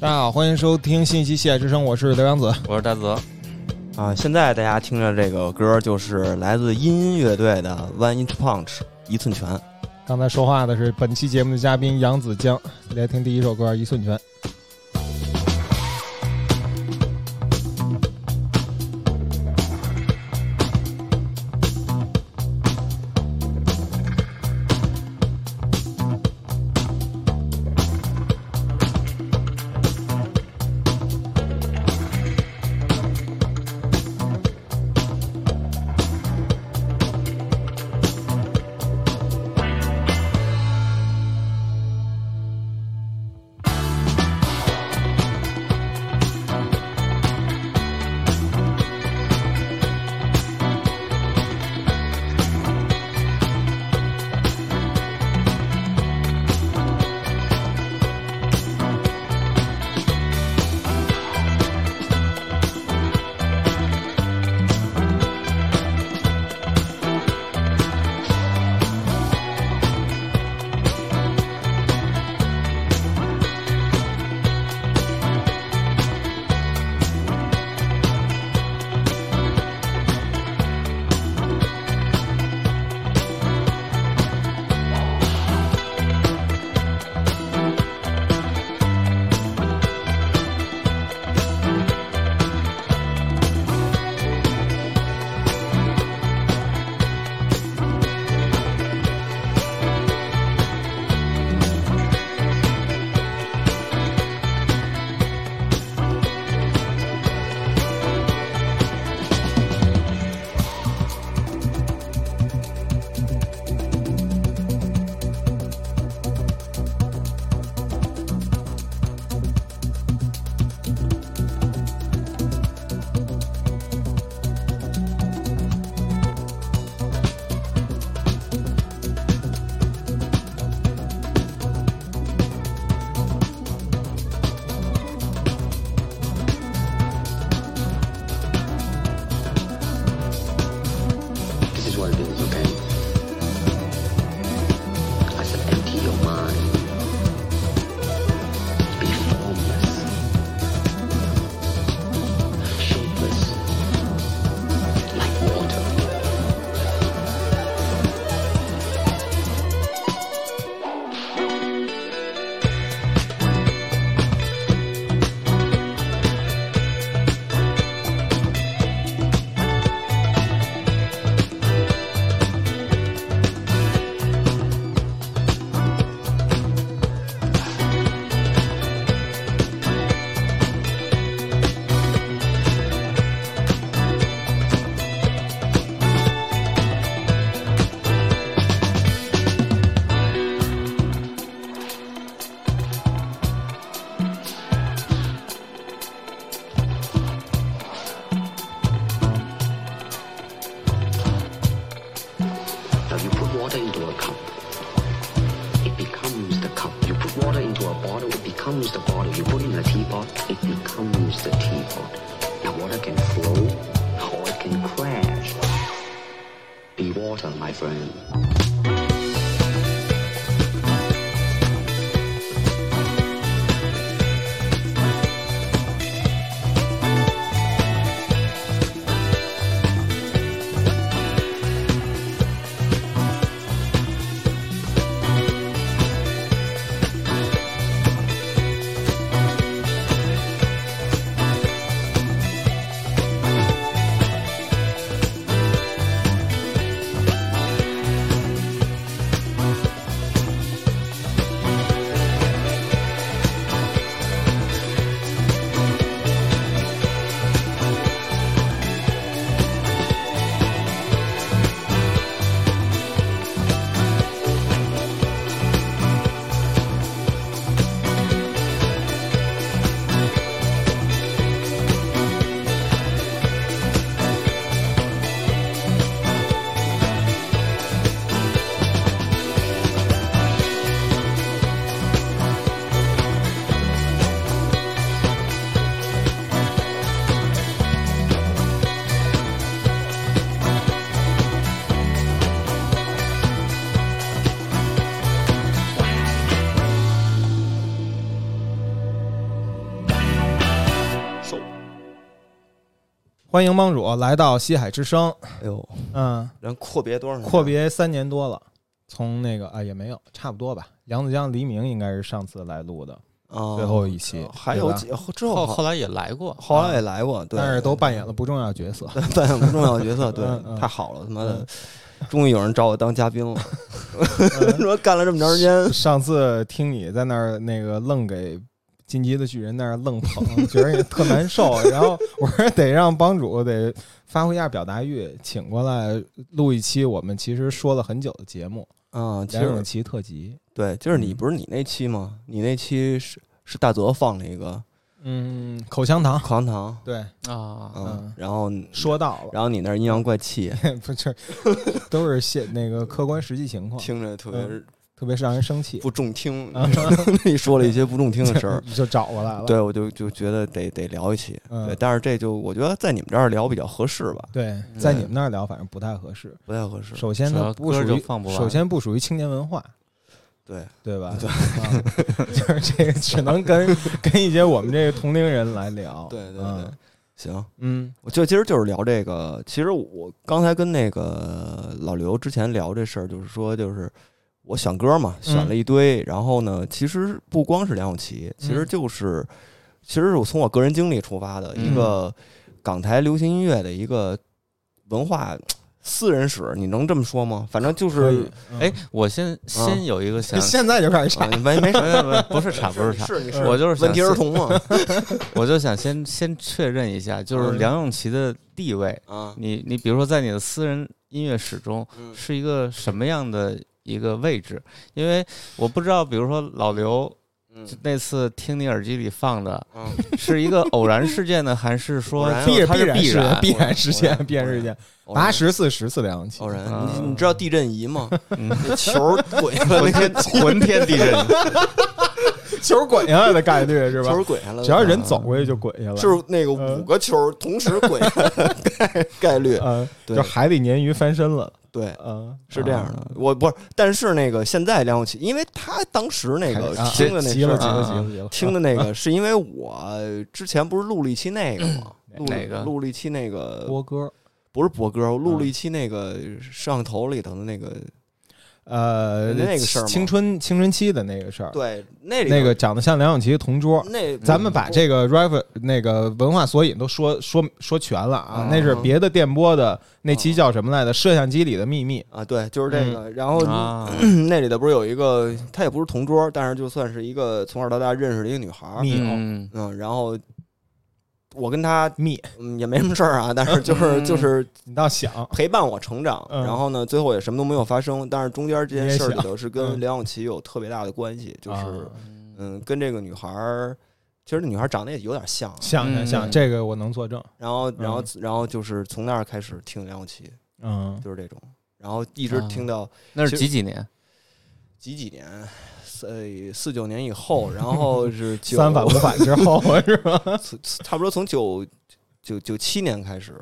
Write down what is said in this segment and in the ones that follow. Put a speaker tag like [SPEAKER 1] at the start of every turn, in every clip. [SPEAKER 1] 大家好，欢迎收听《信息械之声》，我是刘洋子。
[SPEAKER 2] 我是大泽，
[SPEAKER 3] 啊，现在大家听着这个歌，就是来自音音乐队的《One Inch Punch》一寸拳。
[SPEAKER 1] 刚才说话的是本期节目的嘉宾杨子江，来听第一首歌《一寸拳》。
[SPEAKER 4] This is what it is, okay? I said empty your mind. Be formless. Shapeless. Like water. Now you put water into a cup. It becomes the cup. You put water into a bottle, it becomes the bottle. You put it in a teapot, it becomes the teapot. Now water can flow or it can crash. Be water, my friend.
[SPEAKER 1] 欢迎帮主来到西海之声。
[SPEAKER 3] 哎呦，
[SPEAKER 1] 嗯，
[SPEAKER 3] 人阔别多少年？
[SPEAKER 1] 阔别三年多了，从那个啊也没有，差不多吧。杨子江、黎明应该是上次来录的
[SPEAKER 3] 啊，
[SPEAKER 1] 最后一期，
[SPEAKER 3] 还
[SPEAKER 1] 对吧
[SPEAKER 3] 有几后之
[SPEAKER 2] 后
[SPEAKER 3] 后
[SPEAKER 2] 后来也来过，
[SPEAKER 3] 后来也来过，对，
[SPEAKER 1] 啊但是 都扮演了不重要角色。
[SPEAKER 3] 对扮演不重要的角色，对
[SPEAKER 1] 嗯嗯，
[SPEAKER 3] 太好了，他妈
[SPEAKER 1] 嗯
[SPEAKER 3] 的，终于有人找我当嘉宾 了，说干了这么长时间，
[SPEAKER 1] 上次听你在那儿那个愣给晋级的巨人那儿愣捧， 觉得也特难受。然后我说得让帮主得发挥一下表达欲，请过来录一期我们其实说了很久的节目，
[SPEAKER 3] 嗯，其
[SPEAKER 1] 梁咏
[SPEAKER 3] 实
[SPEAKER 1] 琪特辑。
[SPEAKER 3] 对，就是
[SPEAKER 1] 嗯
[SPEAKER 3] 你不是你那期吗？你那期是是大泽放了一个
[SPEAKER 1] 嗯，口香 糖，
[SPEAKER 3] 口香糖，
[SPEAKER 1] 对，
[SPEAKER 2] 啊，
[SPEAKER 3] 嗯
[SPEAKER 1] 嗯，
[SPEAKER 3] 然后
[SPEAKER 1] 说到了，
[SPEAKER 3] 然后你那儿阴阳怪气，
[SPEAKER 1] 不是都是现那个客观实际情况，
[SPEAKER 3] 听着特别
[SPEAKER 1] 嗯特别是让人生气，
[SPEAKER 3] 不中 听
[SPEAKER 1] 啊，，
[SPEAKER 3] 你说了一些不中听的事儿
[SPEAKER 1] 就找过来了。
[SPEAKER 3] 对我就就觉得得得聊一期，
[SPEAKER 1] 嗯
[SPEAKER 3] 对，但是这就我觉得在你们这儿聊比较合适吧，
[SPEAKER 1] 对，在你们那儿聊反正不太合适。
[SPEAKER 3] 不太合适，
[SPEAKER 1] 首先
[SPEAKER 2] 主
[SPEAKER 1] 它
[SPEAKER 2] 要
[SPEAKER 1] 不
[SPEAKER 2] 歌
[SPEAKER 1] 属
[SPEAKER 2] 就
[SPEAKER 1] 于，
[SPEAKER 2] 放不完
[SPEAKER 1] 首先不属于青年文化，
[SPEAKER 3] 对，
[SPEAKER 1] 对吧？对、 就是这个只能跟 跟一些我们这个同龄人来聊。
[SPEAKER 3] 对对
[SPEAKER 1] 嗯
[SPEAKER 3] 对，行。
[SPEAKER 1] 嗯
[SPEAKER 3] 我就今儿就是聊这个，其实我刚才跟那个老刘之前聊这事儿，就是说，就是我选歌嘛，
[SPEAKER 1] 嗯
[SPEAKER 3] 选了一堆，然后呢，其实不光是梁咏琪，
[SPEAKER 1] 嗯
[SPEAKER 3] 其实就是，其实是我从我个人经历出发的
[SPEAKER 1] 嗯
[SPEAKER 3] 一个港台流行音乐的一个文化私人史，你能这么说吗？反正就
[SPEAKER 1] 可
[SPEAKER 3] 是
[SPEAKER 1] 以，嗯
[SPEAKER 2] 哎，我先先有一个想，
[SPEAKER 1] 现在就开始
[SPEAKER 3] 啊
[SPEAKER 1] 查。
[SPEAKER 3] 没没事
[SPEAKER 2] 没
[SPEAKER 3] 儿，
[SPEAKER 2] 没没不是差不是差，
[SPEAKER 3] 是你
[SPEAKER 2] 我就是
[SPEAKER 3] 问
[SPEAKER 2] 想
[SPEAKER 3] 题儿童嘛，
[SPEAKER 2] 我就想先先确认一下，就是
[SPEAKER 1] 嗯
[SPEAKER 2] 梁咏琪的地位，
[SPEAKER 3] 啊，
[SPEAKER 2] 你你比如说在你的私人音乐史中
[SPEAKER 3] 嗯
[SPEAKER 2] 是一个什么样的一个位置？因为我不知道，比如说老刘
[SPEAKER 3] 嗯
[SPEAKER 2] 那次听你耳机里放的
[SPEAKER 3] 嗯
[SPEAKER 2] 是一个偶然事件呢，还是说
[SPEAKER 3] 偶然
[SPEAKER 1] 必
[SPEAKER 2] 它是
[SPEAKER 1] 然
[SPEAKER 2] 必
[SPEAKER 1] 是
[SPEAKER 2] 然
[SPEAKER 1] 必
[SPEAKER 3] 偶然
[SPEAKER 1] 然事件
[SPEAKER 3] 偶，然
[SPEAKER 1] 必然事件。
[SPEAKER 3] 偶然
[SPEAKER 1] 拿十次十次梁咏琪
[SPEAKER 3] 偶，然，
[SPEAKER 2] 啊
[SPEAKER 3] 你你知道地震仪 吗？
[SPEAKER 2] 嗯
[SPEAKER 3] 那球儿滚下来
[SPEAKER 2] 浑
[SPEAKER 3] 那个
[SPEAKER 2] 天浑天地 震？
[SPEAKER 1] 球滚下来的概率是吧？
[SPEAKER 3] 哦球滚下 来，
[SPEAKER 1] 只要人走过去就滚下来。
[SPEAKER 3] 是那个五个球同时 滚下来的概概率，
[SPEAKER 1] 嗯，
[SPEAKER 3] 对
[SPEAKER 1] 就海里鲶鱼翻身了。
[SPEAKER 3] 对，啊
[SPEAKER 1] 嗯，
[SPEAKER 3] 是这样的。我不是，但是那个现在梁咏琪，因为他当时那个
[SPEAKER 1] 啊
[SPEAKER 3] 听的那
[SPEAKER 1] 急
[SPEAKER 3] 事
[SPEAKER 1] 了，
[SPEAKER 3] 儿
[SPEAKER 1] 急
[SPEAKER 3] 啊，
[SPEAKER 1] 了，
[SPEAKER 2] 啊
[SPEAKER 1] 急了，急了。
[SPEAKER 3] 听的那 个是因为我之前不是录了一期那个 嗯吗？录了
[SPEAKER 2] 哪个
[SPEAKER 3] 录了一期那个
[SPEAKER 1] 播歌，
[SPEAKER 3] 不是博哥，我录了一期那个摄像头里头的那个，
[SPEAKER 1] 呃，
[SPEAKER 3] 那个事儿吗
[SPEAKER 1] 青春青春期的那个事儿，
[SPEAKER 3] 对，啊那里头
[SPEAKER 1] 那个长得像梁咏琪的同桌。
[SPEAKER 3] 那
[SPEAKER 1] 咱们把这
[SPEAKER 3] 嗯
[SPEAKER 1] 个 ref 那个文化索引都说说说全了啊
[SPEAKER 3] 嗯，
[SPEAKER 1] 那是别的电波的那期叫什么来的？摄像机里的秘密。
[SPEAKER 3] 啊，对，就是这个。然后嗯
[SPEAKER 2] 啊，
[SPEAKER 3] 那里头不是有一个，她也不是同桌，但是就算是一个从小到大认识的一个女孩儿，
[SPEAKER 1] 密友
[SPEAKER 2] 嗯
[SPEAKER 3] 嗯，然后我跟她
[SPEAKER 1] 密，
[SPEAKER 3] 嗯也没什么事儿啊，但是 就是
[SPEAKER 2] 嗯
[SPEAKER 3] 就是
[SPEAKER 1] 你倒 想，
[SPEAKER 3] 陪伴我成长，
[SPEAKER 1] 嗯
[SPEAKER 3] 然后呢，最后也什么都没有发生，但是中间这件事儿里头是
[SPEAKER 1] 你也
[SPEAKER 3] 跟
[SPEAKER 1] 想
[SPEAKER 3] 梁咏琪有特别大的关系，就是
[SPEAKER 1] 啊
[SPEAKER 3] 嗯，跟这个女孩儿，其实这女孩儿长得也有点像，啊
[SPEAKER 1] 想想
[SPEAKER 2] 嗯
[SPEAKER 1] 想，这个我能作证。
[SPEAKER 3] 然后然后然后就是从那儿开始听梁咏琪，
[SPEAKER 1] 嗯，
[SPEAKER 3] 就是这种，然后一直
[SPEAKER 2] 啊
[SPEAKER 3] 听到
[SPEAKER 2] 那
[SPEAKER 3] 其
[SPEAKER 2] 是
[SPEAKER 3] 实
[SPEAKER 2] 几几年？
[SPEAKER 3] 几几年。四四九年以后，然后是九
[SPEAKER 1] 三反五反之 后是吧？
[SPEAKER 3] 差不多从九九九七年开始，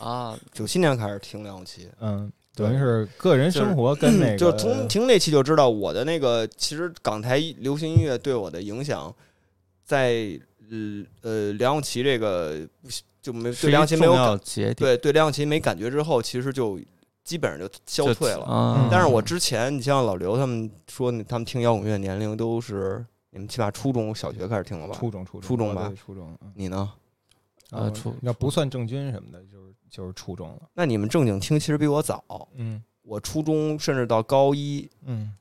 [SPEAKER 2] 啊，
[SPEAKER 3] 九七年开始听梁咏琪，
[SPEAKER 1] 嗯，等于是个人生活跟那个，呃
[SPEAKER 3] 就从听那期就知道我的那个，其实港台流行音乐对我的影响，在呃呃梁咏琪这个不喜就没
[SPEAKER 2] 是
[SPEAKER 3] 对
[SPEAKER 2] 一
[SPEAKER 3] 梁咏
[SPEAKER 2] 个
[SPEAKER 3] 琪没有
[SPEAKER 2] 重要
[SPEAKER 3] 感
[SPEAKER 2] 节点，
[SPEAKER 3] 对对梁咏琪没感觉之后，其实就基本上就消
[SPEAKER 2] 就
[SPEAKER 3] 退了。
[SPEAKER 2] 啊
[SPEAKER 1] 嗯
[SPEAKER 3] 但是我之前，你像老刘他们说，他们听摇滚乐年龄都是你们起码初中小学开始听了吧？
[SPEAKER 1] 初中初啊
[SPEAKER 3] 初中吧
[SPEAKER 1] 对初中。嗯
[SPEAKER 3] 你呢？
[SPEAKER 2] 呃初
[SPEAKER 1] 要不算郑钧什么的，就是就是初中了。
[SPEAKER 3] 那你们正经听其实比我早，
[SPEAKER 1] 嗯
[SPEAKER 3] 我初中甚至到高一
[SPEAKER 1] 嗯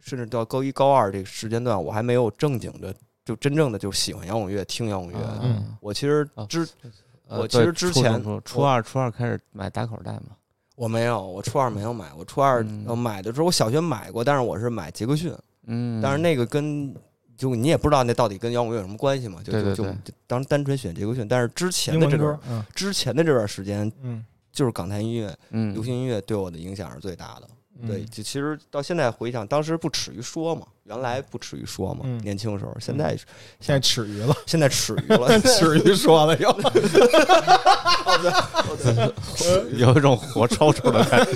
[SPEAKER 3] 甚至到高一高二这个时间段，我还没有正经的，就真正的就喜欢摇滚乐、听摇滚乐。
[SPEAKER 2] 啊
[SPEAKER 1] 嗯
[SPEAKER 3] 我其实
[SPEAKER 2] 啊
[SPEAKER 3] 之、
[SPEAKER 2] 呃
[SPEAKER 3] 我
[SPEAKER 2] 对
[SPEAKER 3] 其实之
[SPEAKER 2] 初中
[SPEAKER 3] 前
[SPEAKER 2] 初初
[SPEAKER 3] 我
[SPEAKER 2] 二初二开始买打口袋嘛，
[SPEAKER 3] 我没有，我初二没有买，我初二、
[SPEAKER 2] 嗯
[SPEAKER 3] 呃买的时候，我小学买过，但是我是买杰克逊，
[SPEAKER 2] 嗯，
[SPEAKER 3] 但是那个跟就你也不知道那到底跟摇滚乐有什么关系嘛，就
[SPEAKER 2] 对对
[SPEAKER 3] 就就
[SPEAKER 2] 对
[SPEAKER 3] 就当单纯选杰克逊。但是之前
[SPEAKER 1] 英
[SPEAKER 3] 的
[SPEAKER 1] 文
[SPEAKER 3] 这
[SPEAKER 1] 歌
[SPEAKER 3] 段，
[SPEAKER 1] 嗯
[SPEAKER 3] 之前的这段时间，
[SPEAKER 1] 嗯
[SPEAKER 3] 就是港台音乐、
[SPEAKER 2] 嗯
[SPEAKER 3] 流行音乐对我的影响是最大的。
[SPEAKER 1] 嗯
[SPEAKER 3] 对，就其实到现在回想，当时不耻于说嘛，原来不耻于说嘛，
[SPEAKER 1] 嗯
[SPEAKER 3] 年轻的时候，现在、
[SPEAKER 1] 现在耻 鱼了，
[SPEAKER 3] 现在耻于 了，
[SPEAKER 1] 耻鱼说了又，
[SPEAKER 2] 有一种活抽抽的感觉。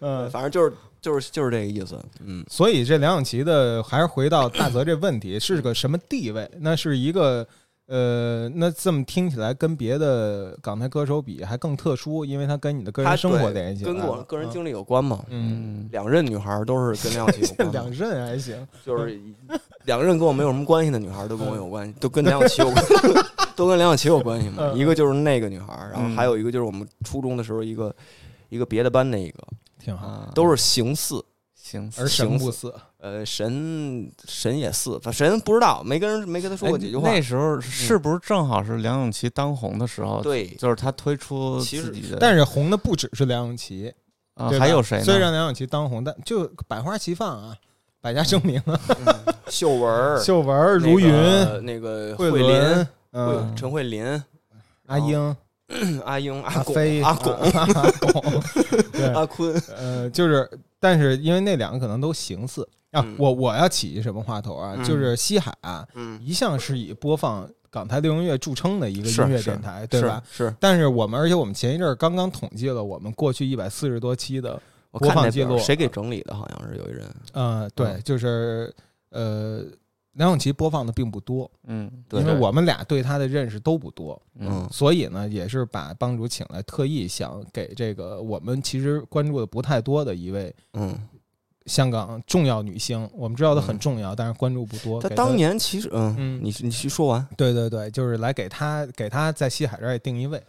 [SPEAKER 1] 嗯，
[SPEAKER 3] 反正就是就是就是这个意思。嗯，
[SPEAKER 1] 所 以这梁咏琪的还是回到大泽这问题，是个什么地位？那是一个呃，那这么听起来跟别的港台歌手比还更特殊，因为它跟你的个
[SPEAKER 3] 他
[SPEAKER 1] 人生
[SPEAKER 3] 对
[SPEAKER 1] 活联系来
[SPEAKER 3] 跟
[SPEAKER 1] 了，
[SPEAKER 3] 我个人
[SPEAKER 1] 嗯
[SPEAKER 3] 经历有关嘛。
[SPEAKER 1] 嗯，
[SPEAKER 3] 两任女孩都是跟梁咏琪有关
[SPEAKER 1] 两
[SPEAKER 3] 嘛，
[SPEAKER 1] 任还行，
[SPEAKER 3] 就是两任跟我没有什么关系的女孩都跟
[SPEAKER 1] 嗯
[SPEAKER 3] 我有关系，都跟梁咏琪有关， 都跟梁咏琪有关系嘛。
[SPEAKER 1] 嗯
[SPEAKER 3] 一个就是那个女孩，然后
[SPEAKER 1] 嗯
[SPEAKER 3] 还有一个就是我们初中的时候一个一个别的班的一个，
[SPEAKER 1] 挺好。
[SPEAKER 2] 啊，
[SPEAKER 3] 都是形似，
[SPEAKER 2] 行，哎
[SPEAKER 1] 而神不死，
[SPEAKER 3] 呃，神神也似，反神不知道，没跟人没跟他说
[SPEAKER 1] 哎
[SPEAKER 3] 过几句话。嗯
[SPEAKER 2] 那时候是不是正好是梁咏琪当红的时候？，
[SPEAKER 3] 对，
[SPEAKER 2] 就是她推出
[SPEAKER 3] 其实
[SPEAKER 2] 自己的，
[SPEAKER 1] 但是红的不只是梁咏琪，
[SPEAKER 2] 啊
[SPEAKER 1] 对吧
[SPEAKER 2] 还有谁呢？
[SPEAKER 1] 虽然梁咏琪当红，但就百花齐放啊，百家争鸣啊，
[SPEAKER 3] 秀文儿、
[SPEAKER 1] 秀文儿、
[SPEAKER 3] 那个
[SPEAKER 1] 如云、
[SPEAKER 3] 嗯那个
[SPEAKER 1] 桂
[SPEAKER 3] 慧琳
[SPEAKER 1] 纶、、嗯、
[SPEAKER 3] 慧陈慧琳、
[SPEAKER 1] 阿英、
[SPEAKER 3] 阿英、阿
[SPEAKER 1] 阿
[SPEAKER 3] 拱、
[SPEAKER 1] 飞、
[SPEAKER 3] 阿拱、
[SPEAKER 1] 啊 阿拱，对，
[SPEAKER 3] 阿坤，
[SPEAKER 1] 呃，就是，但是因为那两个可能都形似啊
[SPEAKER 3] 嗯，
[SPEAKER 1] 我我要起一什么话头啊，
[SPEAKER 3] 嗯
[SPEAKER 1] 就是西海啊
[SPEAKER 3] 嗯，
[SPEAKER 1] 一向是以播放港台流行乐著称的一个
[SPEAKER 3] 是
[SPEAKER 1] 音乐
[SPEAKER 3] 是
[SPEAKER 1] 电台， 对吧？
[SPEAKER 3] 是？是，
[SPEAKER 1] 但是我们，而且我们前一阵儿刚刚统计了我们过去一百四十多期的，
[SPEAKER 3] 我
[SPEAKER 1] 播
[SPEAKER 3] 看
[SPEAKER 1] 放
[SPEAKER 3] 那
[SPEAKER 1] 记
[SPEAKER 3] 表
[SPEAKER 1] 录啊
[SPEAKER 3] 谁给整理的？好像是有一人，
[SPEAKER 1] 呃，对，
[SPEAKER 3] 嗯
[SPEAKER 1] 就是呃，梁咏琪播放的并不多，
[SPEAKER 2] 嗯，
[SPEAKER 3] 对
[SPEAKER 1] 因为我们俩对她的认识都不多，
[SPEAKER 3] 嗯，
[SPEAKER 1] 所以呢，也是把帮主请来，特意想给这个我们其实关注的不太多的一位
[SPEAKER 3] 嗯，
[SPEAKER 1] 香港重要女星，我们知道她很重要，但是关注不多。
[SPEAKER 3] 他
[SPEAKER 1] 给
[SPEAKER 3] 嗯当年其实，嗯
[SPEAKER 1] 嗯，
[SPEAKER 3] 你你去说完。
[SPEAKER 1] 对对对，就是来给她给她在西海这儿也定一位。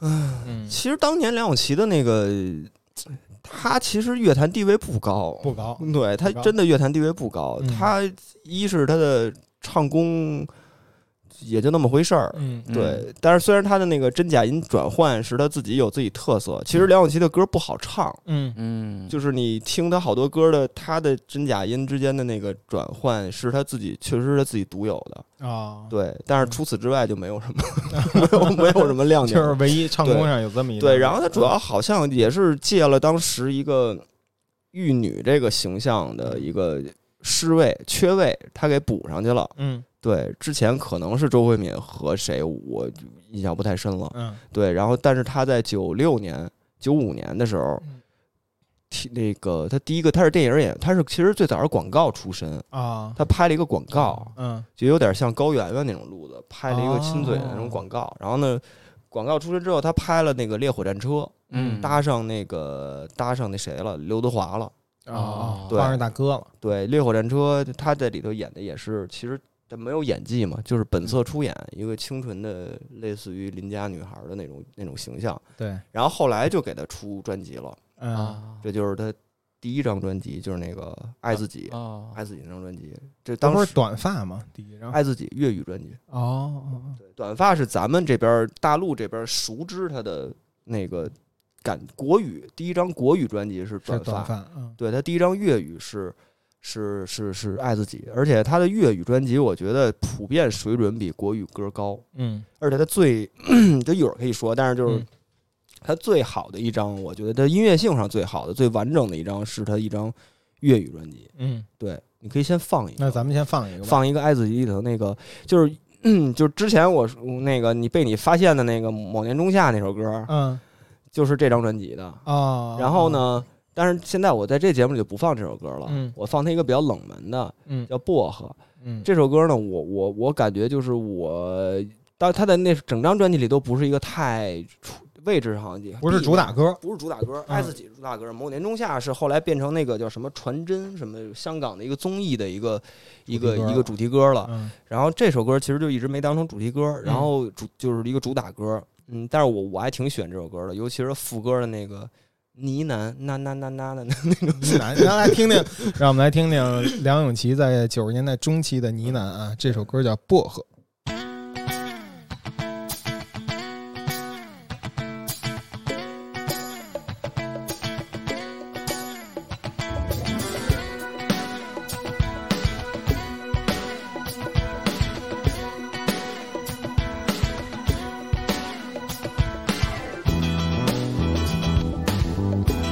[SPEAKER 1] 嗯，
[SPEAKER 3] 其实当年梁咏琪的那个，她其实乐坛地位不高，
[SPEAKER 1] 不高，
[SPEAKER 3] 对她
[SPEAKER 1] 不高
[SPEAKER 3] 真的乐坛地位不高。
[SPEAKER 1] 嗯
[SPEAKER 3] 她一是她的唱功也就那么回事儿，
[SPEAKER 1] 嗯
[SPEAKER 2] 嗯
[SPEAKER 3] 对。但是虽然她的那个真假音转换是她自己有自己特色，其实梁咏琪的歌不好唱，
[SPEAKER 1] 嗯
[SPEAKER 2] 嗯，
[SPEAKER 3] 就是你听她好多歌的，她的真假音之间的那个转换是她自己确实是她自己独有的，
[SPEAKER 1] 啊，
[SPEAKER 3] 对。但是除此之外就没有什么没有没有什么亮点
[SPEAKER 1] 就
[SPEAKER 3] 了，
[SPEAKER 1] 是唯一唱功上有这么一
[SPEAKER 3] 对，
[SPEAKER 1] 段
[SPEAKER 3] 然后他主要好像也是借了当时一个玉女这个形象的一个失位缺位，他给补上去了。
[SPEAKER 1] 嗯
[SPEAKER 3] 对，之前可能是周慧敏和谁，我就印象不太深了。
[SPEAKER 1] 嗯
[SPEAKER 3] 对，然后但是他在九六年、九五年的时候
[SPEAKER 1] 嗯，
[SPEAKER 3] 提那个他第一个他是电影演员，他是其实最早是广告出身，
[SPEAKER 1] 啊
[SPEAKER 3] 他拍了一个广告，
[SPEAKER 1] 嗯
[SPEAKER 3] 就有点像高圆圆那种路子，拍了一个亲嘴的那种
[SPEAKER 1] 哦
[SPEAKER 3] 广告。然后呢，广告出身之后，他拍了那个《烈火战车》，
[SPEAKER 2] 嗯
[SPEAKER 3] 搭上那个搭上那谁了，刘德华了。
[SPEAKER 1] 啊，
[SPEAKER 3] 嗯对
[SPEAKER 1] 帮着大哥了。
[SPEAKER 3] 对，《烈火战车》他在里头演的也是，其实他没有演技嘛，就是本色出演一个清纯的，类似于邻家女孩的那种那种形象。
[SPEAKER 1] 对，
[SPEAKER 3] 然后后来就给他出专辑了，
[SPEAKER 1] 嗯，
[SPEAKER 2] 啊
[SPEAKER 3] 这就是他第一张专辑，就是那个《爱自己》
[SPEAKER 2] 哦
[SPEAKER 3] 爱自己》那张专辑。这
[SPEAKER 1] 他啊不
[SPEAKER 3] 当
[SPEAKER 1] 是
[SPEAKER 3] 时
[SPEAKER 1] 短发吗？第一张
[SPEAKER 3] 《爱自己》粤语专辑。
[SPEAKER 1] 哦，
[SPEAKER 3] 对，短发是咱们这边儿大陆这边儿熟知他的那个感国语，第一张国语专辑是
[SPEAKER 1] 是
[SPEAKER 3] 短发，
[SPEAKER 1] 短发，嗯
[SPEAKER 3] 对他第一张粤语是是是是爱自己，而且他的粤语专辑我觉得普遍水准比国语歌高，
[SPEAKER 1] 嗯
[SPEAKER 3] 而且他最 这一会儿可以说，但是就是。
[SPEAKER 1] 嗯
[SPEAKER 3] 他最好的一张，我觉得他音乐性上最好的、最完整的一张是他一张粤语专辑。
[SPEAKER 1] 嗯，
[SPEAKER 3] 对，你可以先放一个。
[SPEAKER 1] 那咱们先放一个吧。
[SPEAKER 3] 放一个爱子里头那个，就是就是 之前我说那个你被你发现的那个某年仲夏那首歌，
[SPEAKER 1] 嗯
[SPEAKER 3] 就是这张专辑的。
[SPEAKER 1] 啊，
[SPEAKER 3] 然后？呢，但是现在我在这节目里就不放这首歌了，
[SPEAKER 1] 嗯
[SPEAKER 3] 我放它一个比较冷门的，
[SPEAKER 1] 嗯
[SPEAKER 3] 叫《薄荷》。
[SPEAKER 1] 嗯，
[SPEAKER 3] 这首歌呢，我我我感觉就是我，当他在那整张专辑里都不是一个太出位置好像也
[SPEAKER 1] 不是主打。嗯歌，
[SPEAKER 3] 不是主打歌，爱自己是主打歌。某年仲夏是后来变成那个叫什么传真什么香港的一个综艺的一个一
[SPEAKER 1] 主
[SPEAKER 3] 个
[SPEAKER 1] 题歌
[SPEAKER 3] 一个主题歌了。
[SPEAKER 1] 嗯
[SPEAKER 3] 然后这首歌其实就一直没当成主题歌，然后主就是一个主打歌，嗯，但是我我还挺喜欢这首歌的，尤其是副歌的那个呢喃呐呐呐呐的那那种，
[SPEAKER 1] 呢喃，让来听听，让我们来听听梁咏琪在九十年代中期的呢喃啊，这首歌叫《薄荷》。
[SPEAKER 5] 大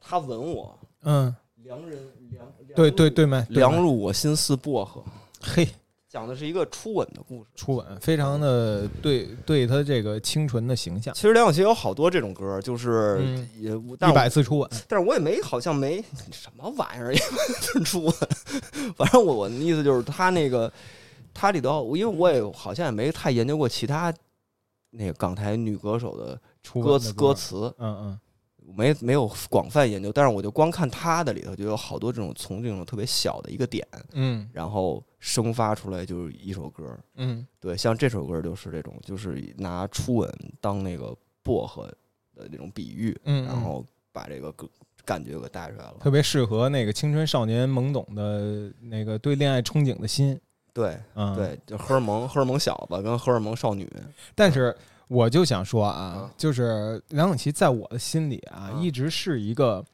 [SPEAKER 3] 他吻我，
[SPEAKER 1] 嗯，
[SPEAKER 3] 良人良
[SPEAKER 1] 对对，对麦，对麦
[SPEAKER 3] 良入我心似薄荷，
[SPEAKER 1] 嘿，
[SPEAKER 3] 讲的是一个初吻的故事。
[SPEAKER 1] 初吻非常的对对他这个清纯的形象，
[SPEAKER 3] 其实梁咏琪有好多这种歌，就是
[SPEAKER 1] 嗯
[SPEAKER 3] 也，我但
[SPEAKER 1] 一
[SPEAKER 3] 是我
[SPEAKER 1] 百次初吻，
[SPEAKER 3] 但是我也没好像没什么玩意儿，也不是初吻。 反正我我的意思就是，他那个他里头，因为我也好像也没太研究过其他那个港台女歌手的
[SPEAKER 1] 初吻
[SPEAKER 3] 歌
[SPEAKER 1] 的
[SPEAKER 3] 词
[SPEAKER 1] 歌
[SPEAKER 3] 歌，词，
[SPEAKER 1] 嗯
[SPEAKER 3] 没没有广泛研究，但是我就光看他的里头就有好多这种从这种特别小的一个点，
[SPEAKER 1] 嗯
[SPEAKER 3] 然后生发出来就是一首歌。
[SPEAKER 1] 嗯嗯，
[SPEAKER 3] 对，像这首歌就是这种，就是拿初吻当那个薄荷的那种比喻，
[SPEAKER 1] 嗯
[SPEAKER 3] 然后把这个歌感觉给带出来了。
[SPEAKER 1] 特别适合那个青春少年懵懂的那个对恋爱憧憬的心，
[SPEAKER 3] 对
[SPEAKER 1] 嗯，。
[SPEAKER 3] 对，就荷尔蒙荷尔蒙小子跟荷尔蒙少女，
[SPEAKER 1] 但是我就想说啊
[SPEAKER 3] 啊，
[SPEAKER 1] 就是梁咏琪在我的心里啊，
[SPEAKER 3] 啊
[SPEAKER 1] 一直是一个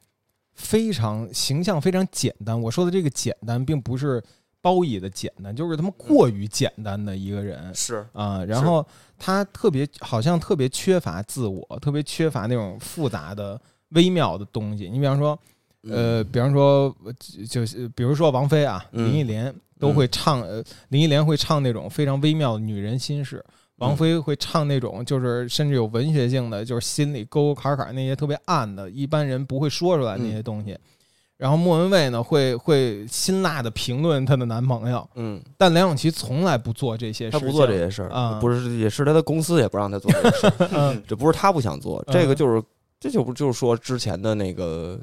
[SPEAKER 1] 非常形象非常简单。我说的这个简单，并不是褒义的简单，就是他妈过于简单的一个人。
[SPEAKER 3] 嗯是
[SPEAKER 1] 啊、然后他特别好像特别缺乏自我，特别缺乏那种复杂的、微妙的东西。你比方说，呃，比方说，呃就就是比如说王菲啊，
[SPEAKER 3] 嗯
[SPEAKER 1] 林忆莲都会唱，呃，林忆莲会唱那种非常微妙的女人心事，王
[SPEAKER 3] 嗯
[SPEAKER 1] 菲会唱那种就是甚至有文学性的，就是心里沟沟坎坎那些特别暗的，一般人不会说出来那
[SPEAKER 3] 嗯
[SPEAKER 1] 些东西。然后莫文蔚呢，会会辛辣的评论她的男朋友，
[SPEAKER 3] 嗯，
[SPEAKER 1] 但梁咏琪从来不做这些事情，
[SPEAKER 3] 他不做这些事儿，
[SPEAKER 1] 啊
[SPEAKER 3] 不是也是他的公司也不让他做这个事儿
[SPEAKER 1] 嗯
[SPEAKER 3] 这不是他不想做，这个
[SPEAKER 1] 嗯
[SPEAKER 3] 就是这就不就是说之前的那个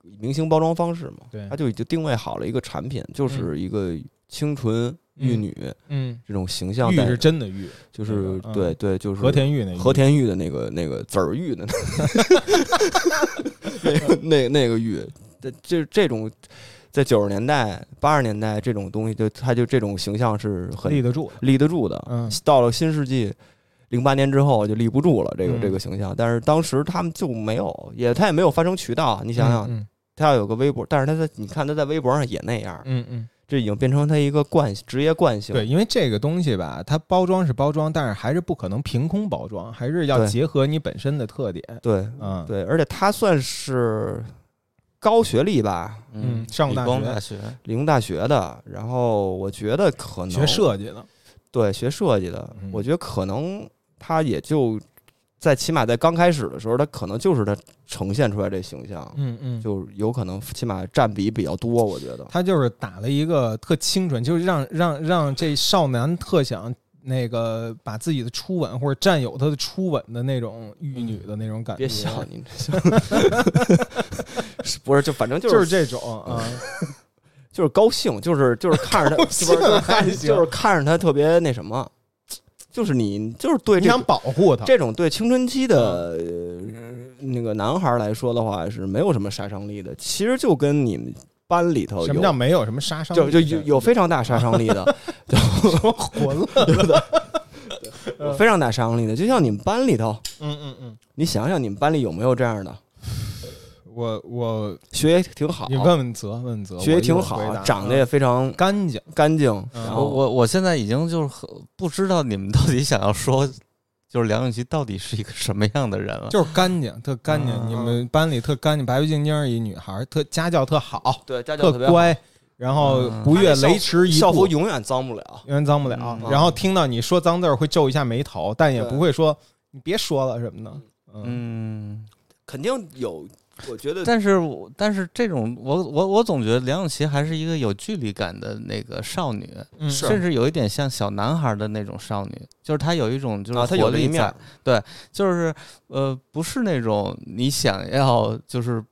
[SPEAKER 3] 明星包装方式嘛，
[SPEAKER 1] 对
[SPEAKER 3] 他就已经定位好了一个产品，就是一个清纯玉女
[SPEAKER 1] 嗯，
[SPEAKER 3] 这种形象
[SPEAKER 1] 玉
[SPEAKER 3] 带着，
[SPEAKER 1] 是真的玉，
[SPEAKER 3] 就是
[SPEAKER 1] 那个嗯
[SPEAKER 3] 对对，就是
[SPEAKER 1] 和田玉那玉
[SPEAKER 3] 和田玉的那个那个籽儿玉的 那个那个那那个玉，这这这种在九十年代八十年代这种东西就，它就这种形象是
[SPEAKER 1] 立
[SPEAKER 3] 很
[SPEAKER 1] 得住的，
[SPEAKER 3] 立得住的。
[SPEAKER 1] 嗯
[SPEAKER 3] 到了新世纪零八年之后就立不住了，这个、
[SPEAKER 1] 嗯
[SPEAKER 3] 这个形象。但是当时他们就没有，也他也没有发声渠道。你想想，
[SPEAKER 1] 嗯
[SPEAKER 3] 他要有个微博，但是他在你看他在微博上也那样，
[SPEAKER 1] 嗯嗯，
[SPEAKER 3] 这已经变成他一个惯职业惯性。
[SPEAKER 1] 对，因为这个东西吧，它包装是包装，但是还是不可能凭空包装，还是要
[SPEAKER 3] 对
[SPEAKER 1] 结合你本身的特点，
[SPEAKER 3] 对
[SPEAKER 1] 嗯，
[SPEAKER 3] 对，而且他算是高学历吧，
[SPEAKER 1] 嗯，上过
[SPEAKER 2] 理
[SPEAKER 1] 大
[SPEAKER 2] 工
[SPEAKER 1] 学，
[SPEAKER 2] 学，
[SPEAKER 3] 理工大学的，然后我觉得可能
[SPEAKER 1] 学设计的，
[SPEAKER 3] 对学设计的，
[SPEAKER 1] 嗯
[SPEAKER 3] 我觉得可能他也就在起码在刚开始的时候，他可能就是他呈现出来这形象，
[SPEAKER 1] 嗯嗯，
[SPEAKER 3] 就有可能起码占比比较多，我觉得。
[SPEAKER 1] 他就是打了一个特清纯，就是让让让这少男特想。那个把自己的初吻或者占有他的初吻的那种玉女的那种感觉，
[SPEAKER 3] 别笑你， 是不是嗯就反正就
[SPEAKER 1] 就是是这种啊，
[SPEAKER 3] 就是高兴，就是就是看着他，
[SPEAKER 1] 高
[SPEAKER 3] 不是
[SPEAKER 1] 兴啊
[SPEAKER 3] 就是看
[SPEAKER 1] 还行
[SPEAKER 3] 就是看着他特别那什么，就是你就是对
[SPEAKER 1] 你
[SPEAKER 3] 这
[SPEAKER 1] 想保护他，
[SPEAKER 3] 这种对青春期的、
[SPEAKER 1] 嗯
[SPEAKER 3] 呃那个男孩来说的话是没有什么杀伤力的。其实就跟你们班里头有
[SPEAKER 1] 什么叫没有什么杀伤力？
[SPEAKER 3] 就就有有非常大杀伤力的，
[SPEAKER 1] 说混了，
[SPEAKER 3] 有非常大杀伤力的。就像你们班里头，
[SPEAKER 1] 嗯嗯嗯，
[SPEAKER 3] 你想想你们班里有没有这样的
[SPEAKER 1] 我我
[SPEAKER 3] 学业挺好
[SPEAKER 1] 你，问问泽，问问泽，
[SPEAKER 3] 学业
[SPEAKER 1] 我一会
[SPEAKER 3] 挺
[SPEAKER 1] 儿回
[SPEAKER 3] 好，啊
[SPEAKER 1] 答嗯
[SPEAKER 3] 长得也非常
[SPEAKER 1] 干净，
[SPEAKER 3] 干净，
[SPEAKER 1] 嗯
[SPEAKER 3] 然
[SPEAKER 2] 我
[SPEAKER 3] 后
[SPEAKER 2] 我我现在已经就是很不知道你们到底想要说，就是梁咏琪到底是一个什么样的人了。
[SPEAKER 1] 就是干净，特干净。
[SPEAKER 3] 嗯
[SPEAKER 1] 你们班里特干净，白白净净儿一女孩儿，特家教特好，
[SPEAKER 3] 对家教
[SPEAKER 1] 特
[SPEAKER 3] 特别好，
[SPEAKER 1] 乖，然后
[SPEAKER 2] 嗯
[SPEAKER 1] 不越
[SPEAKER 3] 她那校
[SPEAKER 1] 雷池一
[SPEAKER 3] 校服
[SPEAKER 1] 步，
[SPEAKER 3] 永远脏不了。
[SPEAKER 1] 永远脏不了。
[SPEAKER 2] 嗯
[SPEAKER 1] 然后听到你说脏字儿会皱一下眉头，但也
[SPEAKER 3] 对
[SPEAKER 1] 不会说你别说了什么的。嗯
[SPEAKER 2] 嗯，
[SPEAKER 3] 肯定有，我觉得
[SPEAKER 2] 但是我但是这种我我我总觉得梁咏琪还是一个有距离感的那个少女，
[SPEAKER 1] 嗯
[SPEAKER 3] 是
[SPEAKER 2] 甚至有一点像小男孩的那种少女，就是她有一种就是
[SPEAKER 3] 啊，他有
[SPEAKER 2] 活
[SPEAKER 3] 这一
[SPEAKER 2] 力
[SPEAKER 3] 面
[SPEAKER 2] 在，
[SPEAKER 3] 儿，
[SPEAKER 2] 就是呃不是那种你想要就是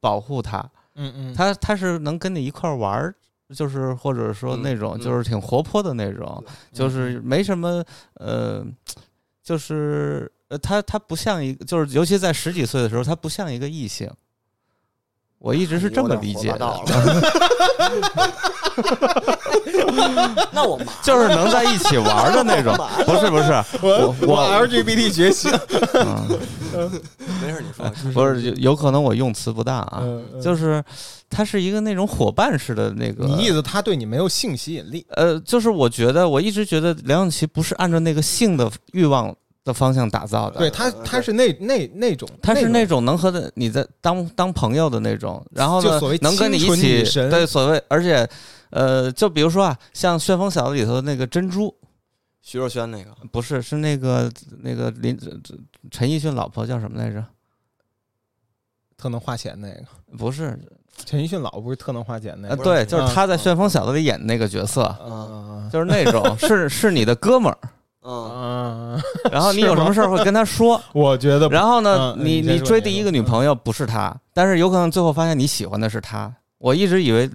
[SPEAKER 2] 保护她，
[SPEAKER 1] 嗯嗯，
[SPEAKER 2] 她她是能跟你一块儿玩儿。就是或者说
[SPEAKER 3] 嗯
[SPEAKER 2] 那种
[SPEAKER 3] 嗯
[SPEAKER 2] 就是挺活泼的那种，
[SPEAKER 1] 嗯
[SPEAKER 2] 就是没什么呃，就是呃，他他不像一个，就是尤其在十几岁的时候，他不像一个异性。我一直是这么理解的
[SPEAKER 1] 哎
[SPEAKER 3] 到，了。那我妈
[SPEAKER 2] 就是能在一起玩的那种， 不是不是，
[SPEAKER 1] 我
[SPEAKER 2] 我 我
[SPEAKER 1] LGBT 学习，
[SPEAKER 2] 嗯，
[SPEAKER 3] 没事，你说
[SPEAKER 2] 不是有有可能我用词不当啊，
[SPEAKER 1] 嗯嗯
[SPEAKER 2] 就是他是一个那种伙伴式的那个
[SPEAKER 1] 你意思他对你没有性吸引力？
[SPEAKER 2] 呃，就是我觉得，我一直觉得梁咏琪不是按照那个性的欲望的方向打造的。
[SPEAKER 1] 对他他是那那那种，
[SPEAKER 2] 他是
[SPEAKER 1] 那
[SPEAKER 2] 那
[SPEAKER 1] 种
[SPEAKER 2] 种能和的你在当当朋友的那种，然后呢
[SPEAKER 1] 就所谓，
[SPEAKER 2] 能跟你一
[SPEAKER 1] 清纯
[SPEAKER 2] 起
[SPEAKER 1] 女神
[SPEAKER 2] 对所谓，而且呃，就比如说啊，像《旋风小子》里头那个珍珠，
[SPEAKER 3] 徐若瑄那个
[SPEAKER 2] 不是是那个那个林陈奕迅老婆叫什么来着？
[SPEAKER 1] 特能花钱那个。
[SPEAKER 2] 不是，
[SPEAKER 1] 陈奕迅老不是特能花钱那
[SPEAKER 2] 呃，
[SPEAKER 1] 个，
[SPEAKER 2] 对，就是他在《
[SPEAKER 3] 嗯
[SPEAKER 2] 旋风小子》里演的那个角色，
[SPEAKER 1] 啊
[SPEAKER 2] 就是那 种是是你的哥们儿，
[SPEAKER 3] 嗯，
[SPEAKER 1] 啊！
[SPEAKER 2] 然后你
[SPEAKER 1] 是
[SPEAKER 2] 有什
[SPEAKER 1] 吗
[SPEAKER 2] 么事儿会跟他说，
[SPEAKER 1] 我觉得不
[SPEAKER 2] 然后呢，
[SPEAKER 1] 嗯
[SPEAKER 2] 你
[SPEAKER 1] 你先
[SPEAKER 2] 你
[SPEAKER 1] 说
[SPEAKER 2] 追
[SPEAKER 1] 你先
[SPEAKER 2] 第一
[SPEAKER 1] 说
[SPEAKER 2] 个女朋友不是她，但是有可能最后发现你喜欢的是她。我一直以为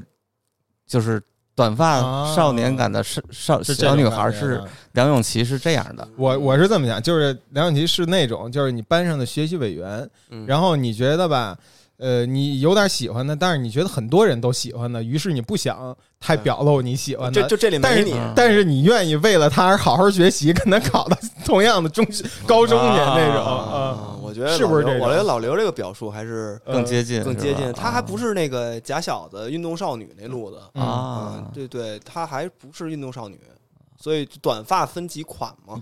[SPEAKER 2] 就是短发
[SPEAKER 1] 啊
[SPEAKER 2] 少年感的少少
[SPEAKER 1] 是这
[SPEAKER 2] 小
[SPEAKER 1] 种
[SPEAKER 2] 女
[SPEAKER 1] 感
[SPEAKER 2] 孩
[SPEAKER 1] 觉啊
[SPEAKER 2] 是
[SPEAKER 1] 的
[SPEAKER 2] 梁咏琪是这样的，
[SPEAKER 1] 我我是这么想，就是梁咏琪是那种，就是你班上的学习委员，
[SPEAKER 3] 嗯
[SPEAKER 1] 然后你觉得吧，呃，你有点喜欢的，但是你觉得很多人都喜欢的，于是你不想太表露你喜欢
[SPEAKER 3] 就
[SPEAKER 1] 的。
[SPEAKER 3] 就这里
[SPEAKER 1] 但
[SPEAKER 3] 没
[SPEAKER 1] 是
[SPEAKER 3] 你，啊
[SPEAKER 2] 嗯
[SPEAKER 1] 但是你愿意为了他而好好学习，跟他考到同样的中学、高中去那种
[SPEAKER 3] 嗯啊
[SPEAKER 1] 啊，
[SPEAKER 3] 我觉得
[SPEAKER 1] 是不是
[SPEAKER 3] 老
[SPEAKER 1] 这
[SPEAKER 3] 刘
[SPEAKER 1] 种
[SPEAKER 3] 我觉得老刘这个表述还是
[SPEAKER 1] 呃
[SPEAKER 2] 更接近，
[SPEAKER 3] 更接近，他还不
[SPEAKER 2] 是
[SPEAKER 3] 是啊那个假小子、运动少女那路子
[SPEAKER 2] 吧
[SPEAKER 3] 嗯
[SPEAKER 2] 啊，
[SPEAKER 3] 对对，他还不是运动少女，所以短发分几款 嘛，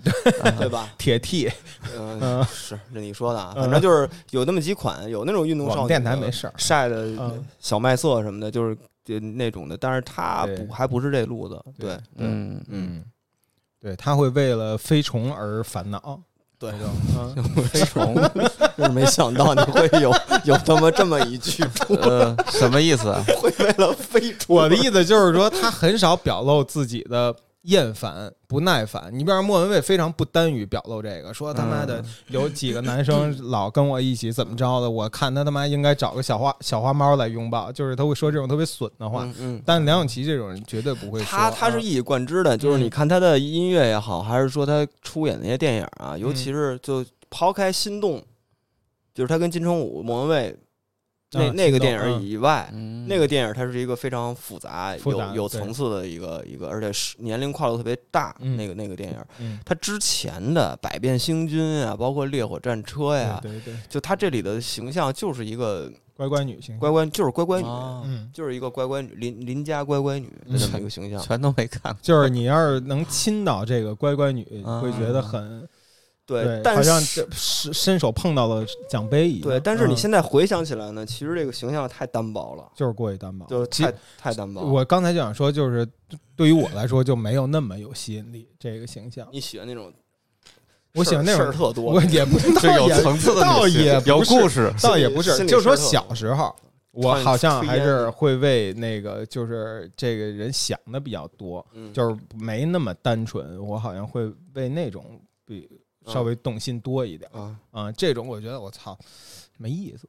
[SPEAKER 3] 对吧？
[SPEAKER 1] 铁 T，
[SPEAKER 3] 嗯
[SPEAKER 1] 嗯，
[SPEAKER 3] 是这你说的啊，
[SPEAKER 1] 嗯
[SPEAKER 3] 反正就是有那么几款，有那种运动
[SPEAKER 1] 我
[SPEAKER 3] 少
[SPEAKER 1] 们
[SPEAKER 3] 女，
[SPEAKER 1] 电台没事儿。
[SPEAKER 3] 晒的
[SPEAKER 1] 嗯
[SPEAKER 3] 小麦色什么的，就是呃那种的，但是他
[SPEAKER 1] 对
[SPEAKER 3] 不还不是这路子，
[SPEAKER 1] 对
[SPEAKER 3] 对，对
[SPEAKER 2] 嗯，
[SPEAKER 3] 嗯，
[SPEAKER 1] 对，他会为了飞虫而烦恼。
[SPEAKER 3] 对，
[SPEAKER 1] 嗯，
[SPEAKER 2] 飞虫，
[SPEAKER 3] 就是没想到你会有有他妈这么一句，
[SPEAKER 2] 呃，什么意思？啊？
[SPEAKER 3] 会为了飞 出
[SPEAKER 1] 我的意思就是说，他很少表露自己的厌烦、不耐烦。你比方说莫文蔚非常不甘于表露这个，说他妈
[SPEAKER 3] 嗯
[SPEAKER 1] 的有几个男生老跟我一起怎么着的，我看他他妈应该找个小花小花猫来拥抱，就是他会说这种特别损的话。
[SPEAKER 3] 嗯嗯。
[SPEAKER 1] 但梁咏琪这种人绝对不会说，
[SPEAKER 3] 他他是
[SPEAKER 1] 啊
[SPEAKER 3] 一以贯之的，就是你看他的音乐也好，还是说他出演那些电影啊，尤
[SPEAKER 1] 嗯
[SPEAKER 3] 其是就抛开《心动》，就是他跟金城武、莫文蔚那
[SPEAKER 1] 啊
[SPEAKER 3] 那个
[SPEAKER 1] 心动
[SPEAKER 3] 电影以外，
[SPEAKER 2] 嗯
[SPEAKER 3] 那个电影它是一个非常复杂、
[SPEAKER 1] 复杂
[SPEAKER 3] 有有
[SPEAKER 1] 对
[SPEAKER 3] 层次的一个一个，而且是年龄跨度特别大。
[SPEAKER 1] 嗯
[SPEAKER 3] 那个那个电影，
[SPEAKER 1] 嗯，
[SPEAKER 3] 它之前的《百变星君》啊，包括《烈火战车》呀，
[SPEAKER 1] 对对对，
[SPEAKER 3] 就它这里的形象就是一个
[SPEAKER 1] 乖乖女性，
[SPEAKER 3] 乖乖，就是乖乖女，
[SPEAKER 2] 啊
[SPEAKER 1] 嗯，
[SPEAKER 3] 就是一个乖乖女，邻邻家乖乖女
[SPEAKER 2] 嗯
[SPEAKER 3] 的这么一个形象。
[SPEAKER 2] 全都没看过，
[SPEAKER 1] 就是你要是能亲到这个乖乖女，
[SPEAKER 2] 啊
[SPEAKER 1] 会觉得很
[SPEAKER 3] 对，
[SPEAKER 1] 好
[SPEAKER 3] 但
[SPEAKER 1] 像
[SPEAKER 3] 是
[SPEAKER 1] 这伸伸手碰到了奖杯一样。
[SPEAKER 3] 对，但是你
[SPEAKER 1] 嗯
[SPEAKER 3] 现在回想起来呢，其实这个形象太单薄了，
[SPEAKER 1] 就是过于单薄，
[SPEAKER 3] 就是
[SPEAKER 1] 其
[SPEAKER 3] 太太单薄了。
[SPEAKER 1] 我刚才就想说，就是对于我来说就没有那么有吸引力这个形象。
[SPEAKER 3] 你喜欢那种事儿，
[SPEAKER 1] 我喜欢那
[SPEAKER 3] 事
[SPEAKER 1] 种
[SPEAKER 3] 儿特多，
[SPEAKER 1] 我也不是
[SPEAKER 2] 就有
[SPEAKER 1] 倒
[SPEAKER 2] 层次的
[SPEAKER 1] 倒
[SPEAKER 2] 女性，
[SPEAKER 1] 也不
[SPEAKER 2] 有
[SPEAKER 1] 是
[SPEAKER 2] 故事，
[SPEAKER 1] 也倒也不是，
[SPEAKER 3] 心里
[SPEAKER 1] 就说
[SPEAKER 3] 事儿特
[SPEAKER 1] 小
[SPEAKER 3] 多
[SPEAKER 1] 时候，我
[SPEAKER 3] 看
[SPEAKER 1] 好像
[SPEAKER 3] 炊
[SPEAKER 1] 还
[SPEAKER 3] 烟
[SPEAKER 1] 是会为那个就是这个人想的比较多，
[SPEAKER 3] 嗯
[SPEAKER 1] 就是没那么单纯。我好像会为那种比
[SPEAKER 3] 嗯
[SPEAKER 1] 稍微动心多一点
[SPEAKER 3] 啊，
[SPEAKER 1] 啊、这种我觉得我操没意思，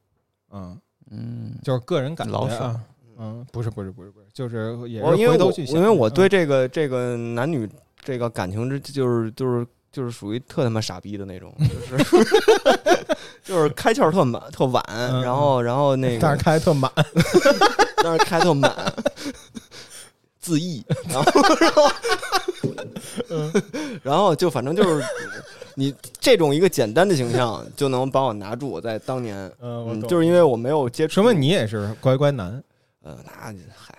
[SPEAKER 1] 嗯，
[SPEAKER 2] 嗯，
[SPEAKER 1] 就是个人感觉
[SPEAKER 2] 老手
[SPEAKER 1] 啊。嗯，不是不是不是不是，就是也是
[SPEAKER 3] 我哦因为
[SPEAKER 1] 回头
[SPEAKER 3] 我
[SPEAKER 1] 去想，
[SPEAKER 3] 因为我
[SPEAKER 1] 嗯
[SPEAKER 3] 对这个这个男女这个感情之就是就是就是属于特他妈傻逼的那种，就是 就是开窍特满特晚，
[SPEAKER 1] 嗯
[SPEAKER 3] 然后然后那
[SPEAKER 1] 但
[SPEAKER 3] 个
[SPEAKER 1] 是开得特满，
[SPEAKER 3] 但是开特满，自缢，然后然后
[SPEAKER 1] 嗯
[SPEAKER 3] 然后就反正就是你这种一个简单的形象就能把我拿住，我在当年。
[SPEAKER 1] 嗯，我
[SPEAKER 3] 嗯，
[SPEAKER 1] 懂
[SPEAKER 3] 就是因为我没有接触，
[SPEAKER 1] 说明你也是乖乖男，
[SPEAKER 3] 呃，那嗨，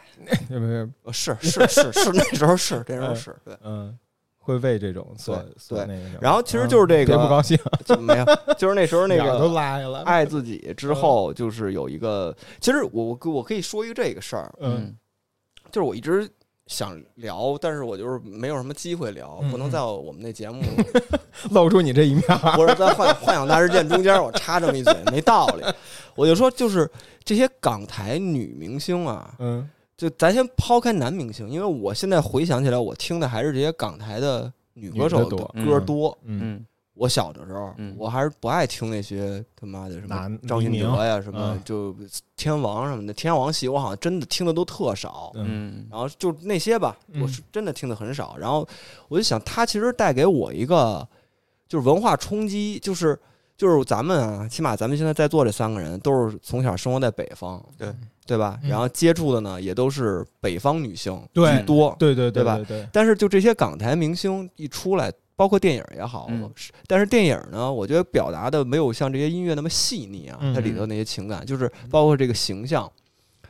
[SPEAKER 1] 对不对？
[SPEAKER 3] 呃是是是是，那时候是那时候
[SPEAKER 1] 嗯
[SPEAKER 3] 是对，
[SPEAKER 1] 嗯，会为这种所
[SPEAKER 3] 对
[SPEAKER 1] 所那个什么。
[SPEAKER 3] 然后其实就是这个
[SPEAKER 1] 嗯别不高兴，
[SPEAKER 3] 就没有，就是那时候那
[SPEAKER 1] 脸儿都嗯
[SPEAKER 3] 个
[SPEAKER 1] 拉下来了。
[SPEAKER 3] 爱自己之后，就是有一个，其实我我我可以说一个这个事儿，
[SPEAKER 1] 嗯，
[SPEAKER 3] 就是我一直想聊，但是我就是没有什么机会聊，
[SPEAKER 1] 嗯
[SPEAKER 3] 不能在我们那节目
[SPEAKER 1] 露出你这一面儿，
[SPEAKER 3] 或者在《幻幻想大事件》中间我插这么一嘴，没道理。我就说，就是这些港台女明星啊，
[SPEAKER 1] 嗯
[SPEAKER 3] 就咱先抛开男明星，因为我现在回想起来，我听的还是这些港台的女歌手
[SPEAKER 1] 女的多
[SPEAKER 3] 的歌多。
[SPEAKER 1] 嗯，
[SPEAKER 2] 嗯
[SPEAKER 3] 我小的时候
[SPEAKER 2] 嗯，
[SPEAKER 3] 我还是不爱听那些他妈的什么
[SPEAKER 1] 男
[SPEAKER 3] 张信哲呀，什么
[SPEAKER 1] 嗯
[SPEAKER 3] 就天王什么的，天王系我好像真的听的都特少。
[SPEAKER 1] 嗯
[SPEAKER 2] 嗯
[SPEAKER 3] 然后就那些吧，
[SPEAKER 1] 嗯
[SPEAKER 3] 我是真的听的很少。然后我就想，他其实带给我一个就是文化冲击，就是就是咱们啊，起码咱们现在在座这三个人都是从小生活在北方，
[SPEAKER 2] 对
[SPEAKER 3] 对吧？
[SPEAKER 1] 嗯
[SPEAKER 3] 然后接触的呢也都是北方女性
[SPEAKER 1] 对
[SPEAKER 3] 居多，
[SPEAKER 1] 对对
[SPEAKER 3] 对吧
[SPEAKER 1] 对对，
[SPEAKER 3] 但是就这些港台明星一出来，包括电影也好，
[SPEAKER 2] 嗯
[SPEAKER 3] 是但是电影呢，我觉得表达的没有像这些音乐那么细腻啊，
[SPEAKER 1] 嗯
[SPEAKER 3] 它里头那些情感，就是包括这个形象，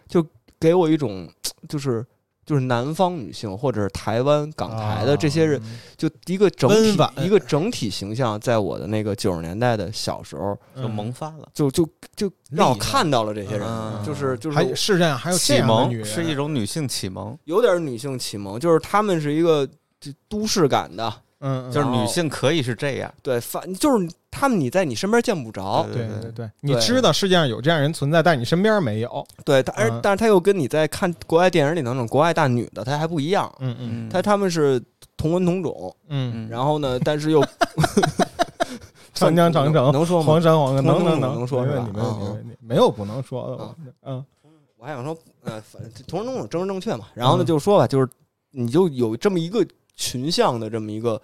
[SPEAKER 3] 就给我一种就是就是南方女性或者是台湾、港台的这些人，
[SPEAKER 1] 啊，
[SPEAKER 3] 就一个整
[SPEAKER 1] 温婉
[SPEAKER 3] 体一个整体形象，在我的那个九十年代的小时候，
[SPEAKER 1] 嗯
[SPEAKER 2] 就萌发了。
[SPEAKER 3] 就就就让我
[SPEAKER 1] 厉害
[SPEAKER 3] 看到了这些人，
[SPEAKER 2] 嗯
[SPEAKER 3] 就是就
[SPEAKER 1] 还
[SPEAKER 3] 是
[SPEAKER 1] 是这样，还有这
[SPEAKER 2] 启
[SPEAKER 1] 样的女
[SPEAKER 2] 蒙
[SPEAKER 1] 人
[SPEAKER 2] 是一种女性启蒙，
[SPEAKER 3] 有点女性启蒙，就是她们是一个就都市感的，
[SPEAKER 1] 嗯，嗯
[SPEAKER 2] 就是
[SPEAKER 3] 然后
[SPEAKER 2] 女性可以是这样。
[SPEAKER 3] 对，反就是她们你在你身边见不着，
[SPEAKER 1] 对
[SPEAKER 2] 对
[SPEAKER 1] 对对，你
[SPEAKER 3] 对
[SPEAKER 1] 知道世界上有这样人存在，但是你身边没有。
[SPEAKER 3] 对，她而
[SPEAKER 1] 嗯
[SPEAKER 3] 但是她又跟你在看国外电影里的那种国外大女的，她还不一样，
[SPEAKER 1] 嗯嗯
[SPEAKER 2] 嗯，
[SPEAKER 3] 她她们是同文同种，
[SPEAKER 1] 嗯，
[SPEAKER 2] 嗯
[SPEAKER 3] 然后呢，但是 又
[SPEAKER 1] 长江长城
[SPEAKER 3] 能说吗
[SPEAKER 1] 黄？山黄山
[SPEAKER 3] 能
[SPEAKER 1] 能
[SPEAKER 3] 能
[SPEAKER 1] 能
[SPEAKER 3] 能说
[SPEAKER 1] 没
[SPEAKER 3] 是
[SPEAKER 1] 问
[SPEAKER 3] 吧
[SPEAKER 1] 题没问题没
[SPEAKER 3] 嗯嗯
[SPEAKER 1] 问题，没有不能说的。我嗯
[SPEAKER 3] 我还想说，呃，反正同人同种政治正确嘛。然后
[SPEAKER 1] 嗯
[SPEAKER 3] 呢，就说吧，就是你就有这么一个群像的这么一个，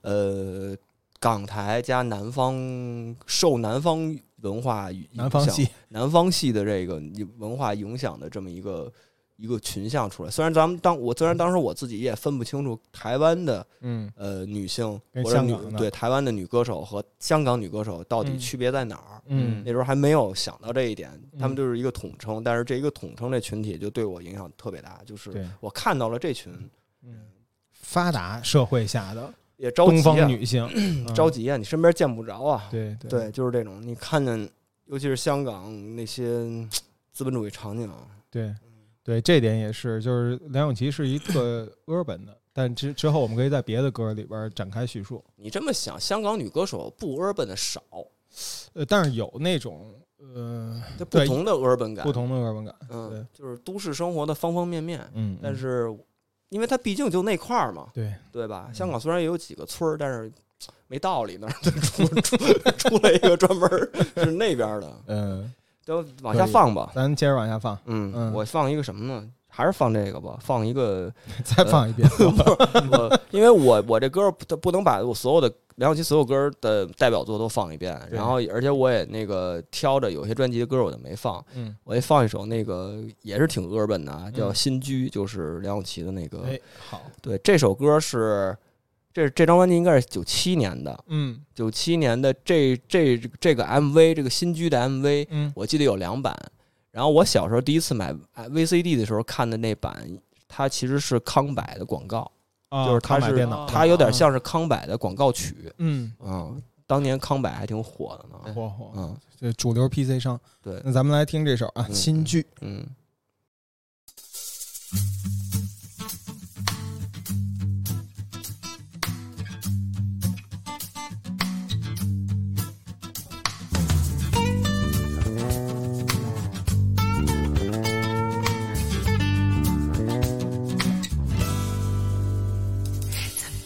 [SPEAKER 3] 呃，港台加南方受南方文化影响
[SPEAKER 1] 南方 系，
[SPEAKER 3] 南方系的这个文化影响的这么一个一个群像出来。虽然咱们当我虽然当时我自己也分不清楚台湾的
[SPEAKER 1] 嗯
[SPEAKER 3] 呃女性
[SPEAKER 1] 跟
[SPEAKER 3] 或者女
[SPEAKER 1] 香港的
[SPEAKER 3] 对台湾的女歌手和香港女歌手到底
[SPEAKER 1] 嗯
[SPEAKER 3] 区别在哪儿，
[SPEAKER 1] 嗯
[SPEAKER 3] 那时候还没有想到这一点，
[SPEAKER 1] 嗯
[SPEAKER 3] 他们就是一个统称，但是这一个统称这群体就对我影响特别大，就是
[SPEAKER 1] 对
[SPEAKER 3] 我看到了这群
[SPEAKER 1] 嗯，发达社会下的
[SPEAKER 3] 也着
[SPEAKER 1] 东
[SPEAKER 3] 急、
[SPEAKER 1] 方
[SPEAKER 3] 啊，
[SPEAKER 1] 女 嗯性，嗯
[SPEAKER 3] 着急啊，你身边见不着啊，
[SPEAKER 1] 对对
[SPEAKER 3] 对，就是这种，你看见，尤其是香港那些嗯资本主义场景，
[SPEAKER 1] 对对，这点也是，就是梁咏琪是一特 urban 的，但之之后我们可以在别的歌里边展开叙述。
[SPEAKER 3] 你这么想，香港女歌手不 urban 的少，
[SPEAKER 1] 呃，但是有那种呃
[SPEAKER 3] 这不
[SPEAKER 1] 对
[SPEAKER 3] 同的 urban 感，
[SPEAKER 1] 不同的 urban 感，
[SPEAKER 3] 嗯，就是都市生活的方方面面，
[SPEAKER 1] 嗯，嗯
[SPEAKER 3] 但是因为它毕竟就那块儿嘛，
[SPEAKER 1] 对
[SPEAKER 3] 对吧？香港虽然也有几个村儿，但是没道理 那儿出出出来一个专门儿就是那边儿的，
[SPEAKER 1] 呃，
[SPEAKER 3] 都往下放吧。
[SPEAKER 1] 咱接着往下放，
[SPEAKER 3] 嗯，
[SPEAKER 1] 嗯
[SPEAKER 3] 我放一个什么呢？还是放这个吧，放一个，
[SPEAKER 1] 再放一遍。
[SPEAKER 3] 呃 我 因为我我这歌儿不不能把我所有的梁咏琪所有歌儿的代表作都放一遍，
[SPEAKER 1] 对
[SPEAKER 3] 然后而且我也那个挑着有些专辑的歌儿我就没放，
[SPEAKER 1] 嗯，
[SPEAKER 3] 我也放一首那个也是挺 urban 的啊，叫
[SPEAKER 1] 嗯
[SPEAKER 3] 《新居》，就是梁咏琪的那个。
[SPEAKER 1] 哎，好，
[SPEAKER 3] 对，这首歌是这这张专辑应该是九七年的，
[SPEAKER 1] 嗯
[SPEAKER 3] 九七年的这这这个 MV，这个新居的 MV，
[SPEAKER 1] 嗯
[SPEAKER 3] 我记得有两版。然后我小时候第一次买啊 VCD 的时候看的那版，它其实是康柏的广告，
[SPEAKER 1] 啊，
[SPEAKER 3] 就是
[SPEAKER 1] 他
[SPEAKER 3] 它
[SPEAKER 1] 买
[SPEAKER 3] 是
[SPEAKER 1] 电脑，
[SPEAKER 3] 它有点像是康柏的广告曲。
[SPEAKER 1] 嗯，
[SPEAKER 3] 嗯，当年康柏还挺火的呢。
[SPEAKER 1] 嚯嚯，
[SPEAKER 3] 嗯
[SPEAKER 1] 这主流 PC 商。
[SPEAKER 3] 对
[SPEAKER 1] 那咱们来听这首啊，
[SPEAKER 3] 嗯
[SPEAKER 1] 新剧。
[SPEAKER 3] 嗯，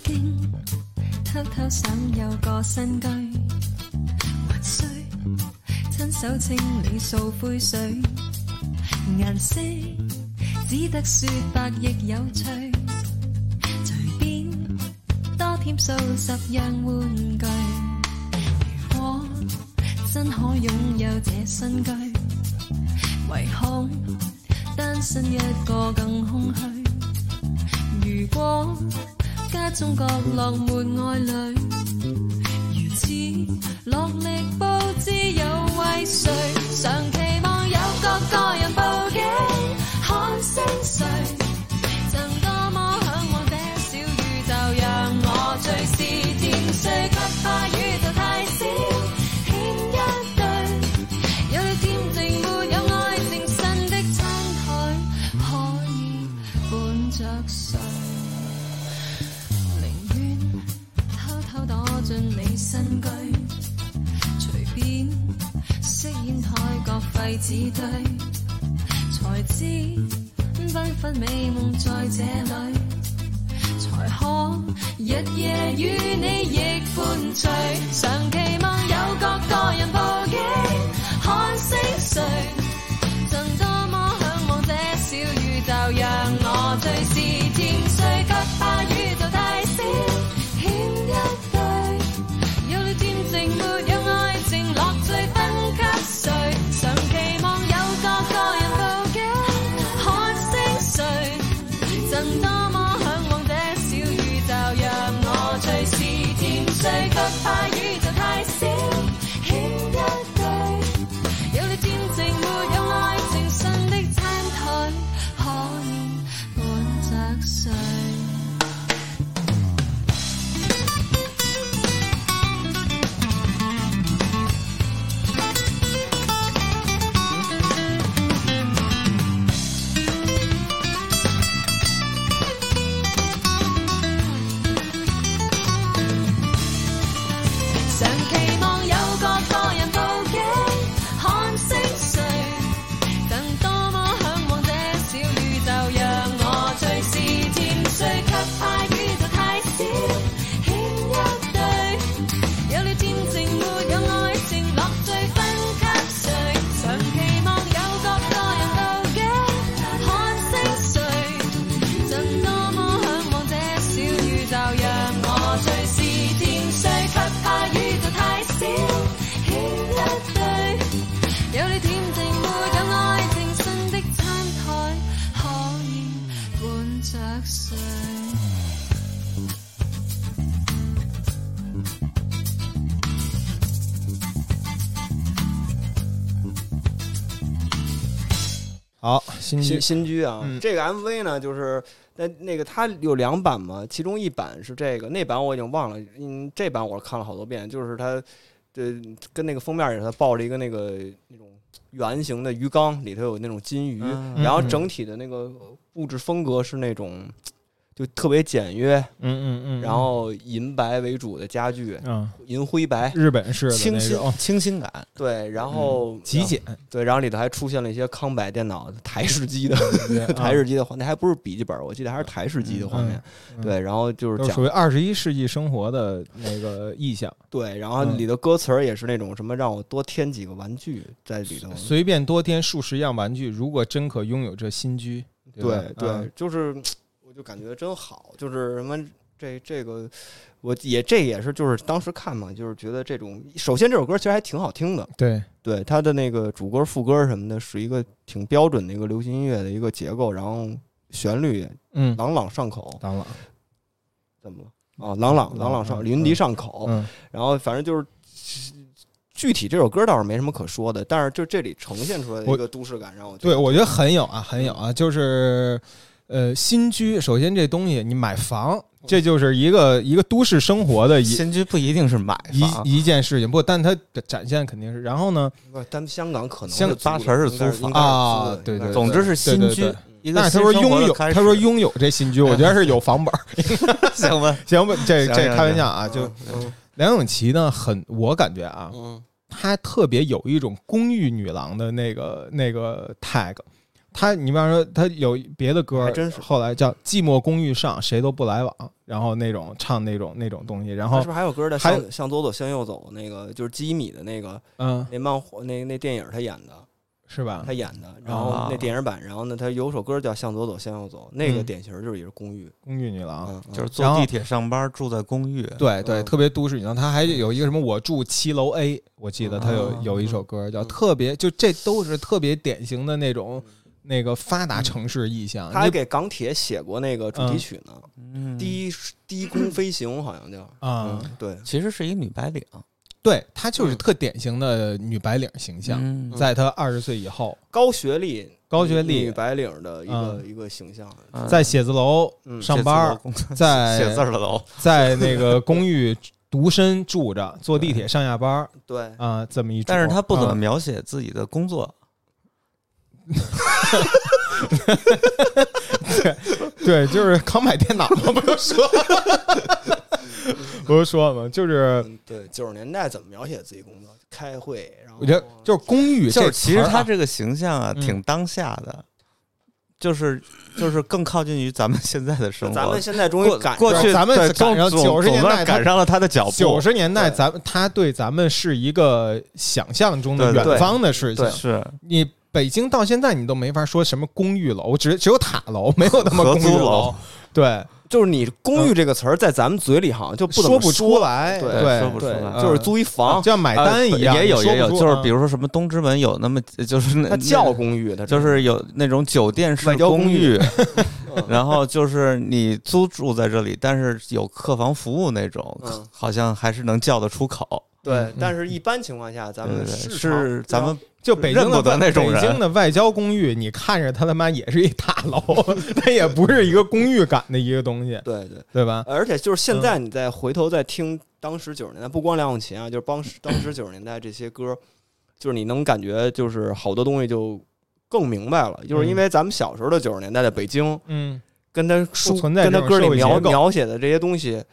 [SPEAKER 5] 经偷偷想有個新居，還需親手清理掃灰水，顏色只得雪白亦有趣，隨便多添數十樣玩具。如果真可擁有這新居，唯恐單身一個更空虛。如果家中角落沒愛侶，如此落力布置有為誰？常期望有個個人報警看星誰，曾多麼向往這小宇宙，讓我最是甜睡，卻怕宇宙太少，欠一對。有你恬靜，沒有愛情，新的餐台可以伴着誰？寧願偷偷躲進你新居，隨便飾演海角廢紙堆，才知繽紛美夢在這裏。才可日夜與你亦伴隨，常期望有個個人報警看星誰，曾多麼向往這小宇宙，讓我最是甜睡，卻怕宇宙太小，欠一對。有了恬靜，沒有愛情，樂趣分給誰？常期望有個個人報警看星誰？曾多麼向往這小宇宙，讓我最是甜睡，卻怕宇宙太小，
[SPEAKER 1] 好，新剧
[SPEAKER 3] 新新居啊，
[SPEAKER 1] 嗯
[SPEAKER 3] 这个 MV 呢，就是那那个它有两版嘛，其中一版是这个，那版我已经忘了，嗯，这版我看了好多遍，就是它，呃，跟那个封面也是，它抱着一个那个那种圆形的鱼缸，里头有那种金鱼，
[SPEAKER 2] 嗯
[SPEAKER 3] 然后整体的那个布置风格是那种就特别简约，
[SPEAKER 1] 嗯嗯嗯，
[SPEAKER 3] 然后银白为主的家具，
[SPEAKER 1] 嗯，
[SPEAKER 3] 银灰白，
[SPEAKER 1] 日本式的
[SPEAKER 2] 清
[SPEAKER 1] 那
[SPEAKER 2] 新
[SPEAKER 1] 种
[SPEAKER 2] 清新感，
[SPEAKER 3] 对，然后
[SPEAKER 1] 极简，
[SPEAKER 3] 对，然后里头还出现了一些康柏电脑台式机的。
[SPEAKER 1] 对啊
[SPEAKER 3] 台式机的画，那还不是笔记本，我记得还是台式机的画面。
[SPEAKER 1] 嗯嗯
[SPEAKER 3] 对，然后就是
[SPEAKER 1] 都是
[SPEAKER 3] 讲
[SPEAKER 1] 属于二十一世纪生活的那个意象，
[SPEAKER 3] 对，然后
[SPEAKER 1] 嗯
[SPEAKER 3] 里头歌词儿也是那种什么让我多添几个玩具在里头。
[SPEAKER 1] 随便多添数十样玩具，如果真可拥有这新居，吧
[SPEAKER 3] 对
[SPEAKER 1] 嗯
[SPEAKER 3] 对，就是我就感觉真好，就是什么这这个，我也这也是就是当时看嘛，就是觉得这种首先这首歌其实还挺好听的，
[SPEAKER 1] 对，
[SPEAKER 3] 对它的那个主歌副歌什么的是一个挺标准的一个流行音乐的一个结构，然后旋律也
[SPEAKER 1] 嗯，
[SPEAKER 3] 朗朗上口，
[SPEAKER 1] 当了，
[SPEAKER 3] 怎么了？哦，朗朗朗朗上云迪上口，
[SPEAKER 1] 嗯
[SPEAKER 3] 然后反正就是具体这首歌倒是没什么可说的，但是就这里呈现出来的一个都市感，让我觉
[SPEAKER 1] 对，
[SPEAKER 3] 得
[SPEAKER 1] 我觉得很有啊，很有啊，就是呃，新居，首先这东西你买房，
[SPEAKER 3] 嗯
[SPEAKER 1] 这就是一个一个都市生活的一
[SPEAKER 2] 新居不一定是买房，
[SPEAKER 1] 一一件事情，不，但它展现肯定是，然后呢，
[SPEAKER 3] 不是，咱们香港可能
[SPEAKER 1] 香
[SPEAKER 3] 是租
[SPEAKER 2] 八成是
[SPEAKER 3] 应该应该
[SPEAKER 2] 租房
[SPEAKER 3] 是租的
[SPEAKER 1] 啊对
[SPEAKER 3] 应该
[SPEAKER 1] 对
[SPEAKER 3] 是
[SPEAKER 2] 总之是新
[SPEAKER 1] 对对
[SPEAKER 2] 居
[SPEAKER 1] 对。
[SPEAKER 2] 一个
[SPEAKER 1] 但是
[SPEAKER 2] 新
[SPEAKER 1] 他说
[SPEAKER 2] 生活
[SPEAKER 1] 拥
[SPEAKER 2] 的
[SPEAKER 1] 有，
[SPEAKER 2] 开始
[SPEAKER 1] 他说拥有这新居，我觉得是有房本儿。
[SPEAKER 2] 行吧，
[SPEAKER 1] 行吧，这这
[SPEAKER 2] 行行
[SPEAKER 1] 开玩笑啊，就
[SPEAKER 3] 嗯
[SPEAKER 1] 梁咏琪呢，很我感觉啊，
[SPEAKER 3] 嗯
[SPEAKER 1] 她特别有一种公寓女郎的那个那个 tag。她，你比方说，她有别的歌，
[SPEAKER 3] 还真是
[SPEAKER 1] 后来叫《寂寞公寓上》，谁都不来往，然后那种唱那种那种东西，然
[SPEAKER 3] 他
[SPEAKER 1] 后
[SPEAKER 3] 是不是还有歌叫
[SPEAKER 1] 还
[SPEAKER 3] 向向左走向右走？那个就是基米的那个
[SPEAKER 1] 嗯，
[SPEAKER 3] 那漫画那那电影他演的，
[SPEAKER 1] 是吧
[SPEAKER 3] 他？演的，然后
[SPEAKER 2] 啊
[SPEAKER 3] 那电影版，然后呢他有首歌叫向左走向右走，那
[SPEAKER 1] 嗯
[SPEAKER 3] 个
[SPEAKER 1] 啊
[SPEAKER 3] 典型就是也是公寓，
[SPEAKER 1] 公寓女郎，
[SPEAKER 3] 嗯，嗯
[SPEAKER 2] 就是
[SPEAKER 1] 然
[SPEAKER 2] 坐
[SPEAKER 1] 后
[SPEAKER 2] 地铁上班，住在公寓，
[SPEAKER 1] 对对，
[SPEAKER 3] 嗯
[SPEAKER 1] 特别都市女郎。她还有一个什么，我住七楼 A，我记得她有
[SPEAKER 3] 嗯
[SPEAKER 1] 有一首歌叫
[SPEAKER 3] 嗯
[SPEAKER 1] 特别，就这都是特别典型的那种那个发达城市意象。
[SPEAKER 3] 他还
[SPEAKER 1] 你
[SPEAKER 3] 给港铁写过那个主题曲呢，
[SPEAKER 2] 嗯，
[SPEAKER 3] 低低空飞行好 像叫。
[SPEAKER 1] 啊，
[SPEAKER 3] 嗯，对，
[SPEAKER 2] 其实是一女白领
[SPEAKER 1] 对，她就是特典型的女白领形象，
[SPEAKER 2] 嗯
[SPEAKER 1] 在她二十岁以后，
[SPEAKER 3] 高学历、
[SPEAKER 1] 高学
[SPEAKER 3] 女
[SPEAKER 1] 历，
[SPEAKER 3] 白领的一个、
[SPEAKER 1] 嗯
[SPEAKER 3] 一个形象。
[SPEAKER 2] 嗯
[SPEAKER 1] 在写字楼
[SPEAKER 3] 嗯
[SPEAKER 1] 上班儿，
[SPEAKER 2] 写字
[SPEAKER 1] 在嗯
[SPEAKER 2] 儿了都，
[SPEAKER 1] 在那个公寓独身住着，坐地铁上下班儿
[SPEAKER 3] 对，
[SPEAKER 1] 啊，这么一种。
[SPEAKER 2] 但是她不怎么
[SPEAKER 1] 啊
[SPEAKER 2] 描写自己的工作，
[SPEAKER 1] 对，就是刚买电脑嘛，不就说了，不是说了吗？就是
[SPEAKER 3] 嗯对，九十年代怎么描写自己工作？开会，然后
[SPEAKER 1] 我觉得就是公寓这
[SPEAKER 2] 就
[SPEAKER 1] 词儿啊，
[SPEAKER 2] 是其实她这个形象啊，
[SPEAKER 1] 嗯
[SPEAKER 2] 挺当下的，就是就是更靠近于咱们现在的生活。
[SPEAKER 3] 咱们现在终
[SPEAKER 2] 过
[SPEAKER 3] 于赶
[SPEAKER 2] 过
[SPEAKER 3] 上
[SPEAKER 2] 去
[SPEAKER 1] 咱们
[SPEAKER 2] 对
[SPEAKER 1] 赶上
[SPEAKER 2] 总
[SPEAKER 1] 90
[SPEAKER 2] 总
[SPEAKER 1] 年
[SPEAKER 2] 算
[SPEAKER 1] 代
[SPEAKER 2] 赶上了她的脚步，
[SPEAKER 1] 九十年代
[SPEAKER 3] 对
[SPEAKER 1] 咱们他对咱们是一个想象中的
[SPEAKER 2] 对对
[SPEAKER 1] 远方的事情
[SPEAKER 3] 对，
[SPEAKER 2] 是
[SPEAKER 1] 你。北京到现在你都没法说什么公寓楼，只只有塔楼，没有那么
[SPEAKER 2] 合
[SPEAKER 1] 公寓
[SPEAKER 2] 租楼，
[SPEAKER 1] 对，
[SPEAKER 3] 就是你“公寓”这个词儿在咱们嘴里好像就不怎
[SPEAKER 1] 说
[SPEAKER 3] 么
[SPEAKER 1] 不出来，
[SPEAKER 3] 对
[SPEAKER 1] 对，
[SPEAKER 2] 说不出来
[SPEAKER 1] 对
[SPEAKER 3] 就是租一
[SPEAKER 1] 嗯
[SPEAKER 3] 房
[SPEAKER 1] 就，像买单一样，
[SPEAKER 2] 呃也有也有，就是比
[SPEAKER 1] 如
[SPEAKER 2] 如说什么东直门有那么就是那
[SPEAKER 3] 它叫
[SPEAKER 2] 那
[SPEAKER 3] 公寓，它
[SPEAKER 2] 就是有那种酒店式
[SPEAKER 3] 外交公
[SPEAKER 2] 寓
[SPEAKER 3] 寓，
[SPEAKER 2] 然后就是你租住在这里，但是有客房服务那种，
[SPEAKER 3] 嗯
[SPEAKER 2] 好像还是能叫得出口。
[SPEAKER 3] 对
[SPEAKER 1] 嗯。
[SPEAKER 3] 但是，一般情况下，咱
[SPEAKER 2] 对对
[SPEAKER 3] 们
[SPEAKER 2] 对，
[SPEAKER 3] 市场
[SPEAKER 2] 是咱们
[SPEAKER 1] 就北京
[SPEAKER 2] 认不
[SPEAKER 1] 的
[SPEAKER 2] 得那种
[SPEAKER 1] 北
[SPEAKER 2] 人
[SPEAKER 1] 京的外交公寓，你看着它他妈也是一塔楼， 它也不是一个公寓感的一个东西，
[SPEAKER 3] 对对。
[SPEAKER 1] 对吧？
[SPEAKER 3] 而且就
[SPEAKER 1] 嗯
[SPEAKER 3] 是现在，你再回头再听当时九十年代，不光梁咏琪啊，就是帮时当时九十年代这些歌，就是你能感觉就是好多东西就更明白了，就是因为咱们小时候的九十年代的北京，
[SPEAKER 1] 嗯，
[SPEAKER 3] 跟他书
[SPEAKER 1] 不存在这
[SPEAKER 3] 跟
[SPEAKER 1] 种
[SPEAKER 3] 他歌里
[SPEAKER 1] 社
[SPEAKER 3] 描
[SPEAKER 1] 会结构
[SPEAKER 3] 描写的这些东西，
[SPEAKER 1] 嗯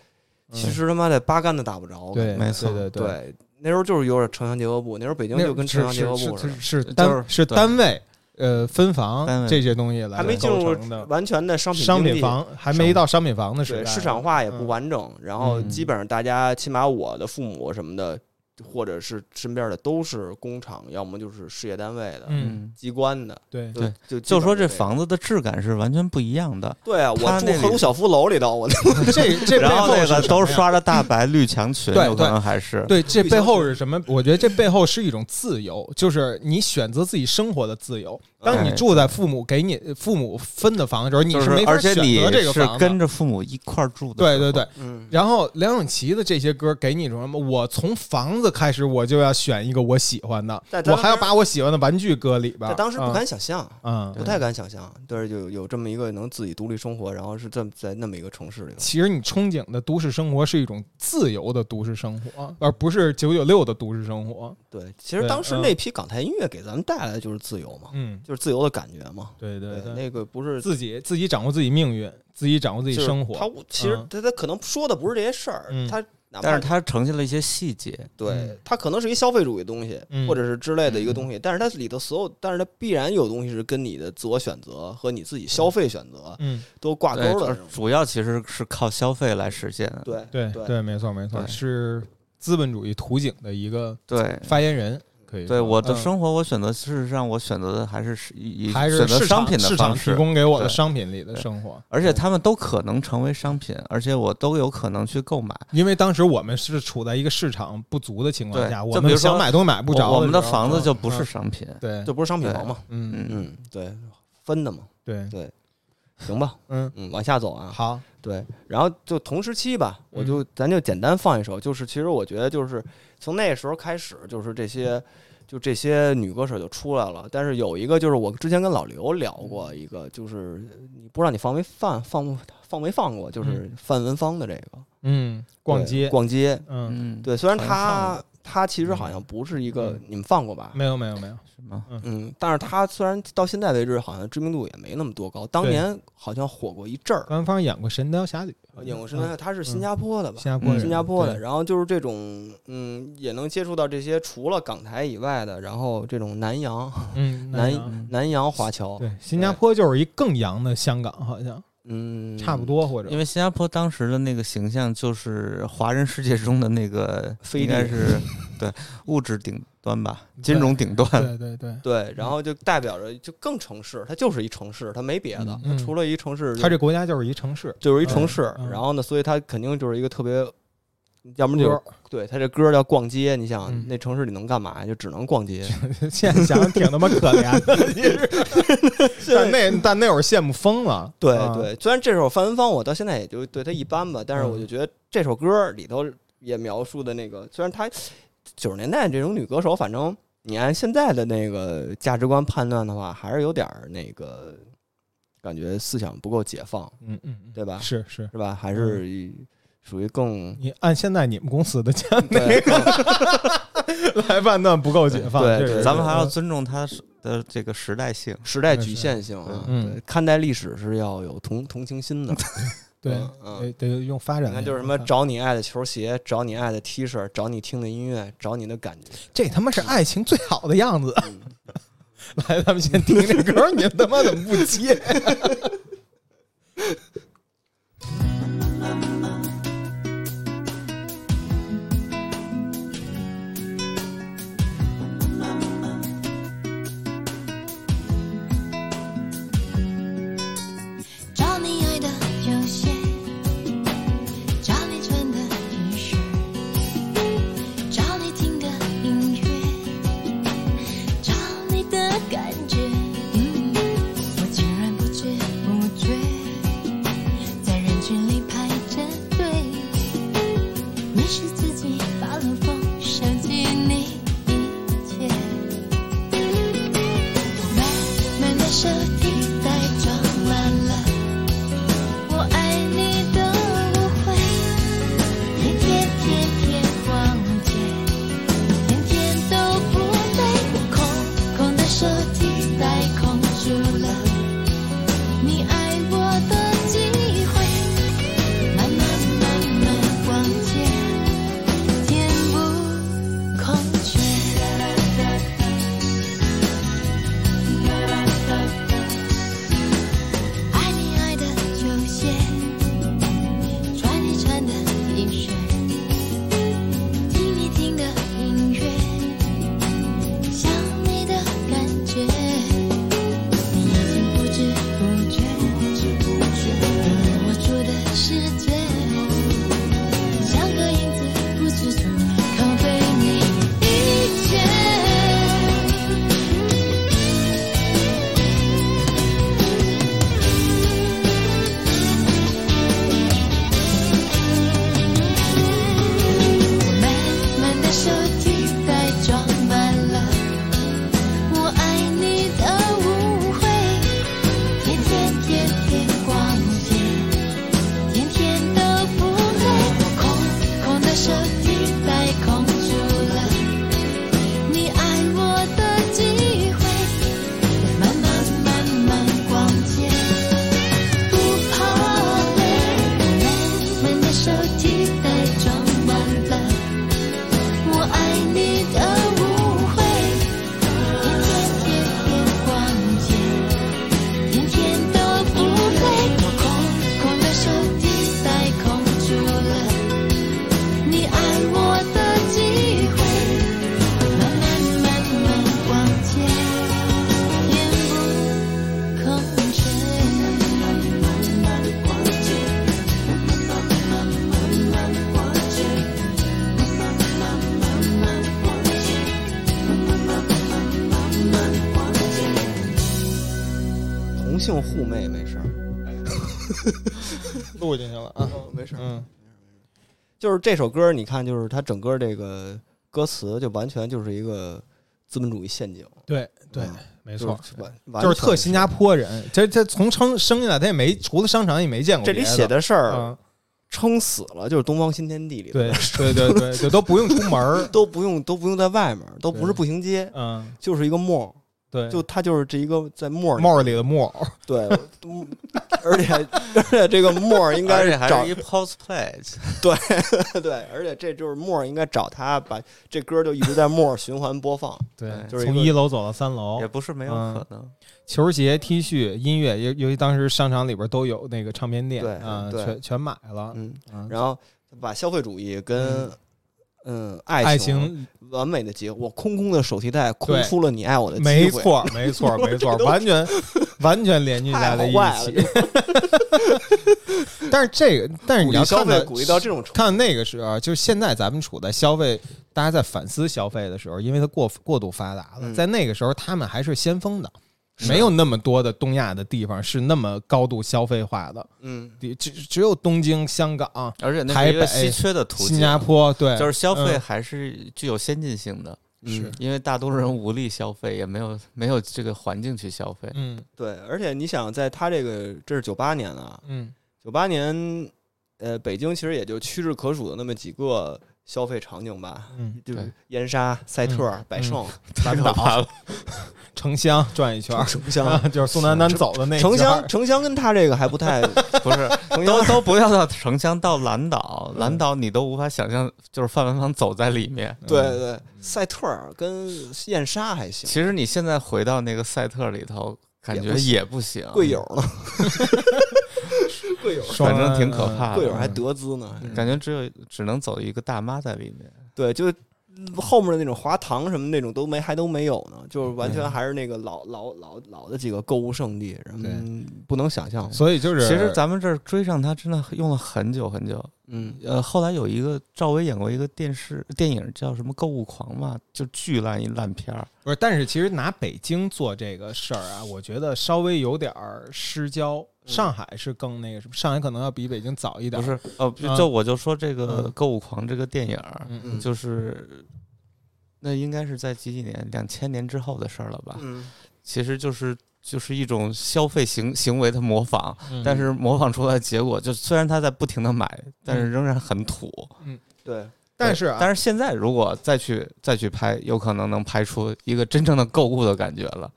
[SPEAKER 3] 其实他妈的八竿子打不着。
[SPEAKER 1] 对，
[SPEAKER 2] 没错
[SPEAKER 1] 对对。
[SPEAKER 3] 对，那时候就是有点城乡结合部，那时候北京
[SPEAKER 1] 那
[SPEAKER 3] 就跟城乡结合部似
[SPEAKER 1] 是是是
[SPEAKER 3] 的，
[SPEAKER 2] 就是
[SPEAKER 1] 单是
[SPEAKER 2] 对
[SPEAKER 1] 单位呃分
[SPEAKER 2] 单
[SPEAKER 1] 房
[SPEAKER 2] 位
[SPEAKER 1] 这些东西来
[SPEAKER 3] 还没进
[SPEAKER 1] 构
[SPEAKER 3] 入
[SPEAKER 1] 成的
[SPEAKER 3] 完全的商品
[SPEAKER 1] 商
[SPEAKER 3] 经
[SPEAKER 1] 品
[SPEAKER 3] 济，
[SPEAKER 1] 房，还没到商品房的时
[SPEAKER 3] 对
[SPEAKER 1] 代，
[SPEAKER 3] 市场化也不
[SPEAKER 1] 嗯
[SPEAKER 3] 完整。然后基本上大家，起码我的父母什么的，或者是身边的都是工厂，要么就是事业单位的、
[SPEAKER 1] 嗯，
[SPEAKER 3] 机关的。
[SPEAKER 1] 对，
[SPEAKER 3] 就
[SPEAKER 2] 对
[SPEAKER 3] 就
[SPEAKER 2] 就说
[SPEAKER 3] 基本
[SPEAKER 2] 这
[SPEAKER 3] 上
[SPEAKER 2] 房子的质感是完全不一样的。
[SPEAKER 3] 对啊，
[SPEAKER 2] 他
[SPEAKER 3] 我住
[SPEAKER 2] 那里
[SPEAKER 3] 赫鲁晓夫楼里头，我那
[SPEAKER 1] 这 这背
[SPEAKER 2] 然后
[SPEAKER 1] 后
[SPEAKER 2] 那个
[SPEAKER 1] 是什么呀。
[SPEAKER 2] 都
[SPEAKER 1] 嗯
[SPEAKER 2] 刷着大白绿墙裙，
[SPEAKER 1] 对
[SPEAKER 2] 有可能还是
[SPEAKER 1] 对，这背后是什么？我觉得这背后是一种自由，就是你选择自己生活的自由。当你
[SPEAKER 2] 哎
[SPEAKER 1] 住在父母给你父母分的房的时候，你
[SPEAKER 2] 就是
[SPEAKER 1] 没法
[SPEAKER 2] 而且
[SPEAKER 1] 选
[SPEAKER 2] 你
[SPEAKER 1] 择这个
[SPEAKER 2] 是
[SPEAKER 1] 房子。
[SPEAKER 2] 跟着父母一块儿住的，
[SPEAKER 1] 对对对，，
[SPEAKER 3] 嗯，
[SPEAKER 1] 然后梁咏琪的这些歌给你一种什么？我从房子次开始我就要选一个我喜欢的
[SPEAKER 3] 在，当
[SPEAKER 1] 我
[SPEAKER 3] 时
[SPEAKER 1] 还要把我喜欢的玩具搁里边
[SPEAKER 3] 在
[SPEAKER 1] 儿。
[SPEAKER 3] 当时不
[SPEAKER 1] 嗯
[SPEAKER 3] 敢想象，
[SPEAKER 1] 嗯，
[SPEAKER 3] 不太敢想象，对，有有这么一个能自己独立生活，然后是这么在那么一个城市里头，
[SPEAKER 1] 其实你憧憬的都市生活是一种自由的都市生
[SPEAKER 3] 啊
[SPEAKER 1] 活，而不是九九六的都市生活。
[SPEAKER 3] 对，其实
[SPEAKER 1] 对
[SPEAKER 3] 当时
[SPEAKER 1] 嗯
[SPEAKER 3] 那批港台音乐给咱们带来的就是自由嘛，
[SPEAKER 1] 嗯，
[SPEAKER 3] 就是自由的感觉嘛，
[SPEAKER 1] 对对对，
[SPEAKER 3] 那个不是
[SPEAKER 1] 自己自己掌握自己命运，自己掌握自己
[SPEAKER 3] 就是
[SPEAKER 1] 生活。
[SPEAKER 3] 他其实
[SPEAKER 1] 嗯
[SPEAKER 3] 他他可能说的不是这些事儿，
[SPEAKER 1] 嗯
[SPEAKER 3] 他哪怕
[SPEAKER 2] 但是它呈现了一些细节，
[SPEAKER 3] 对
[SPEAKER 1] 嗯
[SPEAKER 3] 他可能是一消费主义的东西，
[SPEAKER 1] 嗯
[SPEAKER 3] 或者是之类的一个东西，但是它里头所有，但是它必然有东西是跟你的自我选择和你自己消费选择
[SPEAKER 1] 嗯，
[SPEAKER 3] 都挂钩
[SPEAKER 2] 对
[SPEAKER 3] 的
[SPEAKER 2] 主，主要其实是靠消费来实现的。
[SPEAKER 3] 对
[SPEAKER 1] 对
[SPEAKER 3] 对
[SPEAKER 1] 没错没错，
[SPEAKER 2] 对
[SPEAKER 1] 是资本主义图景的一个
[SPEAKER 2] 对
[SPEAKER 1] 发言人。可以
[SPEAKER 2] 对，
[SPEAKER 1] 说
[SPEAKER 2] 我的
[SPEAKER 1] 嗯
[SPEAKER 2] 生活我选择，事实上我选择的还是是以以
[SPEAKER 1] 还是
[SPEAKER 2] 选择
[SPEAKER 1] 市场
[SPEAKER 2] 商品的
[SPEAKER 1] 市场
[SPEAKER 2] 方
[SPEAKER 1] 提
[SPEAKER 2] 式，
[SPEAKER 1] 供给我的
[SPEAKER 2] 对
[SPEAKER 1] 商品里的
[SPEAKER 2] 对
[SPEAKER 1] 生活。
[SPEAKER 2] 而且他们都可能成为商品，而且我都有可能去购买。
[SPEAKER 1] 因为当时我们是处在一个市场不足的情况
[SPEAKER 2] 对
[SPEAKER 1] 下，
[SPEAKER 2] 就
[SPEAKER 1] 我
[SPEAKER 2] 比
[SPEAKER 1] 们
[SPEAKER 2] 如说
[SPEAKER 1] 想买都买不着
[SPEAKER 2] 我我们的
[SPEAKER 1] 时候
[SPEAKER 2] 房子
[SPEAKER 1] 嗯
[SPEAKER 2] 就不是
[SPEAKER 1] 嗯
[SPEAKER 2] 商品。
[SPEAKER 1] 对，
[SPEAKER 3] 这不是商品房嘛，
[SPEAKER 1] 嗯
[SPEAKER 2] 嗯，
[SPEAKER 3] 嗯，对，分的嘛，
[SPEAKER 1] 对，
[SPEAKER 3] 对，行吧，
[SPEAKER 1] 嗯，
[SPEAKER 3] 嗯，往下走啊，
[SPEAKER 1] 好，
[SPEAKER 3] 对，然后就同时期吧，我
[SPEAKER 1] 嗯
[SPEAKER 3] 就咱就简单放一首，就是其实我觉得就是从那时候开始，就是这些就这些女歌手就出来了。但是有一个就是我之前跟老刘聊过一个，就是你不知道你放没放放放没放过，就是范文芳的这个
[SPEAKER 1] 嗯，逛
[SPEAKER 3] 对
[SPEAKER 1] 街，
[SPEAKER 3] 逛街。
[SPEAKER 1] 嗯，
[SPEAKER 2] 嗯，
[SPEAKER 3] 对，虽然
[SPEAKER 2] 好像放
[SPEAKER 3] 她
[SPEAKER 2] 过
[SPEAKER 3] 她其实好像不是一个
[SPEAKER 1] 嗯
[SPEAKER 3] 你们放过吧，
[SPEAKER 1] 没有没有没有，
[SPEAKER 2] 是吗？
[SPEAKER 3] 嗯，但是她虽然到现在为止好像知名度也没那么多高，当
[SPEAKER 1] 对
[SPEAKER 3] 年好像火过一阵儿。
[SPEAKER 1] 官方演过《神雕侠侣》，
[SPEAKER 3] 演过
[SPEAKER 1] 嗯
[SPEAKER 3] 身，她是新加坡的吧？
[SPEAKER 1] 新加坡
[SPEAKER 2] 嗯
[SPEAKER 1] 人，
[SPEAKER 3] 新加坡的，
[SPEAKER 1] 对，
[SPEAKER 3] 然后就是这种，嗯，也能接触到这些除了港台以外的，然后这种南洋、
[SPEAKER 1] 嗯，
[SPEAKER 3] 南
[SPEAKER 1] 洋
[SPEAKER 2] 洋
[SPEAKER 3] 南洋华侨，
[SPEAKER 1] 对，新加坡就是一更洋的香港，好像
[SPEAKER 3] 嗯，
[SPEAKER 1] 差不多，或者
[SPEAKER 2] 因为新加坡当时的那个形象就是华人世界中的那个，
[SPEAKER 3] 飞
[SPEAKER 2] 应
[SPEAKER 3] 地
[SPEAKER 2] 该是对物质顶端吧，金融顶端。
[SPEAKER 1] 对对对，
[SPEAKER 3] 对，
[SPEAKER 1] 嗯
[SPEAKER 3] 然后就代表着就更城市，它就是一城市，它没别的，
[SPEAKER 1] 嗯
[SPEAKER 3] 它除了一城市就，
[SPEAKER 1] 它这国家就是一城市，
[SPEAKER 3] 就是一城市，
[SPEAKER 1] 嗯嗯
[SPEAKER 3] 然后呢，所以它肯定就是一个特别，要么
[SPEAKER 1] 歌
[SPEAKER 3] 就对它这歌叫逛街，你想、
[SPEAKER 1] 嗯
[SPEAKER 3] 那城市里能干嘛？就只能 逛街，
[SPEAKER 1] 现在想想挺他妈可怜的，其实但那但那会儿羡慕疯了，
[SPEAKER 3] 对
[SPEAKER 1] 啊，
[SPEAKER 3] 对，虽然这首范文芳我到现在也就对他一般吧，但是我
[SPEAKER 1] 嗯
[SPEAKER 3] 就觉得这首歌里头也描述的那个，虽然她九十年代这种女歌手，反正你按现在的那个价值观判断的话，还是有点儿那个感觉思想不够解放，
[SPEAKER 1] 嗯嗯，
[SPEAKER 3] 对吧？
[SPEAKER 1] 是嗯是，
[SPEAKER 3] 是吧？还是一属于 更
[SPEAKER 1] 你按现在你们公司的 价
[SPEAKER 3] 对更
[SPEAKER 1] 来判断不够解放，
[SPEAKER 3] 对
[SPEAKER 1] 这
[SPEAKER 3] 对
[SPEAKER 1] 个嗯
[SPEAKER 2] 咱们还要尊重它的这个时代性。
[SPEAKER 3] 时代局限性啊，
[SPEAKER 1] 嗯
[SPEAKER 3] 对看待历史是要有同同情心的。
[SPEAKER 1] 对
[SPEAKER 3] 嗯嗯
[SPEAKER 1] 得得用发展那个，
[SPEAKER 3] 你看，就是什么找你爱的球鞋，找你爱的 T 恤，找你听的音乐，找你的感觉。
[SPEAKER 1] 这他妈是爱情最好的样子。
[SPEAKER 3] 嗯
[SPEAKER 1] 来，咱们先听这歌，你他妈怎么不接？
[SPEAKER 5] 找你爱的球鞋，找你穿的 T 恤，找你听的音乐，找你的感觉。嗯，我竟然不知不觉手替代装完了，我爱你的误会，一天天天逛街，天天都不累。我空空的手替代空住了，你爱我的机会，慢慢慢慢逛街，言不空缺。
[SPEAKER 3] 同性互媚没事儿，
[SPEAKER 1] 录进去了啊，
[SPEAKER 3] 没事
[SPEAKER 1] 嗯，
[SPEAKER 3] 就是这首歌，你看，就是它整个这个歌词就完全就是一个资本主义陷阱，
[SPEAKER 1] 对对
[SPEAKER 3] 嗯，
[SPEAKER 1] 没
[SPEAKER 3] 没
[SPEAKER 1] 错，
[SPEAKER 3] 完
[SPEAKER 1] 就是特新加
[SPEAKER 3] 坡。
[SPEAKER 1] 坡人，这这从生生下来他也没除了商场也没见过
[SPEAKER 3] 这
[SPEAKER 1] 别
[SPEAKER 3] 里写
[SPEAKER 1] 的
[SPEAKER 3] 的事儿
[SPEAKER 1] 嗯，
[SPEAKER 3] 撑死了，就是东方新天地里的
[SPEAKER 1] 对对对对对，都不用出门 儿，
[SPEAKER 3] 都不用都不用在外面，都不是
[SPEAKER 1] 对
[SPEAKER 3] 步行街，
[SPEAKER 1] 嗯，
[SPEAKER 3] 就是一个沫
[SPEAKER 1] 对，
[SPEAKER 3] 儿，就它就是这一个在沫儿里
[SPEAKER 1] 帽儿里的木偶，
[SPEAKER 3] 对，嗯 而且而且这个沫儿应该
[SPEAKER 2] 而
[SPEAKER 3] 是
[SPEAKER 2] 且还
[SPEAKER 3] 找
[SPEAKER 2] 是一 cosplay，
[SPEAKER 3] 对，而且这就是沫儿应该找他把这歌就一直在沫儿循环播放，
[SPEAKER 1] 对
[SPEAKER 2] 对
[SPEAKER 3] 就是一
[SPEAKER 1] 从
[SPEAKER 3] 个
[SPEAKER 1] 一楼走到三楼
[SPEAKER 2] 也，不是没有
[SPEAKER 1] 嗯
[SPEAKER 2] 可能。
[SPEAKER 1] 球鞋、T 恤、音乐，尤尤其当时商场里边都有那个唱片店
[SPEAKER 3] 对
[SPEAKER 1] 啊，
[SPEAKER 3] 对
[SPEAKER 1] 全全买了，
[SPEAKER 3] 嗯，
[SPEAKER 1] 嗯，
[SPEAKER 3] 然后把消费主义跟嗯
[SPEAKER 1] 爱
[SPEAKER 3] 爱
[SPEAKER 1] 情
[SPEAKER 3] 完美的结合，我空空的手提袋空
[SPEAKER 1] 对
[SPEAKER 3] 出了你爱我的机会，
[SPEAKER 1] 没，错没错没 错，完全完全连接在
[SPEAKER 3] 太
[SPEAKER 1] 了一
[SPEAKER 3] 坏了
[SPEAKER 1] 起。 但是这个，但是你
[SPEAKER 3] 鼓励
[SPEAKER 1] 要
[SPEAKER 3] 消
[SPEAKER 1] 看
[SPEAKER 3] 费
[SPEAKER 1] 到
[SPEAKER 3] 鼓励到这种程度，
[SPEAKER 1] 看那个时候，啊就是现在咱们处在消费，大家在反思消费的时候，因为它过过度发达了，
[SPEAKER 3] 嗯
[SPEAKER 1] 在那个时候他们还是先锋的，
[SPEAKER 3] 是啊
[SPEAKER 1] 没有那么多的东亚的地方是那么高度消费化的，
[SPEAKER 3] 嗯，
[SPEAKER 1] 只只只有东京、香港、
[SPEAKER 2] 而且那
[SPEAKER 1] 台
[SPEAKER 2] 是一个
[SPEAKER 1] 北
[SPEAKER 2] 稀缺的途径，
[SPEAKER 1] 新加坡，对，
[SPEAKER 2] 就是消费
[SPEAKER 1] 嗯
[SPEAKER 2] 还是具有先进性的，
[SPEAKER 1] 是
[SPEAKER 3] 嗯
[SPEAKER 2] 因为大多数人无力消费，也没有没有这个环境去消 费。
[SPEAKER 1] 嗯
[SPEAKER 3] 对，而且你想，在他这个这是九八年啊，
[SPEAKER 1] 嗯，
[SPEAKER 3] 九八年，呃，北京其实也就屈指可数的那么几个消费场景吧，
[SPEAKER 1] 嗯，
[SPEAKER 3] 就是
[SPEAKER 2] 对
[SPEAKER 3] 燕莎、赛特、百盛、
[SPEAKER 1] 南岛、城乡转一圈儿，
[SPEAKER 3] 城
[SPEAKER 1] 啊
[SPEAKER 3] 乡、
[SPEAKER 1] 就是宋丹丹走的那一
[SPEAKER 3] 城
[SPEAKER 1] 圈
[SPEAKER 3] 乡、
[SPEAKER 1] 儿
[SPEAKER 3] 城乡跟他这个还 不太，
[SPEAKER 2] 不是，
[SPEAKER 3] 城
[SPEAKER 2] 都
[SPEAKER 3] 乡
[SPEAKER 2] 都不要到城乡，到蓝岛，蓝岛你都无法想象，就是范文芳走在里面。
[SPEAKER 3] 对
[SPEAKER 1] 嗯
[SPEAKER 3] 对对，赛特儿跟燕莎还行，
[SPEAKER 2] 其实你现在回到那个赛特里头，感
[SPEAKER 3] 也
[SPEAKER 2] 觉
[SPEAKER 3] 不行
[SPEAKER 2] 也不行，
[SPEAKER 3] 贵友呢，贵友
[SPEAKER 1] 双
[SPEAKER 2] 反正挺
[SPEAKER 1] 安
[SPEAKER 2] 可
[SPEAKER 1] 嗯
[SPEAKER 2] 怕
[SPEAKER 3] 贵
[SPEAKER 2] 的。嗯
[SPEAKER 3] 友还德资呢，
[SPEAKER 2] 感觉只有只能走一个大妈在里面，
[SPEAKER 3] 对，就后面的那种华堂什么那种都没，还都没有呢，就是完全还是那个老老老老的几个购物圣地，嗯，不能想象，
[SPEAKER 1] 所以就是
[SPEAKER 2] 其实咱们这儿追上他真的用了很久很久。
[SPEAKER 3] 嗯，
[SPEAKER 2] 呃，后来有一个赵薇演过一个电视电影叫什么《购物狂》嘛，就巨烂一烂片儿。
[SPEAKER 1] 不是，但是其实拿北京做这个事儿啊，我觉得稍微有点儿失焦。上海是更那个什么，上海可能要比北京早一点
[SPEAKER 2] 嗯不
[SPEAKER 1] 儿。
[SPEAKER 2] 是，呃，
[SPEAKER 1] 啊
[SPEAKER 2] 就就我就说这个
[SPEAKER 1] 嗯
[SPEAKER 2] 《购物狂》这个电影儿，
[SPEAKER 1] 嗯
[SPEAKER 3] 嗯
[SPEAKER 2] 就是那应该是在几几年，两千年之后的事儿了吧？
[SPEAKER 3] 嗯。
[SPEAKER 2] 其实就是就是一种消费行行为的模仿，
[SPEAKER 1] 嗯
[SPEAKER 2] 但是模仿出来的结果，就虽然他在不停的买，但是仍然很土。
[SPEAKER 3] 对，
[SPEAKER 1] 嗯但是啊，
[SPEAKER 2] 但是现在如果再去再去拍，有可能能拍出一个真正的购物的感觉了。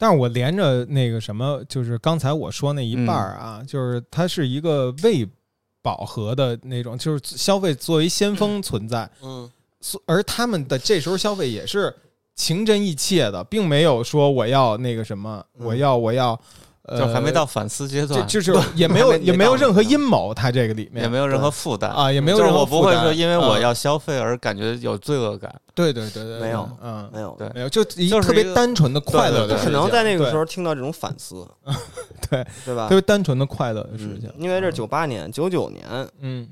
[SPEAKER 1] 但是我连着那个什么，就是刚才我说那一半
[SPEAKER 2] 嗯
[SPEAKER 1] 儿啊，就是它是一个未饱和的那种，就是消费作为先锋存在，
[SPEAKER 3] 嗯，
[SPEAKER 1] 所而他们的这时候消费也是情真意切的，并没有说我要那个什么，
[SPEAKER 3] 嗯
[SPEAKER 1] 我要我要，呃，
[SPEAKER 2] 就还没到反思阶
[SPEAKER 1] 这，
[SPEAKER 2] 段，
[SPEAKER 1] 就就是也没
[SPEAKER 3] 还
[SPEAKER 1] 有
[SPEAKER 3] 没
[SPEAKER 1] 也没有
[SPEAKER 3] 没到
[SPEAKER 1] 任何阴谋，它这个里面
[SPEAKER 2] 也没有任何负担
[SPEAKER 1] 啊也没有
[SPEAKER 2] 就是
[SPEAKER 1] 任何
[SPEAKER 2] 我不会
[SPEAKER 1] 负担
[SPEAKER 2] 说因为
[SPEAKER 1] 嗯
[SPEAKER 2] 我要消费而感觉有罪恶感。
[SPEAKER 1] 对对对对，
[SPEAKER 3] 没有
[SPEAKER 1] 嗯，
[SPEAKER 3] 没有，
[SPEAKER 2] 对
[SPEAKER 1] 没有，就一
[SPEAKER 2] 就是
[SPEAKER 1] 特
[SPEAKER 2] 一
[SPEAKER 1] 别
[SPEAKER 2] 个
[SPEAKER 1] 单纯的快乐
[SPEAKER 2] 对
[SPEAKER 1] 的
[SPEAKER 2] 对
[SPEAKER 1] 事
[SPEAKER 3] 可
[SPEAKER 1] 情，
[SPEAKER 3] 能在那个时
[SPEAKER 1] 对
[SPEAKER 3] 候听到这种反思，
[SPEAKER 1] 对
[SPEAKER 3] 对吧
[SPEAKER 1] 特？别单纯的快乐的事情
[SPEAKER 3] 嗯，因为这九八年、九九年，
[SPEAKER 1] 嗯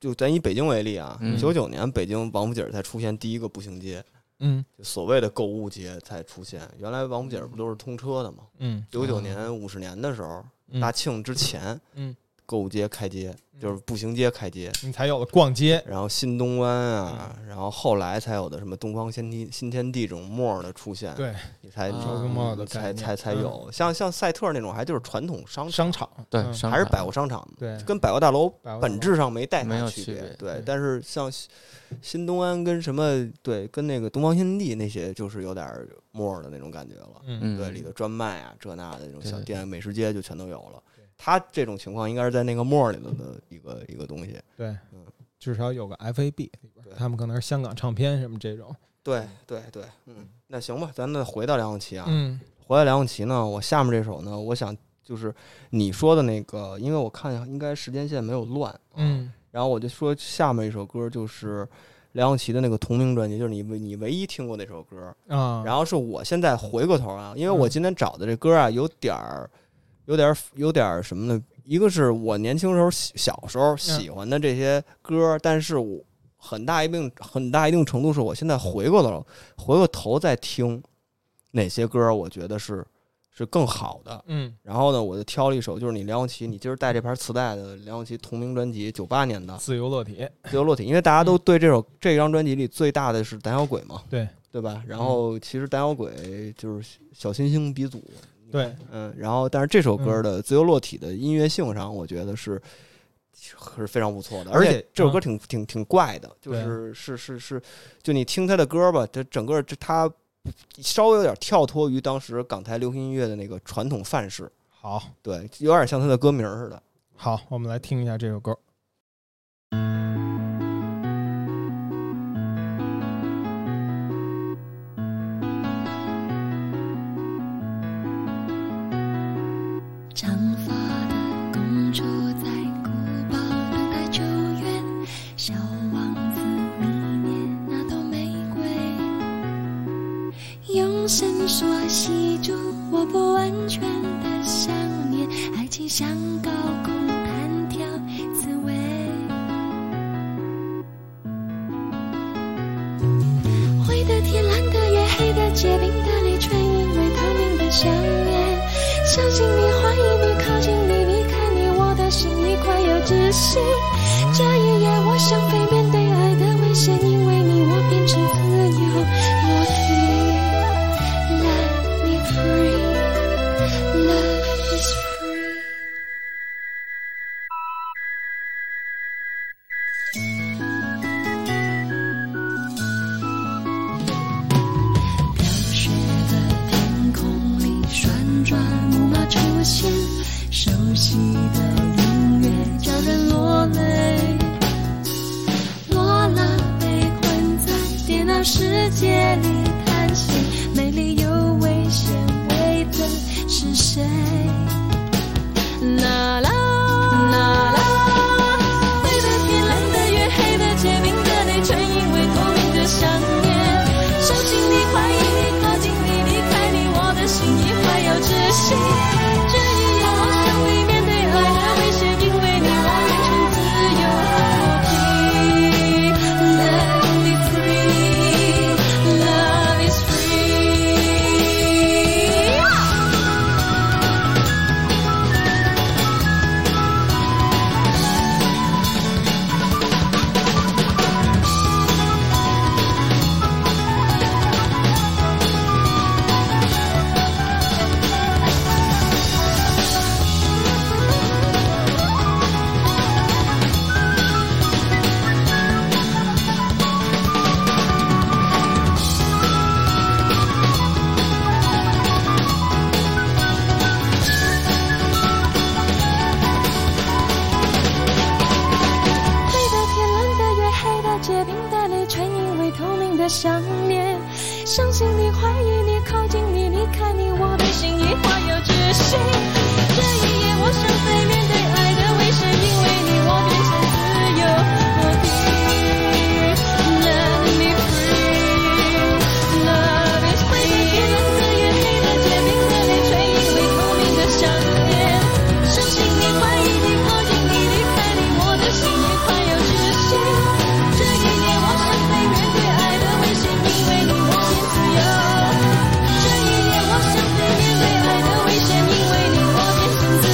[SPEAKER 3] 就咱以北京为例啊
[SPEAKER 2] 嗯，
[SPEAKER 3] 九九年北京王府井才出现第一个步行街，
[SPEAKER 1] 嗯
[SPEAKER 3] 就所谓的购物街才出现。原来王府井不都是通车的吗？
[SPEAKER 1] 嗯
[SPEAKER 3] 九九年、五十年的时候，
[SPEAKER 1] 嗯
[SPEAKER 3] 大庆之前，
[SPEAKER 1] 嗯，
[SPEAKER 3] 购物街开街就是步行街开街，
[SPEAKER 1] 你才有了逛街，
[SPEAKER 3] 然后新东湾啊，然后后来才有的什么东方新天新天地这种沫儿的出现，
[SPEAKER 1] 对，
[SPEAKER 3] 你才嗯
[SPEAKER 2] 啊
[SPEAKER 1] ，shopping mall 的概
[SPEAKER 3] 才
[SPEAKER 1] 念
[SPEAKER 3] 才才有。像像赛特那种还就是传统商场，
[SPEAKER 1] 商场
[SPEAKER 2] 对，
[SPEAKER 1] 嗯
[SPEAKER 2] 商
[SPEAKER 3] 还是
[SPEAKER 2] 场
[SPEAKER 3] 百货商场嘛，
[SPEAKER 1] 对，
[SPEAKER 3] 跟百货大楼
[SPEAKER 1] 百货大楼
[SPEAKER 3] 本质上没太
[SPEAKER 2] 没
[SPEAKER 3] 大
[SPEAKER 2] 有
[SPEAKER 3] 区
[SPEAKER 2] 区
[SPEAKER 3] 别
[SPEAKER 2] 别。嗯
[SPEAKER 3] 对
[SPEAKER 1] 对，
[SPEAKER 3] 但是像新新东安跟什么对，跟那个东方新天地那些，就是有点儿沫儿的那种感觉了。
[SPEAKER 1] 嗯
[SPEAKER 2] 嗯，
[SPEAKER 3] 对，里头专卖啊，这那的那种
[SPEAKER 2] 对
[SPEAKER 3] 小
[SPEAKER 2] 对
[SPEAKER 3] 店，美食街就全都有了。它这种情况应该是在那个沫儿里头的一个一个东西，
[SPEAKER 1] 对
[SPEAKER 3] 嗯，
[SPEAKER 1] 至少有个 FAB 里边
[SPEAKER 3] 对，
[SPEAKER 1] 他们可能是香港唱片什么这种。
[SPEAKER 3] 对对对，嗯，那行吧，咱再回到梁咏琪啊，
[SPEAKER 1] 嗯
[SPEAKER 3] 回到梁咏琪呢，我下面这首呢，我想就是你说的那个，因为我看应该时间线没有乱，，啊
[SPEAKER 1] 嗯
[SPEAKER 3] 然后我就说下面一首歌就是梁咏琪的那个同名专辑，就是你唯你唯一听过那首歌。
[SPEAKER 1] 啊，
[SPEAKER 3] 然后是我现在回过头啊，因为
[SPEAKER 1] 嗯
[SPEAKER 3] 我今天找的这歌啊，有点儿，有点儿，有点儿什么呢？一个是我年轻时候喜小时候喜欢的这些歌，但是我很大一定很大一定程度是我现在回过头回过头再听哪些歌，我觉得是是更好的。
[SPEAKER 1] 嗯
[SPEAKER 3] 然后呢，我就挑了一首，就是你梁咏琪，你今儿带这盘磁带的梁咏琪同名专辑，九八年的
[SPEAKER 1] 自由落体，
[SPEAKER 3] 自由落体，因为大家都对这首这张专辑里最大的是胆小鬼嘛，
[SPEAKER 1] 嗯对嗯
[SPEAKER 3] 对吧？然后其实胆小鬼就是小清新鼻祖，
[SPEAKER 1] 对，
[SPEAKER 3] 嗯，然后但是这首歌
[SPEAKER 1] 嗯
[SPEAKER 3] 的自由落体的音乐性上，我觉得是是非常不错的，
[SPEAKER 1] 而
[SPEAKER 3] 而
[SPEAKER 1] 且
[SPEAKER 3] 且这首歌
[SPEAKER 1] 嗯
[SPEAKER 3] 挺挺挺怪的，就
[SPEAKER 1] 对
[SPEAKER 3] 是是是是，就你听他的歌吧，这整个这他稍微有点跳脱于当时港台流行音乐的那个传统范式。
[SPEAKER 1] 好
[SPEAKER 3] 对，有点像他的歌名儿似的。
[SPEAKER 1] 好，我们来听一下这首歌。
[SPEAKER 5] 长发的公主在古堡等待救援，小王子迷恋那朵玫瑰，用绳索系住我不完全的想念，爱情像高空弹跳，滋味。灰的天，蓝的夜，黑的结冰的泪，全因为透明的想念。相信你，怀疑你，靠近你，离开你，我的心已快要窒息。这一夜，我想飞，面对爱的危险，因为你，我变成自由落体。Let me free, love is free. 飘雪的天空里旋转木马出现，熟悉的音乐叫人落泪。罗拉被困在电脑世界里探险，美丽又危险，为的是谁？啦啦啦啦，灰的天，蓝的月，黑的结冰的泪，全因为透明的想念。相信你，怀疑你，靠近你，离开你，我的心已快要窒息。这一夜，我想你，面对爱的危险，因为你，我变成自由落体。Let me free, love is free. 灰的天，蓝的月，黑的结冰的泪，全因为透明的想念。相信你，怀疑你，靠近你，离开你，我的心已快要窒息。这一夜，我想飞，面对爱的危险，因为你，我变成自由落体。Let me free, love is free。灰的天，蓝的月，黑的结冰的泪，全因为透明的想念。相信你，怀疑你，靠近你，离开你，我的心也快要窒息。这一夜，我想飞，面对爱的危险，因为你，我变自由。这一夜，我想飞，面对爱的危险，因为你，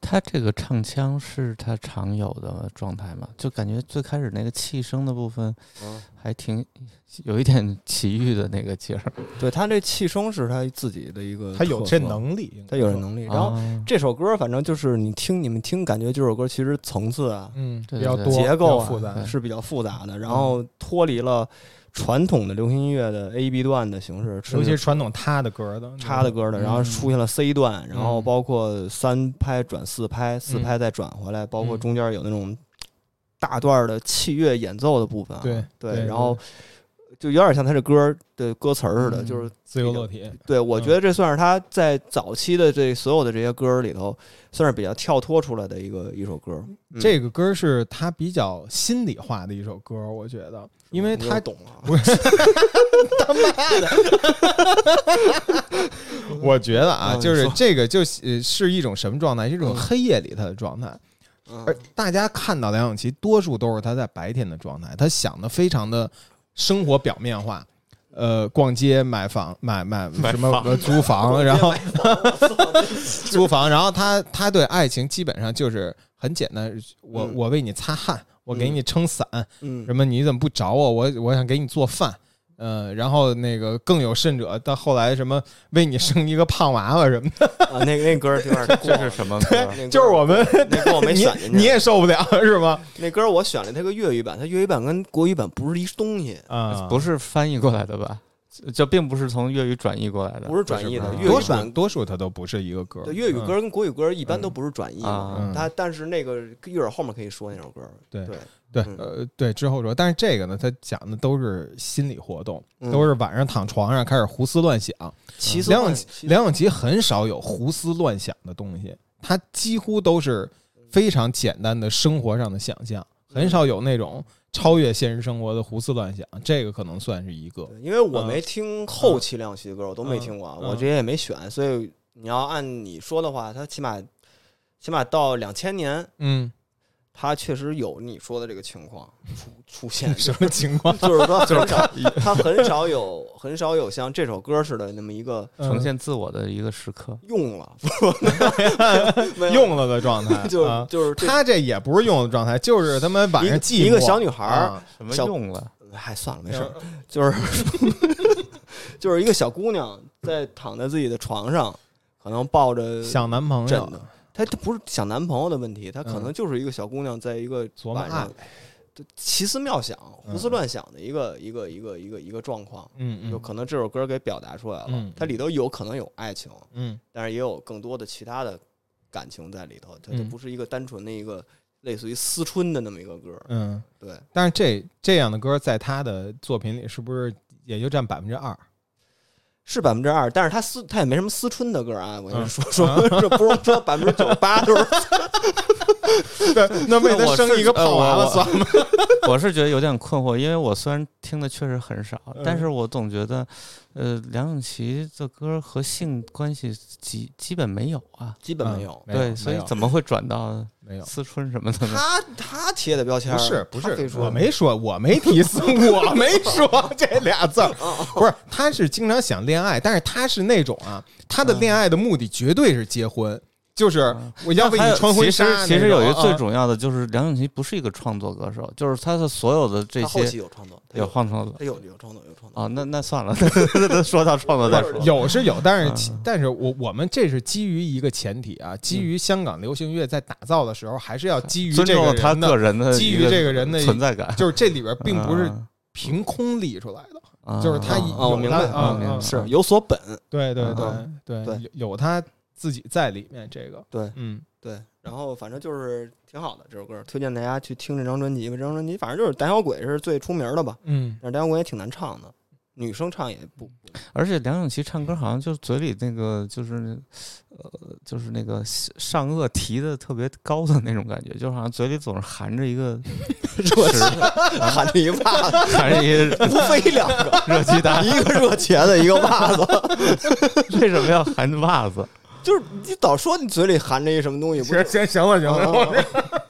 [SPEAKER 2] 他这个唱腔是他常有的状态吗？就感觉最开始那个气声的部分
[SPEAKER 3] 嗯，
[SPEAKER 2] 还挺有一点奇遇的那个劲儿。
[SPEAKER 3] 对他这气声是他自己的一个，
[SPEAKER 1] 他有这，能力，应该
[SPEAKER 3] 他有这
[SPEAKER 1] 说，
[SPEAKER 3] 能力。然后
[SPEAKER 2] 啊
[SPEAKER 3] 这首歌，反正就是你听，你们听，感觉这首歌其实层次啊、
[SPEAKER 1] 嗯，
[SPEAKER 2] 对
[SPEAKER 1] 比较
[SPEAKER 2] 对
[SPEAKER 1] 多，
[SPEAKER 3] 结
[SPEAKER 1] 比
[SPEAKER 3] 构
[SPEAKER 1] 较
[SPEAKER 3] 啊
[SPEAKER 1] 复杂
[SPEAKER 2] 对，
[SPEAKER 3] 是比较复杂的，然后脱离了传统的流行音乐的 A B 段的形式，
[SPEAKER 1] 尤其
[SPEAKER 3] 甚
[SPEAKER 1] 是
[SPEAKER 3] 至
[SPEAKER 1] 传统他的歌的
[SPEAKER 3] 插的歌的，
[SPEAKER 2] 嗯
[SPEAKER 3] 然后出现了 C 段，然后
[SPEAKER 1] 嗯
[SPEAKER 3] 包括三拍转四拍，四拍再转回来，包括
[SPEAKER 1] 嗯
[SPEAKER 3] 中间有那种大段的器乐演奏的部分啊，
[SPEAKER 1] 对对
[SPEAKER 3] 对，然后就有点像他这歌的歌词儿似的，
[SPEAKER 2] 嗯
[SPEAKER 3] 就是
[SPEAKER 1] 自由落体，
[SPEAKER 3] 对我
[SPEAKER 1] 嗯
[SPEAKER 3] 觉得这算是他在早期的这所有的这些歌里头，算是比较跳脱出来的一个一首歌。嗯
[SPEAKER 1] 这个歌是他比较心里话的一首歌，我觉得，因为
[SPEAKER 3] 你
[SPEAKER 1] 他
[SPEAKER 3] 又懂了啊，
[SPEAKER 1] 不是 他妈的，我觉得啊，
[SPEAKER 3] 嗯
[SPEAKER 1] 就是
[SPEAKER 3] 你说
[SPEAKER 1] 这个就是呃是一种什么状态？是一种
[SPEAKER 3] 嗯
[SPEAKER 1] 黑夜里他的状态。
[SPEAKER 3] 嗯
[SPEAKER 1] 而大家看到梁咏琪，多数都是她在白天的状态，她想的非常的生活表面化，呃，逛街、买房、买买什么呃租房， 然后 租房，然后她她对爱情基本上就是很简单，我
[SPEAKER 3] 嗯
[SPEAKER 1] 我为你擦汗，我给你撑伞，
[SPEAKER 3] 嗯
[SPEAKER 1] 什么你怎么不找我？我我想给你做饭。呃，然后那个更有甚者，到后来什么为你生一个胖娃娃什么的，
[SPEAKER 3] 啊，那个那歌儿有点过
[SPEAKER 2] 这
[SPEAKER 3] 了，啊
[SPEAKER 2] 是什么歌？
[SPEAKER 3] 那歌儿
[SPEAKER 1] 就是我们
[SPEAKER 3] 那歌儿我没选进去，
[SPEAKER 1] 你你也受不了是吗？
[SPEAKER 3] 那歌儿我选了它个粤语版，它粤语版跟国语版不是一东西，
[SPEAKER 1] 啊，
[SPEAKER 2] 不是翻译过来的吧？就就并不是从粤语转译过来的，
[SPEAKER 3] 不是转译的
[SPEAKER 2] 不是
[SPEAKER 1] 嗯
[SPEAKER 3] 粤
[SPEAKER 1] 多
[SPEAKER 3] 语
[SPEAKER 1] 数
[SPEAKER 3] 版。
[SPEAKER 1] 多数它都不是一个歌儿，
[SPEAKER 3] 对粤语
[SPEAKER 1] 嗯
[SPEAKER 3] 歌儿跟国语歌儿一般都不是转译嘛，
[SPEAKER 2] 啊
[SPEAKER 1] 嗯
[SPEAKER 3] 它但是那个一会儿后面可以说那首歌儿，
[SPEAKER 1] 对
[SPEAKER 3] 对
[SPEAKER 1] 对，
[SPEAKER 3] 嗯
[SPEAKER 1] 呃，对，之后说，但是这个呢，他讲的都是心理活动，
[SPEAKER 3] 嗯
[SPEAKER 1] 都是晚上躺床上开始胡思乱想。
[SPEAKER 3] 其次
[SPEAKER 1] 梁咏
[SPEAKER 3] 换
[SPEAKER 1] 琪
[SPEAKER 3] 其次
[SPEAKER 1] 梁咏琪很少有胡思乱想的东西，她几乎都是非常简单的生活上的想象，很少有那种超越现实生活的胡思乱想。这个可能算是一个，
[SPEAKER 3] 对因为我没
[SPEAKER 1] 啊
[SPEAKER 3] 听后期梁咏琪的歌，我都没听过啊，
[SPEAKER 1] 嗯
[SPEAKER 3] 我这些也没选，所以你要按你说的话，它起码起码到两千年，
[SPEAKER 1] 嗯，
[SPEAKER 3] 它确实有你说的这个情况出出现，
[SPEAKER 1] 什么情况？
[SPEAKER 3] 就是 说很少，他很少有很少有像这首歌似的那么一个
[SPEAKER 2] 呈现自我的一个时刻。
[SPEAKER 3] 用 了，没
[SPEAKER 1] 嗯
[SPEAKER 3] 有
[SPEAKER 1] 用了的状态，
[SPEAKER 3] 就
[SPEAKER 1] 啊
[SPEAKER 3] 是就是这
[SPEAKER 1] 她这也不是用的状态，就是他妈晚
[SPEAKER 3] 一
[SPEAKER 1] 上
[SPEAKER 3] 个
[SPEAKER 1] 寂寞
[SPEAKER 3] 一个小女孩儿，
[SPEAKER 1] 啊
[SPEAKER 2] 什么
[SPEAKER 3] 小
[SPEAKER 2] 用了？
[SPEAKER 3] 哎，算了，没事儿，就是 就是一个小姑娘在躺在自己的床上，可能抱着
[SPEAKER 1] 想男朋
[SPEAKER 3] 枕
[SPEAKER 1] 友
[SPEAKER 3] 的，她她不是想男朋友的问题，她可
[SPEAKER 1] 嗯
[SPEAKER 3] 能就是一个小姑娘在一个
[SPEAKER 1] 琢磨
[SPEAKER 3] 晚上
[SPEAKER 1] 爱，
[SPEAKER 3] 就奇思妙想、胡思
[SPEAKER 1] 嗯
[SPEAKER 3] 乱想的一个一个一个一个一个状况。
[SPEAKER 1] 嗯
[SPEAKER 3] 有
[SPEAKER 1] 嗯
[SPEAKER 3] 可能这首歌给表达出来了，
[SPEAKER 1] 嗯
[SPEAKER 3] 它里头有可能有爱情，
[SPEAKER 1] 嗯
[SPEAKER 3] 但是也有更多的其他的感情在里头，它它
[SPEAKER 1] 嗯
[SPEAKER 3] 不是一个单纯的一个类似于思春的那么一个歌，
[SPEAKER 1] 嗯。
[SPEAKER 3] 对，
[SPEAKER 1] 但是这这样的歌在他的作品里是不是也就占百分之二？
[SPEAKER 3] 是百分之二，但是他思他也没什么思春的歌啊，我
[SPEAKER 1] 嗯
[SPEAKER 3] 先说说，这不 是说百分之九十八都是
[SPEAKER 1] 对，那为他生一个胖娃娃算吗？
[SPEAKER 2] 我是觉得有点困惑，因为我虽然听的确实很少，但
[SPEAKER 1] 嗯
[SPEAKER 2] 是我总觉得，呃，梁咏琪的歌和性关系基基本没有啊。
[SPEAKER 3] 基本没有。
[SPEAKER 1] 嗯没有
[SPEAKER 2] 对，所以
[SPEAKER 1] 没有
[SPEAKER 2] 怎么会转到
[SPEAKER 1] 没有？
[SPEAKER 2] 思春什么的呢？
[SPEAKER 3] 他他贴的标签
[SPEAKER 1] 不是嗯不
[SPEAKER 3] 他非
[SPEAKER 1] 是，
[SPEAKER 3] 说
[SPEAKER 1] 我没说，我没提死，我没 说这俩字儿，不是，他是经常想恋爱，但是他是那种啊，他的恋爱的目的绝对是结婚，就是我要为
[SPEAKER 2] 还
[SPEAKER 1] 你
[SPEAKER 2] 有
[SPEAKER 1] 穿婚
[SPEAKER 2] 其
[SPEAKER 1] 纱那
[SPEAKER 2] 实
[SPEAKER 1] 种。
[SPEAKER 2] 其实有一个
[SPEAKER 1] 啊
[SPEAKER 2] 最主要的就是梁咏琪不是一个创作歌手，就是她的所有的这
[SPEAKER 3] 他后期
[SPEAKER 2] 些
[SPEAKER 3] 有创作，他
[SPEAKER 2] 有
[SPEAKER 3] 有
[SPEAKER 2] 创作的
[SPEAKER 3] 他有哎有创作有创作，
[SPEAKER 2] 啊，那那 算了，说到创作再说。
[SPEAKER 1] 有是有，但是其、
[SPEAKER 2] 嗯
[SPEAKER 1] 但是我我们这是基于一个前提啊，基于香港流行乐在打造的时候，还是要基于
[SPEAKER 2] 尊
[SPEAKER 1] 这
[SPEAKER 2] 重
[SPEAKER 1] 个
[SPEAKER 2] 了他
[SPEAKER 1] 人的
[SPEAKER 2] 个，人的
[SPEAKER 1] 基于
[SPEAKER 2] 一
[SPEAKER 1] 这个人的
[SPEAKER 2] 存在感，
[SPEAKER 1] 就是这里边并不是
[SPEAKER 2] 啊
[SPEAKER 1] 凭空立出来的，
[SPEAKER 2] 啊
[SPEAKER 1] 就是他
[SPEAKER 3] 啊
[SPEAKER 1] 有
[SPEAKER 3] 啊我明白
[SPEAKER 1] 他
[SPEAKER 2] 我明白
[SPEAKER 1] 啊，啊
[SPEAKER 3] 是有所本，
[SPEAKER 1] 对对对
[SPEAKER 3] 啊
[SPEAKER 1] 对
[SPEAKER 3] 对
[SPEAKER 1] 有有他自己在里面这个，
[SPEAKER 3] 对
[SPEAKER 1] 嗯，
[SPEAKER 3] 对。然后反正就是挺好的这首歌，推荐大家去听这张专辑吧。这张专辑反正就是胆小鬼是最出名的吧，
[SPEAKER 1] 嗯，
[SPEAKER 3] 但是胆小鬼也挺难唱的，女生唱也 不
[SPEAKER 2] 而且梁咏琪唱歌好像就是嘴里那个就是，呃，就是那个上颚提的特别高的那种感觉，就好像嘴里总是含着 一个热气，
[SPEAKER 3] 含着一袜子，
[SPEAKER 2] 含着一个
[SPEAKER 3] 无非两个，
[SPEAKER 2] 热鸡 蛋。
[SPEAKER 3] 一个热茄子，一个袜子。
[SPEAKER 2] 为什么要含袜子？
[SPEAKER 3] 就是你早说你嘴里含着一什么东西，不
[SPEAKER 1] 行行
[SPEAKER 3] 是
[SPEAKER 1] 行了行了，
[SPEAKER 3] 啊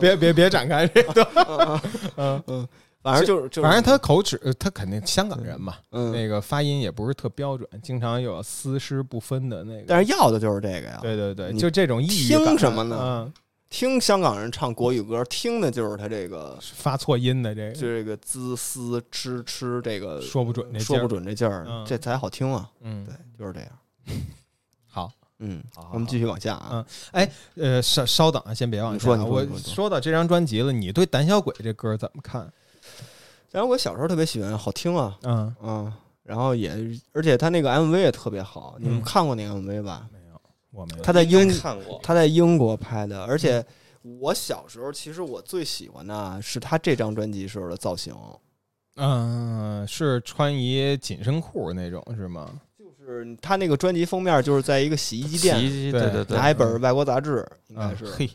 [SPEAKER 1] 别别别展开这个，
[SPEAKER 3] 嗯，反正就是就是，
[SPEAKER 1] 反正他口齿，呃他肯定香港人嘛，
[SPEAKER 3] 嗯，
[SPEAKER 1] 那个发音也不是特标准，经常有丝丝不分的那个。
[SPEAKER 3] 但是要的就是这个呀。
[SPEAKER 1] 对对对，
[SPEAKER 3] 你
[SPEAKER 1] 就这种意义
[SPEAKER 3] 听
[SPEAKER 1] 感
[SPEAKER 3] 什么呢
[SPEAKER 1] 嗯，
[SPEAKER 3] 听香港人唱国语歌，听的就是他这个
[SPEAKER 1] 发错音的这
[SPEAKER 3] 就
[SPEAKER 1] 个
[SPEAKER 3] 这个滋滋吃吃这个
[SPEAKER 1] 说不准那劲
[SPEAKER 3] 说
[SPEAKER 1] 儿
[SPEAKER 3] 不。准这劲儿
[SPEAKER 1] 嗯，
[SPEAKER 3] 这才好听啊。
[SPEAKER 1] 嗯，
[SPEAKER 3] 对，就是这样。
[SPEAKER 1] 好，
[SPEAKER 3] 嗯
[SPEAKER 1] 好好，
[SPEAKER 3] 我们继续往下啊。
[SPEAKER 1] 呃，稍稍等啊，先别往
[SPEAKER 3] 你
[SPEAKER 1] 下
[SPEAKER 3] 说
[SPEAKER 1] 啊
[SPEAKER 3] 你说
[SPEAKER 1] 我
[SPEAKER 3] 你说你说
[SPEAKER 1] 说到这张专辑了，你对《胆小鬼》这歌怎么看？
[SPEAKER 3] 然后我小时候特别喜欢，好听啊，
[SPEAKER 1] 嗯，
[SPEAKER 3] 嗯。然后也，而且他那个 MV 也特别好，你们
[SPEAKER 1] 嗯
[SPEAKER 3] 看过那个 MV 吧？
[SPEAKER 1] 没有，我没有。
[SPEAKER 3] 他在英
[SPEAKER 2] 看过，
[SPEAKER 3] 他在英国拍的，而且我小时候其实我最喜欢的啊是他这张专辑时候的造型，
[SPEAKER 1] 嗯、是穿一紧身裤那种是吗？
[SPEAKER 3] 就是他那个专辑封面就是在一个洗衣机
[SPEAKER 2] 洗衣
[SPEAKER 3] 店
[SPEAKER 2] 机
[SPEAKER 1] 对
[SPEAKER 2] 对对对，
[SPEAKER 3] 拿一本外国杂志，应
[SPEAKER 1] 啊
[SPEAKER 3] 该，是嗯
[SPEAKER 1] 嘿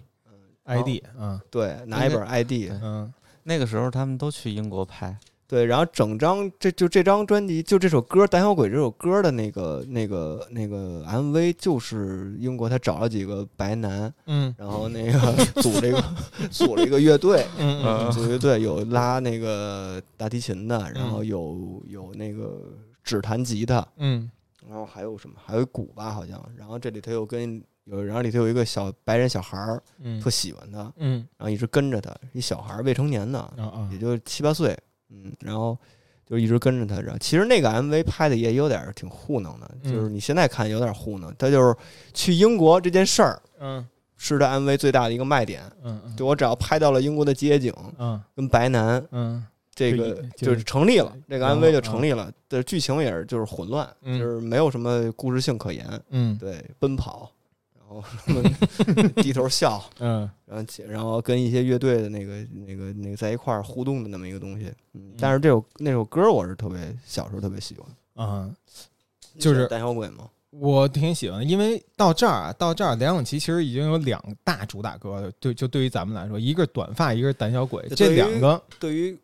[SPEAKER 1] ，ID 啊，
[SPEAKER 3] 对拿一本 ID，
[SPEAKER 1] 嗯
[SPEAKER 2] 那个时候他们都去英国拍，
[SPEAKER 3] 对，然后整张这就这张专辑就这首歌《胆小鬼》这首歌的那个那个那个 MV 就是英国他找了几个白男，
[SPEAKER 1] 嗯
[SPEAKER 3] 然后那 个组这个组了一个乐队，
[SPEAKER 1] 嗯嗯
[SPEAKER 2] 嗯
[SPEAKER 3] 组乐队有拉那个大提琴的，然后有有那个指弹吉他，
[SPEAKER 1] 嗯
[SPEAKER 3] 然后还有什么？还有鼓吧，好像。然后这里头有跟有，然后里头有一个小白人小孩儿
[SPEAKER 1] 嗯，
[SPEAKER 3] 呃特喜欢他，然
[SPEAKER 1] 嗯
[SPEAKER 3] 后一直跟着他，一小孩儿未成年的，
[SPEAKER 1] 啊啊
[SPEAKER 3] 也，就七八岁，嗯，然后就一直跟着他。然后其实那个 MV 拍的也有点儿挺糊弄的，
[SPEAKER 1] 嗯
[SPEAKER 3] 就是你现在看有点儿糊弄。他就是去英国这件事儿
[SPEAKER 1] 嗯
[SPEAKER 3] 是他 MV 最大的一个卖点。
[SPEAKER 1] 嗯嗯
[SPEAKER 3] 就我只要拍到了英国的街景
[SPEAKER 1] 嗯
[SPEAKER 3] 跟白男，
[SPEAKER 1] 嗯
[SPEAKER 3] 这
[SPEAKER 1] 就
[SPEAKER 3] 个
[SPEAKER 1] 一就
[SPEAKER 3] 就是是成立了，这个
[SPEAKER 1] 然
[SPEAKER 3] MV
[SPEAKER 1] 后啊
[SPEAKER 3] 就成立了。的剧情也是就是混乱，
[SPEAKER 1] 嗯
[SPEAKER 3] 就是没有什么故事性可言。
[SPEAKER 1] 嗯
[SPEAKER 3] 对，奔跑，然后 他们低头笑，
[SPEAKER 1] 嗯
[SPEAKER 3] 然后起然后跟一些乐队的那个那个那个在一块儿互动的那么一个东西。嗯，但是这首那首歌我是特别小时候特别喜欢，
[SPEAKER 1] 嗯，
[SPEAKER 3] 你
[SPEAKER 1] 就是
[SPEAKER 3] 喜欢胆小鬼吗？
[SPEAKER 1] 我挺喜欢的，因为到这儿啊，到这儿，梁咏琪其实已经有两大主打歌了。对，就对于咱们来说，一个是短发，一个是胆小鬼，
[SPEAKER 3] 对
[SPEAKER 1] 这两个
[SPEAKER 3] 对于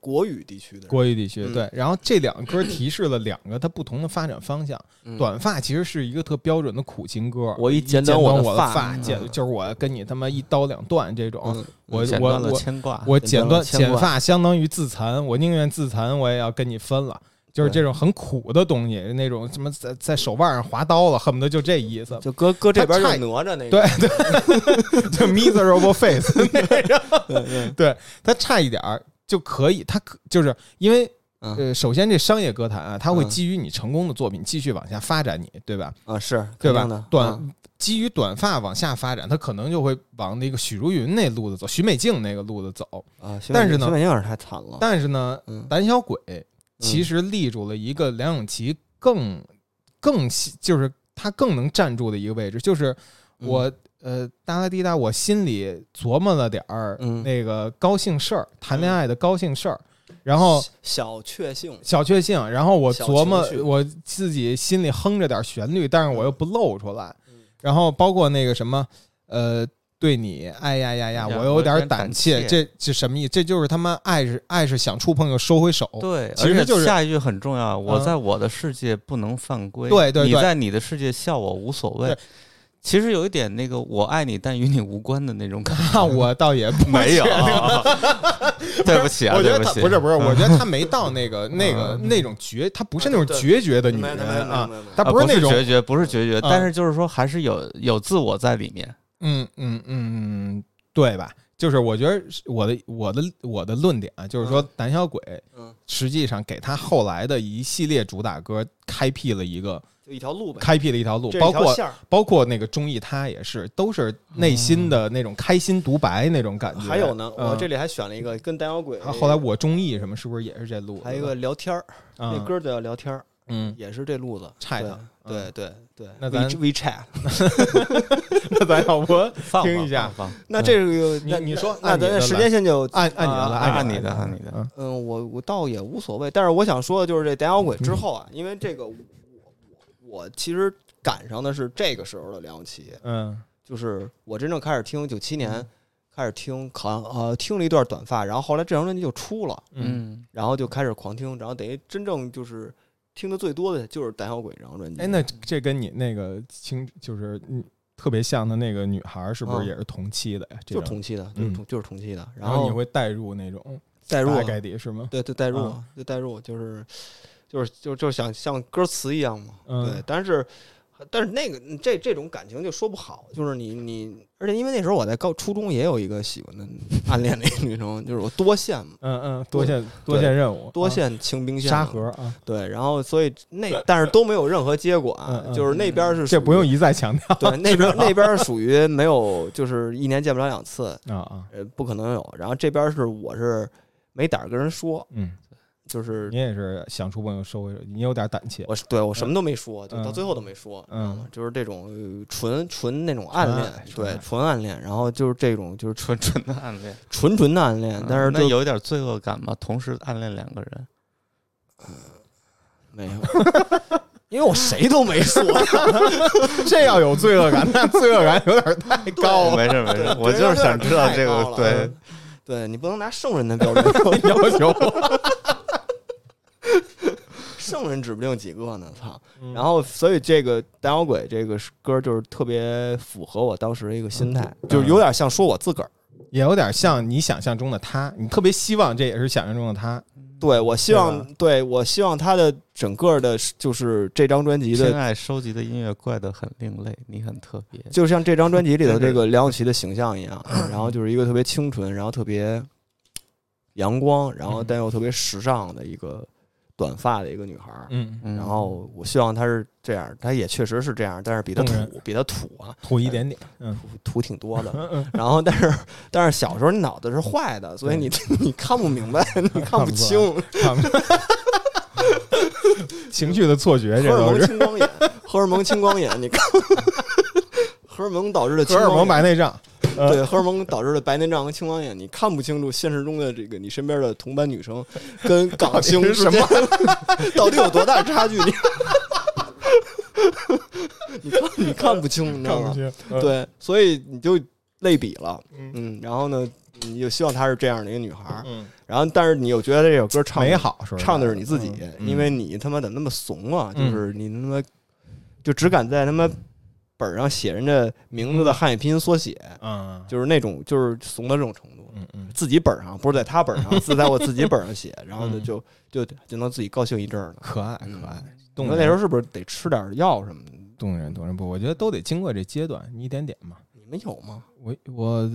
[SPEAKER 3] 国语地区的人
[SPEAKER 1] 国语地区
[SPEAKER 3] 嗯
[SPEAKER 1] 对。然后这两个歌提示了两个它不同的发展方向。
[SPEAKER 3] 嗯
[SPEAKER 1] 短发其实是一个特标准的苦情歌，
[SPEAKER 3] 我一剪
[SPEAKER 1] 剪
[SPEAKER 3] 短
[SPEAKER 1] 短
[SPEAKER 3] 的
[SPEAKER 1] 我
[SPEAKER 3] 发
[SPEAKER 1] 发，
[SPEAKER 3] 嗯
[SPEAKER 1] 剪就是我跟你他妈一刀两断这种。
[SPEAKER 3] 嗯
[SPEAKER 1] 我
[SPEAKER 2] 剪
[SPEAKER 1] 我
[SPEAKER 2] 断了
[SPEAKER 1] 我
[SPEAKER 2] 牵挂。
[SPEAKER 1] 我
[SPEAKER 3] 剪
[SPEAKER 1] 剪
[SPEAKER 3] 断
[SPEAKER 1] 断
[SPEAKER 3] 了牵
[SPEAKER 1] 剪
[SPEAKER 3] 挂
[SPEAKER 1] 发相当于自残，我宁愿自残，我也要跟你分了。就是
[SPEAKER 3] 对
[SPEAKER 1] 这种很苦的东西，那种什么在在手腕上划刀了，恨不得就这意思。
[SPEAKER 3] 就搁搁这边就
[SPEAKER 1] 他差
[SPEAKER 3] 是哪吒那个，
[SPEAKER 1] 对对， 就 miserable face 那种，对他差一点儿就可以，他可就是因为
[SPEAKER 3] 嗯
[SPEAKER 1] 呃，首先这商业歌坛啊，它会
[SPEAKER 3] 嗯
[SPEAKER 1] 基于你成功的作品继续往下发展你，对吧？
[SPEAKER 3] 啊是
[SPEAKER 1] 对
[SPEAKER 3] 肯定
[SPEAKER 1] 吧
[SPEAKER 3] 的？嗯
[SPEAKER 1] 短基于短发往下发展，它可能就会往那个许茹芸那路子走，许美静那个路子走。
[SPEAKER 3] 啊，徐
[SPEAKER 1] 但
[SPEAKER 3] 美
[SPEAKER 1] 是呢
[SPEAKER 3] 徐美静有点太惨了，
[SPEAKER 1] 但是呢，
[SPEAKER 3] 嗯
[SPEAKER 1] 胆小鬼其实立住了一个梁咏琪更更细就是他更能站住的一个位置，就是
[SPEAKER 3] 嗯
[SPEAKER 1] 我、呃哒啦滴哒，我心里琢磨了点儿
[SPEAKER 3] 嗯
[SPEAKER 1] 那个高兴事儿，谈恋爱的高兴事儿，然后
[SPEAKER 3] 小确幸，
[SPEAKER 1] 嗯小确幸，然后我
[SPEAKER 3] 小
[SPEAKER 1] 琢磨
[SPEAKER 3] 情绪
[SPEAKER 1] 我自己心里哼着点儿旋律，但是我又不露出来，然后包括那个什么呃。对你，哎呀呀呀，
[SPEAKER 2] 呀
[SPEAKER 1] 我
[SPEAKER 2] 我有
[SPEAKER 1] 有点儿
[SPEAKER 2] 点
[SPEAKER 1] 胆
[SPEAKER 2] 胆
[SPEAKER 1] 怯，
[SPEAKER 2] 怯
[SPEAKER 1] 这这什么意思？这就是他妈爱是爱是想触碰又收 回手，
[SPEAKER 2] 对，
[SPEAKER 1] 哦其实
[SPEAKER 2] 而且
[SPEAKER 1] 就是
[SPEAKER 2] 下一句很重要。我
[SPEAKER 1] 嗯
[SPEAKER 2] 在我的世界不能犯规，
[SPEAKER 1] 对对
[SPEAKER 2] 你
[SPEAKER 1] 对
[SPEAKER 2] 在你的世界笑我无所谓
[SPEAKER 1] 对。
[SPEAKER 2] 其实有一点那个我爱你，但与你无关的那种感觉。
[SPEAKER 1] 那 我倒也不
[SPEAKER 2] 没有，对不起啊，
[SPEAKER 1] 我觉
[SPEAKER 2] 对
[SPEAKER 1] 得
[SPEAKER 2] 不
[SPEAKER 1] 她
[SPEAKER 2] 起，嗯
[SPEAKER 1] 不是不是，我觉得她没到那个那个那种决，她不是嗯啊那种决绝的女人啊，她
[SPEAKER 2] 啊
[SPEAKER 1] 不是那种，
[SPEAKER 2] 决绝，不是决绝，
[SPEAKER 1] 嗯
[SPEAKER 2] 但是就是说还是有有自我在里面。
[SPEAKER 1] 嗯嗯嗯，嗯对吧？就是我觉得是我的我的我的论点啊，就是说胆小鬼
[SPEAKER 3] 嗯，
[SPEAKER 1] 实际上给她后来的一系列主打歌开辟了一个
[SPEAKER 3] 就一条路呗，
[SPEAKER 1] 开辟了一条路
[SPEAKER 3] 这，是
[SPEAKER 1] 包
[SPEAKER 3] 一条
[SPEAKER 1] 括
[SPEAKER 3] 线儿嗯
[SPEAKER 1] 包括那个中意她也是，都是内心的那种开心独白那种感觉。
[SPEAKER 3] 还有呢，我
[SPEAKER 1] 嗯
[SPEAKER 3] 这。里还选了一个跟胆小鬼，
[SPEAKER 1] 啊后来我中意什么，是不是也是这路子的？
[SPEAKER 3] 还有一个聊天儿，
[SPEAKER 1] 嗯
[SPEAKER 3] 那歌儿叫聊天儿，
[SPEAKER 1] 嗯，
[SPEAKER 3] 也是这路子
[SPEAKER 1] 菜
[SPEAKER 3] 对
[SPEAKER 1] 的
[SPEAKER 3] 对
[SPEAKER 1] 嗯
[SPEAKER 3] 对对。
[SPEAKER 1] 那
[SPEAKER 3] We-
[SPEAKER 1] 咱
[SPEAKER 3] WeChat，
[SPEAKER 1] 那咱要不
[SPEAKER 2] 放
[SPEAKER 1] 听
[SPEAKER 2] 放
[SPEAKER 1] 一下
[SPEAKER 2] 放放
[SPEAKER 3] 那这个
[SPEAKER 1] 嗯你
[SPEAKER 3] 那
[SPEAKER 1] 你
[SPEAKER 3] 那
[SPEAKER 1] 说
[SPEAKER 3] 那
[SPEAKER 1] 按你
[SPEAKER 3] 咱
[SPEAKER 1] 的
[SPEAKER 3] 时
[SPEAKER 1] 来
[SPEAKER 3] 间线就
[SPEAKER 1] 按按你的来，
[SPEAKER 3] 啊
[SPEAKER 1] 按
[SPEAKER 2] 按你
[SPEAKER 1] 的，
[SPEAKER 2] 的按你的
[SPEAKER 1] 嗯
[SPEAKER 3] 嗯，我我倒也无所谓，但是我想说的就是这胆小鬼
[SPEAKER 1] 嗯
[SPEAKER 3] 之后啊，因为这个我我我其实赶上的是这个时候的梁咏琪，
[SPEAKER 1] 嗯
[SPEAKER 3] 就是我真正开始听九七年开始听，好像呃听了一段短发，然后后来这张专辑就出了，
[SPEAKER 1] 嗯。
[SPEAKER 2] 嗯，
[SPEAKER 3] 然后就开始狂听，然后等于真正就是听的最多的就是《胆小鬼》这张专辑。
[SPEAKER 1] 哎，那这跟你那个青就是嗯特别像的那个女孩，是不是
[SPEAKER 3] 嗯
[SPEAKER 1] 也是同期的呀？这
[SPEAKER 3] 就是
[SPEAKER 1] 种
[SPEAKER 3] 同期的，
[SPEAKER 1] 嗯
[SPEAKER 3] 就是同就是同期的。
[SPEAKER 1] 然
[SPEAKER 3] 后
[SPEAKER 1] 你会带入那种，
[SPEAKER 3] 代入
[SPEAKER 1] 大
[SPEAKER 3] 啊
[SPEAKER 1] 概底是吗？
[SPEAKER 3] 对对，代入
[SPEAKER 1] 啊
[SPEAKER 3] 啊就代入，就是就是就就想像歌词一样嘛。
[SPEAKER 1] 嗯
[SPEAKER 3] 对，但是但是那个这这种感情就说不好，就是你你，而且因为那时候我在高初中也有一个喜欢的暗恋的一女生，就是我多线嘛，
[SPEAKER 1] 嗯嗯，多线多线任务，
[SPEAKER 3] 多
[SPEAKER 1] 啊
[SPEAKER 3] 线清兵线
[SPEAKER 1] 沙
[SPEAKER 3] 嘛
[SPEAKER 1] 盒啊，
[SPEAKER 3] 对，然后所以那但是都没有任何结果啊，
[SPEAKER 1] 嗯嗯
[SPEAKER 3] 就是那边是
[SPEAKER 1] 这不
[SPEAKER 3] 属于
[SPEAKER 1] 用一再强 调
[SPEAKER 3] 对那边那边属于没有，就是一年见不了两次，
[SPEAKER 1] 啊啊，
[SPEAKER 3] 呃，不可能有。然后这边是我是没胆儿跟人说，
[SPEAKER 1] 嗯，
[SPEAKER 3] 就是
[SPEAKER 1] 你也是想出朋友收回，你有点胆怯，
[SPEAKER 3] 我是对我什么都没说，就
[SPEAKER 1] 嗯
[SPEAKER 3] 到最后都没说，你知道吗
[SPEAKER 1] 嗯？
[SPEAKER 3] 就是这种呃纯纯那种暗
[SPEAKER 1] 纯爱
[SPEAKER 3] 恋，
[SPEAKER 1] 纯爱
[SPEAKER 3] 对，纯暗恋，然后就是这种就是纯
[SPEAKER 2] 纯的 暗恋，
[SPEAKER 3] 纯纯的暗
[SPEAKER 1] 嗯
[SPEAKER 3] 恋，嗯但是
[SPEAKER 2] 嗯那
[SPEAKER 3] 就
[SPEAKER 2] 有一点罪恶感吧，同时暗恋两个人，
[SPEAKER 3] 没有，因为我谁都没说，
[SPEAKER 1] 这要有罪恶感，那罪恶感有点太高了，
[SPEAKER 2] 没事 没事，我就是想知道这个，对，
[SPEAKER 3] 对你不能拿圣人的标准 说
[SPEAKER 1] 要求。
[SPEAKER 3] 圣人指不定几个呢，操！然后，所以这个胆小鬼这个歌就是特别符合我当时的一个心态，就是有点像说我自个儿。
[SPEAKER 1] 也有点像你想象中的他，你特别希望这也是想象中的他。
[SPEAKER 3] 对我希望，对我希望他的整个的，就是这张专辑
[SPEAKER 2] 偏
[SPEAKER 3] 的，
[SPEAKER 2] 爱收集的音乐怪得很另类，你很特别，
[SPEAKER 3] 就像这张专辑里的
[SPEAKER 2] 真
[SPEAKER 3] 这
[SPEAKER 2] 是
[SPEAKER 3] 个梁咏琪的形象一样，啊然后就是一个特别清纯，然后特别阳光，然后但又特别时尚的一个短发的一个女孩儿。
[SPEAKER 1] 嗯，
[SPEAKER 2] 嗯
[SPEAKER 3] 然后我希望她是这样，她也确实是这样，但是比她
[SPEAKER 1] 动
[SPEAKER 3] 土
[SPEAKER 1] 人，
[SPEAKER 3] 比她土啊，
[SPEAKER 1] 土一点点。嗯
[SPEAKER 3] 土土挺多的。
[SPEAKER 1] 嗯嗯，
[SPEAKER 3] 然后，但是但是小时候你脑子是坏的，所以你你看不明白， 你看不清，
[SPEAKER 1] 看不 情绪的错觉，这
[SPEAKER 3] 荷尔
[SPEAKER 1] 都
[SPEAKER 3] 蒙
[SPEAKER 1] 是
[SPEAKER 3] 青光眼，荷尔蒙青光眼，你看，荷尔蒙导致的青
[SPEAKER 1] 荷尔蒙
[SPEAKER 3] 光眼，
[SPEAKER 1] 白呃内障。
[SPEAKER 3] 对，荷尔蒙导致的白内障和青光眼，你看不清楚现实中的这个你身边的同班女生跟港 星
[SPEAKER 1] 到底是
[SPEAKER 3] 之间 到底有多大差距？你 你看你看不清，你知道
[SPEAKER 1] 看不
[SPEAKER 3] 吗？
[SPEAKER 1] 清，
[SPEAKER 3] 对，所以你就类比了，
[SPEAKER 1] 嗯
[SPEAKER 3] 嗯，然后呢，你就希望她是这样的一个女孩儿，
[SPEAKER 1] 嗯，
[SPEAKER 3] 然后但是你又觉得这首歌唱得
[SPEAKER 1] 美好是吧？
[SPEAKER 3] 唱的是你自己，
[SPEAKER 1] 嗯
[SPEAKER 3] 因为你他妈怎么那么怂啊？
[SPEAKER 1] 嗯
[SPEAKER 3] 就是你他妈就只敢在他妈本儿上写人家名字的汉语拼音缩写，
[SPEAKER 1] 嗯，
[SPEAKER 3] 就是那种就是怂到这种程度。
[SPEAKER 1] 嗯嗯
[SPEAKER 3] 自己本儿上不是在他 本儿上，是在我自己本儿上写，然后呢
[SPEAKER 1] 嗯
[SPEAKER 3] 就就就能自己高兴一阵儿呢。
[SPEAKER 1] 可爱
[SPEAKER 3] 嗯
[SPEAKER 1] 可爱，
[SPEAKER 3] 你
[SPEAKER 1] 动
[SPEAKER 3] 说
[SPEAKER 1] 人
[SPEAKER 3] 那时候是不是得吃点儿药什么的？
[SPEAKER 1] 动人动人不？我觉得都得经过这阶段，一点点嘛。
[SPEAKER 3] 你们有吗？
[SPEAKER 1] 我我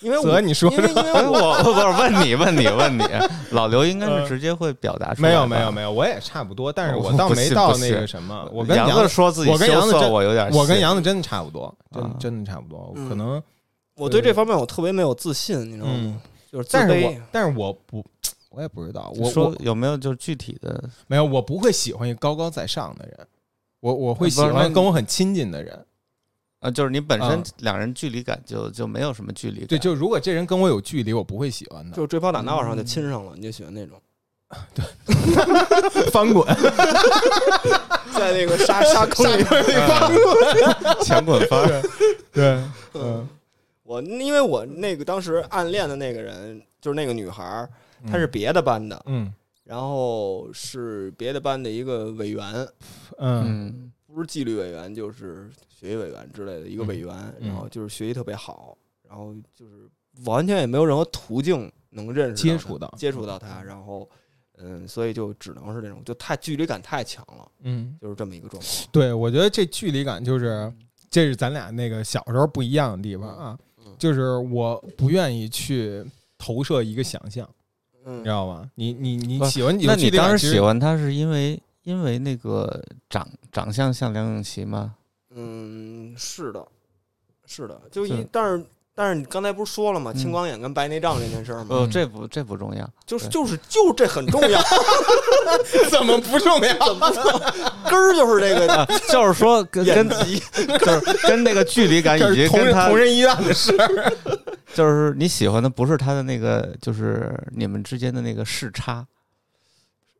[SPEAKER 3] 因为我
[SPEAKER 1] 泽，你说
[SPEAKER 3] 因为因为
[SPEAKER 2] 哎，
[SPEAKER 3] 我
[SPEAKER 2] 我不是问你问你问你，老刘应该是直接会表达出来
[SPEAKER 1] 没
[SPEAKER 2] 吧。
[SPEAKER 1] 有没有没有，我也差不多，但是
[SPEAKER 2] 我
[SPEAKER 1] 哦我倒
[SPEAKER 2] 不
[SPEAKER 1] 没
[SPEAKER 2] 信
[SPEAKER 1] 到
[SPEAKER 2] 不
[SPEAKER 1] 那
[SPEAKER 2] 信
[SPEAKER 1] 个什么。我跟
[SPEAKER 2] 杨
[SPEAKER 1] 杨
[SPEAKER 2] 子说自己
[SPEAKER 1] 我跟
[SPEAKER 2] 羞
[SPEAKER 1] 杨子
[SPEAKER 2] 涩，
[SPEAKER 1] 真
[SPEAKER 2] 我有点
[SPEAKER 1] 我跟
[SPEAKER 2] 信
[SPEAKER 1] 杨子真的差不多，
[SPEAKER 2] 啊
[SPEAKER 1] 真真的差不多。
[SPEAKER 3] 嗯
[SPEAKER 1] 可能，
[SPEAKER 3] 我对这方面我特别没有自信，你知道吗？就是自
[SPEAKER 1] 但是啊
[SPEAKER 3] 卑
[SPEAKER 1] 我。但是我不，嗯我也不知道，
[SPEAKER 2] 就
[SPEAKER 1] 我
[SPEAKER 2] 说
[SPEAKER 1] 我
[SPEAKER 2] 有没有就是具体的
[SPEAKER 1] 没有，我不会喜欢一个高高在上的人，我我会
[SPEAKER 2] 不
[SPEAKER 1] 喜
[SPEAKER 2] 是那
[SPEAKER 1] 欢
[SPEAKER 2] 你
[SPEAKER 1] 跟我很亲近的人。
[SPEAKER 2] 啊？就是你本身
[SPEAKER 1] 啊
[SPEAKER 2] 两人距离感就就没有什么距离感，
[SPEAKER 1] 对，就如果这人跟我有距离，我不会喜欢的。
[SPEAKER 3] 就追跑打闹上就亲上了，你就喜欢那种，
[SPEAKER 1] 翻滚，
[SPEAKER 3] 在那个 沙嗯沙坑里
[SPEAKER 2] 前滚翻儿
[SPEAKER 1] 对，
[SPEAKER 3] 嗯，我因为我那个当时暗恋的那个人就是那个女孩儿，她是别的班的，
[SPEAKER 1] 嗯
[SPEAKER 3] 然后是别的班的一个委员，
[SPEAKER 1] 嗯
[SPEAKER 2] 嗯，
[SPEAKER 3] 不是纪律委员就是学习委员之类的一个委员，
[SPEAKER 1] 嗯
[SPEAKER 3] 然后就是学习特别好，然后就是完全也没有任何途径能认识
[SPEAKER 1] 接
[SPEAKER 3] 她
[SPEAKER 1] 触到
[SPEAKER 3] 接触到她，然后嗯，所以就只能是这种，就太距离感太强了，
[SPEAKER 1] 嗯，
[SPEAKER 3] 就是这么一个状况。
[SPEAKER 1] 对，我觉得这距离感就是，这是咱俩那个小时候不一样的地方啊，就是我不愿意去投射一个想象，你
[SPEAKER 3] 嗯
[SPEAKER 1] 知，道吗？你你
[SPEAKER 2] 不
[SPEAKER 1] 你
[SPEAKER 2] 是
[SPEAKER 1] 喜欢有
[SPEAKER 2] 那
[SPEAKER 1] 距
[SPEAKER 2] 你
[SPEAKER 1] 离感
[SPEAKER 2] 当
[SPEAKER 1] 其
[SPEAKER 2] 时
[SPEAKER 1] 实
[SPEAKER 2] 喜欢他是因为因为那个长长相像梁咏琪吗？
[SPEAKER 3] 嗯，是的，是的，就
[SPEAKER 2] 对
[SPEAKER 3] 一但是但是你刚才不是说了吗？
[SPEAKER 2] 嗯
[SPEAKER 3] 青光眼跟白内障这件事儿吗？
[SPEAKER 2] 呃，
[SPEAKER 1] 嗯
[SPEAKER 2] 这不这不重要，
[SPEAKER 3] 就是
[SPEAKER 2] 对
[SPEAKER 3] 就是就是这很重要，
[SPEAKER 1] 怎么不重要？
[SPEAKER 3] 根儿就是这个
[SPEAKER 2] 啊，就是说跟
[SPEAKER 3] 眼
[SPEAKER 2] 跟
[SPEAKER 3] 疾。
[SPEAKER 2] 就是跟那个距离 感
[SPEAKER 1] 这
[SPEAKER 2] 以及
[SPEAKER 1] 是同
[SPEAKER 2] 跟
[SPEAKER 1] 人
[SPEAKER 2] 他
[SPEAKER 1] 同人医院的事儿。
[SPEAKER 2] 就是你喜欢的不是他的那个，就是你们之间的那个视差，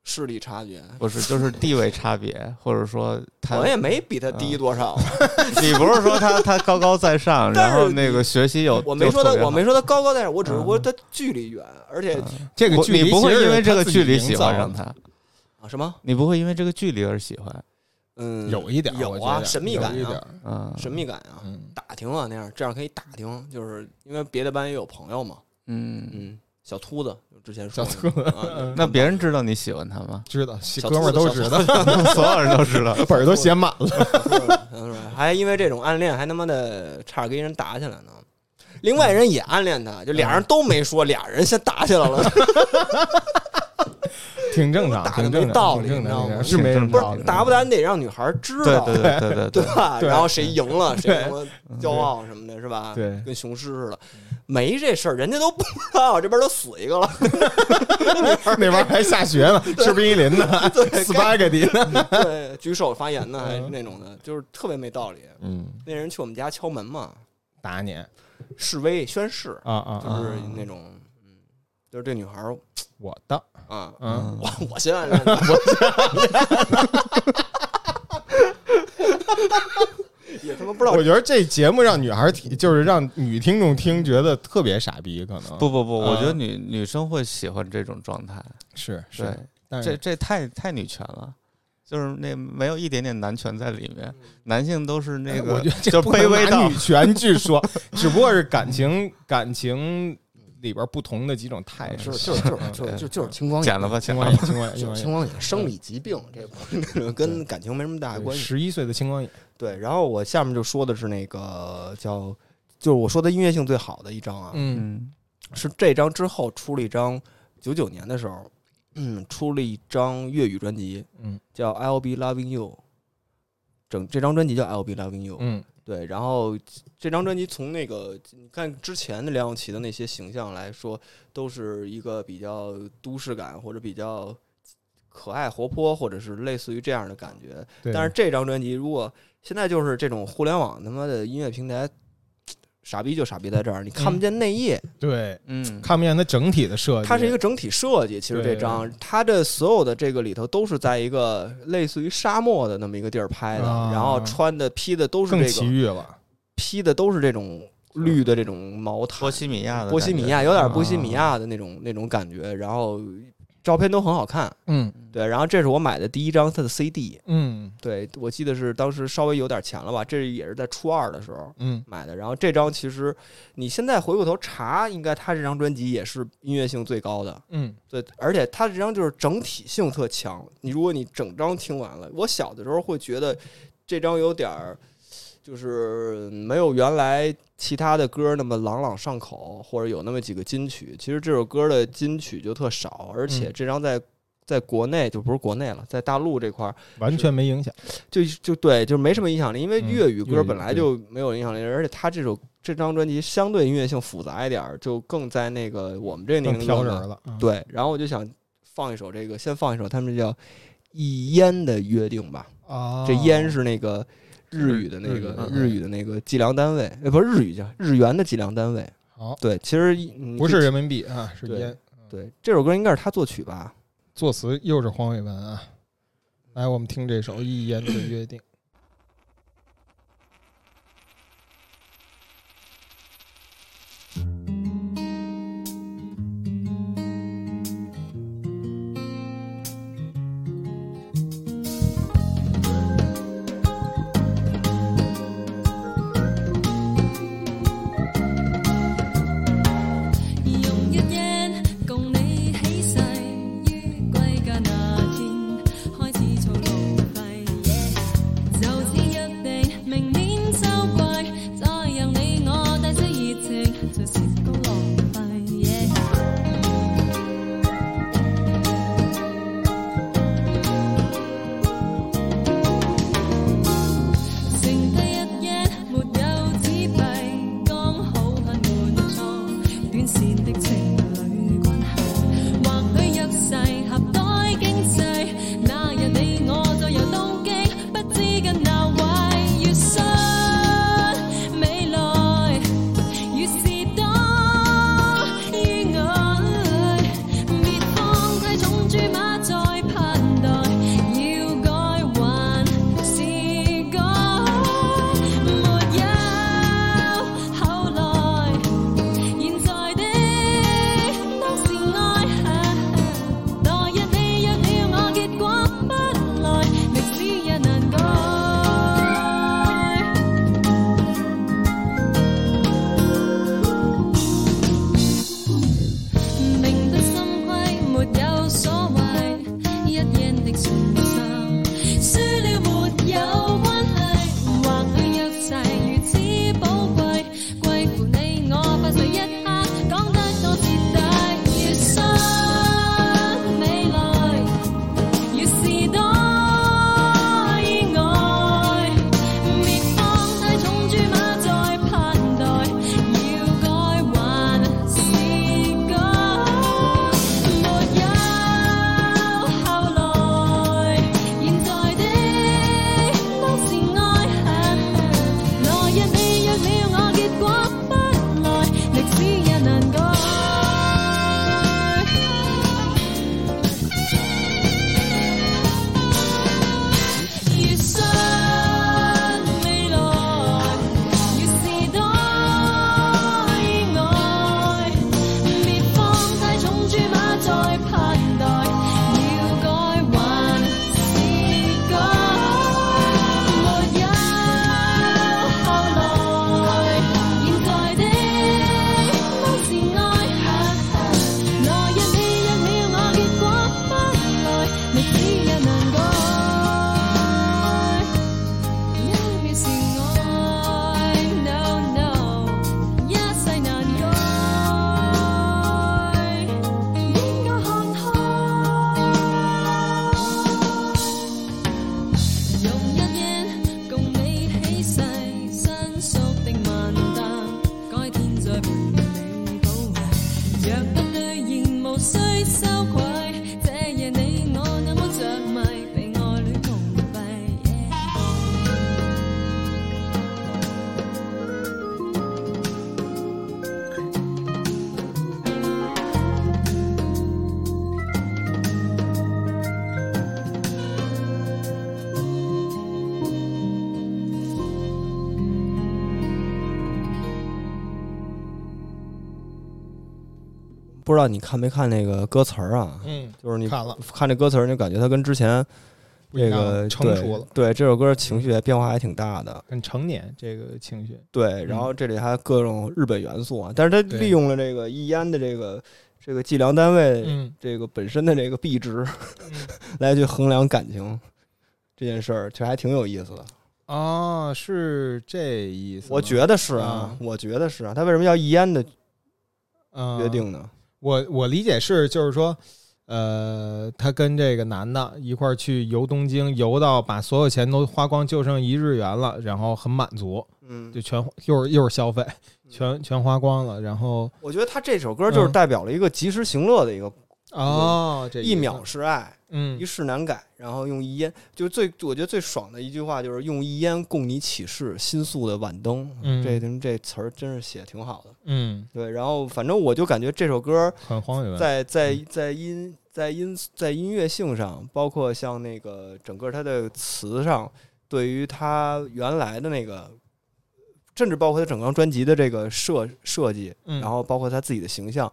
[SPEAKER 3] 视力察觉。
[SPEAKER 2] 不是就是地位差别，或者说他
[SPEAKER 3] 我也没比他
[SPEAKER 2] 啊
[SPEAKER 3] 低多少，
[SPEAKER 2] 你不是说他他高高 在上，
[SPEAKER 3] 但是
[SPEAKER 2] 然后那个学习有
[SPEAKER 3] 我没说他
[SPEAKER 2] 就特，别好
[SPEAKER 3] 我没说他高高在上，我只是
[SPEAKER 2] 嗯
[SPEAKER 3] 说他距离远，而且
[SPEAKER 1] 这个
[SPEAKER 2] 我
[SPEAKER 1] 距离
[SPEAKER 2] 你不会
[SPEAKER 1] 其实是
[SPEAKER 2] 因为这
[SPEAKER 1] 他
[SPEAKER 2] 个
[SPEAKER 1] 自
[SPEAKER 2] 距
[SPEAKER 1] 己
[SPEAKER 2] 离
[SPEAKER 1] 营
[SPEAKER 2] 喜
[SPEAKER 1] 造
[SPEAKER 2] 欢
[SPEAKER 1] 的
[SPEAKER 2] 上他，
[SPEAKER 3] 啊什么，
[SPEAKER 2] 你不会因为这个距离而喜欢，
[SPEAKER 3] 嗯，
[SPEAKER 1] 有一点儿
[SPEAKER 3] 有
[SPEAKER 1] 我觉
[SPEAKER 3] 啊，
[SPEAKER 1] 得
[SPEAKER 3] 神秘
[SPEAKER 1] 有
[SPEAKER 3] 感
[SPEAKER 1] 一点
[SPEAKER 3] 啊
[SPEAKER 1] 儿，，
[SPEAKER 2] 嗯，
[SPEAKER 3] 神秘感啊，
[SPEAKER 1] 嗯
[SPEAKER 3] 打听啊那样，这样可以打听，就是因为别的班也有朋友嘛，
[SPEAKER 2] 嗯，
[SPEAKER 3] 嗯，小秃子，之前
[SPEAKER 1] 小
[SPEAKER 3] 说
[SPEAKER 1] 兔
[SPEAKER 3] 的
[SPEAKER 1] 子，
[SPEAKER 3] 啊
[SPEAKER 1] 嗯
[SPEAKER 2] 那别人知道你喜欢他吗？
[SPEAKER 1] 知道，
[SPEAKER 3] 小
[SPEAKER 1] 哥们儿
[SPEAKER 3] 兔
[SPEAKER 1] 都
[SPEAKER 3] 子
[SPEAKER 1] 知
[SPEAKER 3] 小
[SPEAKER 1] 道，
[SPEAKER 2] 所有人都知道。
[SPEAKER 1] 本儿都写满了。
[SPEAKER 3] 嗯还因为这种暗恋，还他妈的差点跟人打起来呢。另外人也暗恋他，就俩人都没说，俩人先打起来了。
[SPEAKER 1] 挺正常，
[SPEAKER 3] 打得
[SPEAKER 1] 挺正
[SPEAKER 3] 没
[SPEAKER 1] 常，
[SPEAKER 3] 道理
[SPEAKER 1] 挺正
[SPEAKER 3] 你知道吗
[SPEAKER 1] 常，是没什么
[SPEAKER 2] 不是
[SPEAKER 1] 道理。
[SPEAKER 3] 打不打你得让女孩知
[SPEAKER 2] 对
[SPEAKER 3] 道，
[SPEAKER 2] 对对对对嗯
[SPEAKER 3] 对
[SPEAKER 2] 对，
[SPEAKER 3] 吧？
[SPEAKER 1] 对
[SPEAKER 3] 然后谁赢了，谁
[SPEAKER 1] 对
[SPEAKER 3] 什么骄傲什么的，是吧？
[SPEAKER 1] 对
[SPEAKER 3] 跟雄狮似的，没这事儿，人家都不知道，这边都死一个了，
[SPEAKER 1] 那边还下雪呢，吃冰激凌呢，spaghetti 呢。
[SPEAKER 3] 对，举手发言呢，还是
[SPEAKER 1] 嗯
[SPEAKER 3] 那种的，就是特别没道理。
[SPEAKER 1] 嗯，
[SPEAKER 3] 那人去我们家敲门嘛，
[SPEAKER 1] 打你啊
[SPEAKER 3] 示威宣誓，
[SPEAKER 1] 啊啊！
[SPEAKER 3] 就是那种，嗯，就是这女孩儿
[SPEAKER 1] 我的，
[SPEAKER 3] 啊，
[SPEAKER 1] 嗯，
[SPEAKER 3] 我我先暗恋的， 也他妈不知道
[SPEAKER 1] 我觉得这节目让女孩儿听，就是让女听众听，觉得特别傻逼，可能
[SPEAKER 2] 不不不，我觉得
[SPEAKER 1] 嗯
[SPEAKER 2] 女女生会喜欢这种状态。
[SPEAKER 1] 是哎
[SPEAKER 2] 对
[SPEAKER 1] 是，，但
[SPEAKER 2] 这
[SPEAKER 1] 是
[SPEAKER 2] 这太太女权了。就是那没有一点点男权在里面，男性都是那
[SPEAKER 1] 我
[SPEAKER 2] 个
[SPEAKER 1] 觉得这
[SPEAKER 2] 就
[SPEAKER 1] 不能
[SPEAKER 2] 卑微
[SPEAKER 1] 拿
[SPEAKER 2] 到
[SPEAKER 1] 女权去 说，只不过是感情感情里边不同的几种态势
[SPEAKER 3] 是。就是
[SPEAKER 1] 嗯
[SPEAKER 3] 就是
[SPEAKER 1] 哎
[SPEAKER 3] 就是就是就是青光眼，
[SPEAKER 2] 剪了吧，剪
[SPEAKER 1] 青
[SPEAKER 2] 了
[SPEAKER 1] 光
[SPEAKER 2] 吧
[SPEAKER 1] 眼，。青光眼，
[SPEAKER 3] 就是青
[SPEAKER 1] 青
[SPEAKER 3] 光眼生理疾病， 这
[SPEAKER 1] 嗯
[SPEAKER 3] 不跟感情没什么大
[SPEAKER 1] 光
[SPEAKER 3] 关
[SPEAKER 1] 眼，
[SPEAKER 3] 系。
[SPEAKER 1] 十一岁的青光眼，
[SPEAKER 3] 对，然后我下面就说的是那个叫，就是我说的音乐性最好的一张啊，
[SPEAKER 1] 嗯
[SPEAKER 2] 嗯，
[SPEAKER 3] 是这张之后出了一张，九九年的时候，嗯，出了一张粤语专辑，
[SPEAKER 1] 嗯，
[SPEAKER 3] 叫《I'll Be Loving You》，整这张专辑叫《I'll Be Loving You》，
[SPEAKER 1] 嗯
[SPEAKER 3] 对，然后这张专辑从那个你看之前的梁咏琪的那些形象来说，都是一个比较都市感或者比较可爱活泼，或者是类似于这样的感觉。
[SPEAKER 1] 对，
[SPEAKER 3] 但是这张专辑如果现在就是这种互联网他妈的音乐平台，傻逼就傻逼在这儿，你
[SPEAKER 1] 嗯
[SPEAKER 3] 看不见内页，
[SPEAKER 1] 对
[SPEAKER 2] 嗯，
[SPEAKER 1] 看不见它整体的设计，
[SPEAKER 3] 它是一个整体设计。其实这
[SPEAKER 1] 对
[SPEAKER 3] 张它的所有的这个里头都是在一个类似于沙漠的那么一个地儿拍的，
[SPEAKER 1] 啊
[SPEAKER 3] 然后穿的披的都是
[SPEAKER 1] 更
[SPEAKER 3] 这
[SPEAKER 1] 奇
[SPEAKER 3] 个
[SPEAKER 1] 遇了。
[SPEAKER 3] 披的都是这种绿的这种毛毯
[SPEAKER 2] 波，西米亚的
[SPEAKER 3] 波西米
[SPEAKER 2] 感
[SPEAKER 3] 亚有点波西米亚的那种那种感觉，然后照片都很好看。
[SPEAKER 1] 嗯
[SPEAKER 3] 对，然后这是我买的第一张它的 CD，
[SPEAKER 1] 嗯
[SPEAKER 3] 对我记得是当时稍微有点钱了吧，这也是在初二的时候
[SPEAKER 1] 嗯，
[SPEAKER 3] 买的。然后这张其实你现在回过头查，应该它这张专辑也是音乐性最高的，
[SPEAKER 1] 嗯，
[SPEAKER 3] 对，而且它这张就是整体性特强。你如果你整张听完了，我小的时候会觉得这张有点儿，就是没有原来其他的歌那么朗朗上口，或者有那么几个金曲。其实这首歌的金曲就特少，而且
[SPEAKER 1] 嗯
[SPEAKER 3] 这张在在国内就不是国内了，在大陆这块儿
[SPEAKER 1] 完全没影响。
[SPEAKER 3] 就就对，就没什么影响力，因为
[SPEAKER 1] 嗯
[SPEAKER 3] 粤语
[SPEAKER 1] 粤
[SPEAKER 3] 歌
[SPEAKER 1] 语
[SPEAKER 3] 本来
[SPEAKER 1] 对
[SPEAKER 3] 就没有影响力，而且它这首这张专辑相对音乐性复杂一点儿，就更在那个我们这年
[SPEAKER 1] 更
[SPEAKER 3] 龄
[SPEAKER 1] 挑
[SPEAKER 3] 段
[SPEAKER 1] 人了。嗯，
[SPEAKER 3] 对，然后我就想放一首这个，先放一首他们叫《一烟的约定》吧。
[SPEAKER 1] 啊
[SPEAKER 3] 这烟是那个日语的那
[SPEAKER 1] 日
[SPEAKER 3] 个
[SPEAKER 1] 语嗯
[SPEAKER 3] 日语的那个计量单位，呃，不是日语叫日元的计量单位。
[SPEAKER 1] 好，
[SPEAKER 3] 对，其实你
[SPEAKER 1] 不是人民币啊，是
[SPEAKER 3] 对
[SPEAKER 1] 烟。
[SPEAKER 3] 对这首歌应该是他作曲吧？
[SPEAKER 1] 作词又是黄伟文啊。来，我们听这首《一烟的约 定》。
[SPEAKER 5] 用一日共你起誓，於歸家那天開始操勞費。
[SPEAKER 3] 不知道你看没看那个歌词儿啊？
[SPEAKER 1] 嗯，
[SPEAKER 3] 就是你
[SPEAKER 1] 看了
[SPEAKER 3] 看这歌词儿，你就感觉它跟之前
[SPEAKER 1] 不一
[SPEAKER 3] 这
[SPEAKER 1] 样
[SPEAKER 3] 个
[SPEAKER 1] 了成熟了，
[SPEAKER 3] 对对这首歌情绪变化还挺大的。
[SPEAKER 1] 很成年这个情绪，
[SPEAKER 3] 对，然后这里还有各种日本元素啊，但是它
[SPEAKER 1] 嗯对
[SPEAKER 3] 利用了这个一烟的这个这个计量单位，
[SPEAKER 1] 嗯，
[SPEAKER 3] 这个本身的这个币值 来去衡量感情这件事儿，其实还挺有意思的。
[SPEAKER 1] 哦，是这意思吗，
[SPEAKER 3] 我觉得是啊
[SPEAKER 1] 啊，
[SPEAKER 3] 我觉得是啊，它为什么要一烟的
[SPEAKER 1] 嗯
[SPEAKER 3] 约定呢？
[SPEAKER 1] 我我理解是，就是说，呃，她跟这个男的一块儿去游东京，游到把所有钱都花光，就剩一日元了，然后很满足，
[SPEAKER 3] 嗯
[SPEAKER 1] 就全又是又是消费，全全花光了，然后
[SPEAKER 3] 我觉得他这首歌就是
[SPEAKER 1] 嗯
[SPEAKER 3] 代表了一个及时行乐的一个
[SPEAKER 1] 哦，这
[SPEAKER 3] 一
[SPEAKER 1] 意思
[SPEAKER 3] 秒，是爱，
[SPEAKER 1] 嗯
[SPEAKER 3] 一，世难改，然后用一烟，就是最我觉得最爽的一句话就是用一烟供你起誓，心宿的晚灯。
[SPEAKER 1] 嗯
[SPEAKER 3] 这这词儿真是写得挺好的。
[SPEAKER 1] 嗯，
[SPEAKER 3] 对，然后反正我就感觉这首歌
[SPEAKER 1] 很荒原，
[SPEAKER 3] 在在
[SPEAKER 1] 嗯
[SPEAKER 3] 在音在音在音乐性上，包括像那个整个它的词上，对于它原来的那个，甚至包括它整张专辑的这个设设计，
[SPEAKER 1] 嗯
[SPEAKER 3] 然后包括它自己的形象，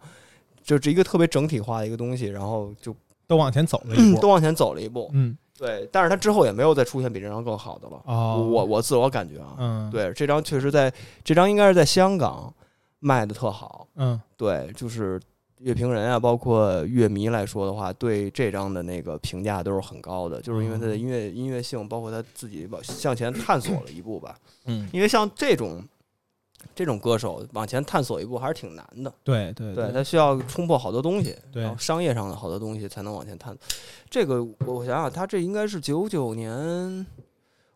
[SPEAKER 3] 就是一个特别整体化的一个东西，然后就
[SPEAKER 1] 都往前走了一
[SPEAKER 3] 都
[SPEAKER 1] 步，
[SPEAKER 3] 往前走了一步。
[SPEAKER 1] 嗯，
[SPEAKER 3] 对，但是它之后也没有再出现比这张更好的了。
[SPEAKER 1] 哦，
[SPEAKER 3] 我我自我感觉啊，
[SPEAKER 1] 嗯，，
[SPEAKER 3] 对这张确实在这张应该是在香港卖的特好，
[SPEAKER 1] 嗯
[SPEAKER 3] 对，就是乐评人啊，包括乐迷来说的话，对这张的那个评价都是很高的，就是因为他的音乐音乐性，包括他自己往向前探索了一步吧。
[SPEAKER 1] 嗯，
[SPEAKER 3] 因为像这种这种歌手往前探索一步还是挺难的，
[SPEAKER 1] 对对
[SPEAKER 3] 对他需要冲破好多东西，
[SPEAKER 1] 对
[SPEAKER 3] 然后商业上的好多东西才能往前探索。这个我我想想，他这应该是九九年。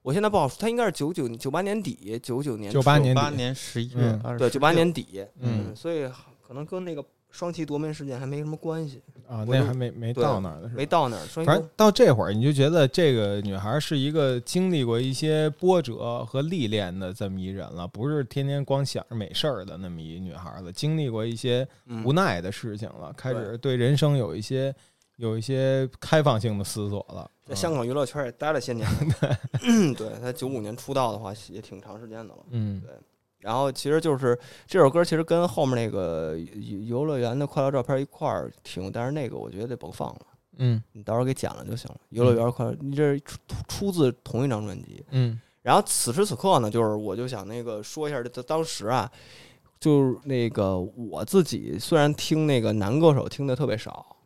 [SPEAKER 3] 我现在不好说，他应该是九九九八年底，九九年初
[SPEAKER 1] 98年
[SPEAKER 2] 八
[SPEAKER 1] 底
[SPEAKER 2] 年十一月
[SPEAKER 1] 嗯
[SPEAKER 2] 二，
[SPEAKER 3] 对，九八年底，
[SPEAKER 1] 嗯
[SPEAKER 3] 所以可能跟那个双旗夺门事件还没什么关系，
[SPEAKER 1] 啊，
[SPEAKER 3] 我
[SPEAKER 1] 那
[SPEAKER 3] 就
[SPEAKER 1] 还没没
[SPEAKER 3] 对
[SPEAKER 1] 到那儿呢，是吧
[SPEAKER 3] 没到那儿。双旗
[SPEAKER 1] 反
[SPEAKER 3] 夺
[SPEAKER 1] 正到这会儿，你就觉得这个女孩是一个经历过一些波折和历练的这么一人了，不是天天光想着美事儿的那么一女孩了，经历过一些
[SPEAKER 3] 嗯
[SPEAKER 1] 无奈的事情了，开始对人生有一些有一些开放性的思索了。啊
[SPEAKER 3] 在香港娱乐圈也待了些年， 对他九五年出道的话也挺长时间的了。
[SPEAKER 1] 嗯，
[SPEAKER 3] 然后其实就是这首歌，其实跟后面那个游游乐园的快乐照片一块儿听，但是那个我觉得得甭放了，
[SPEAKER 1] 嗯
[SPEAKER 3] 你到时候给剪了就行了。游乐园快乐，你这是出出自同一张专辑，
[SPEAKER 1] 嗯
[SPEAKER 3] 然后此时此刻呢，就是我就想那个说一下，这当时啊，就是那个我自己虽然听那个男歌手听的特别少，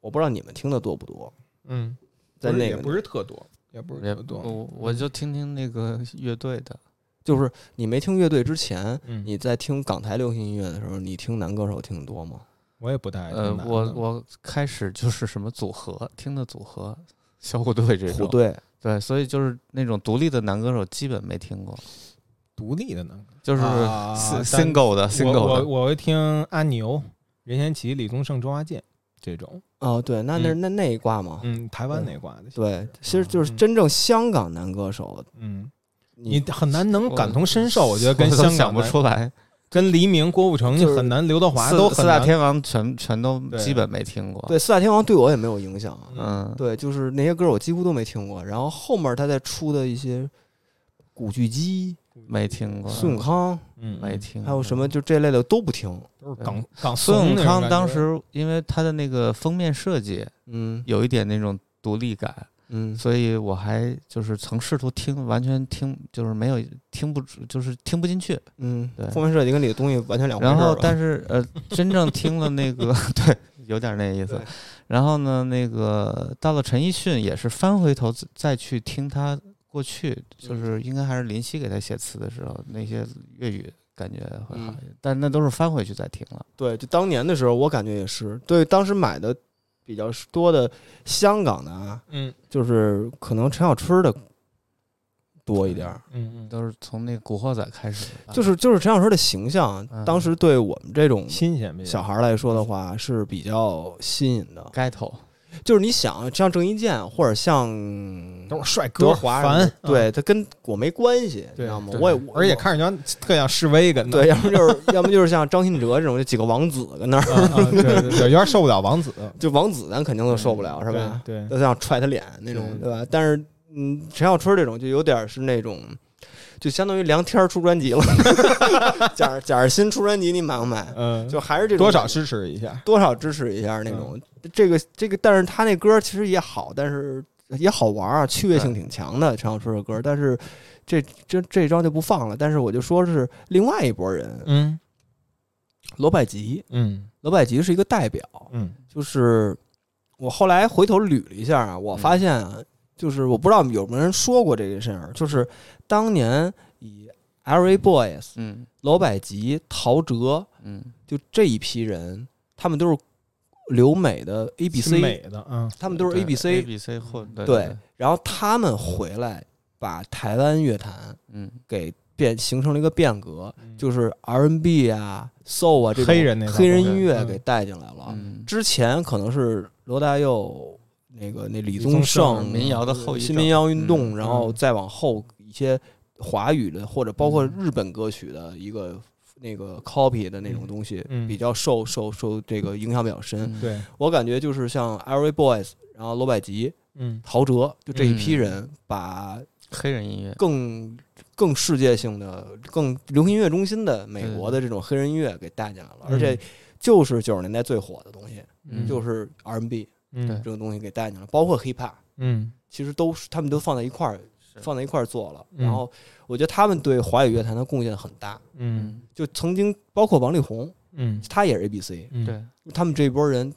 [SPEAKER 3] 我不知道你们听的多不多，
[SPEAKER 1] 嗯，
[SPEAKER 3] 在
[SPEAKER 1] 不是
[SPEAKER 3] 那
[SPEAKER 1] 也
[SPEAKER 3] 个
[SPEAKER 1] 不是特多，也不是
[SPEAKER 2] 也
[SPEAKER 1] 特多。
[SPEAKER 2] 我我就听听那个乐队的，
[SPEAKER 3] 就是你没听乐队之前，
[SPEAKER 1] 嗯，
[SPEAKER 3] 你在听港台流行音乐的时候，你听男歌手听的多吗？
[SPEAKER 1] 我也不太
[SPEAKER 2] 呃，
[SPEAKER 1] 明白
[SPEAKER 2] 我我开始就是什么组合听的组合，小虎队这种，
[SPEAKER 3] 虎队，
[SPEAKER 2] 对，所以就是那种独立的男歌手基本没听过，
[SPEAKER 1] 独立的呢，
[SPEAKER 2] 就是
[SPEAKER 1] 啊
[SPEAKER 2] sing-
[SPEAKER 1] 但
[SPEAKER 2] single 的
[SPEAKER 1] 我
[SPEAKER 2] single
[SPEAKER 1] 我
[SPEAKER 2] 的，
[SPEAKER 1] 我会听阿牛、任贤齐、李宗盛、周华健这种，
[SPEAKER 3] 哦，对，那那那那一挂嘛，
[SPEAKER 1] 嗯，台湾那挂的。
[SPEAKER 3] 啊对，其实就是真正香港男歌手，
[SPEAKER 1] 嗯，你
[SPEAKER 3] 你
[SPEAKER 1] 很难能
[SPEAKER 2] 我
[SPEAKER 1] 感同身受，我觉得跟
[SPEAKER 2] 我都
[SPEAKER 1] 香
[SPEAKER 2] 想
[SPEAKER 1] 港
[SPEAKER 2] 不
[SPEAKER 1] 的
[SPEAKER 2] 出来，
[SPEAKER 1] 跟黎明、郭富城
[SPEAKER 3] 就是
[SPEAKER 1] 很难，刘德华
[SPEAKER 2] 四
[SPEAKER 1] 都
[SPEAKER 2] 四
[SPEAKER 1] 很
[SPEAKER 2] 大
[SPEAKER 1] 难。
[SPEAKER 2] 天王全全都
[SPEAKER 1] 对
[SPEAKER 2] 基本没听过，
[SPEAKER 3] 对四大天王对我也没有影响，啊
[SPEAKER 2] 嗯，
[SPEAKER 3] 对，就是那些歌我几乎都没听过，然后后面他再出的一些古巨基、
[SPEAKER 2] 没听过，
[SPEAKER 3] 孙悟康，
[SPEAKER 1] 嗯，
[SPEAKER 2] 没听，
[SPEAKER 3] 还有什么？就这类的都不听。
[SPEAKER 1] 都是港港
[SPEAKER 2] 孙
[SPEAKER 1] 怂
[SPEAKER 2] 悟
[SPEAKER 1] 那种
[SPEAKER 2] 康
[SPEAKER 1] 感
[SPEAKER 2] 当
[SPEAKER 1] 觉
[SPEAKER 2] 时因为他的那个封面设计
[SPEAKER 3] 嗯
[SPEAKER 2] 有一点那种独立感，
[SPEAKER 3] 嗯，
[SPEAKER 2] 所以我还就是曾试图听，完全听就是没有听不出，就是听不进去。
[SPEAKER 3] 嗯
[SPEAKER 2] 对，
[SPEAKER 3] 封面设计跟里的东西完全两回事
[SPEAKER 2] 然
[SPEAKER 3] 儿吧。
[SPEAKER 2] 后，但是呃，真正听了那个， 对，有点那意思
[SPEAKER 3] 对。
[SPEAKER 2] 然后呢，那个到了陈奕迅，也是翻回头再再去听他过去，
[SPEAKER 3] 嗯
[SPEAKER 2] 就是应该还是林夕给他写词的时候那些粤语，感觉会好一
[SPEAKER 3] 嗯
[SPEAKER 2] 点。但那都是翻回去再听了。
[SPEAKER 3] 对，就当年的时候，我感觉也是，对，当时买的比较多的香港的啊，
[SPEAKER 1] 嗯
[SPEAKER 3] 就是可能陈小春的多一点儿。
[SPEAKER 1] 嗯嗯，
[SPEAKER 2] 都是从那《古惑仔》开始的吧，
[SPEAKER 3] 就是就是陈小春的形象，
[SPEAKER 2] 嗯
[SPEAKER 3] 当时对我们这种
[SPEAKER 1] 新鲜比较
[SPEAKER 3] 小孩儿来说的话是比较新颖的。
[SPEAKER 2] 街头，
[SPEAKER 3] 就是你想像郑伊健或者像
[SPEAKER 1] 都是帅
[SPEAKER 3] 德
[SPEAKER 1] 哥，
[SPEAKER 3] 华什么的
[SPEAKER 1] 烦，啊嗯
[SPEAKER 3] 对他跟我没关系，你
[SPEAKER 1] 对
[SPEAKER 3] 知道吗？
[SPEAKER 2] 对
[SPEAKER 3] 我也我
[SPEAKER 1] 而且看着就像特像示威跟的
[SPEAKER 3] 对，要么就是要么就是像张信哲这种，就几个王子跟那儿，
[SPEAKER 1] 啊啊对对对，有点受不了王子
[SPEAKER 3] 就王子咱肯定都受不了，是吧？
[SPEAKER 1] 对，对嗯
[SPEAKER 3] 嗯都想踹他脸那种，对吧？但是嗯，陈小春这种就有点是那种。就相当于梁天儿出专辑了。 贾尔贾尔新出专辑你买不买？
[SPEAKER 1] 嗯，
[SPEAKER 3] 就还是这种
[SPEAKER 1] 多少支持一下。
[SPEAKER 3] 多少支持一下那
[SPEAKER 1] 嗯
[SPEAKER 3] 种。这个这个，但是他那歌其实也好，但是也好玩啊，趣味性挺强的。陈小春的歌，但是这这这一张就不放了。但是我就说是另外一拨人，
[SPEAKER 1] 嗯
[SPEAKER 3] 罗百吉，
[SPEAKER 1] 嗯
[SPEAKER 3] 罗百吉是一个代表，
[SPEAKER 1] 嗯
[SPEAKER 3] 就是我后来回头捋了一下啊，我
[SPEAKER 1] 嗯
[SPEAKER 3] 发现啊，就是我不知道有没有人说过这个事儿，就是当年以 Every Boys、
[SPEAKER 2] 嗯
[SPEAKER 3] 罗百吉、陶喆
[SPEAKER 2] 嗯
[SPEAKER 3] 就这一批人，他们都是留美的 A B
[SPEAKER 1] 是
[SPEAKER 3] C，
[SPEAKER 1] 美的啊，
[SPEAKER 3] 他们都是
[SPEAKER 2] 对
[SPEAKER 3] A B
[SPEAKER 2] A
[SPEAKER 3] C，
[SPEAKER 2] B C 混对
[SPEAKER 3] 对，然后他们回来把台湾乐坛
[SPEAKER 2] 嗯
[SPEAKER 3] 给变形成了一个变革，
[SPEAKER 1] 嗯
[SPEAKER 3] 就是 R&B 啊、Soul 啊这种
[SPEAKER 1] 黑人那块儿
[SPEAKER 3] 黑人音乐
[SPEAKER 1] 嗯
[SPEAKER 3] 给带进来了。
[SPEAKER 2] 嗯
[SPEAKER 3] 之前可能是罗大佑那个那李
[SPEAKER 1] 宗
[SPEAKER 3] 宗
[SPEAKER 1] 盛
[SPEAKER 3] 盛
[SPEAKER 2] 民谣的后遗
[SPEAKER 3] 新
[SPEAKER 2] 症
[SPEAKER 3] 民谣运动，
[SPEAKER 2] 嗯
[SPEAKER 3] 然后
[SPEAKER 1] 嗯
[SPEAKER 3] 再往后一些华语的或者包括日本歌曲的一个那个 copy 的那种东西，
[SPEAKER 1] 嗯
[SPEAKER 3] 比较受受受这个影响比较深。
[SPEAKER 2] 嗯
[SPEAKER 1] 对，
[SPEAKER 3] 我感觉就是像 Every Boys，然后罗百吉、
[SPEAKER 1] 嗯
[SPEAKER 3] 陶喆，就这一批
[SPEAKER 2] 嗯
[SPEAKER 3] 人把
[SPEAKER 2] 黑人音乐
[SPEAKER 3] 更更世界性的、更流行音乐中心的美国的这种黑人音乐给带进来了，
[SPEAKER 1] 嗯
[SPEAKER 3] 而且就是九十年代最火的东西，
[SPEAKER 2] 嗯
[SPEAKER 3] 就是 R&B
[SPEAKER 1] 嗯
[SPEAKER 3] 这个东西给带进来，包括 hiphop，
[SPEAKER 1] 嗯
[SPEAKER 3] 其实都是他们都放在一块儿，放在一块儿做了。
[SPEAKER 1] 嗯
[SPEAKER 3] 然后我觉得他们对华语乐坛的贡献很大，
[SPEAKER 1] 嗯
[SPEAKER 3] 就曾经包括王力宏，
[SPEAKER 1] 嗯
[SPEAKER 3] 他也是 ABC，
[SPEAKER 1] 嗯，
[SPEAKER 2] 对
[SPEAKER 3] 他们这波人。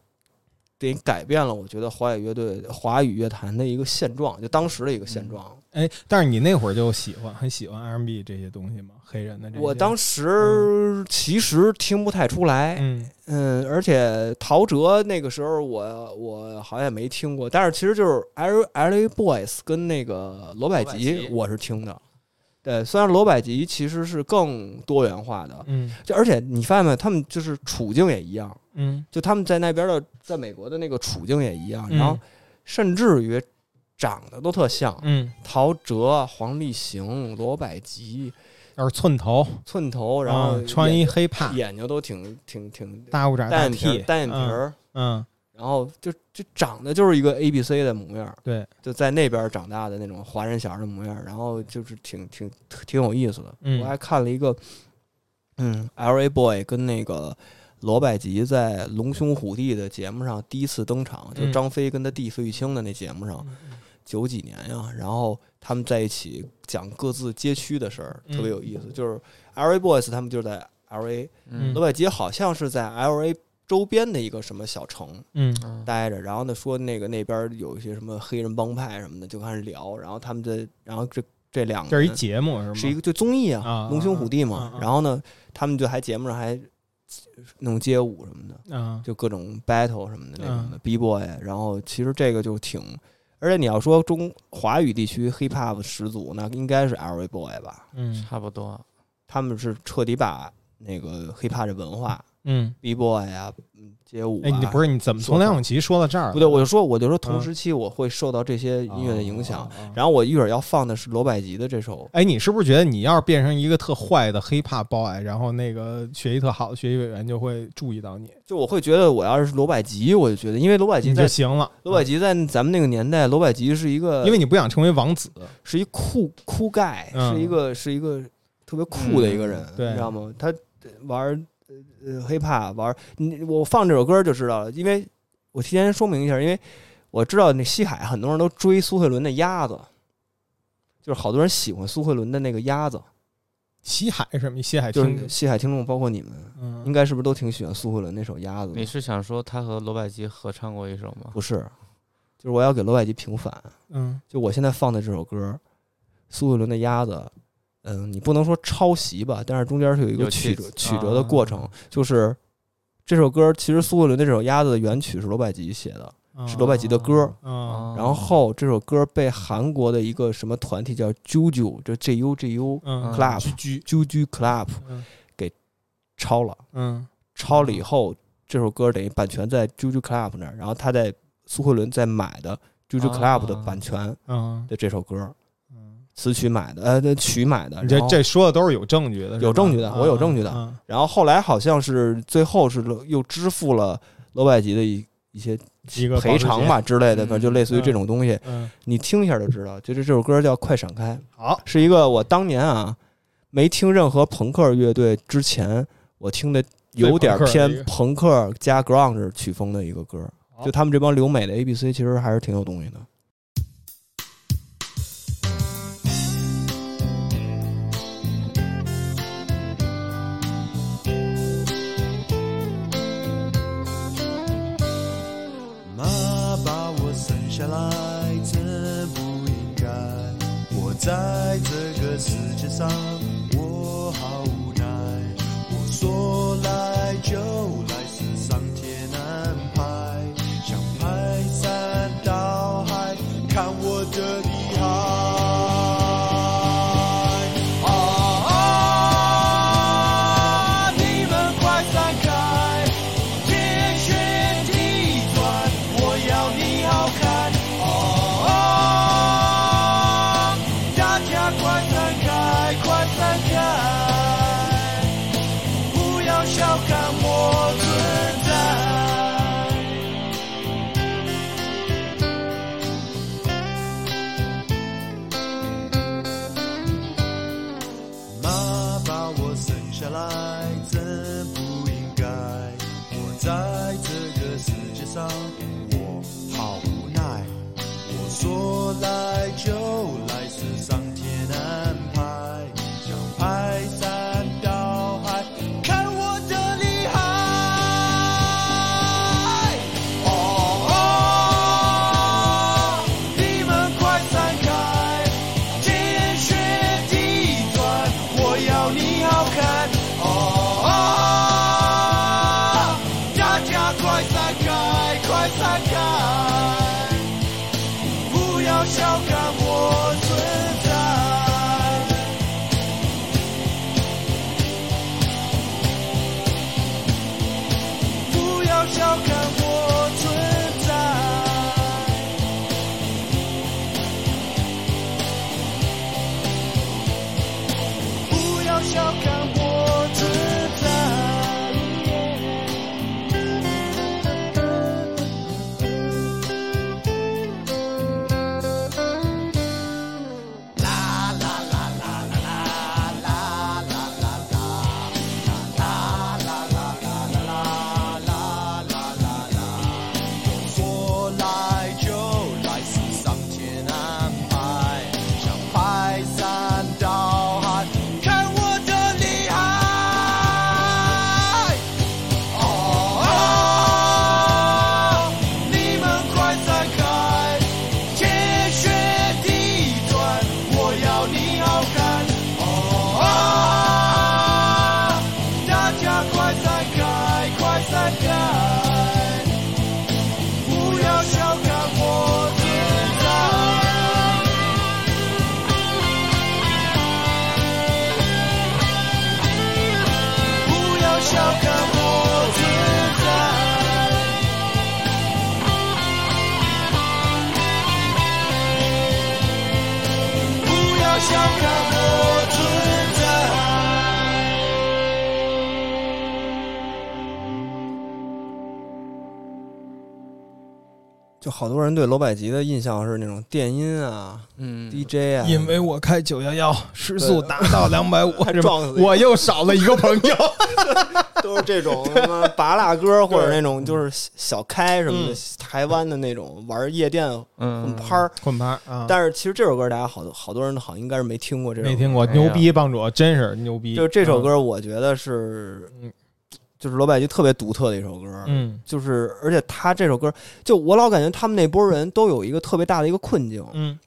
[SPEAKER 3] 得改变了，我觉得华语乐队、华语乐坛的一个现状，就当时的一个现状。
[SPEAKER 1] 哎，但是你那会儿就喜欢，很喜欢 R&B 这些东西吗？黑人的这些，
[SPEAKER 3] 我当时其实听不太出来，
[SPEAKER 1] 嗯
[SPEAKER 3] 嗯，而且陶喆那个时候我我好像也没听过，但是其实就是 L L A Boys 跟那个罗百
[SPEAKER 2] 罗
[SPEAKER 3] 吉
[SPEAKER 2] 百吉
[SPEAKER 3] 我是听的，对，虽然罗百吉其实是更多元化的，
[SPEAKER 1] 嗯
[SPEAKER 3] 就而且你发现没有，他们就是处境也一样，
[SPEAKER 1] 嗯
[SPEAKER 3] 就他们在那边的在美国的那个处境也一样，
[SPEAKER 1] 嗯
[SPEAKER 3] 然后甚至于长得都特像，
[SPEAKER 1] 嗯，
[SPEAKER 3] 陶喆、黄立行、罗百吉、
[SPEAKER 1] 要是寸头，
[SPEAKER 3] 寸头，然后
[SPEAKER 1] 啊穿
[SPEAKER 3] 眼
[SPEAKER 1] 一黑怕
[SPEAKER 3] 眼睛都挺挺挺
[SPEAKER 1] 大裤衩
[SPEAKER 3] 单
[SPEAKER 1] 大
[SPEAKER 3] 眼皮
[SPEAKER 1] 屁
[SPEAKER 3] 儿，单眼皮儿，
[SPEAKER 1] 嗯，嗯，
[SPEAKER 3] 然后就就长得就是一个 A B C 的模样儿，
[SPEAKER 1] 对，
[SPEAKER 3] 就在那边长大的那种华人小孩的模样儿，然后就是挺挺挺有意思的。
[SPEAKER 1] 嗯
[SPEAKER 3] 我还看了一个，嗯，L A Boy 跟那个罗百吉在龙兄虎弟的节目上第一次登场，就
[SPEAKER 1] 嗯
[SPEAKER 3] 张飞跟他弟费玉清的那节目上，九几年呀、然后他们在一起讲各自街区的事儿，特别有意思。就是 L A Boys 他们就是在 L A，
[SPEAKER 1] 嗯
[SPEAKER 3] 罗百吉好像是在 L A 周边的一个什么小城，
[SPEAKER 1] 嗯
[SPEAKER 2] 嗯
[SPEAKER 3] 待着，然后呢说那个那边儿有一些什么黑人帮派什么的，就开始聊，然后他们这，然后这这两个
[SPEAKER 1] 这是一
[SPEAKER 3] 人
[SPEAKER 1] 节目是吗？
[SPEAKER 3] 是一个就综艺
[SPEAKER 1] 啊啊
[SPEAKER 3] 啊，龙兄虎弟嘛
[SPEAKER 1] 啊，啊
[SPEAKER 3] 然后呢他们就还节目上还弄街舞什么的，
[SPEAKER 1] 啊，
[SPEAKER 3] 就各种 battle 什么的那种
[SPEAKER 1] 嗯
[SPEAKER 3] 的 b boy，然后其实这个就挺，而且你要说中华语地区 hip hop 始祖，那应该是 L A boy 吧，
[SPEAKER 1] 嗯
[SPEAKER 2] 差不多
[SPEAKER 3] 他们是彻底把那个 hip hop 这文化
[SPEAKER 1] 嗯，
[SPEAKER 3] b boy 啊，嗯街舞
[SPEAKER 1] 哎，你
[SPEAKER 3] 啊
[SPEAKER 1] 不。是你怎么从梁咏琪说到这儿了？
[SPEAKER 3] 不对，我就说，我就说，同
[SPEAKER 1] 嗯
[SPEAKER 3] 时期我会受到这些音乐的影响，
[SPEAKER 1] 哦。哦哦
[SPEAKER 3] 然后我一会儿要放的是罗百吉的这首，
[SPEAKER 1] 哎，你是不是觉得你要是变成一个特坏的 hiphop boy，然后那个学习特好的学习委员就会注意到你，
[SPEAKER 3] 就我会觉得我要是罗百吉，我就觉得，因为罗百吉
[SPEAKER 1] 你就
[SPEAKER 3] 在
[SPEAKER 1] 行了？
[SPEAKER 3] 罗百吉在咱们那个年代，罗百吉是一个，
[SPEAKER 1] 因为你不想成为王子，
[SPEAKER 3] 是一酷酷盖，
[SPEAKER 1] 嗯
[SPEAKER 3] 是一个是一个特别酷的一个人，
[SPEAKER 1] 对
[SPEAKER 3] 你知道吗？他呃玩呃呃 hiphop 玩，你我放这首歌就知道了，因为我提前说明一下，因为我知道那西海很多人都追苏慧伦的鸭子，就是好多人喜欢苏慧伦的那个鸭子，
[SPEAKER 1] 西海什么西海
[SPEAKER 3] 就
[SPEAKER 1] 听
[SPEAKER 3] 是，西海听众包括你们。应
[SPEAKER 1] 嗯
[SPEAKER 3] 该是不是都挺喜欢苏慧伦那首《鸭子》
[SPEAKER 2] 你
[SPEAKER 3] 的？
[SPEAKER 2] 是想说他和罗百吉合唱过一首吗？
[SPEAKER 3] 不是，就是我要给罗百吉平反。
[SPEAKER 1] 嗯
[SPEAKER 3] 就我现在放的这首歌，苏慧伦的《鸭子》，嗯，你不能说抄袭吧，但是中间是有一个
[SPEAKER 2] 有
[SPEAKER 3] 曲
[SPEAKER 2] 曲
[SPEAKER 3] 折
[SPEAKER 2] 子
[SPEAKER 3] 曲折的过程。就是这首歌，其实苏慧伦的这首《鸭子》的原曲是罗百吉写的，是哦罗百吉的歌。
[SPEAKER 1] 嗯
[SPEAKER 2] 啊
[SPEAKER 3] 然后这首歌被韩国的一个什么团体叫 JUJU，这 J U J U
[SPEAKER 1] 嗯
[SPEAKER 3] Club
[SPEAKER 1] 居居
[SPEAKER 3] JUJU Club
[SPEAKER 1] 嗯
[SPEAKER 3] 抄了。
[SPEAKER 1] 嗯
[SPEAKER 3] 抄了以后，这首歌等于版权在 JoJo Club 那儿，然后他在苏慧伦在买的 JoJo
[SPEAKER 2] 啊
[SPEAKER 3] Club 的版权
[SPEAKER 1] 嗯
[SPEAKER 3] 的这首歌，
[SPEAKER 1] 嗯，
[SPEAKER 3] 词曲买的，呃，这曲买的。
[SPEAKER 1] 你这
[SPEAKER 3] 然后
[SPEAKER 1] 这说的都是有证据的，是吧
[SPEAKER 3] 有证据的我有证据的
[SPEAKER 1] 嗯
[SPEAKER 3] 然后后来好像是最后是又支付了罗百吉的一一些
[SPEAKER 1] 一个
[SPEAKER 3] 赔偿吧之类的，
[SPEAKER 2] 嗯
[SPEAKER 3] 反正就类似于这种东西，
[SPEAKER 1] 保时捷。嗯，
[SPEAKER 3] 你听一下就知道。就是这首歌叫《快闪开》，
[SPEAKER 1] 好，
[SPEAKER 3] 是一个我当年啊没听任何朋克乐队之前，我听的有点偏
[SPEAKER 1] 最
[SPEAKER 3] 朋克加 grunge 曲风的一个歌。
[SPEAKER 1] 好
[SPEAKER 3] 就他们这帮留美的 A B C，其实还是挺有东西的。
[SPEAKER 6] 妈把我生下来，真不应该。我在这个世界上，我好无奈。我说来就来，是上天安排。想排山倒海，看我的厉害。啊！你们快闪开！天旋地转，我要你好看哦！大家快闪开，快闪开，不要小看我存在。妈把我生下来，真不应该。我在这个世界上，我好无奈。我说来就来，是上天安排。想排山倒海，看我的厉害！哦，你们快闪开！天旋地转，我要你好看哦！大家快闪开，快闪开，不要小看我存在。不要小看我存在。不要小看我存在。说来就来，是上天安排，想排山倒海，看我的厉害！哦，你们快闪开，天旋地转，我要你好看！哦，大家快闪开，快闪开！不要小看我存在。不要小看我存在。不要小看我存在。
[SPEAKER 3] 就好多人对楼百吉的印象是那种电音啊、
[SPEAKER 2] 嗯
[SPEAKER 3] DJ 啊，
[SPEAKER 1] 因为我开九幺幺，时速达到两 百五，
[SPEAKER 3] 撞死
[SPEAKER 1] 我又少了一个朋 友。
[SPEAKER 3] 都是这种什么拔蜡歌或者
[SPEAKER 1] 对嗯
[SPEAKER 3] 那种就是小小开什么的，台湾的那种玩夜店混
[SPEAKER 2] 嗯，
[SPEAKER 3] 拍儿。
[SPEAKER 1] 混牌啊，
[SPEAKER 3] 但是其实这首歌大家好多好多人好像应该是没听过这首
[SPEAKER 1] 没
[SPEAKER 3] 歌，
[SPEAKER 1] 听过，
[SPEAKER 2] 哎呀
[SPEAKER 1] 牛逼帮主，真是牛逼。
[SPEAKER 3] 就是这首歌，我觉得是
[SPEAKER 1] 嗯，
[SPEAKER 3] 就是罗百吉特别独特的一首歌。
[SPEAKER 1] 嗯，
[SPEAKER 3] 就是而且他这首歌，就我老感觉他们那波人都有一个特别大的一个困境，
[SPEAKER 1] 嗯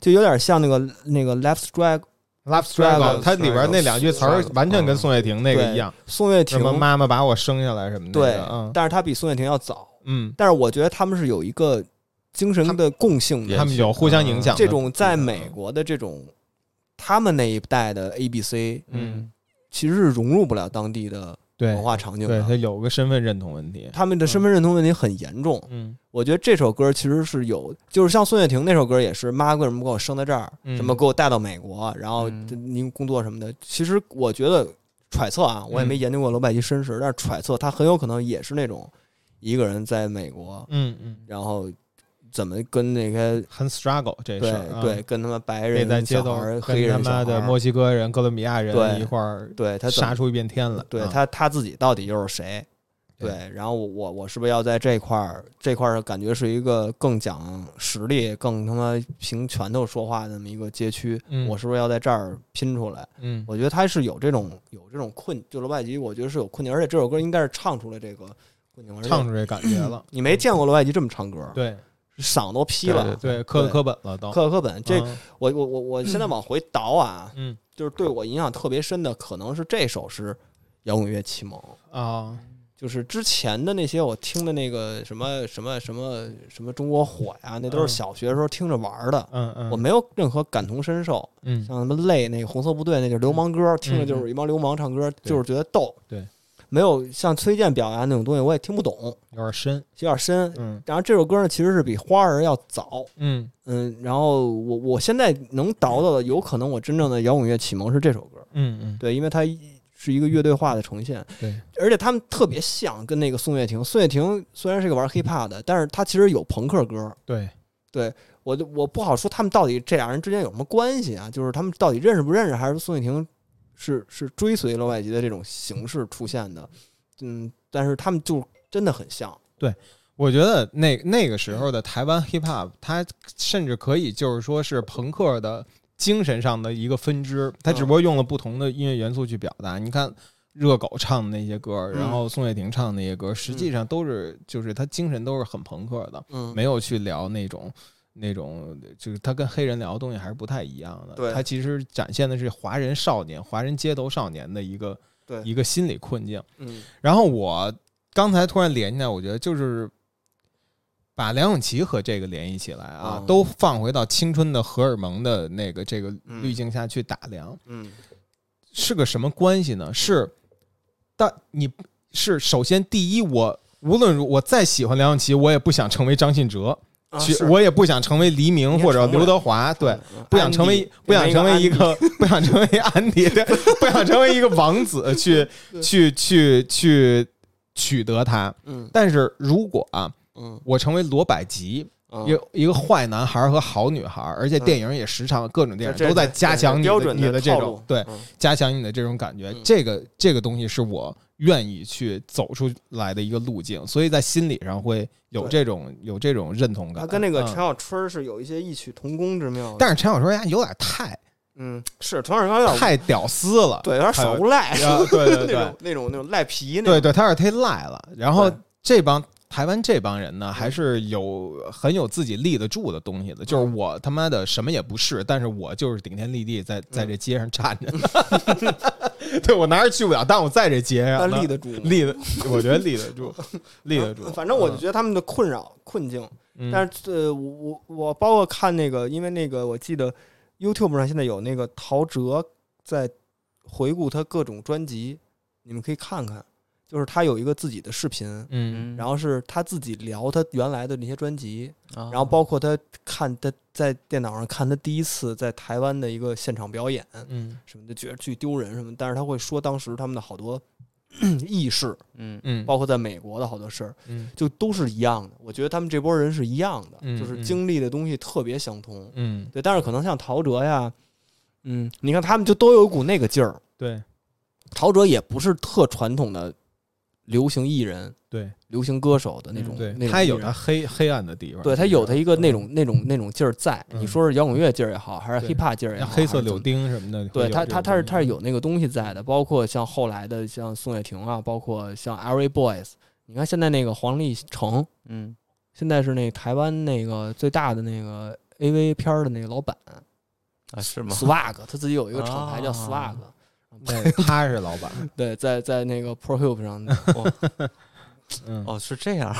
[SPEAKER 3] 就有点像那个那个 Left Strike
[SPEAKER 1] 嗯，Love Struggle，
[SPEAKER 3] Struggle，嗯
[SPEAKER 1] 它里边那两句词儿
[SPEAKER 2] Struggle，
[SPEAKER 1] 完全跟宋岳庭那个一样，
[SPEAKER 3] 宋岳
[SPEAKER 1] 什
[SPEAKER 3] 庭
[SPEAKER 1] 么妈妈把我生下来什么的。
[SPEAKER 3] 对，
[SPEAKER 1] 嗯
[SPEAKER 3] 但是他比宋岳庭要早，
[SPEAKER 1] 嗯，
[SPEAKER 3] 但是我觉得他们是有一个精神的共性的
[SPEAKER 1] 他，们有互相影响的。
[SPEAKER 3] 这种在美国的这种他们那一代的 A B C，
[SPEAKER 1] 嗯，
[SPEAKER 3] 其实是融入不了当地的
[SPEAKER 1] 对
[SPEAKER 3] 文化场景
[SPEAKER 1] 对，他
[SPEAKER 3] 的，
[SPEAKER 1] 有个身份认同问题。
[SPEAKER 3] 他们的身份认同问题很严重。
[SPEAKER 1] 嗯
[SPEAKER 3] 我觉得这首歌其实是有，就是像宋岳庭那首歌也是，妈为什么把我生在这儿，
[SPEAKER 1] 嗯
[SPEAKER 3] 什么给我带到美国，然后
[SPEAKER 2] 嗯
[SPEAKER 3] 这您工作什么的。其实
[SPEAKER 1] 嗯
[SPEAKER 3] 我觉得揣测啊，我也没研究过罗百吉身世，但是揣测他很有可能也是那种一个人在美国，
[SPEAKER 1] 嗯嗯，
[SPEAKER 3] 然后怎么跟那些
[SPEAKER 1] 很 struggle 这
[SPEAKER 3] 对
[SPEAKER 1] 事儿、啊，
[SPEAKER 3] 对，跟他们白
[SPEAKER 1] 可以
[SPEAKER 3] 人
[SPEAKER 1] 在街
[SPEAKER 3] 小
[SPEAKER 1] 头
[SPEAKER 3] 孩儿、黑
[SPEAKER 1] 跟他
[SPEAKER 3] 人小
[SPEAKER 1] 妈
[SPEAKER 3] 孩
[SPEAKER 1] 的
[SPEAKER 3] 儿
[SPEAKER 1] 墨西哥人、哥伦比亚人
[SPEAKER 3] 对
[SPEAKER 1] 一块儿
[SPEAKER 3] 对他怎么
[SPEAKER 1] 杀出一片天来。
[SPEAKER 3] 对
[SPEAKER 1] 啊
[SPEAKER 3] 他他自己到底又是谁？
[SPEAKER 1] 对
[SPEAKER 3] 对，然后我我我是不是要在这块儿这块儿感觉是一个更讲实力、更他妈凭拳头说话的那么一个街区？
[SPEAKER 1] 嗯
[SPEAKER 3] 我是不是要在这儿拼出来？
[SPEAKER 1] 嗯
[SPEAKER 3] 我觉得他是有这种有这种困，就是罗百吉，我觉得是有困境，而且这首歌应该是唱出了这个困境，而且
[SPEAKER 1] 唱出这感觉 了，
[SPEAKER 3] 你没见过罗百吉这么唱歌，
[SPEAKER 1] 对
[SPEAKER 3] 嗓都劈了。
[SPEAKER 1] 对，磕
[SPEAKER 3] 对
[SPEAKER 1] 磕本了都。
[SPEAKER 3] 课课本，这
[SPEAKER 1] 嗯
[SPEAKER 3] 我我我我现在往回倒啊，
[SPEAKER 1] 嗯
[SPEAKER 3] 就是对我影响特别深的，可能是这首是摇滚乐启蒙。
[SPEAKER 1] 啊，
[SPEAKER 3] 就是之前的那些我听的那个什么什么什么什么中国火呀，那都是小学的时候听着玩儿的，
[SPEAKER 1] 嗯嗯，
[SPEAKER 3] 我没有任何感同身受。
[SPEAKER 1] 嗯
[SPEAKER 3] 像什么泪那个红色部队，那就是流氓歌，听着就是一帮流氓唱歌，就是觉得逗。
[SPEAKER 1] 对，
[SPEAKER 3] 没有像崔健表达那种东西，我也听不懂，
[SPEAKER 1] 有点深，
[SPEAKER 3] 有点深。
[SPEAKER 1] 嗯
[SPEAKER 3] 然后这首歌呢，其实是比花儿要早，
[SPEAKER 1] 嗯
[SPEAKER 3] 嗯，然后我我现在能倒到的，有可能我真正的摇滚乐启蒙是这首歌，
[SPEAKER 1] 嗯嗯，
[SPEAKER 3] 对，因为它是一个乐队化的呈现，
[SPEAKER 1] 对，
[SPEAKER 3] 而且他们特别像跟那个宋岳庭。宋岳庭虽然是个玩 hiphop 的，但是他其实有朋克歌。
[SPEAKER 1] 对，
[SPEAKER 3] 我就我不好说他们到底这俩人之间有什么关系啊，就是他们到底认识不认识，还是宋岳庭是是追随罗百吉的这种形式出现的，嗯，但是他们就真的很像，
[SPEAKER 1] 我觉得那那个时候的台湾 hip hop，它甚至可以就是说是朋克的精神上的一个分支，它只不过用了不同的音乐元素去表达。你看热狗唱的那些歌，
[SPEAKER 3] 嗯
[SPEAKER 1] 然后宋岳庭唱的那些歌，实际上都是就是他精神都是很朋克的，
[SPEAKER 3] 嗯，
[SPEAKER 1] 没有去聊那种。那种就是他跟黑人聊的东西还是不太一样的，
[SPEAKER 3] 对
[SPEAKER 1] 他其实展现的是华人少年、华人街头少年的一个
[SPEAKER 3] 对
[SPEAKER 1] 一个心理困境。
[SPEAKER 3] 嗯
[SPEAKER 1] 然后我刚才突然联系到，我觉得就是把梁咏琪和这个联系起来啊，
[SPEAKER 3] 哦
[SPEAKER 1] 都放回到青春的荷尔蒙的那个这个
[SPEAKER 3] 嗯
[SPEAKER 1] 滤镜下去打量，
[SPEAKER 3] 嗯
[SPEAKER 1] 是个什么关系呢？是，但你是首先第一，我无论如我再喜欢梁咏琪，我也不想成为张信哲，
[SPEAKER 3] 啊
[SPEAKER 1] 去
[SPEAKER 3] 是
[SPEAKER 1] 我也不想成为黎明
[SPEAKER 3] 你也
[SPEAKER 1] 或者
[SPEAKER 3] 成不
[SPEAKER 1] 刘
[SPEAKER 3] 了
[SPEAKER 1] 德华，对。
[SPEAKER 3] 嗯
[SPEAKER 1] 不想成为不想成为一个不想成为安迪，对 不想成为一个王 子去去去去取得他。
[SPEAKER 3] 嗯
[SPEAKER 1] 但是如果啊，
[SPEAKER 3] 嗯
[SPEAKER 1] 我成为罗百吉，
[SPEAKER 3] 嗯
[SPEAKER 1] 一个一个坏男孩和好女孩，而且
[SPEAKER 3] 嗯
[SPEAKER 1] 电影也时常各种电影
[SPEAKER 3] 这
[SPEAKER 1] 都在
[SPEAKER 3] 这
[SPEAKER 1] 加强你
[SPEAKER 3] 标
[SPEAKER 1] 的
[SPEAKER 3] 准
[SPEAKER 1] 你的这
[SPEAKER 3] 套
[SPEAKER 1] 种
[SPEAKER 3] 路
[SPEAKER 1] 对
[SPEAKER 3] 嗯
[SPEAKER 1] 加强你的这种感觉
[SPEAKER 3] 嗯。
[SPEAKER 1] 这个这个东西是我愿意去走出来的一个路径，所以在心理上会有
[SPEAKER 3] 对
[SPEAKER 1] 这种有这种认同感。
[SPEAKER 3] 他跟那个
[SPEAKER 1] 嗯
[SPEAKER 3] 陈小春是有一些异曲同工之妙的，
[SPEAKER 1] 但是陈小春呀有点太
[SPEAKER 3] 嗯，是陈小春有 点
[SPEAKER 1] 太屌丝了，
[SPEAKER 3] 对，有点耍无赖，
[SPEAKER 1] 啊对对对
[SPEAKER 3] 那种那种那种赖皮那
[SPEAKER 1] 对
[SPEAKER 3] 种，
[SPEAKER 1] 对，他是忒赖了。然后
[SPEAKER 3] 对嗯
[SPEAKER 1] 这帮台湾这帮人呢，还是有很有自己立得住的东西的。
[SPEAKER 3] 嗯
[SPEAKER 1] 就是我他妈的什么也不是，但是我就是顶天立地在
[SPEAKER 3] 嗯
[SPEAKER 1] 在这街上站着呢。 对我哪儿也去不了，但我在这街上
[SPEAKER 3] 但
[SPEAKER 1] 呢
[SPEAKER 3] 立得住吗。
[SPEAKER 1] 立得，我觉得立得住，立得住。
[SPEAKER 3] 反正我就觉得他们的困扰困境，
[SPEAKER 1] 嗯，
[SPEAKER 3] 但是呃，我我我包括看那个，因为那个我记得 YouTube 上现在有那个陶喆在回顾他各种专辑，你们可以看看，就是他有一个自己的视频，
[SPEAKER 1] 嗯
[SPEAKER 3] 然后是他自己聊他原来的那些专辑，
[SPEAKER 2] 然
[SPEAKER 1] 哦
[SPEAKER 3] 然后包括他看他在电脑上看他第一次在台湾的一个现场表演
[SPEAKER 1] 嗯
[SPEAKER 3] 什么的，觉得巨丢人什么，但是他会说当时他们的好多 意识，
[SPEAKER 2] 嗯
[SPEAKER 1] 嗯，
[SPEAKER 3] 包括在美国的好多事儿，
[SPEAKER 1] 嗯
[SPEAKER 3] 就都是一样的。我觉得他们这波人是一样的，
[SPEAKER 1] 嗯
[SPEAKER 3] 就是经历的东西特别相通。
[SPEAKER 1] 嗯，
[SPEAKER 3] 对，但是可能像陶喆呀，嗯，你看他们就都有一股那个劲儿。
[SPEAKER 1] 对
[SPEAKER 3] 陶喆也不是特传统的流行艺人、
[SPEAKER 1] 对
[SPEAKER 3] 流行歌手的那种，那
[SPEAKER 1] 嗯对，
[SPEAKER 3] 种
[SPEAKER 1] 他
[SPEAKER 3] 艺
[SPEAKER 1] 有
[SPEAKER 3] 人
[SPEAKER 1] 他黑黑暗的地方，
[SPEAKER 3] 对他
[SPEAKER 1] 其实
[SPEAKER 3] 有他一个那。
[SPEAKER 1] 嗯
[SPEAKER 3] 种那种那种劲儿在，
[SPEAKER 1] 嗯
[SPEAKER 3] 你说是摇滚乐劲儿也好，还是
[SPEAKER 1] 对
[SPEAKER 3] hiphop 劲儿也
[SPEAKER 1] 像
[SPEAKER 3] 好，
[SPEAKER 1] 黑
[SPEAKER 3] 还
[SPEAKER 1] 色
[SPEAKER 3] 是怎
[SPEAKER 1] 柳
[SPEAKER 3] 么，
[SPEAKER 1] 丁什么的，
[SPEAKER 3] 对他
[SPEAKER 1] 他
[SPEAKER 3] 他他是他是有那个东西在的，包括像后来的像宋岳庭啊，包括像 Every Boys，你看现在那个黄立成，
[SPEAKER 2] 嗯
[SPEAKER 3] 现在是那台湾那个最大的那个 AV 片儿的那个老板
[SPEAKER 2] 啊是吗？
[SPEAKER 3] Swag，他自己有一个厂牌叫
[SPEAKER 2] 啊
[SPEAKER 3] Swag，
[SPEAKER 1] 对，他是老板，
[SPEAKER 3] 对，在在那个 ProHub 上，哇
[SPEAKER 1] 嗯
[SPEAKER 2] 哦是这 样，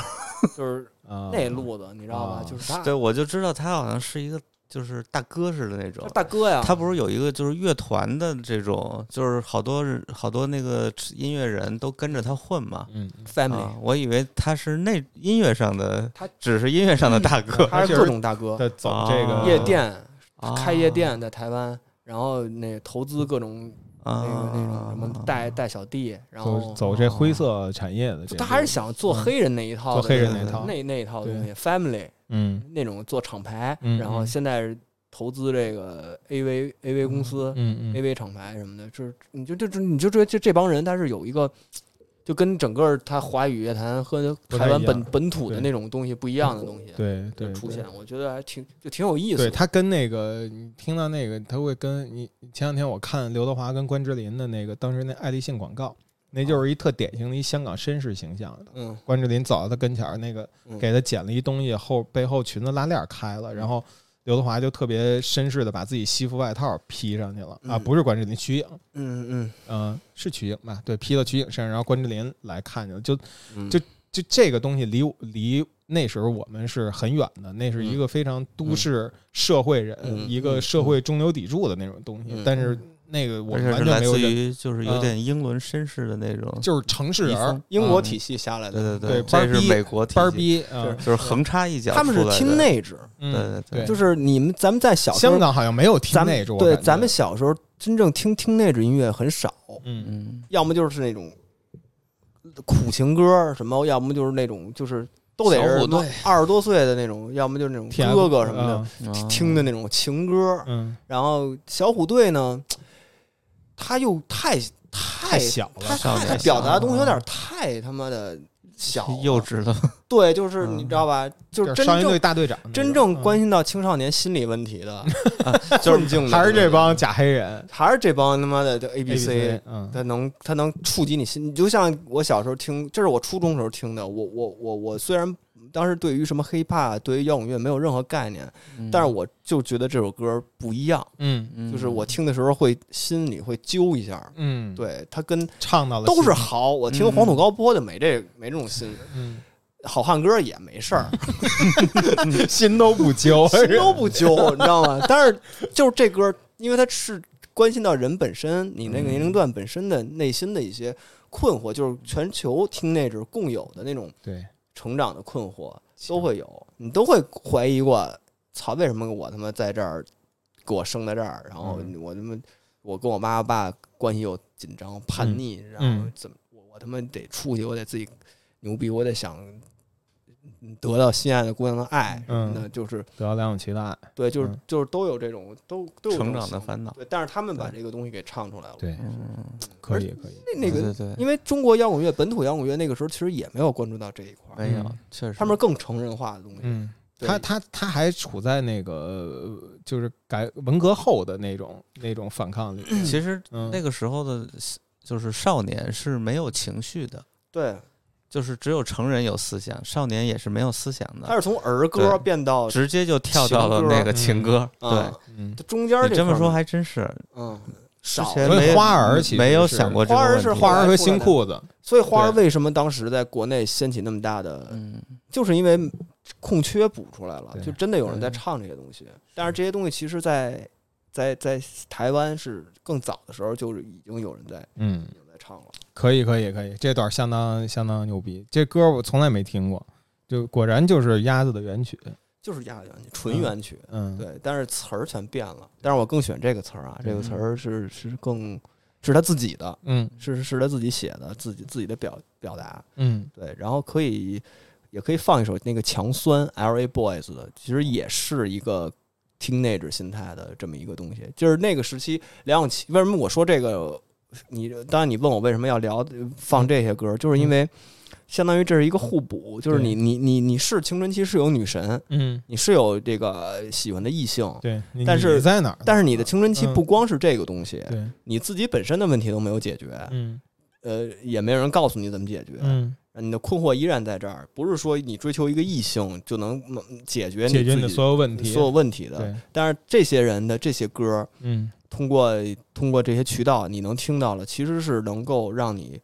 [SPEAKER 3] 就是
[SPEAKER 1] 啊，
[SPEAKER 3] 那路子，你知道吧？
[SPEAKER 1] 啊
[SPEAKER 3] 就是他
[SPEAKER 2] 对我就知道他好像是一个就是大哥似的那种
[SPEAKER 3] 他。大哥啊呀，
[SPEAKER 2] 他不是有一个就是乐团的这种，就是好多人好多那个音乐人都跟着他混嘛。
[SPEAKER 1] 嗯，
[SPEAKER 3] Family，
[SPEAKER 2] 啊，我以为他是那音乐上的，
[SPEAKER 3] 他嗯
[SPEAKER 2] 只是音乐上的大哥，
[SPEAKER 3] 他是
[SPEAKER 1] 就是
[SPEAKER 3] 各种大哥，
[SPEAKER 1] 在走这个
[SPEAKER 2] 啊
[SPEAKER 3] 哦夜店。
[SPEAKER 2] 啊
[SPEAKER 3] 开夜店在台湾，然后那投资各种那
[SPEAKER 2] 啊
[SPEAKER 3] 个那种什么带带小弟，然
[SPEAKER 1] 啊走
[SPEAKER 3] 后哦
[SPEAKER 1] 走这灰色产业的这，
[SPEAKER 3] 他还是想做黑人那一套的，
[SPEAKER 1] 做黑人
[SPEAKER 3] 那
[SPEAKER 1] 那套
[SPEAKER 3] 那那一套
[SPEAKER 1] 对
[SPEAKER 3] 东西，family
[SPEAKER 1] 嗯
[SPEAKER 3] 那种做厂牌，
[SPEAKER 1] 嗯
[SPEAKER 3] 然后
[SPEAKER 1] 嗯
[SPEAKER 3] 现在投资这个 AV AV 公司、
[SPEAKER 1] 嗯
[SPEAKER 3] AV 厂牌什么的，就是你就就就你就觉得这这帮人他是有一个。就跟整个他华语乐坛和
[SPEAKER 1] 不
[SPEAKER 3] 台
[SPEAKER 1] 太
[SPEAKER 3] 湾
[SPEAKER 1] 一
[SPEAKER 3] 本
[SPEAKER 1] 样
[SPEAKER 3] 本土的
[SPEAKER 1] 对
[SPEAKER 3] 那种东西不一样的东西，
[SPEAKER 1] 对对
[SPEAKER 3] 出
[SPEAKER 1] 对
[SPEAKER 3] 现，我觉得还挺就挺有意思
[SPEAKER 1] 对
[SPEAKER 3] 的。
[SPEAKER 1] 他跟那个你听到那个，他会跟你前两天我看刘德华跟关之琳的那个当时那爱立信广告，那就是一特典型的一香港绅士形象。
[SPEAKER 3] 嗯，
[SPEAKER 1] 关之琳走到他跟前儿，那个
[SPEAKER 3] 嗯
[SPEAKER 1] 给他捡了一东西，后背后裙子拉链开了，然后刘德华就特别绅士的把自己西服外套披上去了啊，
[SPEAKER 3] 嗯
[SPEAKER 1] 不是关之琳，瞿颖，
[SPEAKER 3] 嗯嗯
[SPEAKER 1] 嗯，是瞿颖吧？对，披到瞿颖身上，然后关之琳来看见了，就
[SPEAKER 3] 嗯，
[SPEAKER 1] 就这个东西离我离那时候我们是很远的，那是一个非常都市社会人，
[SPEAKER 3] 嗯
[SPEAKER 1] 一个社会中流砥柱的那种东西。
[SPEAKER 3] 嗯
[SPEAKER 1] 但是那个我
[SPEAKER 2] 而
[SPEAKER 1] 们
[SPEAKER 2] 且
[SPEAKER 1] 完
[SPEAKER 2] 是
[SPEAKER 1] 全
[SPEAKER 2] 来
[SPEAKER 1] 没有
[SPEAKER 2] 自
[SPEAKER 1] 认，
[SPEAKER 2] 于就是有点英伦绅士的那种，
[SPEAKER 1] 就是城市人
[SPEAKER 2] 遗
[SPEAKER 1] 儿
[SPEAKER 2] 风，
[SPEAKER 1] 英国
[SPEAKER 2] 嗯
[SPEAKER 1] 体系下来的，对
[SPEAKER 2] 对对
[SPEAKER 1] 班儿
[SPEAKER 2] 这是
[SPEAKER 1] 逼
[SPEAKER 2] 美国体
[SPEAKER 1] 班儿
[SPEAKER 2] 系，
[SPEAKER 1] 逼啊，
[SPEAKER 2] 就是横插一脚
[SPEAKER 3] 他们是
[SPEAKER 2] 出来的
[SPEAKER 3] 听，内制，
[SPEAKER 1] 嗯
[SPEAKER 2] 对对对
[SPEAKER 1] 就
[SPEAKER 3] 就是是你们咱们在小时候
[SPEAKER 1] 香港好像没有听
[SPEAKER 3] 咱
[SPEAKER 1] 那
[SPEAKER 3] 们
[SPEAKER 1] 种，
[SPEAKER 3] 对咱们小时候真正听听那种音乐很少，
[SPEAKER 1] 嗯
[SPEAKER 2] 嗯，
[SPEAKER 3] 要么就是那种苦情歌儿什么，要么就是那种就是都得
[SPEAKER 2] 小
[SPEAKER 3] 是
[SPEAKER 2] 虎队
[SPEAKER 3] 二十多岁的那种，要么就是那种
[SPEAKER 1] ，TF
[SPEAKER 3] 哥哥什么的、
[SPEAKER 2] 啊
[SPEAKER 3] 听的那种情歌儿。
[SPEAKER 1] 嗯，
[SPEAKER 3] 然后小虎队呢，他又太
[SPEAKER 1] 太
[SPEAKER 3] 太
[SPEAKER 1] 小
[SPEAKER 3] 他
[SPEAKER 1] 了，
[SPEAKER 2] 上
[SPEAKER 3] 他
[SPEAKER 2] 面
[SPEAKER 3] 他
[SPEAKER 2] 小
[SPEAKER 3] 表达的
[SPEAKER 2] 了
[SPEAKER 3] 东西有点太他妈的小了
[SPEAKER 2] 幼稚了，
[SPEAKER 3] 对，就是
[SPEAKER 1] 嗯
[SPEAKER 3] 你知道吧？就是
[SPEAKER 1] 就是
[SPEAKER 3] 真
[SPEAKER 1] 少先
[SPEAKER 3] 正
[SPEAKER 1] 队大队长那种，
[SPEAKER 3] 真正
[SPEAKER 1] 嗯
[SPEAKER 3] 关心到青少年心理问题的，啊
[SPEAKER 1] 就是
[SPEAKER 3] 境的
[SPEAKER 1] 还是
[SPEAKER 3] 东西
[SPEAKER 1] 这帮假黑人
[SPEAKER 3] 还是这帮他妈的就 A B C，
[SPEAKER 1] ABC，嗯
[SPEAKER 3] 他能他能触及你心。你就像我小时候听，这是我初中时候听的。我我我我虽然当时对于什么 hiphop 对于摇滚乐没有任何概念，但是我就觉得这首歌不一样，
[SPEAKER 1] 嗯
[SPEAKER 2] 嗯
[SPEAKER 3] 就是我听的时候会心里会揪一下。
[SPEAKER 1] 嗯，，
[SPEAKER 3] 对他跟
[SPEAKER 1] 唱到了
[SPEAKER 3] 都是
[SPEAKER 1] 心
[SPEAKER 3] 好，我听黄土高坡就没这没这种心，
[SPEAKER 1] 嗯
[SPEAKER 3] 好汉歌也没事儿。
[SPEAKER 1] 心都不 揪，
[SPEAKER 3] 心 都不揪，你知道吗？但是就是这歌，因为它是关心到人本身，你那个年龄段本身的内心的一些困惑，就是全球听那者共有的那种
[SPEAKER 1] 对，
[SPEAKER 3] 成长的困惑都会有，你都会怀疑过，操，为什么我他妈在这儿给我生在这儿，然后
[SPEAKER 1] 嗯
[SPEAKER 3] 我他妈我跟我妈爸关系又紧张叛逆，然后怎么我我他妈得出去，我得自己牛逼，我得想。得到心爱的姑娘的爱什么的，就是
[SPEAKER 1] 得到梁咏琪的爱，
[SPEAKER 3] 对，就是、
[SPEAKER 1] 嗯
[SPEAKER 3] 就是都有这种都都有这
[SPEAKER 2] 成
[SPEAKER 3] 种
[SPEAKER 2] 长的
[SPEAKER 3] 想法
[SPEAKER 2] 烦恼，
[SPEAKER 3] 对，但是他们把这个东西给唱出来了。
[SPEAKER 1] 对，
[SPEAKER 2] 嗯，
[SPEAKER 1] 可以可以，
[SPEAKER 3] 那那个，
[SPEAKER 2] 对对对，
[SPEAKER 3] 因为中国摇滚乐本土摇滚乐那个时候其实也没有关注到这一块儿，
[SPEAKER 2] 没有
[SPEAKER 1] 嗯，
[SPEAKER 2] 确实
[SPEAKER 3] 他们更成人化的东西。
[SPEAKER 1] 嗯。
[SPEAKER 3] 对
[SPEAKER 1] 他他他还处在那个呃就是改文革后的那种那种反抗里，
[SPEAKER 2] 其实
[SPEAKER 1] 嗯，
[SPEAKER 2] 那个时候的，就是少年是没有情绪的，
[SPEAKER 3] 对，
[SPEAKER 2] 就是只有成人有思想，少年也是没有思想
[SPEAKER 3] 他
[SPEAKER 2] 的，
[SPEAKER 3] 是从儿歌
[SPEAKER 2] 对
[SPEAKER 3] 变到
[SPEAKER 2] 直接就跳到了那个情歌。
[SPEAKER 3] 啊，
[SPEAKER 1] 嗯，
[SPEAKER 3] 它中间儿
[SPEAKER 2] 对，你
[SPEAKER 3] 这
[SPEAKER 2] 这么
[SPEAKER 3] 块儿
[SPEAKER 2] 说
[SPEAKER 3] 呢
[SPEAKER 2] 还真是，
[SPEAKER 3] 嗯
[SPEAKER 2] 之
[SPEAKER 3] 少
[SPEAKER 2] 前
[SPEAKER 1] 所以
[SPEAKER 2] 没
[SPEAKER 1] 花儿其实
[SPEAKER 2] 没有
[SPEAKER 1] 是
[SPEAKER 2] 想过这个
[SPEAKER 3] 花儿
[SPEAKER 2] 问题
[SPEAKER 3] 是
[SPEAKER 1] 花儿和新裤子，
[SPEAKER 3] 所以花儿
[SPEAKER 1] 对
[SPEAKER 3] 为什么当时在国内掀起那么大的，
[SPEAKER 2] 嗯，
[SPEAKER 3] 就是因为空缺补出来了，
[SPEAKER 1] 对
[SPEAKER 3] 就真的有人在唱这些东西。但是这些东西其实在在在台湾是更早的时候，就是已经有人在
[SPEAKER 1] 嗯，
[SPEAKER 3] 已经在唱了。
[SPEAKER 1] 可以可以可以，这段相当相当牛逼，这歌我从来没听过，就果然就是鸭子的原曲，
[SPEAKER 3] 就是亚原曲，纯原曲，
[SPEAKER 1] 嗯，
[SPEAKER 3] 对，但是词儿全变了。但是我更喜欢这个词儿啊，这个词儿是是更是他自己的，
[SPEAKER 1] 嗯
[SPEAKER 3] 是是他自己写的，自己自己的表表达，
[SPEAKER 1] 嗯
[SPEAKER 3] 对。然后可以也可以放一首那个强酸 L A Boys 的，其实也是一个 teenager 心态的这么一个东西，就是那个时期梁咏琪。为什么我说这个？你当然你问我为什么要聊放这些歌，
[SPEAKER 1] 嗯
[SPEAKER 3] 就是因为。相当于这是一个互补，就是你你你你是青春期是有女神，
[SPEAKER 1] 嗯，
[SPEAKER 3] 你是有这个喜欢的异性，
[SPEAKER 1] 对，你
[SPEAKER 3] 但是
[SPEAKER 1] 你在哪儿？
[SPEAKER 3] 但是你的青春期
[SPEAKER 1] 嗯
[SPEAKER 3] 不光是这个东西，
[SPEAKER 1] 对，
[SPEAKER 3] 你自己本身的问题都没有解决，
[SPEAKER 1] 嗯
[SPEAKER 3] 呃，也没有人告诉你怎么解决，
[SPEAKER 1] 嗯，
[SPEAKER 3] 你的困惑依然在这儿。不是说你追求一个异性就能嗯解决
[SPEAKER 1] 解决你
[SPEAKER 3] 你自
[SPEAKER 1] 的
[SPEAKER 3] 己
[SPEAKER 1] 所有问题，
[SPEAKER 3] 所有问题啊的。
[SPEAKER 1] 对，
[SPEAKER 3] 但是这些人的这些歌，
[SPEAKER 1] 嗯
[SPEAKER 3] 通过通过这些渠道，你能听到了，其实是能够让你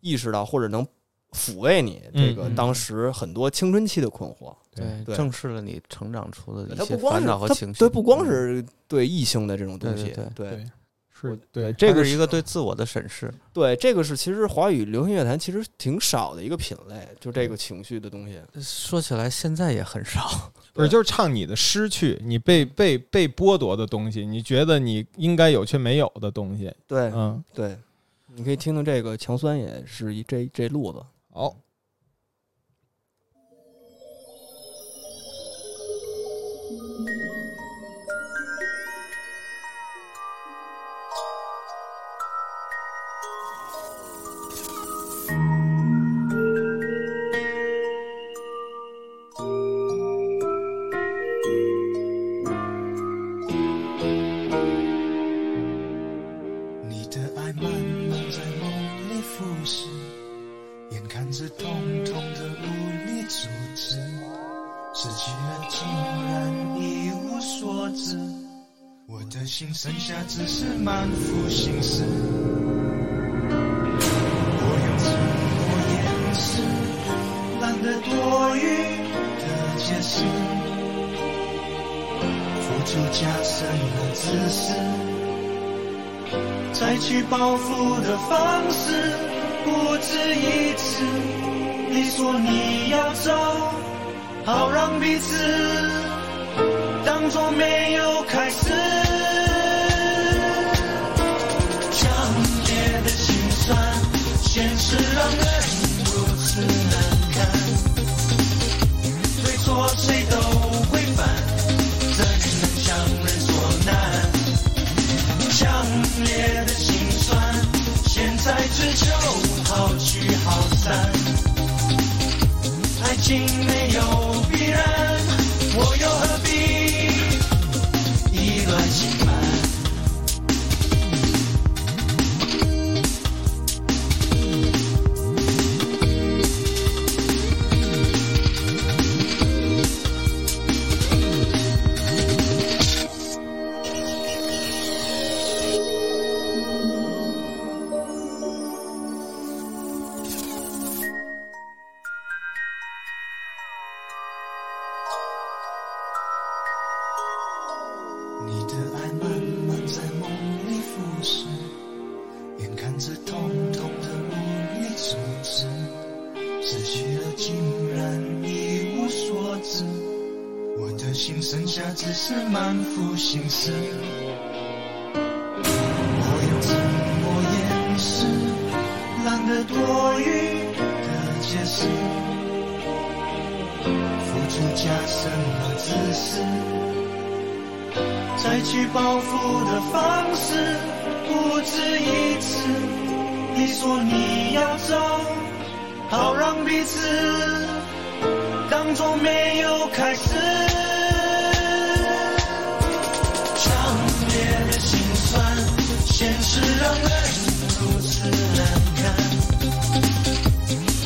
[SPEAKER 3] 意识到或者能抚慰你这个
[SPEAKER 1] 嗯嗯
[SPEAKER 3] 当时很多青春期的困惑。
[SPEAKER 1] 嗯对
[SPEAKER 3] 对
[SPEAKER 2] 正视了你成长出的
[SPEAKER 3] 它不
[SPEAKER 2] 一些
[SPEAKER 3] 光
[SPEAKER 2] 烦
[SPEAKER 3] 是
[SPEAKER 2] 恼和
[SPEAKER 3] 它
[SPEAKER 2] 情绪，
[SPEAKER 3] 对，不光
[SPEAKER 2] 嗯
[SPEAKER 3] 是对异性的这种东西，
[SPEAKER 2] 对对
[SPEAKER 3] 对
[SPEAKER 1] 对是对，
[SPEAKER 7] 这
[SPEAKER 2] 它
[SPEAKER 7] 个
[SPEAKER 2] 是一
[SPEAKER 7] 是
[SPEAKER 2] 个对自我的审视。
[SPEAKER 7] 对，这个是其实华语流行乐坛其实挺少的一个品类，就这个情绪的东西。
[SPEAKER 2] 说起来，现在也很少。
[SPEAKER 1] 不是就是唱你的失去，你被被被剥夺的东西，你觉得你应该有却没有的东西，
[SPEAKER 7] 对
[SPEAKER 1] 嗯，
[SPEAKER 7] 对，你可以听听这个强酸也是一这这路子。
[SPEAKER 1] 好，
[SPEAKER 6] 你的爱漫步在梦里腐蚀，眼看着痛痛的无力阻止，失去了竟然一无所知，我的心剩下只是满腹心事。我用沉默掩饰，懒得多余的解释，付出加深了自私。再去报复的方式不止一次。你说你要走，好让彼此当作没有开始。强烈的心酸，现实让人如此难堪。对错谁都会犯，怎能强人所难？强烈的心酸，现在追求好聚好散。爱情没有必然，我又何必意乱情满？你的爱慢慢在梦里腐蚀，眼看着痛痛的无力阻止，失去了竟然一无所知，我的心剩下只是满腹心事。我用沉默掩饰，懒得多余的解释，付出加深了自私。再去报复的方式不止一次。你说你要走，好让彼此当作没有开始。强烈的心酸，现实让人如此难堪。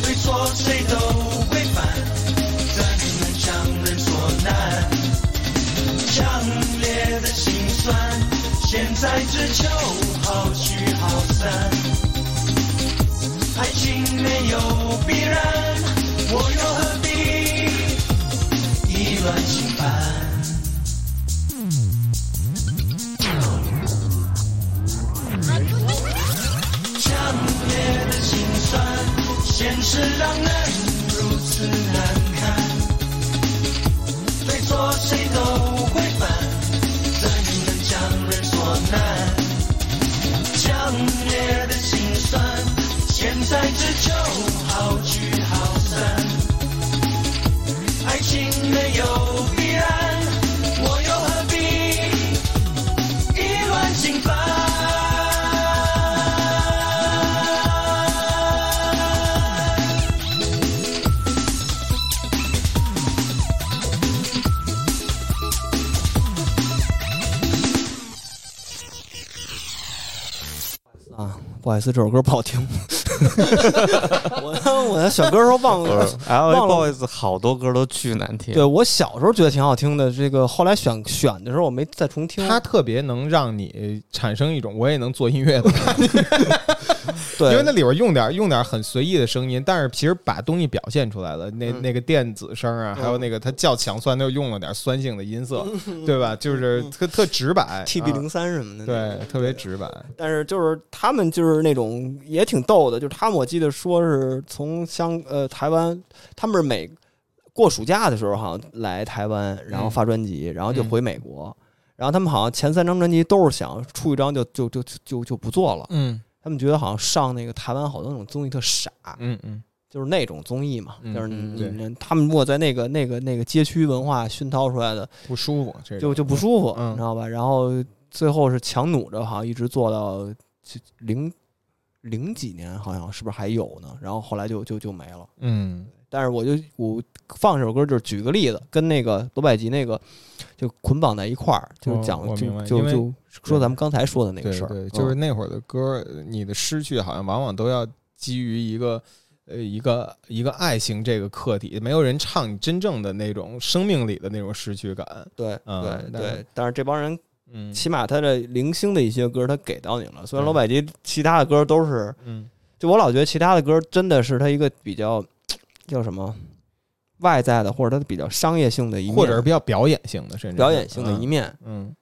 [SPEAKER 6] 对错谁都会犯，怎能强人所难？强烈的心酸，现在只求好聚好散。爱情没有必然，我又何必意乱情烦？强烈的心酸，现实让人如此难堪。对错谁都会犯，怎能强人所难？强烈的心酸，现在只求好聚好散。爱情没有必然，我又何必意乱情烦？
[SPEAKER 7] 啊，不好意思，这首歌不好听。 我我选歌的时候忘 了。
[SPEAKER 2] 呃 L
[SPEAKER 7] 忘
[SPEAKER 2] A
[SPEAKER 7] 了
[SPEAKER 2] Boys 好多歌都巨难听。
[SPEAKER 7] 对我小时候觉得挺好听的，这个后来选选的时候我没再重听。
[SPEAKER 1] 它特别能让你产生一种我也能做音乐的感觉，
[SPEAKER 3] 对，
[SPEAKER 1] 因为那里边用点用点很随意的声音，但是其实把东西表现出来了。那、
[SPEAKER 3] 嗯
[SPEAKER 1] 那个电子声啊，还有那个他叫强酸，他又用了点酸性的音色，
[SPEAKER 3] 嗯
[SPEAKER 1] 对吧？就是特特直白
[SPEAKER 3] TB 零
[SPEAKER 1] 啊
[SPEAKER 3] 三什么的，
[SPEAKER 1] 对，特别直白。
[SPEAKER 3] 但是就是他们就是那种也挺逗的，就是他们我记得说是从香呃台湾，他们是每过暑假的时候好像来台湾，然后发专辑，然后就回美
[SPEAKER 1] 嗯
[SPEAKER 3] 国，然后他们好像前三张专辑都是想出一张就就就就就就不做了，
[SPEAKER 1] 嗯
[SPEAKER 3] 他们觉得好像上那个台湾好多那种综艺特傻，
[SPEAKER 1] 嗯嗯，
[SPEAKER 3] 就是那种综艺嘛，
[SPEAKER 1] 嗯
[SPEAKER 3] 就是
[SPEAKER 2] 嗯
[SPEAKER 3] 你你他们如果在那个那个那个街区文化熏陶出来的，
[SPEAKER 1] 不舒服，这
[SPEAKER 3] 就
[SPEAKER 1] 种
[SPEAKER 3] 就不舒服，
[SPEAKER 1] 嗯
[SPEAKER 3] 你知道吧？然后最后是强弩着，好像一直做到就零零几年，好像是不是还有呢？然后后来就就就没了。
[SPEAKER 1] 嗯
[SPEAKER 3] 但是我就我放这首歌，就是举个例子，跟那个罗百吉那个就捆绑在一块儿，就
[SPEAKER 1] 哦
[SPEAKER 3] 是讲、
[SPEAKER 1] 我明
[SPEAKER 3] 就
[SPEAKER 1] 白因
[SPEAKER 3] 就
[SPEAKER 1] 为
[SPEAKER 3] 就说咱们刚才说的那个
[SPEAKER 1] 对
[SPEAKER 3] 事儿，
[SPEAKER 1] 对，就是
[SPEAKER 3] 嗯
[SPEAKER 1] 那会儿的歌，你的失去好像往往都要基于一个。呃，一个一个爱情这个课题，没有人唱你真正的那种生命里的那种失去感。
[SPEAKER 3] 对
[SPEAKER 1] 嗯
[SPEAKER 3] 对
[SPEAKER 1] 但
[SPEAKER 3] 对。但是这帮人
[SPEAKER 1] 嗯
[SPEAKER 3] 起码他的零星的一些歌，他给到你了。虽然
[SPEAKER 1] 嗯
[SPEAKER 3] 罗百吉其他的歌都是。
[SPEAKER 1] 嗯
[SPEAKER 3] 就我老觉得其他的歌真的是它一个比较叫什么外在的，或者它比较商业性的一面，
[SPEAKER 1] 或者是比较表演性的，甚至
[SPEAKER 3] 表演性的一
[SPEAKER 1] 面。
[SPEAKER 3] 面，
[SPEAKER 1] 嗯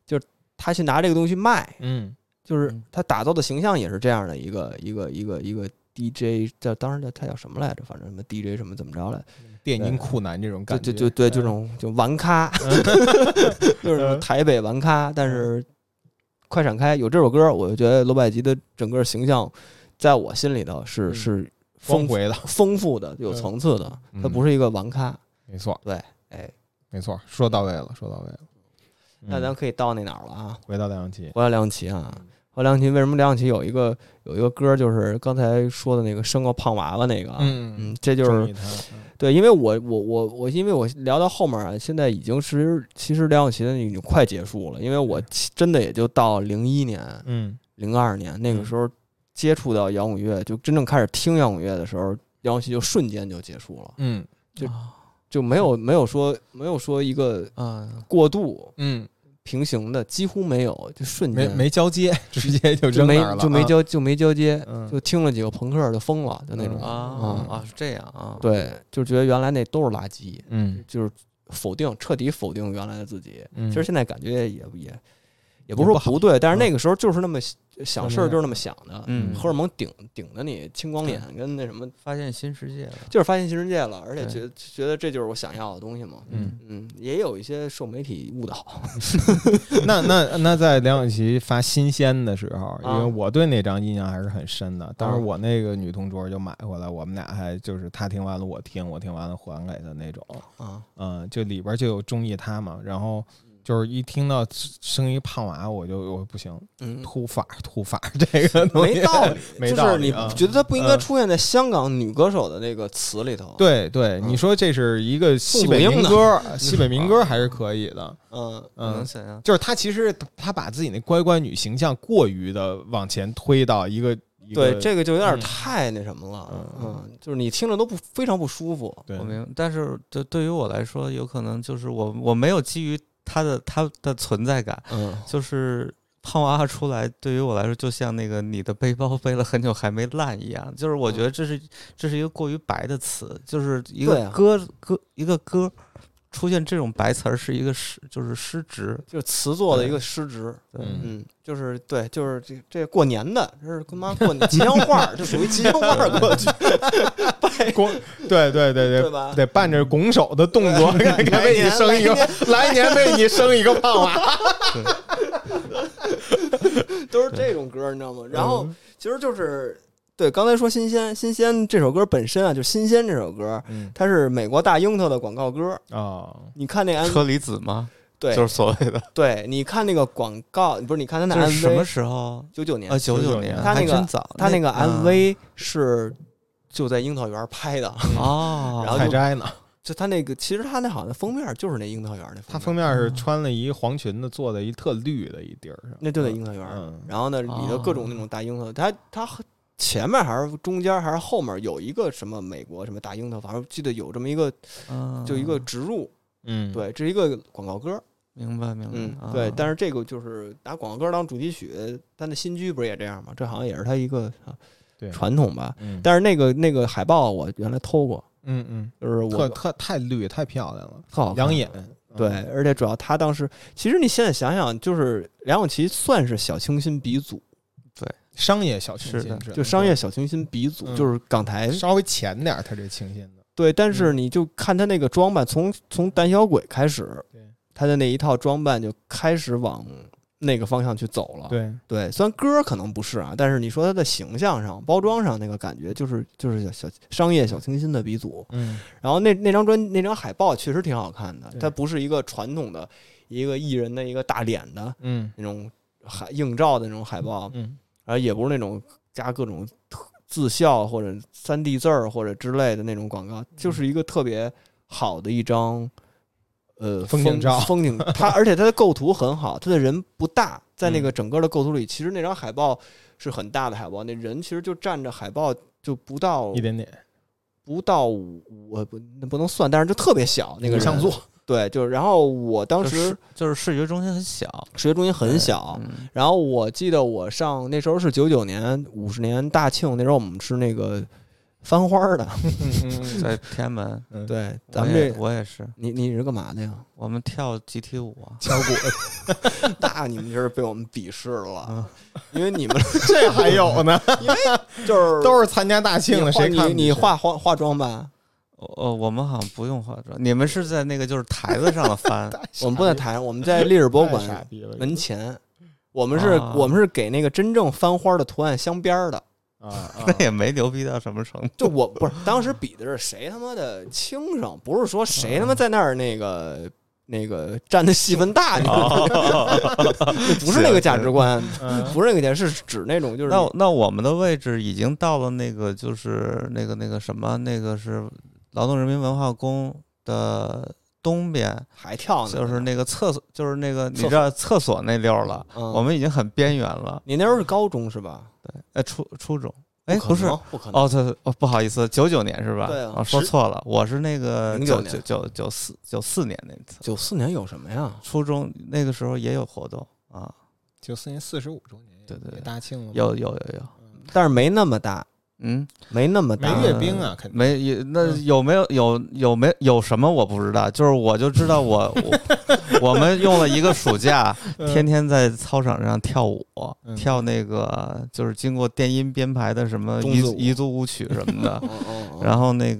[SPEAKER 3] 他去拿这个东西卖，
[SPEAKER 1] 嗯
[SPEAKER 3] 就是他打造的形象也是这样的一个一个一个一个 DJ 叫当时叫他叫什么来着，反正什么 DJ 什么怎么着来，
[SPEAKER 1] 嗯，电音酷男这种
[SPEAKER 3] 就
[SPEAKER 1] 感觉，
[SPEAKER 3] 就就对，
[SPEAKER 1] 嗯
[SPEAKER 3] 就 这种就玩咖，就是什么台北玩咖，但
[SPEAKER 1] 嗯
[SPEAKER 3] 是快闪开有这首歌，我就觉得罗百吉的整个形象在我心里头是
[SPEAKER 1] 嗯
[SPEAKER 3] 是
[SPEAKER 1] 光
[SPEAKER 3] 丰
[SPEAKER 1] 回 的，
[SPEAKER 3] 丰富的、有层次的，
[SPEAKER 1] 嗯
[SPEAKER 3] 它不是一个玩咖。
[SPEAKER 1] 没错，
[SPEAKER 3] 对，哎，
[SPEAKER 1] 没错，说到位了，说到位了。嗯
[SPEAKER 3] 那咱可以到那哪儿了啊？
[SPEAKER 1] 回到大象旗，
[SPEAKER 3] 回到梁咏琪啊，
[SPEAKER 1] 嗯
[SPEAKER 3] 回到梁咏琪，为什么梁咏琪有一个有一个歌，就是刚才说的那个生个胖娃娃那个啊？
[SPEAKER 1] 嗯，
[SPEAKER 3] 嗯，这就
[SPEAKER 1] 中
[SPEAKER 3] 是
[SPEAKER 1] 意他
[SPEAKER 3] 对，因为我我我我，因为我聊到后面啊，现在已经其实其实梁咏琪的已经快结束了，因为我其真的也就到零一年、
[SPEAKER 1] 嗯
[SPEAKER 3] 零二年那个时候接触到摇滚乐，就真正开始听摇滚乐的时候，梁咏琪就瞬间就结束了，
[SPEAKER 1] 嗯
[SPEAKER 3] 就没有没有说没有说一个
[SPEAKER 2] 啊嗯，
[SPEAKER 3] 过渡，
[SPEAKER 1] 嗯，
[SPEAKER 3] 平行的，几乎没有，就瞬
[SPEAKER 1] 没
[SPEAKER 3] 间
[SPEAKER 1] 没交接，直接就
[SPEAKER 3] 就
[SPEAKER 1] 扔
[SPEAKER 3] 没
[SPEAKER 1] 那儿了，
[SPEAKER 3] 就没
[SPEAKER 1] 啊，
[SPEAKER 3] 交就没交接，
[SPEAKER 1] 嗯
[SPEAKER 3] 就听了几个朋克就疯了，就那种。
[SPEAKER 1] 嗯
[SPEAKER 2] 啊啊，是这样啊，，
[SPEAKER 3] 对，就觉得原来那都是垃圾，
[SPEAKER 1] 嗯
[SPEAKER 3] 就是否定彻底否定原来的自己。
[SPEAKER 1] 嗯，
[SPEAKER 3] 其实现在感觉也也也
[SPEAKER 1] 也
[SPEAKER 3] 不
[SPEAKER 1] 不
[SPEAKER 3] 是说
[SPEAKER 1] 好嗯
[SPEAKER 3] 不对，但是那个时候就是那么想事儿，
[SPEAKER 1] 明白
[SPEAKER 3] 就是那么想的。
[SPEAKER 2] 嗯，
[SPEAKER 3] 荷尔蒙顶顶着你，青光眼跟那什么，
[SPEAKER 2] 发现新世界了，
[SPEAKER 3] 就是发现新世界了，而且
[SPEAKER 2] 对
[SPEAKER 3] 觉觉得这就是我想要的东西嘛。
[SPEAKER 1] 嗯，
[SPEAKER 3] 嗯，也有一些受媒体误导，
[SPEAKER 1] 那那那在梁咏琪发《新鲜》的时候，因
[SPEAKER 3] 啊
[SPEAKER 1] 为我对那张印象还是很深的。当时
[SPEAKER 3] 啊
[SPEAKER 1] 我那个女同桌就买回来，我们俩还就是她听完了我听，我听完了还给她那种。
[SPEAKER 3] 啊，
[SPEAKER 1] 嗯，就里边就有中意他嘛，然后就是一听到生一胖娃，我就我不行，
[SPEAKER 3] 嗯，
[SPEAKER 1] 秃法秃法这个东西
[SPEAKER 3] 没道理，
[SPEAKER 1] 没
[SPEAKER 3] 就
[SPEAKER 1] 道
[SPEAKER 3] 是
[SPEAKER 1] 理
[SPEAKER 3] 你
[SPEAKER 1] 啊。
[SPEAKER 3] 觉得它不应该
[SPEAKER 1] 嗯
[SPEAKER 3] 出现在香港女歌手的那个词里头。，
[SPEAKER 1] 对对，
[SPEAKER 3] 嗯
[SPEAKER 1] 你说这是一个西北民歌， 西北民歌还是可以的，
[SPEAKER 3] 嗯，
[SPEAKER 1] 嗯
[SPEAKER 2] 能。想象，
[SPEAKER 1] 就是他其实他把自己那乖乖女形象过于的往前推到一个一个
[SPEAKER 3] 对，这个就有点
[SPEAKER 1] 嗯
[SPEAKER 3] 太那什么了，
[SPEAKER 1] 嗯
[SPEAKER 3] 嗯，就是你听着都不非常不舒服。
[SPEAKER 1] 对
[SPEAKER 2] 我明白，但是就对于我来说，有可能就是我我没有基于他的他的存在感，
[SPEAKER 3] 嗯，
[SPEAKER 2] 就是胖娃娃出来，对于我来说，就像那个你的背包背了很久还没烂一样，就是我觉得这是这是一个过于白的词，就是一
[SPEAKER 3] 对
[SPEAKER 2] 个
[SPEAKER 3] 啊
[SPEAKER 2] 歌、歌一个歌出现这种白词儿是一个失就是失职，
[SPEAKER 3] 就是词作的一个失职。
[SPEAKER 2] 对
[SPEAKER 1] 嗯
[SPEAKER 3] 嗯，就是对，就是这这过年的，这是跟妈过年吉祥话儿，就属于吉祥话儿过去，
[SPEAKER 1] 光对对对
[SPEAKER 3] 对吧
[SPEAKER 1] 得伴着拱手的动作， 给你生一个，来年为你生一个胖娃。
[SPEAKER 3] 都是这种歌儿，你知道吗？然后其实就是对刚才说新鲜，新鲜这首歌本身啊，就新鲜这首歌，
[SPEAKER 1] 嗯
[SPEAKER 3] 它是美国大樱桃的广告歌。
[SPEAKER 1] 哦，
[SPEAKER 3] 你看那 MV，
[SPEAKER 2] 车厘子吗？
[SPEAKER 3] 对
[SPEAKER 2] 就是所谓的，
[SPEAKER 3] 对，你看那个广告，不是你看他那
[SPEAKER 2] 就是
[SPEAKER 3] MV，
[SPEAKER 2] 什么时候？
[SPEAKER 3] 九九年
[SPEAKER 2] 呃，九
[SPEAKER 1] 99
[SPEAKER 2] 九
[SPEAKER 1] 年
[SPEAKER 2] 年，
[SPEAKER 3] 他那
[SPEAKER 2] 还
[SPEAKER 3] 个
[SPEAKER 2] 真早，
[SPEAKER 3] 他那个
[SPEAKER 2] 嗯
[SPEAKER 3] MV 是就在樱桃园拍的，
[SPEAKER 2] 哦，
[SPEAKER 3] 然后
[SPEAKER 1] 采
[SPEAKER 3] 就
[SPEAKER 1] 摘呢？
[SPEAKER 3] 就他那个其实他那好像封面就是那樱桃园那
[SPEAKER 1] 他封
[SPEAKER 3] 面，
[SPEAKER 1] 面是穿了一黄裙子，坐在一特绿的一地儿上。
[SPEAKER 3] 那就在樱桃园。
[SPEAKER 1] 嗯哦
[SPEAKER 3] 然后呢，里头各种那种大樱桃，他他前面还是中间还是后面有一个什么美国什么大樱桃，反正记得有这么一个
[SPEAKER 2] 嗯
[SPEAKER 3] 就一个植入，
[SPEAKER 1] 嗯，
[SPEAKER 3] 对，这是一个广告歌，
[SPEAKER 2] 明白
[SPEAKER 3] 嗯
[SPEAKER 2] 明白，，
[SPEAKER 3] 对。但
[SPEAKER 2] 是
[SPEAKER 3] 是这个就是拿广告歌当主题曲，他那新居不是也这样吗？这好像也是他一个啊
[SPEAKER 1] 对
[SPEAKER 3] 传统吧。
[SPEAKER 1] 嗯
[SPEAKER 3] 但是那个那个海报我原来偷过，
[SPEAKER 1] 嗯嗯，
[SPEAKER 3] 就是
[SPEAKER 1] 特
[SPEAKER 3] 我特
[SPEAKER 1] 特太绿太漂亮了，
[SPEAKER 3] 好看
[SPEAKER 1] 养眼。
[SPEAKER 3] 对
[SPEAKER 1] 嗯，
[SPEAKER 3] 而且主要他当时，其实你现在想想，就是梁咏琪算是小清新鼻祖，
[SPEAKER 1] 商业小清
[SPEAKER 2] 是的
[SPEAKER 1] 新，
[SPEAKER 3] 就商业小清新鼻祖，
[SPEAKER 1] 嗯
[SPEAKER 3] 就是港台
[SPEAKER 1] 稍微浅点儿，他这清新的，
[SPEAKER 3] 对，但
[SPEAKER 1] 嗯
[SPEAKER 3] 是你就看他那个装扮，从从胆小鬼开始
[SPEAKER 1] 对，
[SPEAKER 3] 他的那一套装扮就开始往那个方向去走了。
[SPEAKER 1] 对，
[SPEAKER 3] 对，虽然歌儿可能不是啊，但是你说他的形象上、包装上那个感觉，就是就是小小商业小清新的鼻祖。
[SPEAKER 1] 嗯
[SPEAKER 3] 然后那那张专那张海报确实挺好看的
[SPEAKER 1] 对，
[SPEAKER 3] 它不是一个传统的一个艺人的一个大脸的
[SPEAKER 1] 嗯
[SPEAKER 3] 那种海映照的那种海报，
[SPEAKER 1] 嗯，
[SPEAKER 3] 然后也不是那种加各种特字效或者三 D 字儿或者之类的那种广告，
[SPEAKER 1] 嗯
[SPEAKER 3] 就是一个特别好的一张呃
[SPEAKER 1] 风景照
[SPEAKER 3] 风景它而且它的构图很好，它的人不大，在那个
[SPEAKER 1] 嗯
[SPEAKER 3] 整个的构图里，其实那张海报是很大的海报，那人其实就站着海报就不到
[SPEAKER 1] 一点点，
[SPEAKER 3] 不到五，我不那不能算，但是就特别小那个
[SPEAKER 1] 五
[SPEAKER 3] 人
[SPEAKER 1] 像素，
[SPEAKER 3] 对，就是然后我当
[SPEAKER 2] 就
[SPEAKER 3] 时
[SPEAKER 2] 是就是视觉中心很小，
[SPEAKER 3] 视觉中心很小，
[SPEAKER 2] 嗯
[SPEAKER 3] 然后我记得我上那时候是九九年五十年大庆，那时候我们是那个翻花 儿的。
[SPEAKER 1] 嗯
[SPEAKER 2] 在天安门，
[SPEAKER 3] 对，
[SPEAKER 2] 我
[SPEAKER 3] 咱们
[SPEAKER 2] 也
[SPEAKER 3] 这
[SPEAKER 2] 我也是，
[SPEAKER 3] 你你是干嘛的呀？
[SPEAKER 2] 我们跳集体舞啊，
[SPEAKER 3] 敲鼓。 那你们就是被我们鄙视
[SPEAKER 1] 啊
[SPEAKER 3] 了，因为你们 这
[SPEAKER 1] 还有 呢，
[SPEAKER 3] 就是
[SPEAKER 1] 都是参加大庆的，
[SPEAKER 3] 你化
[SPEAKER 1] 谁看
[SPEAKER 3] 你
[SPEAKER 1] 不起
[SPEAKER 3] 你化化化妆吧？哦
[SPEAKER 2] 呃，我们好像不用化妆，你们是在那个就是台子上 的翻
[SPEAKER 1] 太傻
[SPEAKER 3] 我们不在
[SPEAKER 1] 逼
[SPEAKER 3] 台上，我们在历史博物
[SPEAKER 1] 太傻
[SPEAKER 3] 馆
[SPEAKER 1] 逼了
[SPEAKER 3] 门前。我们是
[SPEAKER 2] 啊
[SPEAKER 3] 我们是给那个真正翻花的图案镶边儿的，
[SPEAKER 1] 啊啊
[SPEAKER 2] 那也没牛逼到什么程度。
[SPEAKER 3] 就我不是当时比的是谁他妈的轻省，不是说谁他妈在那儿那个那个占的戏份大，你知道
[SPEAKER 2] 哦
[SPEAKER 3] 吗就哦不是那个价值观，
[SPEAKER 1] 嗯
[SPEAKER 3] 不是那个价，是指那种就是
[SPEAKER 2] 啊那那我们的位置已经到了那个就是那个那个什么，那个是劳动人民文化宫的东边，
[SPEAKER 3] 还跳呢，
[SPEAKER 2] 就是那个厕所，就是那个你
[SPEAKER 3] 厕所
[SPEAKER 2] 知道厕所那溜儿了。
[SPEAKER 3] 嗯
[SPEAKER 2] 我们已经很边缘了，
[SPEAKER 3] 你那时候是高中是吧？
[SPEAKER 2] 呃，初初中，哎，
[SPEAKER 3] 可
[SPEAKER 2] 不是
[SPEAKER 3] 能，不可能。
[SPEAKER 2] 哦，对，哦，不好意思，九九年是吧？
[SPEAKER 3] 对啊
[SPEAKER 2] 哦说
[SPEAKER 3] 十
[SPEAKER 2] 错了，我是那个九
[SPEAKER 3] 09
[SPEAKER 2] 九九九四九四年那次
[SPEAKER 3] 九四年有什么呀？
[SPEAKER 2] 初中那个时候也有活动啊，
[SPEAKER 1] 九四年四十五周年，
[SPEAKER 2] 对对对
[SPEAKER 1] 给大庆了吗，
[SPEAKER 2] 有有有有，
[SPEAKER 3] 但是没那么大，
[SPEAKER 2] 嗯，
[SPEAKER 3] 没那么
[SPEAKER 1] 没
[SPEAKER 3] 大。嗯
[SPEAKER 1] 阅兵啊，肯定
[SPEAKER 2] 没有那有没有有有没有什么我不知道，就是我就知道 我我我们用了一个暑假，
[SPEAKER 3] 嗯
[SPEAKER 2] 天天在操场上跳舞，
[SPEAKER 1] 嗯
[SPEAKER 2] 跳那个就是经过电音编排的什么
[SPEAKER 3] 中
[SPEAKER 2] 彝
[SPEAKER 3] 字舞
[SPEAKER 2] 彝族舞曲什 么的，
[SPEAKER 3] 嗯嗯嗯
[SPEAKER 2] 然后那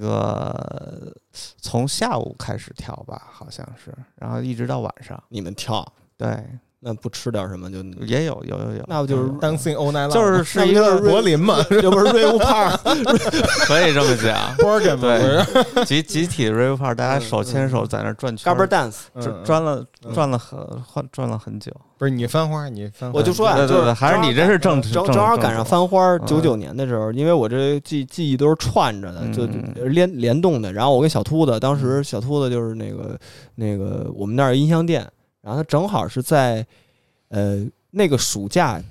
[SPEAKER 2] 个从下午开始跳吧，好像是，然后一直到晚上。
[SPEAKER 3] 你们跳，
[SPEAKER 2] 对，
[SPEAKER 3] 那不吃点什么就
[SPEAKER 2] 也有有有有，
[SPEAKER 3] 那不就是
[SPEAKER 2] 有
[SPEAKER 1] Dancing all night，long
[SPEAKER 2] 就是是一
[SPEAKER 1] 那不
[SPEAKER 2] 个
[SPEAKER 1] 就是柏林嘛，
[SPEAKER 3] 这不是瑞乌帕？
[SPEAKER 2] 可以这么讲
[SPEAKER 1] ，Bergen 嘛，不是
[SPEAKER 2] 集集体 rave party，大家手牵手在那儿转圈
[SPEAKER 3] 嗯嘎
[SPEAKER 2] 儿，
[SPEAKER 3] 嘣 dance，
[SPEAKER 1] 嗯
[SPEAKER 2] 转转了
[SPEAKER 1] 嗯
[SPEAKER 2] 转了很换转了很久。
[SPEAKER 1] 不是你翻花，你翻花，
[SPEAKER 3] 我就说啊，
[SPEAKER 2] 对对
[SPEAKER 3] 就
[SPEAKER 2] 对，还是你这是正
[SPEAKER 3] 正
[SPEAKER 2] 正
[SPEAKER 3] 正好赶上翻花儿
[SPEAKER 2] 嗯
[SPEAKER 3] 九九年的时候，因为我这记记忆都是串着的，
[SPEAKER 2] 嗯
[SPEAKER 3] 就就联联动的。然后我跟小秃子，当时小秃子就是那个那个我们那儿有音像店，然后他正好是在呃那个暑假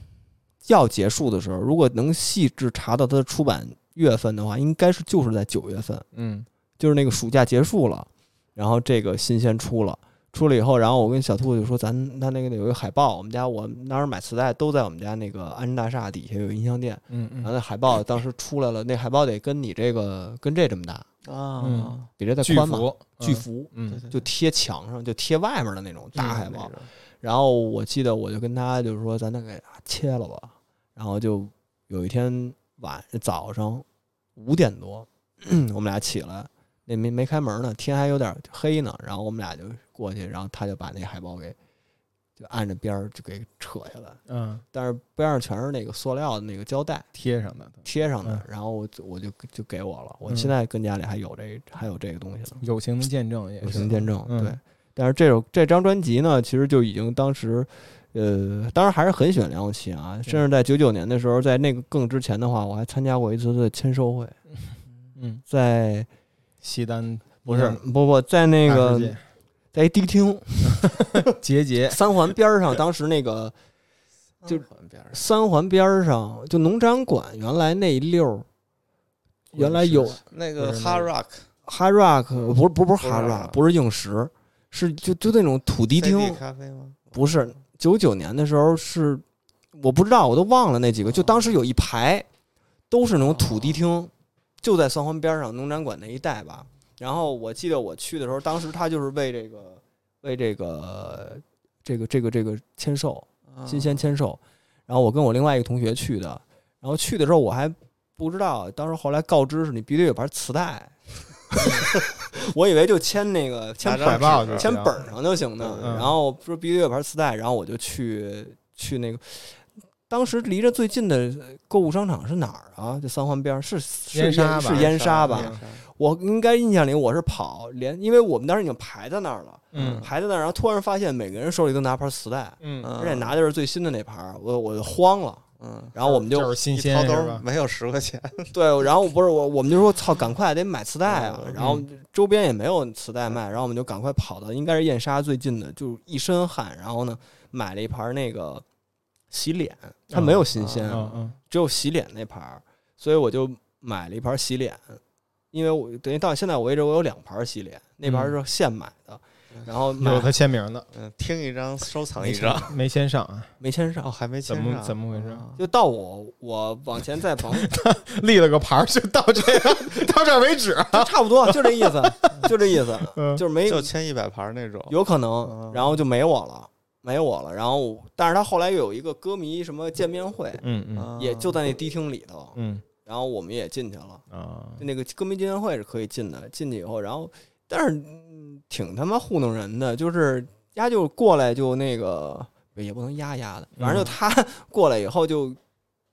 [SPEAKER 3] 要结束的时候，如果能细致查到它的出版月份的话，应该是就是在九月份，
[SPEAKER 1] 嗯
[SPEAKER 3] 就是那个暑假结束了，然后这个新鲜出了。出了以后，然后我跟小兔就说：“咱他那个有一个海报，我们家我们当时买磁带都在我们家那个安大厦底下有音像店，
[SPEAKER 1] 嗯
[SPEAKER 3] 然后
[SPEAKER 1] 嗯，
[SPEAKER 3] 那海报当时出来了，那海报得跟你这个跟这这么大，
[SPEAKER 2] 啊
[SPEAKER 1] 嗯，
[SPEAKER 3] 比这再
[SPEAKER 1] 巨
[SPEAKER 3] 宽嘛，
[SPEAKER 1] 幅
[SPEAKER 3] 巨，幅
[SPEAKER 1] 嗯
[SPEAKER 3] 就贴墙上，就贴外面的那种大海报。
[SPEAKER 2] 嗯
[SPEAKER 3] 然后我记得我就跟他就是说，咱那给它切了吧。然后就有一天晚早上五点多， 我们俩起来，那没没开门呢，天还有点黑呢。然后我们俩就过去，然后他就把那海报给就按着边儿就给扯下来，
[SPEAKER 1] 嗯，
[SPEAKER 3] 但是边上全是那个塑料的那个胶带。
[SPEAKER 1] 贴上的
[SPEAKER 3] 贴上的
[SPEAKER 1] 嗯，
[SPEAKER 3] 然后我就我就就给我了。我
[SPEAKER 1] 嗯
[SPEAKER 3] 现在跟家里还有这还有这个东西呢，
[SPEAKER 1] 友情的见证也
[SPEAKER 3] 有
[SPEAKER 1] 是
[SPEAKER 3] 形见证。
[SPEAKER 1] 嗯
[SPEAKER 3] 对，但是这首这张专辑呢，其实就已经当时，呃，当然还是很喜欢梁咏琪啊。甚至在九九年的时候，在那个更之前的话，我还参加过一次的签售会，
[SPEAKER 1] 嗯，
[SPEAKER 3] 在
[SPEAKER 1] 西单
[SPEAKER 3] 不是不不在那
[SPEAKER 1] 大世
[SPEAKER 3] 个
[SPEAKER 1] 界
[SPEAKER 3] 在一迪厅
[SPEAKER 1] 结节，
[SPEAKER 3] 三环边儿上，当时那个就三环边儿上就农展馆原来那一溜儿， 原来有
[SPEAKER 2] 那
[SPEAKER 1] 不
[SPEAKER 2] 个
[SPEAKER 1] 是
[SPEAKER 2] hard rock
[SPEAKER 3] hard rock 不是不是不是
[SPEAKER 2] 不是
[SPEAKER 3] hard
[SPEAKER 2] hard
[SPEAKER 3] rock，
[SPEAKER 2] rock
[SPEAKER 3] 不是硬石，是就就那种土地
[SPEAKER 2] CD
[SPEAKER 3] 厅，
[SPEAKER 2] 咖啡吗？
[SPEAKER 3] 不是九九年的时候是我不知道，我都忘了那几个，就当时有一排都是那种土地厅，就在三环边上农展馆那一带吧。然后我记得我去的时候，当时他就是为这个为这个这个这个这个签售，新鲜签售。然后我跟我另外一个同学去的，然后去的时候我还不知道，当时后来告知是你必须得有盘磁带， 我以为就签那个签
[SPEAKER 1] 海报就
[SPEAKER 3] 签
[SPEAKER 1] 行
[SPEAKER 3] 本儿上就行的。
[SPEAKER 1] 嗯
[SPEAKER 3] 然后说必须得有盘磁带，然后我就去去那个，当时离着最近的购物商场是哪儿啊？就三环边儿是是
[SPEAKER 1] 燕莎吧
[SPEAKER 3] 是燕莎吧？
[SPEAKER 1] 嗯
[SPEAKER 3] 我应该印象里我是跑连，因为我们当时已经排在那儿了，
[SPEAKER 1] 嗯
[SPEAKER 3] 排在那儿，然后突然发现每个人手里都拿盘磁带，
[SPEAKER 1] 嗯，
[SPEAKER 3] 而且拿的是最新的那盘儿，我我就慌了。
[SPEAKER 2] 嗯，
[SPEAKER 3] 然后我们就
[SPEAKER 1] 就是新
[SPEAKER 2] 一
[SPEAKER 1] 鲜
[SPEAKER 2] 掏
[SPEAKER 1] 是
[SPEAKER 2] 兜
[SPEAKER 1] 吧？
[SPEAKER 2] 没有十块钱，
[SPEAKER 3] 对，然后不是我，我们就说操，赶快得买磁带啊！
[SPEAKER 1] 嗯
[SPEAKER 3] 然后周边也没有磁带卖，然后我们就赶快跑到应该是燕莎最近的，就一身汗，然后呢买了一盘那个洗脸，它没有新鲜，
[SPEAKER 1] 嗯嗯
[SPEAKER 3] 只有洗脸那盘儿，所以我就买了一盘洗脸，因为我等于到现在我为止我有两盘洗脸，那盘是现买的，然后
[SPEAKER 1] 嗯有
[SPEAKER 3] 买
[SPEAKER 1] 他签名的，
[SPEAKER 2] 嗯，听一张收藏一
[SPEAKER 3] 没
[SPEAKER 2] 张，
[SPEAKER 1] 没签上啊，
[SPEAKER 3] 没签上
[SPEAKER 2] 哦，。还没签
[SPEAKER 1] 怎么
[SPEAKER 2] 上
[SPEAKER 1] 怎么回事
[SPEAKER 2] 啊
[SPEAKER 3] 就到我，我往前再往，
[SPEAKER 1] 立了个牌儿，就到这 个到这儿为止。
[SPEAKER 3] 就差不多，就这意思，就这意思，
[SPEAKER 1] 嗯
[SPEAKER 3] 就是没
[SPEAKER 2] 就签一百盘那种，
[SPEAKER 3] 有可
[SPEAKER 2] 嗯
[SPEAKER 3] 能，然后就没我了，没我了。然后我，但是他后来又有一个歌迷什么见面会，
[SPEAKER 1] 嗯嗯
[SPEAKER 2] 啊
[SPEAKER 3] 也就在那迪厅里头，
[SPEAKER 1] 嗯
[SPEAKER 3] 然后我们也进去了。
[SPEAKER 1] 啊
[SPEAKER 3] 就那个歌迷见面会是可以进的，进去以后，然后但是嗯挺他妈糊弄人的，就是丫就过来就那个也不能丫丫的，反正就他 过来以后就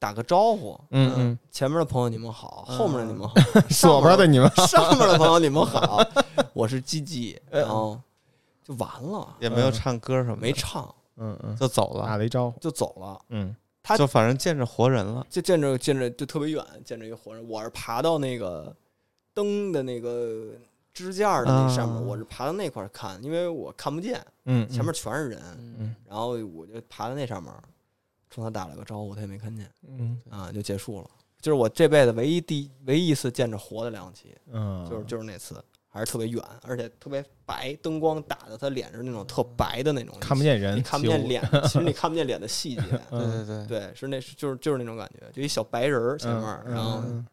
[SPEAKER 3] 打个招呼，
[SPEAKER 1] 嗯嗯，
[SPEAKER 3] 前面的朋友你们好，
[SPEAKER 2] 嗯
[SPEAKER 3] 后面的你们好，
[SPEAKER 1] 左边的你们
[SPEAKER 3] 上面的朋友你们好，我是 鸡鸡，
[SPEAKER 1] 嗯
[SPEAKER 3] 然后就完了，
[SPEAKER 2] 也没有唱歌什么的，
[SPEAKER 3] 没唱。
[SPEAKER 1] 嗯嗯
[SPEAKER 2] 就走
[SPEAKER 1] 打
[SPEAKER 2] 了，
[SPEAKER 1] 了一招呼，
[SPEAKER 3] 就走了，
[SPEAKER 1] 嗯
[SPEAKER 3] 他
[SPEAKER 2] 就反正见着活人了，
[SPEAKER 3] 就见着见着就特别远，见着一个活人。我是爬到那个灯的那个支架的那上面，
[SPEAKER 2] 啊
[SPEAKER 3] 我是爬到那块儿看，因为我看不见，
[SPEAKER 1] 嗯，
[SPEAKER 3] 前面全是人，
[SPEAKER 1] 嗯
[SPEAKER 3] 然后我就爬到那上面，冲他打了个招呼，他也没看见
[SPEAKER 1] 嗯
[SPEAKER 3] 啊，就结束了。就是我这辈子唯一第唯一一次见着活的梁咏琪，
[SPEAKER 1] 嗯，
[SPEAKER 3] 就是就是那次，还是特别远，而且特别白，灯光打到他脸上那种特白的那种，
[SPEAKER 1] 看不，见人，
[SPEAKER 3] 你看不见
[SPEAKER 1] 就
[SPEAKER 3] 脸，其实你看不见脸的细节。
[SPEAKER 2] 对
[SPEAKER 1] 嗯
[SPEAKER 2] 对对，
[SPEAKER 3] 对，是那，是就是就是那种感觉，就一小白人儿前面儿，
[SPEAKER 1] 嗯
[SPEAKER 3] 然后
[SPEAKER 1] 嗯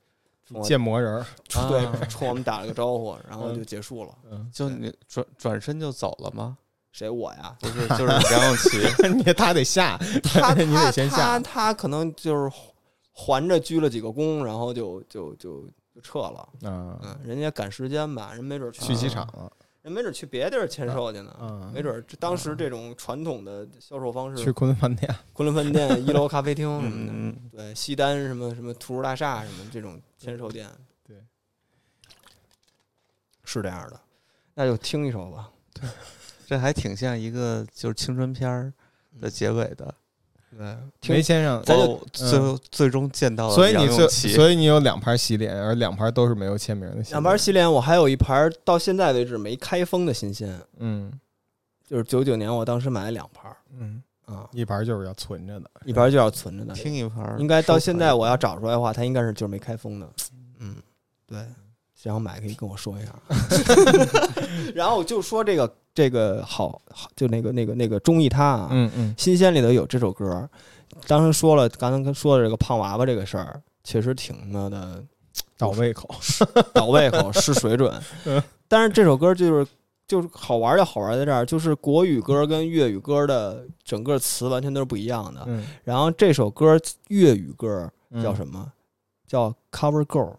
[SPEAKER 3] 冲我
[SPEAKER 1] 建模人儿，
[SPEAKER 3] 冲
[SPEAKER 2] 啊
[SPEAKER 3] 对冲我们打了个招呼，然后
[SPEAKER 1] 嗯
[SPEAKER 3] 就结束了。
[SPEAKER 1] 嗯，
[SPEAKER 2] 就你转转身就走了吗？？
[SPEAKER 3] 谁我呀
[SPEAKER 2] 不 是，就是梁咏琪，
[SPEAKER 1] 你他得下，
[SPEAKER 3] 他
[SPEAKER 1] 你得
[SPEAKER 3] 他
[SPEAKER 1] 先
[SPEAKER 3] 他
[SPEAKER 1] 下，
[SPEAKER 3] 他可能就是环着鞠了几个躬，然后就就就就撤了。
[SPEAKER 1] 啊，
[SPEAKER 3] 嗯，人家赶时间吧，人没准儿
[SPEAKER 1] 去机
[SPEAKER 3] 啊
[SPEAKER 1] 场了，
[SPEAKER 3] 人没准儿去别地儿签售去呢。
[SPEAKER 1] 啊，
[SPEAKER 3] 嗯没准儿这当时这种传统的销售方
[SPEAKER 1] 去
[SPEAKER 3] 式，
[SPEAKER 1] 昆仑饭店，
[SPEAKER 3] 昆仑饭店、一楼咖啡厅什么的，
[SPEAKER 2] 嗯嗯，
[SPEAKER 3] 对，西单什么什么图书大厦什么这种签售店，
[SPEAKER 1] 对，
[SPEAKER 3] 是这样的。那就听一首吧。
[SPEAKER 2] 这还挺像一个就是青春片儿的结尾的，
[SPEAKER 3] 对，
[SPEAKER 1] 梅先生，
[SPEAKER 2] 嗯咱
[SPEAKER 1] 哦
[SPEAKER 2] 就最后最终见到了
[SPEAKER 1] 所以
[SPEAKER 2] 梁
[SPEAKER 1] 你
[SPEAKER 2] 咏
[SPEAKER 1] 最，
[SPEAKER 2] 琪
[SPEAKER 1] 所以你有两盘洗脸，而两盘都是没有签名的洗脸，
[SPEAKER 3] 两盘洗脸，我还有一盘到现在为止没开封的新鲜，
[SPEAKER 1] 嗯
[SPEAKER 3] 就是九九年我当时买了两盘儿
[SPEAKER 1] 嗯，
[SPEAKER 3] 啊，
[SPEAKER 1] 一盘就是要存着的，
[SPEAKER 3] 一盘就要存着的，
[SPEAKER 2] 听一盘儿，
[SPEAKER 3] 应该到
[SPEAKER 2] 收
[SPEAKER 3] 现
[SPEAKER 2] 藏
[SPEAKER 3] 在
[SPEAKER 2] 一
[SPEAKER 3] 我要找出来的话，它应该是就是没开封的，嗯，对，想要买可以跟我说一下。 然后就说这个这个好，好就那个那个那个中意他啊，
[SPEAKER 1] 嗯嗯
[SPEAKER 3] 新鲜里头有这首歌，当时说了，刚刚说的这个胖娃娃这个事儿，确实挺那的
[SPEAKER 1] 倒胃口，
[SPEAKER 3] 倒胃口、失水准。但是这首歌就是就是好玩儿就好玩儿在这儿，就是国语歌跟粤语歌的整个词完全都是不一样的。
[SPEAKER 1] 嗯，
[SPEAKER 3] 然后这首歌粤语歌
[SPEAKER 1] 嗯
[SPEAKER 3] 叫什么？叫 Cover Girl，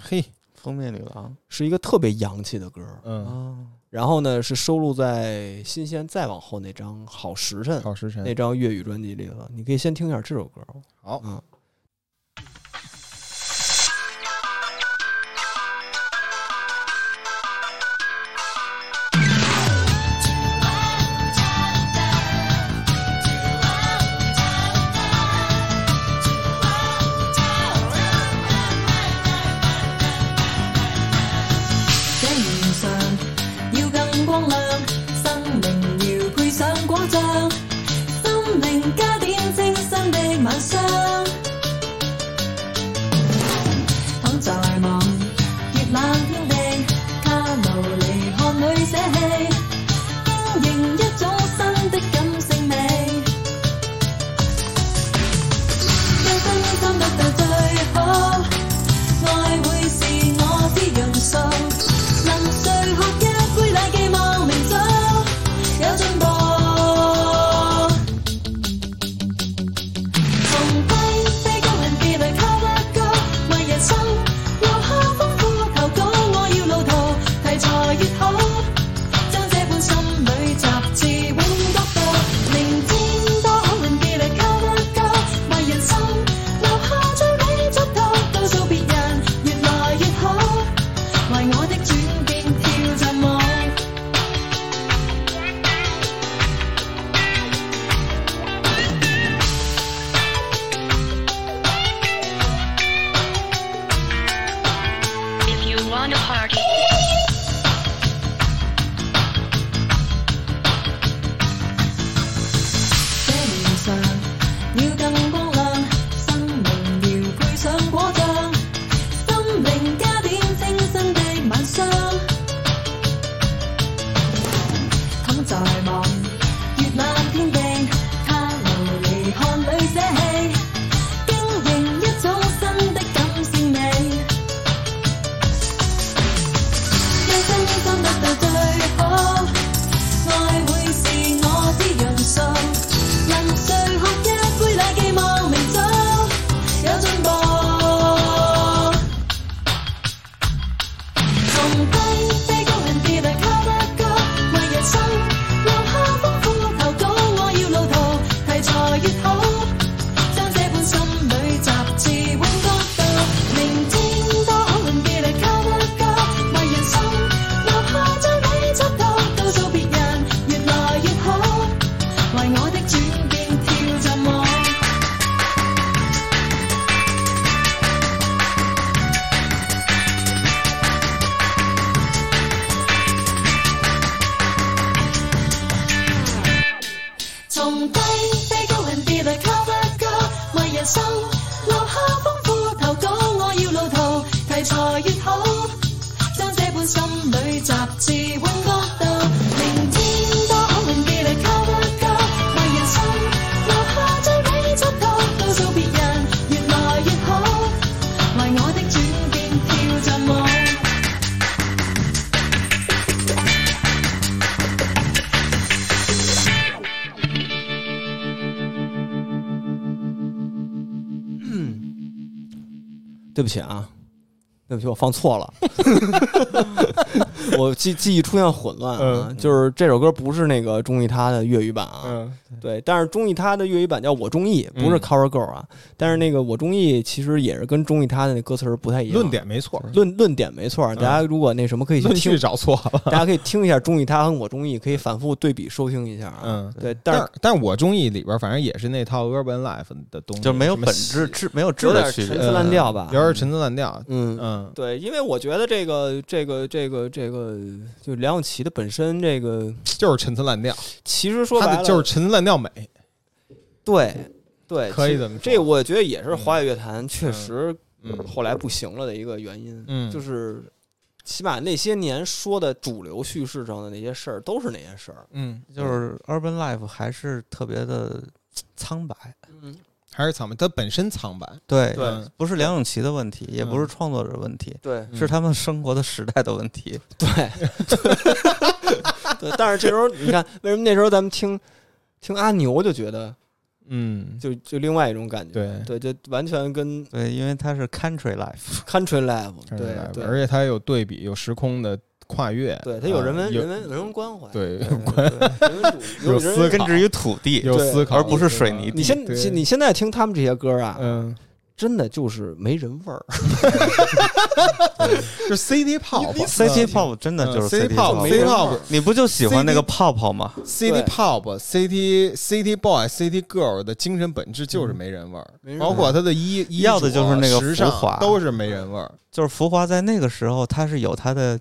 [SPEAKER 1] 嘿，
[SPEAKER 2] 封面女郎
[SPEAKER 3] 是一个特别洋气的歌。
[SPEAKER 1] 嗯，
[SPEAKER 2] 哦，
[SPEAKER 3] 然后呢，是收录在《新鲜再往后》那张《好时辰》
[SPEAKER 1] 好时辰
[SPEAKER 3] 那张粤语专辑里头。你可以先听一下这首歌。
[SPEAKER 1] 好
[SPEAKER 3] 嗯。
[SPEAKER 5] 这原上要更光亮，生命要配上果酱，生命加点精神的晚上， on the party. So 能聚喝一杯那寄望明早有進步。從低低谷人跌嚟靠得高，為人生留下豐富頭稿。我要路途題材越好，將這本心裏雜誌永角度。明天多好運跌嚟靠得高，為人生留下張底出道，告訴別人越來越好。为我的转变跳浸舞。从低低高人別來靠得高，為人生留下豐富投稿。我要路途題材越好，將這本心裏雜誌揾角度。明天多好運別來靠得高，為人生留下最美出道，告訴別人越來越好，為我的轉變跳浸舞。
[SPEAKER 3] 对不起啊，对不起，我放错了， 我记记忆出现混乱啊，
[SPEAKER 1] 嗯
[SPEAKER 3] 就是这首歌不是那个钟意他的粤语版啊，
[SPEAKER 1] 嗯
[SPEAKER 3] 对，但是中意他的粤语版叫我中意，不是
[SPEAKER 1] 嗯
[SPEAKER 3] Cover Girl 啊。但是那个我中意其实也是跟中意他的那歌词儿不太一样。
[SPEAKER 1] 论点没错，
[SPEAKER 3] 论论点没错儿，
[SPEAKER 1] 嗯
[SPEAKER 3] 大家如果那什么可以去
[SPEAKER 1] 论
[SPEAKER 3] 听
[SPEAKER 1] 据，找错了。
[SPEAKER 3] 大家可以听一下中意他和我中意，可以反复对比收听一下啊。
[SPEAKER 1] 嗯，
[SPEAKER 3] 对，但是
[SPEAKER 1] 但但我中意里边反正也是那套 urban life 的东西，
[SPEAKER 2] 就没有
[SPEAKER 1] 什么
[SPEAKER 2] 本质
[SPEAKER 1] 喜，
[SPEAKER 2] 质没有质
[SPEAKER 3] 有点
[SPEAKER 2] 的
[SPEAKER 3] 陈
[SPEAKER 2] 区别。
[SPEAKER 3] 词滥调吧
[SPEAKER 1] 有。点陈词滥调。
[SPEAKER 3] 啊嗯，
[SPEAKER 1] 嗯，
[SPEAKER 3] 对，因为我觉得这个这个这个这个，就梁咏琪的本身这个，
[SPEAKER 1] 就是陈词滥调，
[SPEAKER 3] 其实说白
[SPEAKER 1] 他的
[SPEAKER 3] 了
[SPEAKER 1] 就是陈词滥调美。
[SPEAKER 3] 对对，
[SPEAKER 1] 可以
[SPEAKER 3] 哎其
[SPEAKER 1] 这么说
[SPEAKER 3] 这我觉得也是华语乐坛确实
[SPEAKER 1] 嗯
[SPEAKER 3] 后来不行了的一个原因。
[SPEAKER 1] 嗯
[SPEAKER 3] 就是起码那些年说的主流叙事上的那些事儿都是那些事儿。
[SPEAKER 1] 嗯，
[SPEAKER 2] 就是 Urban Life 还是特别的苍白，
[SPEAKER 3] 嗯，
[SPEAKER 1] 还是苍白，它本身苍白。
[SPEAKER 2] 对，
[SPEAKER 3] 对
[SPEAKER 1] 嗯
[SPEAKER 2] 不是梁咏琪的问题，也不是创作者问题，
[SPEAKER 3] 对
[SPEAKER 1] 嗯
[SPEAKER 2] 是他们生活的时代的问题。
[SPEAKER 3] 对 对。但是这时候你看，为什么那时候咱们听听阿牛就觉得
[SPEAKER 1] 嗯，
[SPEAKER 3] 就就另外一种感觉？
[SPEAKER 1] 对。
[SPEAKER 3] 对，就完全跟
[SPEAKER 2] 对，因为它是 Country Life，
[SPEAKER 3] country live
[SPEAKER 1] 看出
[SPEAKER 3] 对
[SPEAKER 1] 来
[SPEAKER 3] 对
[SPEAKER 1] 而且它有对比，有时空的跨越，
[SPEAKER 3] 对，它有人文
[SPEAKER 1] 啊
[SPEAKER 3] 人文人文 关怀，
[SPEAKER 1] 对
[SPEAKER 3] 对，对人文主义有
[SPEAKER 1] 有
[SPEAKER 3] 人
[SPEAKER 1] 思
[SPEAKER 3] 文
[SPEAKER 1] 考
[SPEAKER 2] 根植于土地，
[SPEAKER 1] 有思考，
[SPEAKER 2] 而不是水泥
[SPEAKER 3] 你
[SPEAKER 2] 地。
[SPEAKER 3] 现
[SPEAKER 1] 对
[SPEAKER 3] 你现在听他们这些歌啊，
[SPEAKER 1] 嗯，
[SPEAKER 3] 真的就是没人 味儿，
[SPEAKER 1] 就是 CD pop
[SPEAKER 2] City
[SPEAKER 1] 嗯
[SPEAKER 2] Pop 真的就是
[SPEAKER 1] CD
[SPEAKER 2] City
[SPEAKER 1] pop
[SPEAKER 2] Pop。
[SPEAKER 1] CD pop
[SPEAKER 2] 你不就喜欢那个泡泡吗？
[SPEAKER 1] City Pop、City City Boy、City Girl 的精神本质
[SPEAKER 2] 嗯
[SPEAKER 1] 就是没人味儿
[SPEAKER 3] 没人，味儿
[SPEAKER 1] 包括他的衣衣着
[SPEAKER 2] 要的就是那个
[SPEAKER 1] 时
[SPEAKER 2] 浮
[SPEAKER 1] 尚
[SPEAKER 2] 华
[SPEAKER 1] 都是没人味 儿，
[SPEAKER 2] 就是浮华在那个时候，它是有它的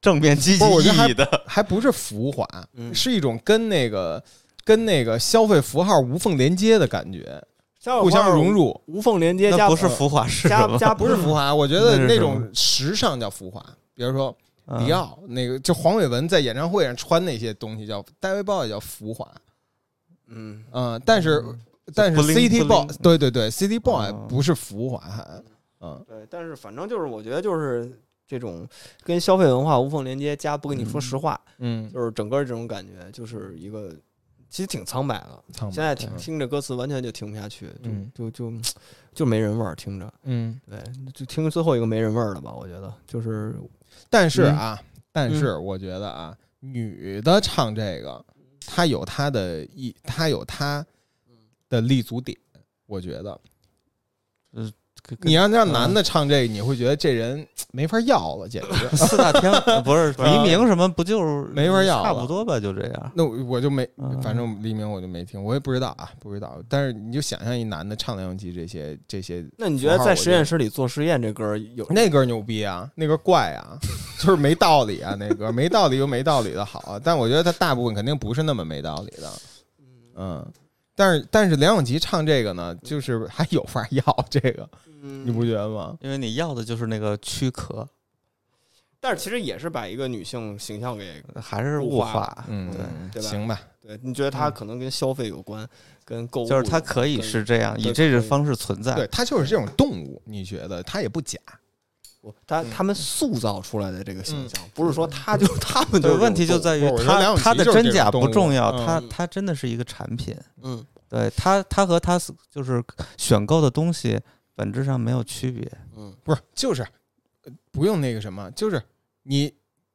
[SPEAKER 2] 正面积极
[SPEAKER 1] 不是我觉得
[SPEAKER 2] 意义的。
[SPEAKER 1] 还不是浮华，
[SPEAKER 3] 嗯
[SPEAKER 1] 是一种跟那个跟那个消费符号无缝连接的感觉，互
[SPEAKER 3] 互
[SPEAKER 1] 相融，入。
[SPEAKER 3] 无缝连接，
[SPEAKER 2] 那
[SPEAKER 3] 加
[SPEAKER 2] 不是浮华是什
[SPEAKER 3] 加
[SPEAKER 2] 么？
[SPEAKER 3] 加
[SPEAKER 1] 呃 不是浮华，我觉
[SPEAKER 2] 那
[SPEAKER 1] 得
[SPEAKER 2] 是
[SPEAKER 1] 那
[SPEAKER 2] 什
[SPEAKER 1] 种
[SPEAKER 2] 么
[SPEAKER 1] 时尚叫浮华，比如说
[SPEAKER 2] 嗯
[SPEAKER 1] 迪奥那个，就黄伟文在演唱会上穿那些东西叫戴维鲍也叫浮华，
[SPEAKER 3] 嗯，
[SPEAKER 1] 嗯，但是但是
[SPEAKER 2] 就 bling
[SPEAKER 1] City Boy
[SPEAKER 2] bling
[SPEAKER 1] 对对对，City Boy
[SPEAKER 2] 哦
[SPEAKER 1] 不是浮华，还嗯
[SPEAKER 3] 对，但是反正就是我觉得就是这种跟消费文化无缝连接，加不跟你说实话，
[SPEAKER 1] 嗯，
[SPEAKER 3] 就是整个这种感觉就是一个。其实挺苍白的，
[SPEAKER 1] 苍白
[SPEAKER 3] 现在听
[SPEAKER 1] 嗯
[SPEAKER 3] 听着歌词完全就听不下去，就、
[SPEAKER 1] 嗯
[SPEAKER 3] 就就就没人味儿，听着，
[SPEAKER 1] 嗯，
[SPEAKER 3] 对，就听最后一个没人味儿了吧？我觉得就是
[SPEAKER 1] 但是啊，但是我觉得啊，女的唱这个，她有她的一，她有她的立足点，我觉得。
[SPEAKER 2] 跟跟
[SPEAKER 1] 你让让男的唱这个，你会觉得这人没法要了，简 直。
[SPEAKER 2] 四大 天呃不是
[SPEAKER 1] 啊
[SPEAKER 2] 黎明什么，不就是
[SPEAKER 1] 没法要了
[SPEAKER 2] 差不多吧？就这样。
[SPEAKER 1] 那我我就没
[SPEAKER 2] 嗯，
[SPEAKER 1] 反正黎明我就没听，我也不知道啊，不知道。但是你就想象一男的唱梁咏琪这些这些，
[SPEAKER 3] 那你觉得在实验室里做实验这歌儿有
[SPEAKER 1] 那歌牛逼啊，那歌怪啊， 就是没道理啊，那歌没道理有没道理的好啊，但我觉得他大部分肯定不是那么没道理的，嗯。但是但是梁咏琪唱这个呢，就是还有法要这个，
[SPEAKER 3] 嗯
[SPEAKER 1] 你不觉得吗？
[SPEAKER 2] 因为你要的就是那个躯壳，
[SPEAKER 3] 但是其实也是把一个女性形象给
[SPEAKER 2] 还是
[SPEAKER 3] 物
[SPEAKER 2] 物
[SPEAKER 3] 化
[SPEAKER 2] 化，
[SPEAKER 1] 嗯，
[SPEAKER 3] 对吧
[SPEAKER 1] 行吧，
[SPEAKER 3] 对，你觉得它可能跟消费有关，跟购物
[SPEAKER 2] 就是它可以是这样，
[SPEAKER 3] 对
[SPEAKER 2] 以这种方式存在。
[SPEAKER 1] 对，他就是这种动物，你觉得他也不假，
[SPEAKER 3] 有关它
[SPEAKER 1] 嗯
[SPEAKER 3] 他们塑造出来的这个形象，不是说它就他们
[SPEAKER 2] 对，
[SPEAKER 3] 就是
[SPEAKER 2] 问题就在于
[SPEAKER 1] 不是我说梁咏
[SPEAKER 2] 它
[SPEAKER 1] 琪
[SPEAKER 2] 它的
[SPEAKER 1] 就是
[SPEAKER 2] 真
[SPEAKER 1] 这
[SPEAKER 2] 假
[SPEAKER 1] 种动
[SPEAKER 2] 不
[SPEAKER 1] 物
[SPEAKER 2] 重要，
[SPEAKER 1] 嗯
[SPEAKER 2] 它它真的是一个产品。
[SPEAKER 3] 嗯，
[SPEAKER 2] 对它它和它就是选购的东西本质上没有区别。
[SPEAKER 1] 不是，就是呃不用那个什么，就是你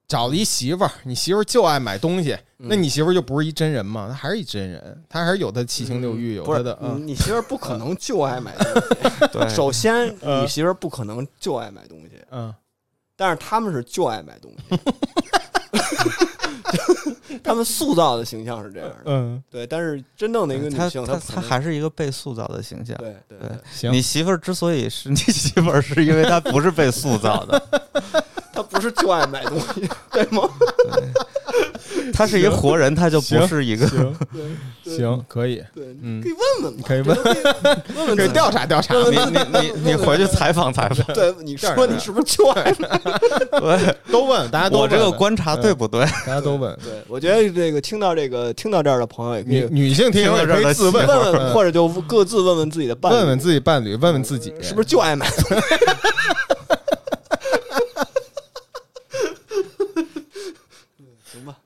[SPEAKER 1] 找了一媳妇儿，你媳妇儿就爱买东西，那你媳妇儿就不是一真人嘛，她还是一真人，她还是有她七情六欲，有
[SPEAKER 3] 不
[SPEAKER 1] 她
[SPEAKER 3] 是
[SPEAKER 1] 的，
[SPEAKER 3] 你
[SPEAKER 1] 嗯，
[SPEAKER 3] 你媳妇儿不可能就爱 买东西。
[SPEAKER 2] 对，
[SPEAKER 3] 首先，
[SPEAKER 1] 呃
[SPEAKER 3] 你媳妇儿不可能就爱买东西，
[SPEAKER 1] 嗯，
[SPEAKER 3] 但是他们是就爱 买东西。他们塑造的形象是这样的，
[SPEAKER 1] 嗯，
[SPEAKER 3] 对，但是真正的一个
[SPEAKER 2] 它
[SPEAKER 3] 女性，
[SPEAKER 2] 它
[SPEAKER 3] 可
[SPEAKER 2] 它
[SPEAKER 3] 能
[SPEAKER 2] 还是一个被塑造的形象。
[SPEAKER 3] 对对
[SPEAKER 2] 对
[SPEAKER 3] 对，
[SPEAKER 1] 行，
[SPEAKER 2] 你媳妇儿之所以是 你媳妇儿，是因为她不是被塑造的，
[SPEAKER 3] 她不是就爱买东西，对吗？
[SPEAKER 2] 她是一活人，她就不
[SPEAKER 1] 行
[SPEAKER 2] 是一 个。
[SPEAKER 1] 行
[SPEAKER 3] 对 对
[SPEAKER 1] 行可以，
[SPEAKER 3] 对，
[SPEAKER 1] 嗯
[SPEAKER 3] 可以问问嘛，
[SPEAKER 1] 可 以问
[SPEAKER 3] 我觉得可以问问
[SPEAKER 1] 可以
[SPEAKER 3] 自己
[SPEAKER 1] 调查调查，
[SPEAKER 2] 你你你你回去采访采访，
[SPEAKER 3] 对，你
[SPEAKER 1] 这
[SPEAKER 3] 说
[SPEAKER 1] 儿呢
[SPEAKER 3] 你是不是就爱买？
[SPEAKER 2] 对
[SPEAKER 1] 都问大家都
[SPEAKER 2] 我
[SPEAKER 1] 问
[SPEAKER 2] 这个
[SPEAKER 1] 问嗯
[SPEAKER 2] 观察对不对？
[SPEAKER 1] 大家都问，
[SPEAKER 3] 对，我觉得这个听到这个听到这儿的朋友也可
[SPEAKER 1] 女
[SPEAKER 3] 以
[SPEAKER 1] 女性听友也可以自问
[SPEAKER 3] 问问，
[SPEAKER 1] 或
[SPEAKER 3] 或者就各自问问自己的伴侣，
[SPEAKER 1] 问问自己伴侣，问问自己
[SPEAKER 3] 是不是就爱买？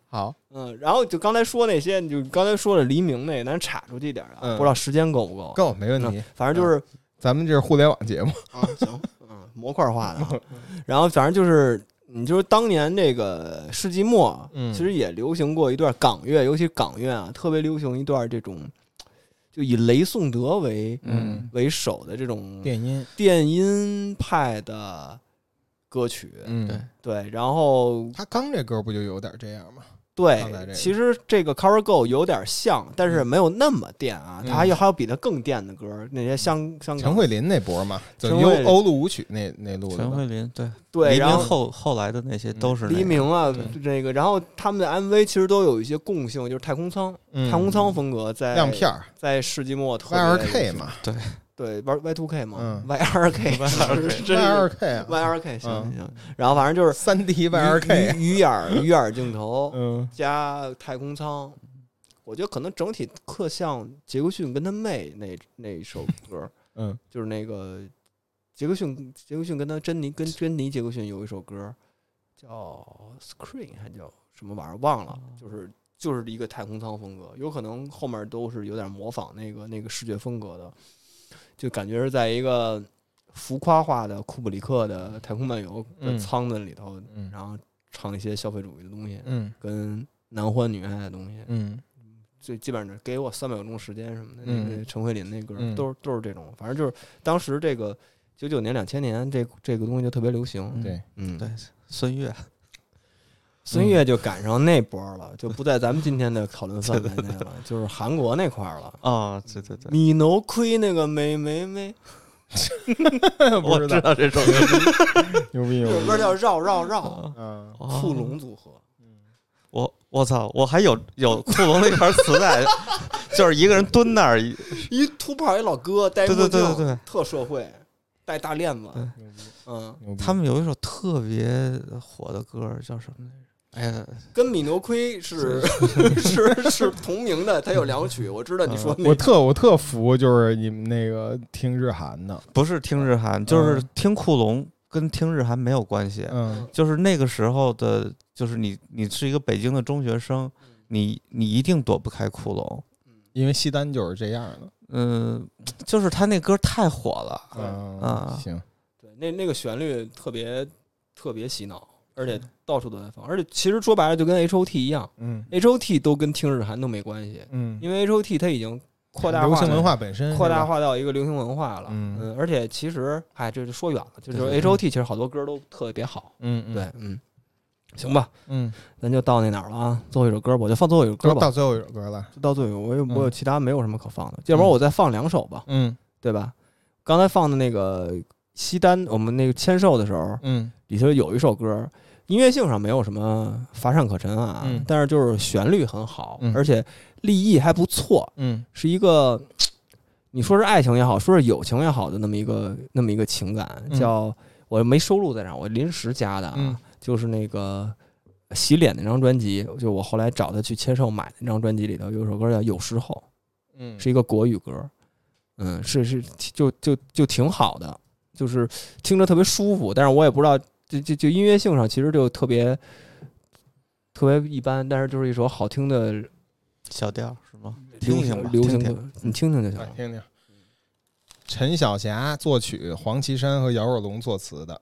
[SPEAKER 1] 好？
[SPEAKER 3] 嗯，然后就刚才说那些，你就刚才说了黎明那，咱岔出去点儿啊，
[SPEAKER 1] 嗯
[SPEAKER 3] 不知道时间够不够？
[SPEAKER 1] 够没问题
[SPEAKER 3] 嗯，反正就是
[SPEAKER 1] 咱们这是互联网节目，
[SPEAKER 3] 啊，行，嗯，模块化的啊，然后反正就是。你就是当年这个世纪末，
[SPEAKER 1] 嗯
[SPEAKER 3] 其实也流行过一段港乐，尤其港乐啊，特别流行一段这种，就以雷颂德为
[SPEAKER 2] 嗯，
[SPEAKER 3] 为首的这种
[SPEAKER 1] 电音，
[SPEAKER 3] 电音派的歌曲，
[SPEAKER 2] 对
[SPEAKER 1] 嗯，
[SPEAKER 3] 对，然后
[SPEAKER 1] 他刚这歌不就有点这样吗？
[SPEAKER 3] 对
[SPEAKER 1] 看来这，个
[SPEAKER 3] 其实这个 Cover Go 有点像，但是没有那么电啊，
[SPEAKER 1] 嗯
[SPEAKER 3] 它还有还有比它更电的歌，那些香香
[SPEAKER 1] 陈
[SPEAKER 3] 港
[SPEAKER 1] 慧琳那波嘛，就
[SPEAKER 3] 嗯陈
[SPEAKER 1] 优
[SPEAKER 3] 慧琳
[SPEAKER 1] 欧陆舞曲那那路
[SPEAKER 2] 陈
[SPEAKER 1] 的吧，
[SPEAKER 2] 慧琳对，
[SPEAKER 3] 对，
[SPEAKER 2] 黎
[SPEAKER 3] 然
[SPEAKER 2] 明
[SPEAKER 3] 后
[SPEAKER 2] 后后来的那些都是那
[SPEAKER 3] 黎
[SPEAKER 2] 个
[SPEAKER 3] 明啊
[SPEAKER 1] 对
[SPEAKER 3] 这个，然后他们的 MV 其实都有一些共性，就是太空舱，
[SPEAKER 1] 嗯
[SPEAKER 3] 太空舱风格在
[SPEAKER 1] 亮片儿
[SPEAKER 3] 在世纪末特别
[SPEAKER 1] Y 二 K 嘛
[SPEAKER 3] 对，玩 Y two K 嘛
[SPEAKER 1] 嗯
[SPEAKER 3] ，Y 二 K
[SPEAKER 1] ，Y 二
[SPEAKER 3] ，Y
[SPEAKER 1] K 啊
[SPEAKER 3] Y 二 K
[SPEAKER 1] 嗯
[SPEAKER 3] 行行行，然后反正就是
[SPEAKER 1] 三 D Y 二 K，啊
[SPEAKER 3] 鱼鱼眼儿鱼眼儿镜头，
[SPEAKER 1] 嗯
[SPEAKER 3] 加太空舱，我觉得可能整体特像杰克逊跟他妹那那一首歌，
[SPEAKER 1] 嗯，
[SPEAKER 3] 就是那个杰克逊杰克逊跟他珍妮跟珍妮杰克逊有一首歌叫《Screen》还叫什么玩意儿忘
[SPEAKER 1] 哦
[SPEAKER 3] 了，就是就是一个太空舱风格，有可能后面都是有点模仿那个那个视觉风格的，就感觉是在一个浮夸化的库布里克的《太空漫游》的
[SPEAKER 1] 嗯
[SPEAKER 3] 舱子里头，
[SPEAKER 1] 嗯
[SPEAKER 3] 然后唱一些消费主义的东西，
[SPEAKER 1] 嗯
[SPEAKER 3] 跟男欢女爱的东西，
[SPEAKER 1] 嗯
[SPEAKER 3] 最基本上给我三百分钟时间什么的，
[SPEAKER 1] 嗯
[SPEAKER 3] 那个陈慧琳那歌、
[SPEAKER 1] 嗯
[SPEAKER 3] 都是都是这种，反正就是当时这个九九年、两千年这这个东西就特别流行。
[SPEAKER 1] 对，
[SPEAKER 3] 嗯，
[SPEAKER 2] 对孙悦，嗯
[SPEAKER 3] 孙悦就赶上那波了，就不在咱们今天的讨论 范围内了，就是韩国那块儿了。
[SPEAKER 2] 哦，对对对，
[SPEAKER 3] 米胧亏那个美美美，
[SPEAKER 1] 不
[SPEAKER 2] 我
[SPEAKER 1] 知
[SPEAKER 2] 知 道这首歌，
[SPEAKER 1] 牛逼
[SPEAKER 3] 这
[SPEAKER 1] 牛
[SPEAKER 3] 首
[SPEAKER 1] 逼，
[SPEAKER 3] 歌叫《绕绕绕
[SPEAKER 2] 哦
[SPEAKER 1] 嗯》，
[SPEAKER 3] 库龙组合。
[SPEAKER 2] 我我操，我还有有库龙那盘磁带， 就是一个人蹲那儿，
[SPEAKER 3] 一秃炮一老哥戴墨
[SPEAKER 2] 对对
[SPEAKER 3] 镜，
[SPEAKER 2] 对对对
[SPEAKER 3] 特社会，戴大链子，嗯，
[SPEAKER 1] 牛逼，
[SPEAKER 2] 他们有一首特别火的歌儿叫什么来着？哎呀，
[SPEAKER 3] 跟米牛亏是 是是同名的，它有两曲，我知道你说那
[SPEAKER 1] 嗯我特我特服，就是你们那个听日韩的，
[SPEAKER 2] 不是听日韩，就是听库龙，跟听日韩没有关系。
[SPEAKER 1] 嗯
[SPEAKER 2] 就是那个时候的，就是你你是一个北京的中学生，你你一定躲不开库龙。
[SPEAKER 1] 因为西单就是这样的，
[SPEAKER 2] 嗯，就是他那歌太火了，
[SPEAKER 1] 嗯
[SPEAKER 2] 啊
[SPEAKER 1] 行，
[SPEAKER 3] 对那那个旋律特别特别洗脑，而且到处都在放，而且其实说白了就跟 H O T 一样
[SPEAKER 1] 嗯
[SPEAKER 3] ，H O T 都跟听日韩都没关系，
[SPEAKER 1] 嗯
[SPEAKER 3] 因为 H O T 它已经扩大化
[SPEAKER 1] 流行文
[SPEAKER 3] 呢
[SPEAKER 1] 化本身
[SPEAKER 3] 扩大
[SPEAKER 1] 化，
[SPEAKER 3] 化到一个流行文化了。
[SPEAKER 1] 嗯
[SPEAKER 3] 嗯，而且其实，哎，这就说远了，就
[SPEAKER 1] 对
[SPEAKER 3] 是
[SPEAKER 1] 对
[SPEAKER 3] H O T，其实好多歌都特别好。
[SPEAKER 1] 嗯，嗯
[SPEAKER 3] 对，，嗯，行吧，
[SPEAKER 1] 嗯，
[SPEAKER 3] 咱就到那哪儿了啊？最后一首歌，我就放最后一首歌
[SPEAKER 1] 都
[SPEAKER 3] 吧
[SPEAKER 1] 到。最后一首歌了，
[SPEAKER 3] 就到最后，我有我有
[SPEAKER 1] 嗯
[SPEAKER 3] 其他没有什么可放的，要不然我再放两首吧，
[SPEAKER 1] 嗯
[SPEAKER 3] 对吧？刚才放的那个西单，我们那个签售的时候，
[SPEAKER 1] 嗯
[SPEAKER 3] 里头有一首歌，音乐性上没有什么乏善可陈啊，
[SPEAKER 1] 嗯
[SPEAKER 3] 但是就是旋律很好，
[SPEAKER 1] 嗯
[SPEAKER 3] 而且立意还不错，
[SPEAKER 1] 嗯
[SPEAKER 3] 是一个你说是爱情也好，说是友情也好的那么一个那么一个情感，
[SPEAKER 1] 嗯
[SPEAKER 3] 叫、我没收录在这儿，我临时加的啊，
[SPEAKER 1] 嗯
[SPEAKER 3] 就是那个洗脸那张专辑，就我后来找他去签售买那张专辑里头有一首歌叫《有时候
[SPEAKER 1] 嗯》，
[SPEAKER 3] 是一个国语歌，嗯，是是就就就挺好的，就是听着特别舒服，但是我也不知道，就就就音乐性上其实就特别特别一般，但是就是一首好听的
[SPEAKER 2] 小调是吗？
[SPEAKER 3] 流
[SPEAKER 2] 听听吧
[SPEAKER 3] 行流行
[SPEAKER 2] 听听
[SPEAKER 3] 歌，你听听就行
[SPEAKER 1] 来
[SPEAKER 3] 了。
[SPEAKER 1] 听听。
[SPEAKER 3] 嗯
[SPEAKER 1] 陈小霞作曲，黄绮珊和姚若龙作词的，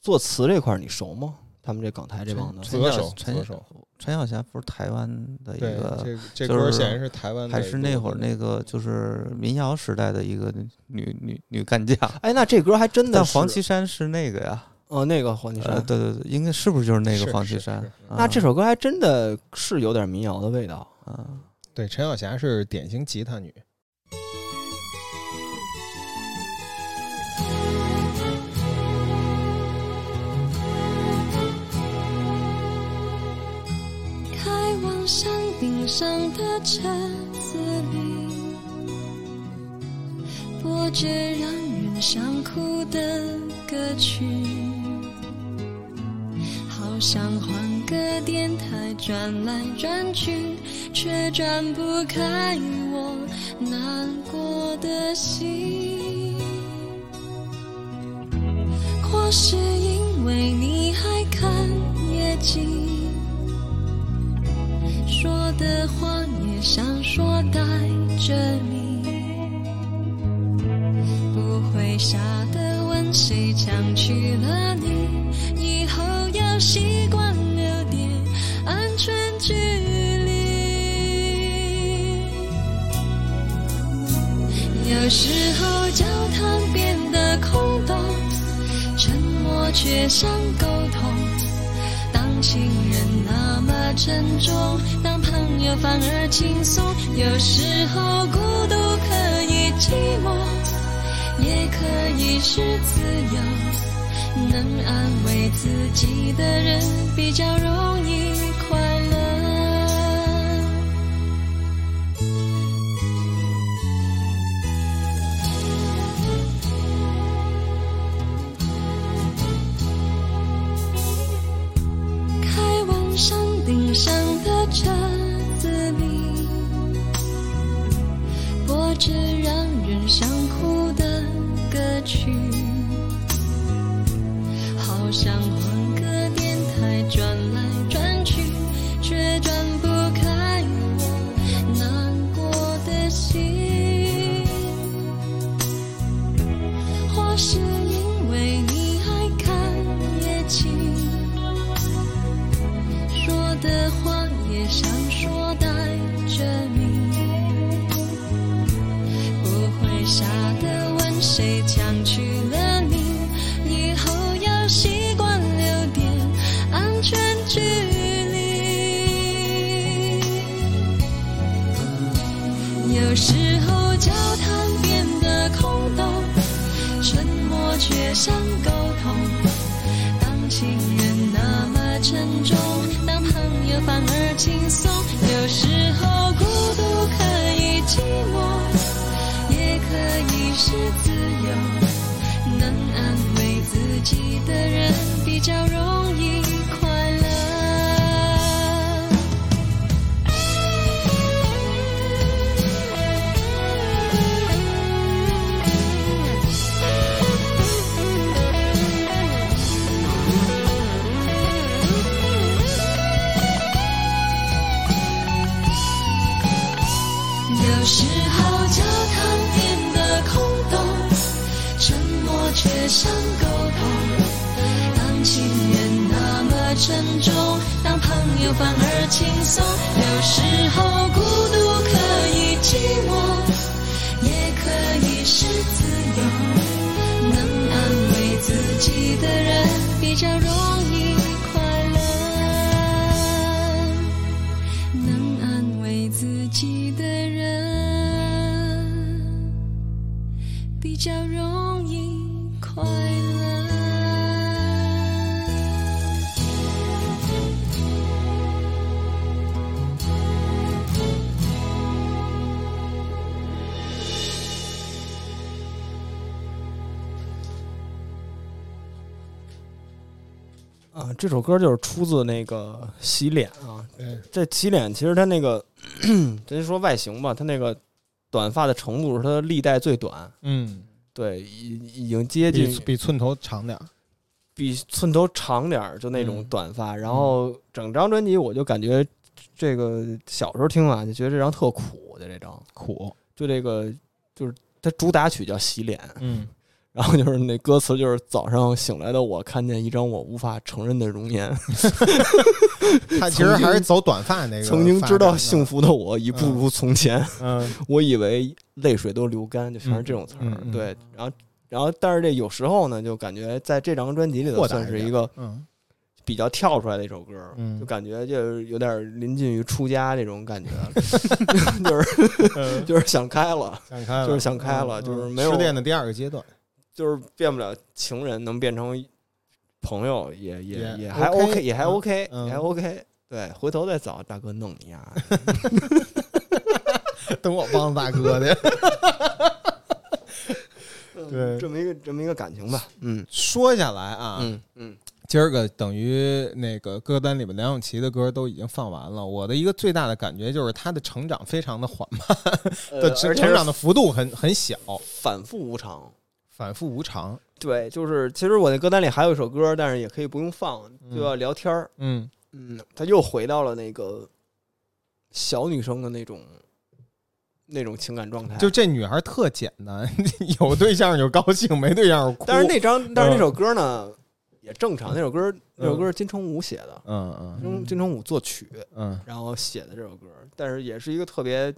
[SPEAKER 3] 作词这块儿你熟吗？他们这港啊台这
[SPEAKER 2] 陈
[SPEAKER 3] 帮的，
[SPEAKER 1] 陈
[SPEAKER 2] 陈
[SPEAKER 1] 歌
[SPEAKER 2] 小
[SPEAKER 1] 手歌
[SPEAKER 2] 陈
[SPEAKER 1] 手
[SPEAKER 2] 陈小霞不是台湾的一
[SPEAKER 1] 对
[SPEAKER 2] 个，，
[SPEAKER 1] 这这
[SPEAKER 2] 就是
[SPEAKER 1] 歌显然是台湾的，
[SPEAKER 2] 还是那会儿那个就是民谣时代的一个女女女女干将。
[SPEAKER 3] 哎，那这歌还真的
[SPEAKER 2] 但
[SPEAKER 3] 是
[SPEAKER 2] 黄绮珊是那个呀，
[SPEAKER 3] 哦，那个黄绮珊
[SPEAKER 2] 呃，，对对对，应该是不是就是那
[SPEAKER 1] 是
[SPEAKER 2] 个黄绮
[SPEAKER 1] 是
[SPEAKER 2] 珊
[SPEAKER 1] 是？
[SPEAKER 2] 啊
[SPEAKER 3] 那这首歌还真的是有点民谣的味道。
[SPEAKER 2] 啊，
[SPEAKER 1] 对陈小霞是典型吉他女，
[SPEAKER 5] 开往山顶上的车子里，播着让人想哭的歌曲，好想换个电台转来转去，却转不开我难过的心。或是因为你还看夜景。说的话也想说带着你，不会傻的问谁抢去了你，以后要习惯留点安全距离。有时候教堂变得空洞，沉默却像沟通。当情人那么沉重，当朋友反而轻松。有时候孤独可以寂寞，也可以是自由。能安慰自己的人比较容易快乐。开往山顶上的车子里，播着让人想哭的歌曲，好想换个电台转来转去，却转不开我难过的心。或是因为你还看夜景。说的话也想说带着你，不会傻的问谁抢去了你，以后要习惯留点安全距离。有时候教堂变得空洞，沉默却像沟通。当情人那么沉重，当朋友反而轻松。有时候孤独可以寂寞，也可以是自由。能安慰自己的人比较容易快乐。有时候教堂变得空洞，沉默却像沟通。当情人那么沉重，当朋友反而轻松。有时候孤独可以寂寞，
[SPEAKER 3] 嗯，这首歌就是出自那个《洗脸》啊。
[SPEAKER 1] 对
[SPEAKER 3] 这《洗脸》其实它那个， 咱就说外形吧，它那个短发的程度是它历代最短，
[SPEAKER 1] 嗯，
[SPEAKER 3] 对，已已经接
[SPEAKER 1] 比
[SPEAKER 3] 近
[SPEAKER 1] 比寸头长点儿，
[SPEAKER 3] 比寸头长点儿，就那种
[SPEAKER 1] 嗯
[SPEAKER 3] 短发。然后整张专辑，我就感觉这个小时候听啊，就觉得这张特苦，就这张，
[SPEAKER 1] 苦，
[SPEAKER 3] 就这个就是它主打曲叫《洗脸》，
[SPEAKER 1] 嗯，
[SPEAKER 3] 然后就是那歌词就是早上醒来的我看见一张我无法承认的容颜，
[SPEAKER 1] 他其实还是走短发那个，
[SPEAKER 3] 曾经知道幸，福的我已不如从前，
[SPEAKER 1] 嗯
[SPEAKER 3] 我以为泪水都流干，就全是这种词儿。
[SPEAKER 1] 嗯嗯嗯
[SPEAKER 3] 对，然后然后但是这有时候呢，就感觉在这张专辑里头
[SPEAKER 1] 豁达一
[SPEAKER 3] 算
[SPEAKER 1] 点
[SPEAKER 3] 是一个
[SPEAKER 1] 嗯
[SPEAKER 3] 比较跳出来的一首歌，
[SPEAKER 1] 嗯
[SPEAKER 3] 就感觉就是有点临近于出家这种感觉， 就是
[SPEAKER 1] 嗯，
[SPEAKER 3] 就是想开了，
[SPEAKER 1] 想开了，
[SPEAKER 3] 就是想开了
[SPEAKER 1] 嗯
[SPEAKER 3] 就是
[SPEAKER 1] 嗯
[SPEAKER 3] 没有
[SPEAKER 1] 失恋的第二个阶 段，
[SPEAKER 3] 就是变不了情人，能变成朋友也也
[SPEAKER 1] 也
[SPEAKER 3] 也还
[SPEAKER 1] OK，
[SPEAKER 3] OK，也还
[SPEAKER 1] 嗯
[SPEAKER 3] OK，
[SPEAKER 1] 嗯
[SPEAKER 3] 也还 OK。对，回头再找大哥弄你 啊！
[SPEAKER 1] 等我帮大哥 去。对
[SPEAKER 3] 嗯这么一个这么一个感情吧，嗯
[SPEAKER 1] 说下来啊，
[SPEAKER 3] 嗯嗯，
[SPEAKER 1] 今儿个等于那个歌单里面梁咏琪的歌都已经放完了，我的一个最大的感觉就是她的成长非常的缓慢，
[SPEAKER 3] 呃
[SPEAKER 1] 的成
[SPEAKER 3] 而且
[SPEAKER 1] 成
[SPEAKER 3] 是
[SPEAKER 1] 长的幅度很很小，
[SPEAKER 3] 反复无常。
[SPEAKER 1] 反复无常。
[SPEAKER 3] 对，就是其实我那歌单里还有一首歌，但是也可以不用放，就要聊天儿。
[SPEAKER 1] 嗯
[SPEAKER 3] 嗯，他又回到了那个小女生的那种那种情感状态。，
[SPEAKER 1] 就这女孩特简单， 有对象就高兴，没对象就哭。嗯
[SPEAKER 3] 但是那张，但是那首歌呢、也正常。那首歌，那首歌是金城武写的，
[SPEAKER 1] 嗯
[SPEAKER 3] 金
[SPEAKER 1] 嗯
[SPEAKER 3] 城金城武作曲，
[SPEAKER 1] 嗯
[SPEAKER 3] 然后写的这首歌，但是也是一个特别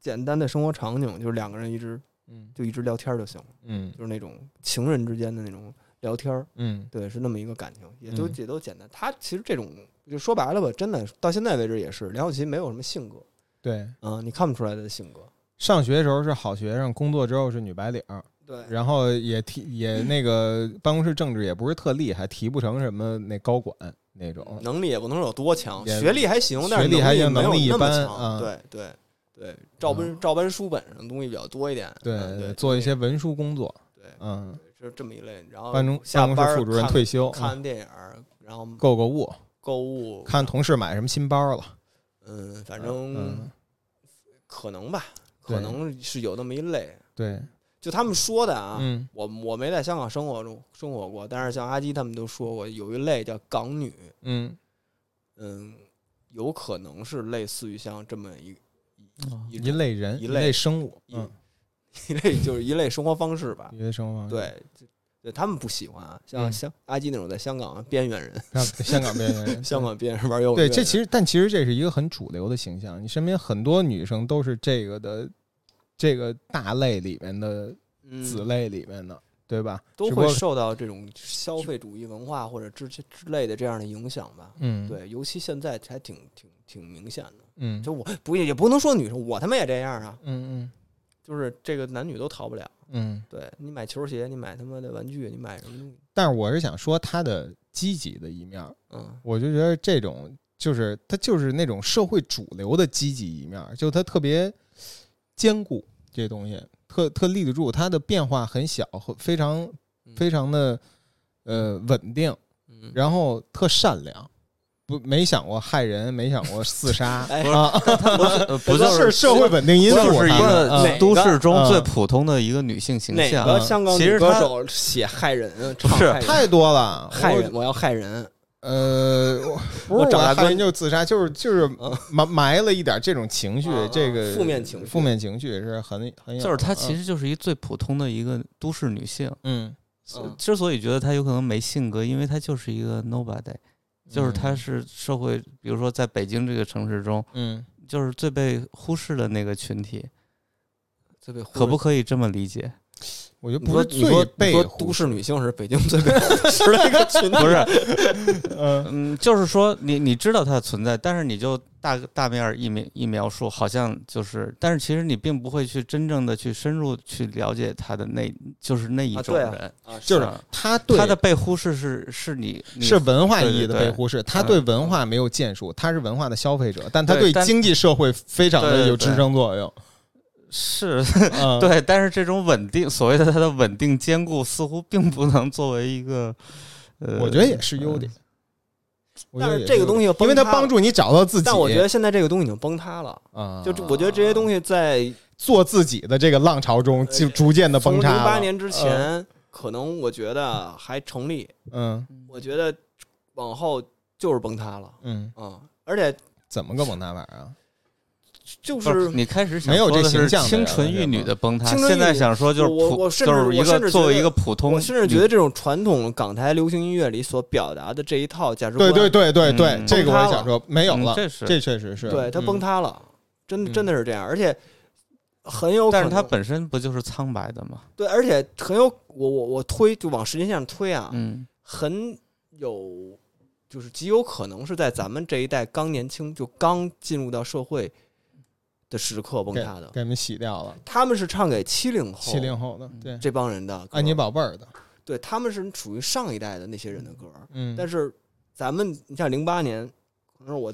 [SPEAKER 3] 简单的生活场景，就是两个人一直
[SPEAKER 1] 嗯
[SPEAKER 3] 就一直聊天儿就行了，
[SPEAKER 1] 嗯
[SPEAKER 3] 就是那种情人之间的那种聊天儿。
[SPEAKER 1] 嗯
[SPEAKER 3] 对，是那么一个感情，也都、
[SPEAKER 1] 嗯
[SPEAKER 3] 也都简单。他其实这种就说白了吧，真的到现在为止也是梁咏琪没有什么性格，
[SPEAKER 1] 对，
[SPEAKER 3] 啊，你看不出来她的性格。
[SPEAKER 1] 上学的时候是好学生，工作之后是女白领，
[SPEAKER 3] 对，
[SPEAKER 1] 然后也提也那个办公室政治也不是特厉害，提不成什么那高管那种。
[SPEAKER 3] 能力也不能有多强，
[SPEAKER 1] 也
[SPEAKER 3] 学历还行，但是
[SPEAKER 1] 学历还行
[SPEAKER 3] 能
[SPEAKER 1] 能
[SPEAKER 3] 没
[SPEAKER 1] 力一
[SPEAKER 3] 有那么
[SPEAKER 1] 般
[SPEAKER 3] 强。
[SPEAKER 1] 啊嗯
[SPEAKER 3] 对对对，照搬、照搬书本上的东西比较多一点。嗯对，
[SPEAKER 1] 做一
[SPEAKER 3] 就
[SPEAKER 1] 些文书工作，
[SPEAKER 3] 对，
[SPEAKER 1] 嗯，
[SPEAKER 3] 就这么一类。然后
[SPEAKER 1] 办公
[SPEAKER 3] 下
[SPEAKER 1] 办
[SPEAKER 3] 哦班
[SPEAKER 1] 公室副主任
[SPEAKER 3] 看
[SPEAKER 1] 退休，嗯
[SPEAKER 3] 看完电影儿，然后
[SPEAKER 1] 购购物，
[SPEAKER 3] 购物，
[SPEAKER 1] 看同事买什么新包了，
[SPEAKER 3] 嗯，反
[SPEAKER 1] 嗯
[SPEAKER 3] 正，可能吧，可
[SPEAKER 1] 对
[SPEAKER 3] 能是有那么一类。
[SPEAKER 1] 对，
[SPEAKER 3] 就他们说的啊，
[SPEAKER 1] 嗯
[SPEAKER 3] 我我没在香港生活中生活过，但是像阿基他们都说过，有一类叫港女，
[SPEAKER 1] 嗯，
[SPEAKER 3] 嗯，有可能是类似于像这么一一
[SPEAKER 1] 哦一类人，
[SPEAKER 3] 一
[SPEAKER 1] 一
[SPEAKER 3] 类
[SPEAKER 1] 类生物，
[SPEAKER 3] 一
[SPEAKER 1] 嗯，
[SPEAKER 3] 一类就是一类生活方式吧。
[SPEAKER 1] 一类生物方式，
[SPEAKER 3] 对，就对他们不喜欢啊，像
[SPEAKER 1] 嗯
[SPEAKER 3] 香阿基那种在香港边缘人，
[SPEAKER 1] 像啊香港边缘人，
[SPEAKER 3] 香港边缘人玩摇滚乐
[SPEAKER 1] 嗯对，
[SPEAKER 3] 的，
[SPEAKER 1] 这其实但其实这是一个很主流的形象，你身边很多女生都是这个的这个大类里面的子
[SPEAKER 3] 嗯
[SPEAKER 1] 类里面的，对吧？
[SPEAKER 3] 都
[SPEAKER 1] 只不
[SPEAKER 3] 会
[SPEAKER 1] 过
[SPEAKER 3] 受到这种消费主义文化或者之之之类的这样的影响吧。
[SPEAKER 1] 嗯，，
[SPEAKER 3] 对，尤其现在还挺挺挺明显的。
[SPEAKER 1] 嗯，
[SPEAKER 3] 就我不也不能说女生，我他妈也这样啊，
[SPEAKER 1] 嗯
[SPEAKER 3] 就是这个男女都逃不了。
[SPEAKER 1] 嗯嗯。
[SPEAKER 3] 对你买球鞋，你买他妈的玩具，你买什么东西？
[SPEAKER 1] 但是我是想说她的积极的一面儿，
[SPEAKER 3] 嗯，
[SPEAKER 1] 我就觉得这种就是她就是那种社会主流的积极一面儿，就她特别坚固这东西，特特立得住，它的变化很小，和非常
[SPEAKER 3] 嗯
[SPEAKER 1] 非常的呃稳定，
[SPEAKER 3] 嗯
[SPEAKER 1] 然后特善良，不没想过害人，没想过自杀
[SPEAKER 3] 哎
[SPEAKER 1] 啊，
[SPEAKER 2] 不是 呃 不就
[SPEAKER 1] 这是社会稳定因素，
[SPEAKER 2] 就是一
[SPEAKER 1] 啊
[SPEAKER 2] 个
[SPEAKER 3] 哪
[SPEAKER 2] 都市
[SPEAKER 1] 嗯
[SPEAKER 2] 中最普通的一个女性形
[SPEAKER 3] 哪
[SPEAKER 2] 象。啊
[SPEAKER 3] 个香港
[SPEAKER 2] 其
[SPEAKER 3] 女
[SPEAKER 2] 实
[SPEAKER 3] 歌
[SPEAKER 2] 他
[SPEAKER 3] 手写 害人？啊
[SPEAKER 2] 不
[SPEAKER 3] 唱
[SPEAKER 2] 是
[SPEAKER 3] 害人
[SPEAKER 1] 太多了，
[SPEAKER 3] 害
[SPEAKER 1] 我
[SPEAKER 3] 人，我要害人。
[SPEAKER 1] 呃，我不
[SPEAKER 3] 我
[SPEAKER 1] 是
[SPEAKER 3] 找大
[SPEAKER 1] 我
[SPEAKER 3] 哥
[SPEAKER 1] 害人就是自杀，就是就是
[SPEAKER 3] 嗯
[SPEAKER 1] 埋埋了一点这种情绪
[SPEAKER 3] 啊，
[SPEAKER 1] 这个
[SPEAKER 3] 负面情绪
[SPEAKER 1] 负面情绪是很很有的，
[SPEAKER 2] 就是她其
[SPEAKER 1] 实
[SPEAKER 2] 实就是一最普通的一个都市女性。
[SPEAKER 1] 嗯，
[SPEAKER 3] 嗯
[SPEAKER 2] 之所以觉得她有可能没性格，因为她就是一个 nobody，就是
[SPEAKER 3] 嗯
[SPEAKER 2] 她是社会，比如说在北京这个城市中，
[SPEAKER 1] 嗯，
[SPEAKER 2] 就是最被忽视的那个群体，
[SPEAKER 3] 最被
[SPEAKER 2] 可不可以这么理解？
[SPEAKER 1] 我觉得
[SPEAKER 3] 你
[SPEAKER 1] 不
[SPEAKER 3] 说
[SPEAKER 1] 是
[SPEAKER 3] 你
[SPEAKER 1] 最
[SPEAKER 3] 说你
[SPEAKER 1] 被
[SPEAKER 3] 说
[SPEAKER 1] 忽
[SPEAKER 3] 都
[SPEAKER 1] 视
[SPEAKER 3] 市女性是北京最被忽视的一个群体，
[SPEAKER 2] 不是，
[SPEAKER 1] 嗯
[SPEAKER 2] 嗯，就是说你你知道它的存在，但是你就大大面儿一描一描述，好像就是，但是其实你并不会去真正的去深入去了解他的那，就是那一
[SPEAKER 3] 啊
[SPEAKER 2] 种
[SPEAKER 3] 对啊
[SPEAKER 2] 人，
[SPEAKER 3] 啊
[SPEAKER 1] 就是
[SPEAKER 2] 啊
[SPEAKER 1] 他对
[SPEAKER 2] 他的被忽视是是你你
[SPEAKER 1] 是文化意义的
[SPEAKER 2] 对
[SPEAKER 1] 被
[SPEAKER 2] 对
[SPEAKER 1] 忽视，他
[SPEAKER 2] 嗯
[SPEAKER 1] 对文化没有建树，他是文化的消费者，但他
[SPEAKER 2] 对
[SPEAKER 1] 对
[SPEAKER 2] 但
[SPEAKER 1] 经济社会非常
[SPEAKER 2] 对
[SPEAKER 1] 的
[SPEAKER 2] 对
[SPEAKER 1] 有支撑作用，
[SPEAKER 2] 是
[SPEAKER 3] 啊
[SPEAKER 1] 嗯，
[SPEAKER 2] 对，但是这种稳定，所谓的它的稳定坚固，似乎并不能作为一个，呃，
[SPEAKER 1] 我觉得也是优点，我觉得
[SPEAKER 3] 但是
[SPEAKER 1] 也
[SPEAKER 3] 这个东西
[SPEAKER 1] 因为
[SPEAKER 3] 崩
[SPEAKER 1] 它
[SPEAKER 3] 塌
[SPEAKER 1] 帮助你找到自己，
[SPEAKER 3] 但我觉得现在这个东西已经崩塌了，
[SPEAKER 1] 啊，
[SPEAKER 3] 就我觉得这些东西在
[SPEAKER 1] 做自己的这个浪潮中就逐渐的
[SPEAKER 3] 呃从
[SPEAKER 1] 崩
[SPEAKER 3] 零
[SPEAKER 1] 塌了。
[SPEAKER 3] 八年之前，可能我觉得还成立，
[SPEAKER 1] 嗯
[SPEAKER 3] 我觉得往后就是崩塌了
[SPEAKER 1] 嗯，
[SPEAKER 3] 啊！而且
[SPEAKER 1] 怎么个崩塌法啊？
[SPEAKER 3] 就
[SPEAKER 2] 不
[SPEAKER 3] 是
[SPEAKER 2] 你开始想
[SPEAKER 1] 没有
[SPEAKER 2] 说的
[SPEAKER 1] 这
[SPEAKER 2] 是
[SPEAKER 1] 形象的
[SPEAKER 2] 清
[SPEAKER 1] 人
[SPEAKER 2] 纯
[SPEAKER 1] 了
[SPEAKER 2] 玉
[SPEAKER 1] 对
[SPEAKER 2] 女
[SPEAKER 1] 吧
[SPEAKER 2] 的崩塌，
[SPEAKER 3] 清纯
[SPEAKER 2] 现在
[SPEAKER 3] 玉女
[SPEAKER 2] 想说就是
[SPEAKER 3] 我
[SPEAKER 2] 普
[SPEAKER 3] 我甚至
[SPEAKER 2] 就是一
[SPEAKER 3] 我甚
[SPEAKER 2] 个
[SPEAKER 3] 至
[SPEAKER 2] 作为
[SPEAKER 3] 觉
[SPEAKER 2] 一个
[SPEAKER 3] 得
[SPEAKER 2] 普通，
[SPEAKER 3] 我甚至觉得这种传统港台流行音乐里所表达的这一套价值观，
[SPEAKER 1] 对对对对对，
[SPEAKER 2] 嗯
[SPEAKER 1] 这个我也想说，没有
[SPEAKER 2] 嗯
[SPEAKER 1] 了，
[SPEAKER 2] 这是
[SPEAKER 1] 这确实是
[SPEAKER 3] 对，它崩
[SPEAKER 1] 嗯
[SPEAKER 3] 塌了，真
[SPEAKER 2] 嗯
[SPEAKER 3] 真的是这样，而且很有可
[SPEAKER 2] 但
[SPEAKER 3] 能，
[SPEAKER 2] 是它本身不就是苍白的吗？
[SPEAKER 3] 对，而且很有我我我推就往时间线上推啊，
[SPEAKER 2] 嗯，
[SPEAKER 3] 很有就是极有可能是在咱们这一代刚年轻就刚进入到社会的时刻崩
[SPEAKER 1] 给
[SPEAKER 3] 塌的，
[SPEAKER 1] 给你们洗掉了。
[SPEAKER 3] 他们是唱给七零后
[SPEAKER 1] 七零后的，对，
[SPEAKER 3] 嗯这帮人的歌，
[SPEAKER 1] 安妮宝贝儿的，
[SPEAKER 3] 对，他们是属于上一代的那些人的歌，
[SPEAKER 1] 嗯，
[SPEAKER 3] 但
[SPEAKER 1] 是
[SPEAKER 3] 是咱们你像零八年，可能是我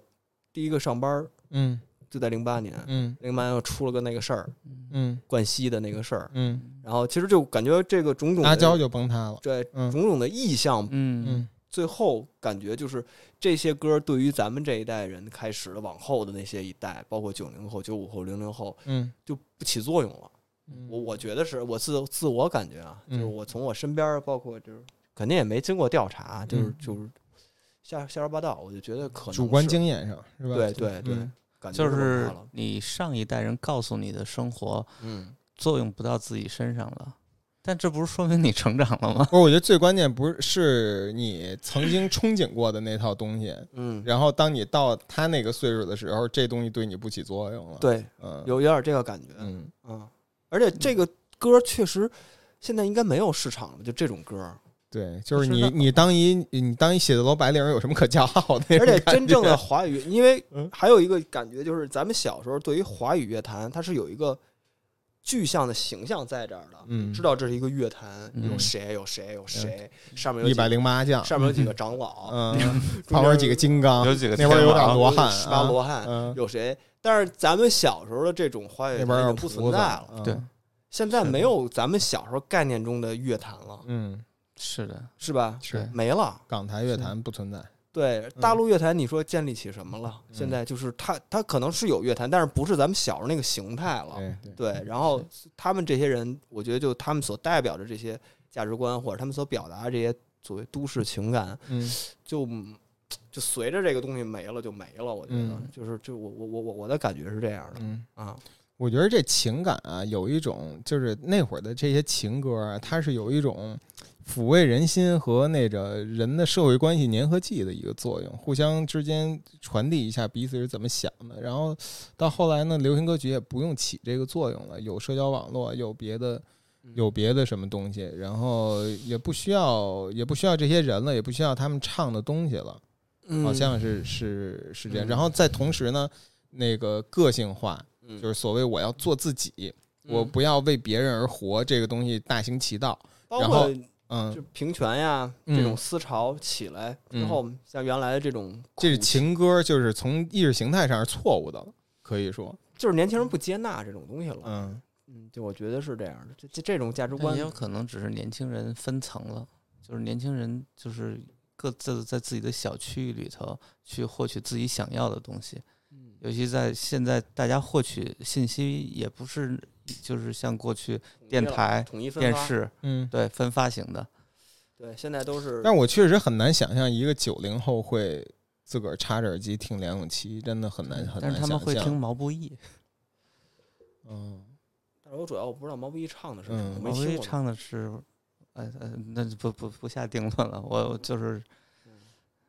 [SPEAKER 3] 第一个上班儿
[SPEAKER 1] 嗯
[SPEAKER 3] 就在零八年，
[SPEAKER 1] 嗯
[SPEAKER 3] 零八年又出了个那个事儿，
[SPEAKER 1] 嗯
[SPEAKER 3] 冠希的那个事儿，
[SPEAKER 1] 嗯，
[SPEAKER 3] 然后其实就感觉这个种种的
[SPEAKER 1] 阿娇就崩塌了，
[SPEAKER 3] 对
[SPEAKER 1] 嗯
[SPEAKER 3] 种种的意象，
[SPEAKER 2] 嗯
[SPEAKER 1] 嗯
[SPEAKER 3] 最后感觉就是这些歌对于咱们这一代人开始的往后的那些一代，包括九零后、九五后、零零后
[SPEAKER 1] 嗯，
[SPEAKER 3] 就不起作用了。
[SPEAKER 1] 嗯
[SPEAKER 3] 我我觉得是我自自我感觉啊，就是
[SPEAKER 1] 嗯
[SPEAKER 3] 我从我身边儿，包括就是肯定也没经过调查，就是
[SPEAKER 1] 嗯
[SPEAKER 3] 就是瞎瞎说八道，我就觉得可能
[SPEAKER 1] 主观
[SPEAKER 3] 是
[SPEAKER 1] 经验上是吧？
[SPEAKER 3] 对对对
[SPEAKER 1] 嗯
[SPEAKER 3] 感觉
[SPEAKER 2] 就是是
[SPEAKER 3] 崩塌了
[SPEAKER 2] 你上一代人告诉你的生活
[SPEAKER 3] 嗯
[SPEAKER 2] 作用不到自己身上了，但这不是说明你成长了吗？
[SPEAKER 1] 不是，我觉得最关键不是是你曾经憧憬过的那套东西，
[SPEAKER 3] 嗯，
[SPEAKER 1] 然后当你到他那个岁数的时候，这东西对你不起作用了。，
[SPEAKER 3] 对，
[SPEAKER 1] 嗯，
[SPEAKER 3] 有有点这个感觉，
[SPEAKER 1] 嗯，
[SPEAKER 3] 嗯，而且这个歌确实现在应该没有市场了，就这种歌儿。
[SPEAKER 1] 对，就是
[SPEAKER 2] 是
[SPEAKER 1] 你
[SPEAKER 2] 的
[SPEAKER 1] 你当一你当一写字楼白领有什么可骄傲 的那
[SPEAKER 3] 而
[SPEAKER 1] 种
[SPEAKER 3] 且
[SPEAKER 1] 感觉？
[SPEAKER 3] 真正的华语，因为
[SPEAKER 1] 嗯
[SPEAKER 3] 还有一个感觉就是，咱们小时候对于华语乐坛，它是有一个具象的形象在这儿的，
[SPEAKER 1] 嗯
[SPEAKER 3] 知道这是一个乐坛，
[SPEAKER 2] 嗯
[SPEAKER 3] 有谁有谁有谁，上面有
[SPEAKER 1] 一
[SPEAKER 3] 几
[SPEAKER 1] 百
[SPEAKER 3] 个
[SPEAKER 1] 零八将，
[SPEAKER 3] 上面有几个长老，
[SPEAKER 1] 嗯，旁边几个金刚，
[SPEAKER 2] 有几个
[SPEAKER 1] 那边有
[SPEAKER 2] 天
[SPEAKER 1] 俩
[SPEAKER 2] 王
[SPEAKER 1] 罗汉，
[SPEAKER 3] 啊十八
[SPEAKER 1] 啊
[SPEAKER 3] 罗汉
[SPEAKER 1] 嗯，
[SPEAKER 3] 有谁？但是咱们小时候的这种华语
[SPEAKER 1] 那边
[SPEAKER 3] 乐坛已
[SPEAKER 1] 有
[SPEAKER 3] 经不存在了，
[SPEAKER 1] 了嗯
[SPEAKER 2] 对，
[SPEAKER 3] 现在没有咱们小时候概念中的乐坛了，
[SPEAKER 1] 嗯，
[SPEAKER 2] 是的，
[SPEAKER 3] 是吧？
[SPEAKER 1] 是
[SPEAKER 3] 没了。
[SPEAKER 1] 港台乐坛不存在，
[SPEAKER 3] 对大陆乐坛，你说建立起什么了？
[SPEAKER 1] 嗯
[SPEAKER 3] 现在就是它，它可能是有乐坛，但是不是咱们小时候那个形态了。
[SPEAKER 1] 对对，嗯
[SPEAKER 3] 对，然后他们这些人，我觉得就他们所代表的这些价值观，或者他们所表达的这些所谓都市情感，
[SPEAKER 1] 嗯
[SPEAKER 3] 就就随着这个东西没了就没了。我觉得、
[SPEAKER 1] 嗯
[SPEAKER 3] 就是就我我我我我的感觉是这样的、
[SPEAKER 1] 嗯。
[SPEAKER 3] 啊，
[SPEAKER 1] 我觉得这情感啊，有一种就是那会儿的这些情歌啊，它是有一种抚慰人心和那个人的社会关系粘合剂的一个作用，互相之间传递一下彼此是怎么想的。然后到后来呢，流行歌曲也不用起这个作用了，有社交网络，有别的。有别的什么东西，然后也不需要，也不需要这些人了，也不需要他们唱的东西了。好像是是是这样。然后在同时呢，那个个性化，就是所谓我要做自己，我
[SPEAKER 3] 嗯
[SPEAKER 1] 不要为别人而活，这个东西大行其道。
[SPEAKER 3] 包
[SPEAKER 1] 然
[SPEAKER 3] 括
[SPEAKER 1] 后嗯
[SPEAKER 3] 就，平权呀、
[SPEAKER 1] 嗯
[SPEAKER 3] 这种思潮起来之后，像原来的这种
[SPEAKER 1] 这是
[SPEAKER 3] 苦
[SPEAKER 1] 情歌，就是从意识形态上是错误的了，可以说，
[SPEAKER 3] 就是年轻人不接纳这种东西了。
[SPEAKER 1] 嗯，
[SPEAKER 3] 嗯，就我觉得是这样的，这这这种价值
[SPEAKER 2] 但
[SPEAKER 3] 观
[SPEAKER 2] 也，有可能只是年轻人分层了，就是年轻人就是各自在自己的小区域里头去获取自己想要的东西，尤其在现在大家获取信息也不是就是像过去电台
[SPEAKER 3] 统一分
[SPEAKER 2] 电
[SPEAKER 3] 发，
[SPEAKER 2] 视
[SPEAKER 1] 嗯。
[SPEAKER 2] 对分发型的，
[SPEAKER 3] 对，现在都是
[SPEAKER 1] 但我确实很难想象一个九零后会自个儿插着耳机听梁咏琪，真的很难很
[SPEAKER 2] 但
[SPEAKER 1] 难
[SPEAKER 2] 是
[SPEAKER 1] 想象。
[SPEAKER 2] 他们会听毛不易，
[SPEAKER 1] 嗯，
[SPEAKER 3] 但是我主要我不知道毛不易唱的是什么，
[SPEAKER 1] 嗯
[SPEAKER 3] 我没
[SPEAKER 2] 毛不
[SPEAKER 3] 听
[SPEAKER 2] 易
[SPEAKER 3] 过。
[SPEAKER 2] 哦唱的是，呃呃，那就不不不下定论了，我就是。
[SPEAKER 3] 嗯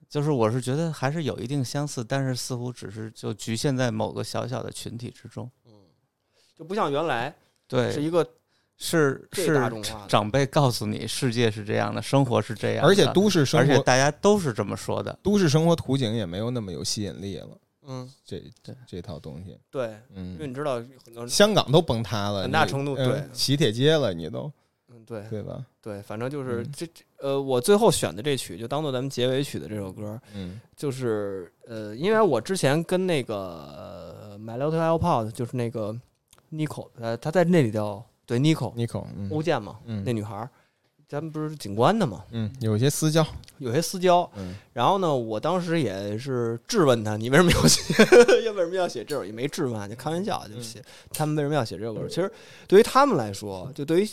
[SPEAKER 2] 就是我是觉得还是有一定相似，但是似乎只是就局限在某个小小的群体之中。
[SPEAKER 3] 嗯就不像原来
[SPEAKER 2] 对，
[SPEAKER 3] 是一个
[SPEAKER 2] 是
[SPEAKER 3] 最
[SPEAKER 2] 是
[SPEAKER 3] 大众化的
[SPEAKER 2] 长辈告诉你，世界是这样的，生活是这样的，
[SPEAKER 1] 而且都市
[SPEAKER 2] 而
[SPEAKER 1] 生
[SPEAKER 2] 且
[SPEAKER 1] 活，
[SPEAKER 2] 大家都是这么说的。
[SPEAKER 1] 都市生活图景也没有那么有吸引力了。
[SPEAKER 3] 嗯，
[SPEAKER 1] 这
[SPEAKER 2] 对
[SPEAKER 1] 这套东西，
[SPEAKER 3] 对，
[SPEAKER 1] 嗯
[SPEAKER 3] 因，为你知道很多
[SPEAKER 1] 香港都崩塌了，
[SPEAKER 3] 很大
[SPEAKER 1] 你
[SPEAKER 3] 程度
[SPEAKER 1] 嗯
[SPEAKER 3] 对
[SPEAKER 1] 喜帖街了，你都
[SPEAKER 3] 嗯对
[SPEAKER 1] 对吧？
[SPEAKER 3] 对，反正就是
[SPEAKER 1] 嗯
[SPEAKER 3] 这这呃，我最后选的这曲就当做咱们结尾曲的这首歌，
[SPEAKER 1] 嗯
[SPEAKER 3] 就是呃，因为我之前跟那个呃 My Little iPod 就是那个 Nico，呃，他在那里叫对 Nico
[SPEAKER 1] ，Nico，嗯
[SPEAKER 3] 欧建嘛，
[SPEAKER 1] 嗯
[SPEAKER 3] 那女孩儿咱们不是景观的嘛，
[SPEAKER 1] 嗯，有些私交，
[SPEAKER 3] 有些私交。
[SPEAKER 1] 嗯
[SPEAKER 3] 然后呢，我当时也是质问他，你为什么要写？ 要为什么要写这首？也没质问啊，就开玩笑，就写、
[SPEAKER 1] 嗯
[SPEAKER 3] 他们为什么要写这首歌？其实对于他们来说，就对于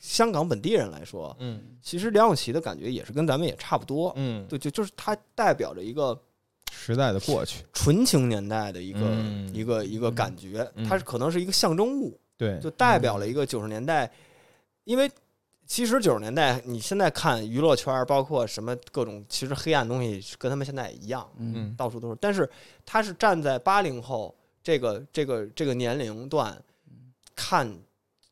[SPEAKER 3] 香港本地人来说，
[SPEAKER 1] 嗯
[SPEAKER 3] 其实梁咏琪的感觉也是跟咱们也差不多。
[SPEAKER 1] 嗯，
[SPEAKER 3] 对，就就是它代表着一个
[SPEAKER 1] 时代的过去，
[SPEAKER 3] 纯情年代的一个、
[SPEAKER 1] 嗯
[SPEAKER 3] 一个一个感觉，
[SPEAKER 1] 嗯
[SPEAKER 3] 它是可能是一个象征物，
[SPEAKER 1] 对，
[SPEAKER 3] 就代表了一个九十年代，因为。其实九十年代，你现在看娱乐圈，包括什么各种，其实黑暗东西是跟他们现在也一样，
[SPEAKER 1] 嗯
[SPEAKER 3] 到处都是。但是他是站在八零后这个这个这个年龄段看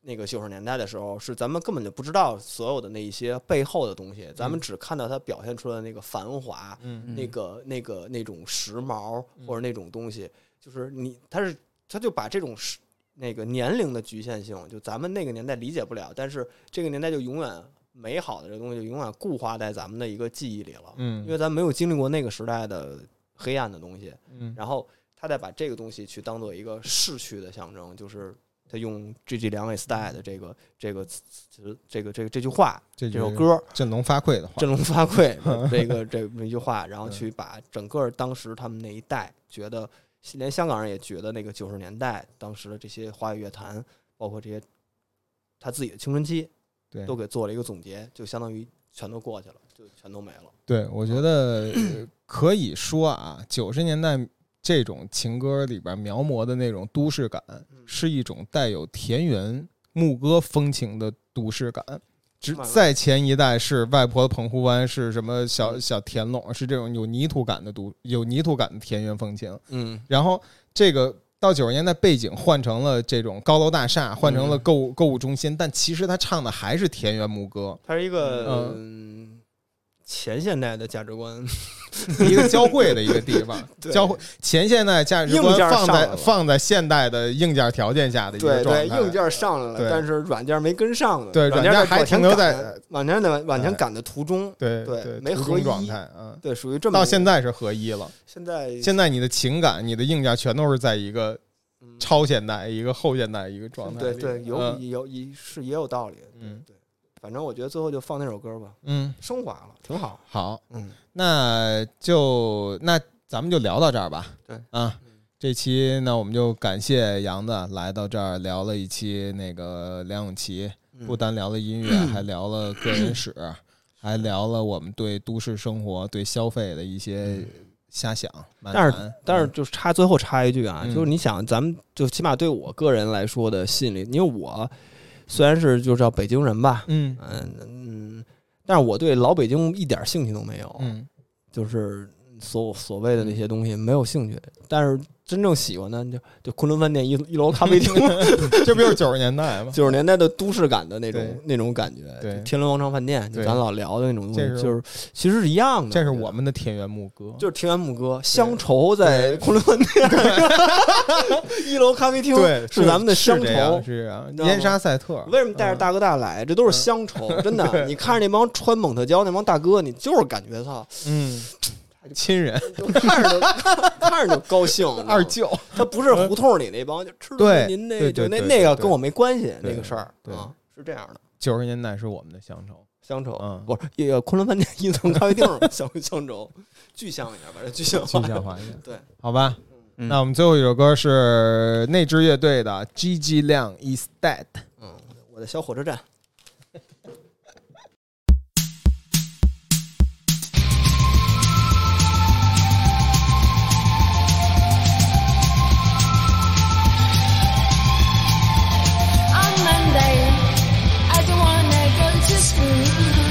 [SPEAKER 3] 那个九十年代的时候，是咱们根本就不知道所有的那一些背后的东西，咱们只看到它表现出来的那个繁华，
[SPEAKER 1] 嗯
[SPEAKER 3] 那个那个那种时髦或者那种东西，就是你他是他就把这种时那个年龄的局限性，就咱们那个年代理解不了，但是这个年代就永远美好的这个东西就永远固化在咱们的一个记忆里了，
[SPEAKER 1] 嗯
[SPEAKER 3] 因为咱没有经历过那个时代的黑暗的东西，
[SPEAKER 1] 嗯
[SPEAKER 3] 然后他再把这个东西去当做一个逝去的象征，就是他用 G G 梁伟 style 的这个这个词词这个这个这句话
[SPEAKER 1] 这
[SPEAKER 3] 这
[SPEAKER 1] 就
[SPEAKER 3] 首
[SPEAKER 1] 是
[SPEAKER 3] 歌
[SPEAKER 1] 振聋发聩的话，
[SPEAKER 3] 振聋发聩这个这么一句话， 然后去把整个当时他们那一代觉得，连香港人也觉得那个九十年代当时的这些华语乐坛，包括这些他自己的青春期，
[SPEAKER 1] 对
[SPEAKER 3] 都给做了一个总结，就相当于全都过去了，就全都没了。
[SPEAKER 1] 对，我觉 得呃可以说啊，九十年代这种情歌里边描摹的那种都市感，
[SPEAKER 3] 嗯
[SPEAKER 1] 是一种带有田园牧歌风情的都市感。只
[SPEAKER 3] 慢慢
[SPEAKER 1] 在前一代是外婆的澎湖湾，是什么
[SPEAKER 3] 嗯
[SPEAKER 1] 小小田垄，是这种有泥土感的都有泥土感的田园风情。
[SPEAKER 3] 嗯，
[SPEAKER 1] 然后这个到九十年代背景换成了这种高楼大厦，换
[SPEAKER 3] 嗯
[SPEAKER 1] 成了购物购物中心，但其实他唱的还是田园牧歌，
[SPEAKER 3] 它是一个
[SPEAKER 1] 嗯
[SPEAKER 3] 嗯前现代的价值观，
[SPEAKER 1] 一个交汇的一个地方
[SPEAKER 3] ，对
[SPEAKER 1] 交汇前现代价值观
[SPEAKER 3] 硬件上
[SPEAKER 1] 放
[SPEAKER 3] 来
[SPEAKER 1] 在
[SPEAKER 3] 了
[SPEAKER 1] 放在现代的硬件条件下的一个
[SPEAKER 3] 对对，
[SPEAKER 1] 状态，
[SPEAKER 3] 硬件上来
[SPEAKER 1] 对
[SPEAKER 3] 了，但是软件没跟上的，
[SPEAKER 1] 对
[SPEAKER 3] 软
[SPEAKER 1] 软件
[SPEAKER 3] 在
[SPEAKER 1] 还
[SPEAKER 3] 往前
[SPEAKER 1] 停留
[SPEAKER 3] 赶
[SPEAKER 1] 在
[SPEAKER 3] 的往前的往前
[SPEAKER 1] 哎
[SPEAKER 3] 赶的途中，
[SPEAKER 1] 对
[SPEAKER 3] 对
[SPEAKER 1] 对，
[SPEAKER 3] 没
[SPEAKER 1] 途
[SPEAKER 3] 合
[SPEAKER 1] 中
[SPEAKER 3] 一
[SPEAKER 1] 状态，嗯，
[SPEAKER 3] 对，属于这么
[SPEAKER 1] 到
[SPEAKER 3] 一个
[SPEAKER 1] 现在是合一了。
[SPEAKER 3] 现在
[SPEAKER 1] 现在你的情感、你的硬件全都是在一个
[SPEAKER 3] 嗯
[SPEAKER 1] 超现代、一个后现代一个状态
[SPEAKER 3] 对
[SPEAKER 1] 里，
[SPEAKER 3] 对，有
[SPEAKER 1] 嗯
[SPEAKER 3] 有一是也有道理，
[SPEAKER 1] 嗯
[SPEAKER 3] 对对，反正我觉得最后就放那首歌吧，
[SPEAKER 1] 嗯，
[SPEAKER 3] 升华了，挺好，
[SPEAKER 1] 好，
[SPEAKER 3] 嗯，
[SPEAKER 1] 那就那咱们就聊到这儿吧。
[SPEAKER 3] 对
[SPEAKER 1] 啊，这期呢我们就感谢杨子来到这儿聊了一期那个梁咏琪，不单聊了音乐，
[SPEAKER 3] 嗯
[SPEAKER 1] 还聊了个人 史，还聊了我们对都市生活、对消费的一些遐想。漫
[SPEAKER 3] 但是
[SPEAKER 1] 谈
[SPEAKER 3] 但是就是插最后插一句啊，
[SPEAKER 1] 嗯
[SPEAKER 3] 就是你想，咱们就起码对我个人来说的吸引力，因为我虽然是就叫北京人吧，
[SPEAKER 1] 嗯
[SPEAKER 3] 嗯嗯，但是我对老北京一点兴趣都没有，
[SPEAKER 1] 嗯
[SPEAKER 3] 就是所所谓的那些东西没有兴趣。但是真正喜欢的就就昆仑饭店一一楼咖 啡厅，
[SPEAKER 1] 嗯，这不就是九十年代吗？
[SPEAKER 3] 九十年代的都市感的那
[SPEAKER 1] 对
[SPEAKER 3] 种那种感觉，
[SPEAKER 1] 对
[SPEAKER 3] 就天伦王朝饭店，就
[SPEAKER 1] 对
[SPEAKER 3] 咱老聊的那种东
[SPEAKER 1] 这
[SPEAKER 3] 西，
[SPEAKER 1] 是
[SPEAKER 3] 就是其实是一样的。
[SPEAKER 1] 这是
[SPEAKER 3] 觉得
[SPEAKER 1] 我们的田园牧歌，
[SPEAKER 3] 就是听完牧歌，乡愁在昆仑饭店一楼咖啡厅，
[SPEAKER 1] 对，
[SPEAKER 3] 是咱们的乡
[SPEAKER 1] 是这嗯样
[SPEAKER 3] 愁。
[SPEAKER 1] 是这样
[SPEAKER 3] 知道吗
[SPEAKER 1] 燕莎赛特，
[SPEAKER 3] 为什么带着大哥大来？这都是乡愁，真的。你看着那帮穿蒙特胶那帮大哥，你就是感觉操，
[SPEAKER 1] 嗯，亲人
[SPEAKER 3] 就 看着就看着就高兴。你知道吗
[SPEAKER 1] 二舅，
[SPEAKER 3] 他不是胡同里那帮，就吃
[SPEAKER 1] 对
[SPEAKER 3] 您那
[SPEAKER 1] 对对
[SPEAKER 3] 就那
[SPEAKER 1] 对
[SPEAKER 3] 那个
[SPEAKER 1] 对
[SPEAKER 3] 跟我没关系
[SPEAKER 1] 对
[SPEAKER 3] 那个事儿
[SPEAKER 1] 对
[SPEAKER 3] 啊，是这样的。
[SPEAKER 1] 九十年代是我们的乡愁。
[SPEAKER 3] 乡愁
[SPEAKER 1] 嗯
[SPEAKER 3] 不是也昆仑饭店一层咖啡 厅乡乡愁，具象一点，把这具象化
[SPEAKER 1] 具。 象化一点。
[SPEAKER 3] 对，
[SPEAKER 1] 好吧。
[SPEAKER 2] 嗯
[SPEAKER 1] 那我们最后一首歌是那支乐队的《G G 亮 Is Dead》。
[SPEAKER 3] 嗯，我的小火车站。
[SPEAKER 5] on Monday. I don't wanna go to school.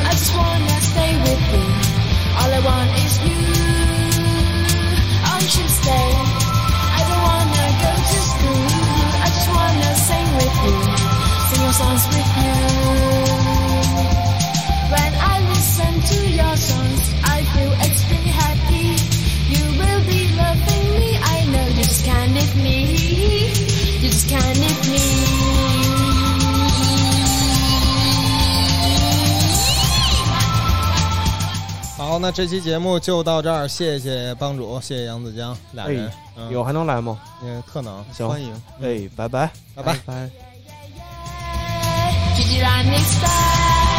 [SPEAKER 5] I just wanna stay with you. All I want is you. On Tuesday, I don't wanna go to school. I just wanna sing with you, sing your songs with you. When I listen to your songs, I feel extremely happy. You will be loving me. I know you just can't leave me. You just can't leave me.
[SPEAKER 1] 好，那这期节目就到这儿，谢谢帮主，谢谢杨子江俩人，嗯，
[SPEAKER 3] 哎还能来吗？
[SPEAKER 1] 也特能，
[SPEAKER 3] 行
[SPEAKER 1] 欢迎，
[SPEAKER 3] 哎，拜拜，
[SPEAKER 1] 拜拜。
[SPEAKER 3] 拜。
[SPEAKER 5] Gigi Line is back.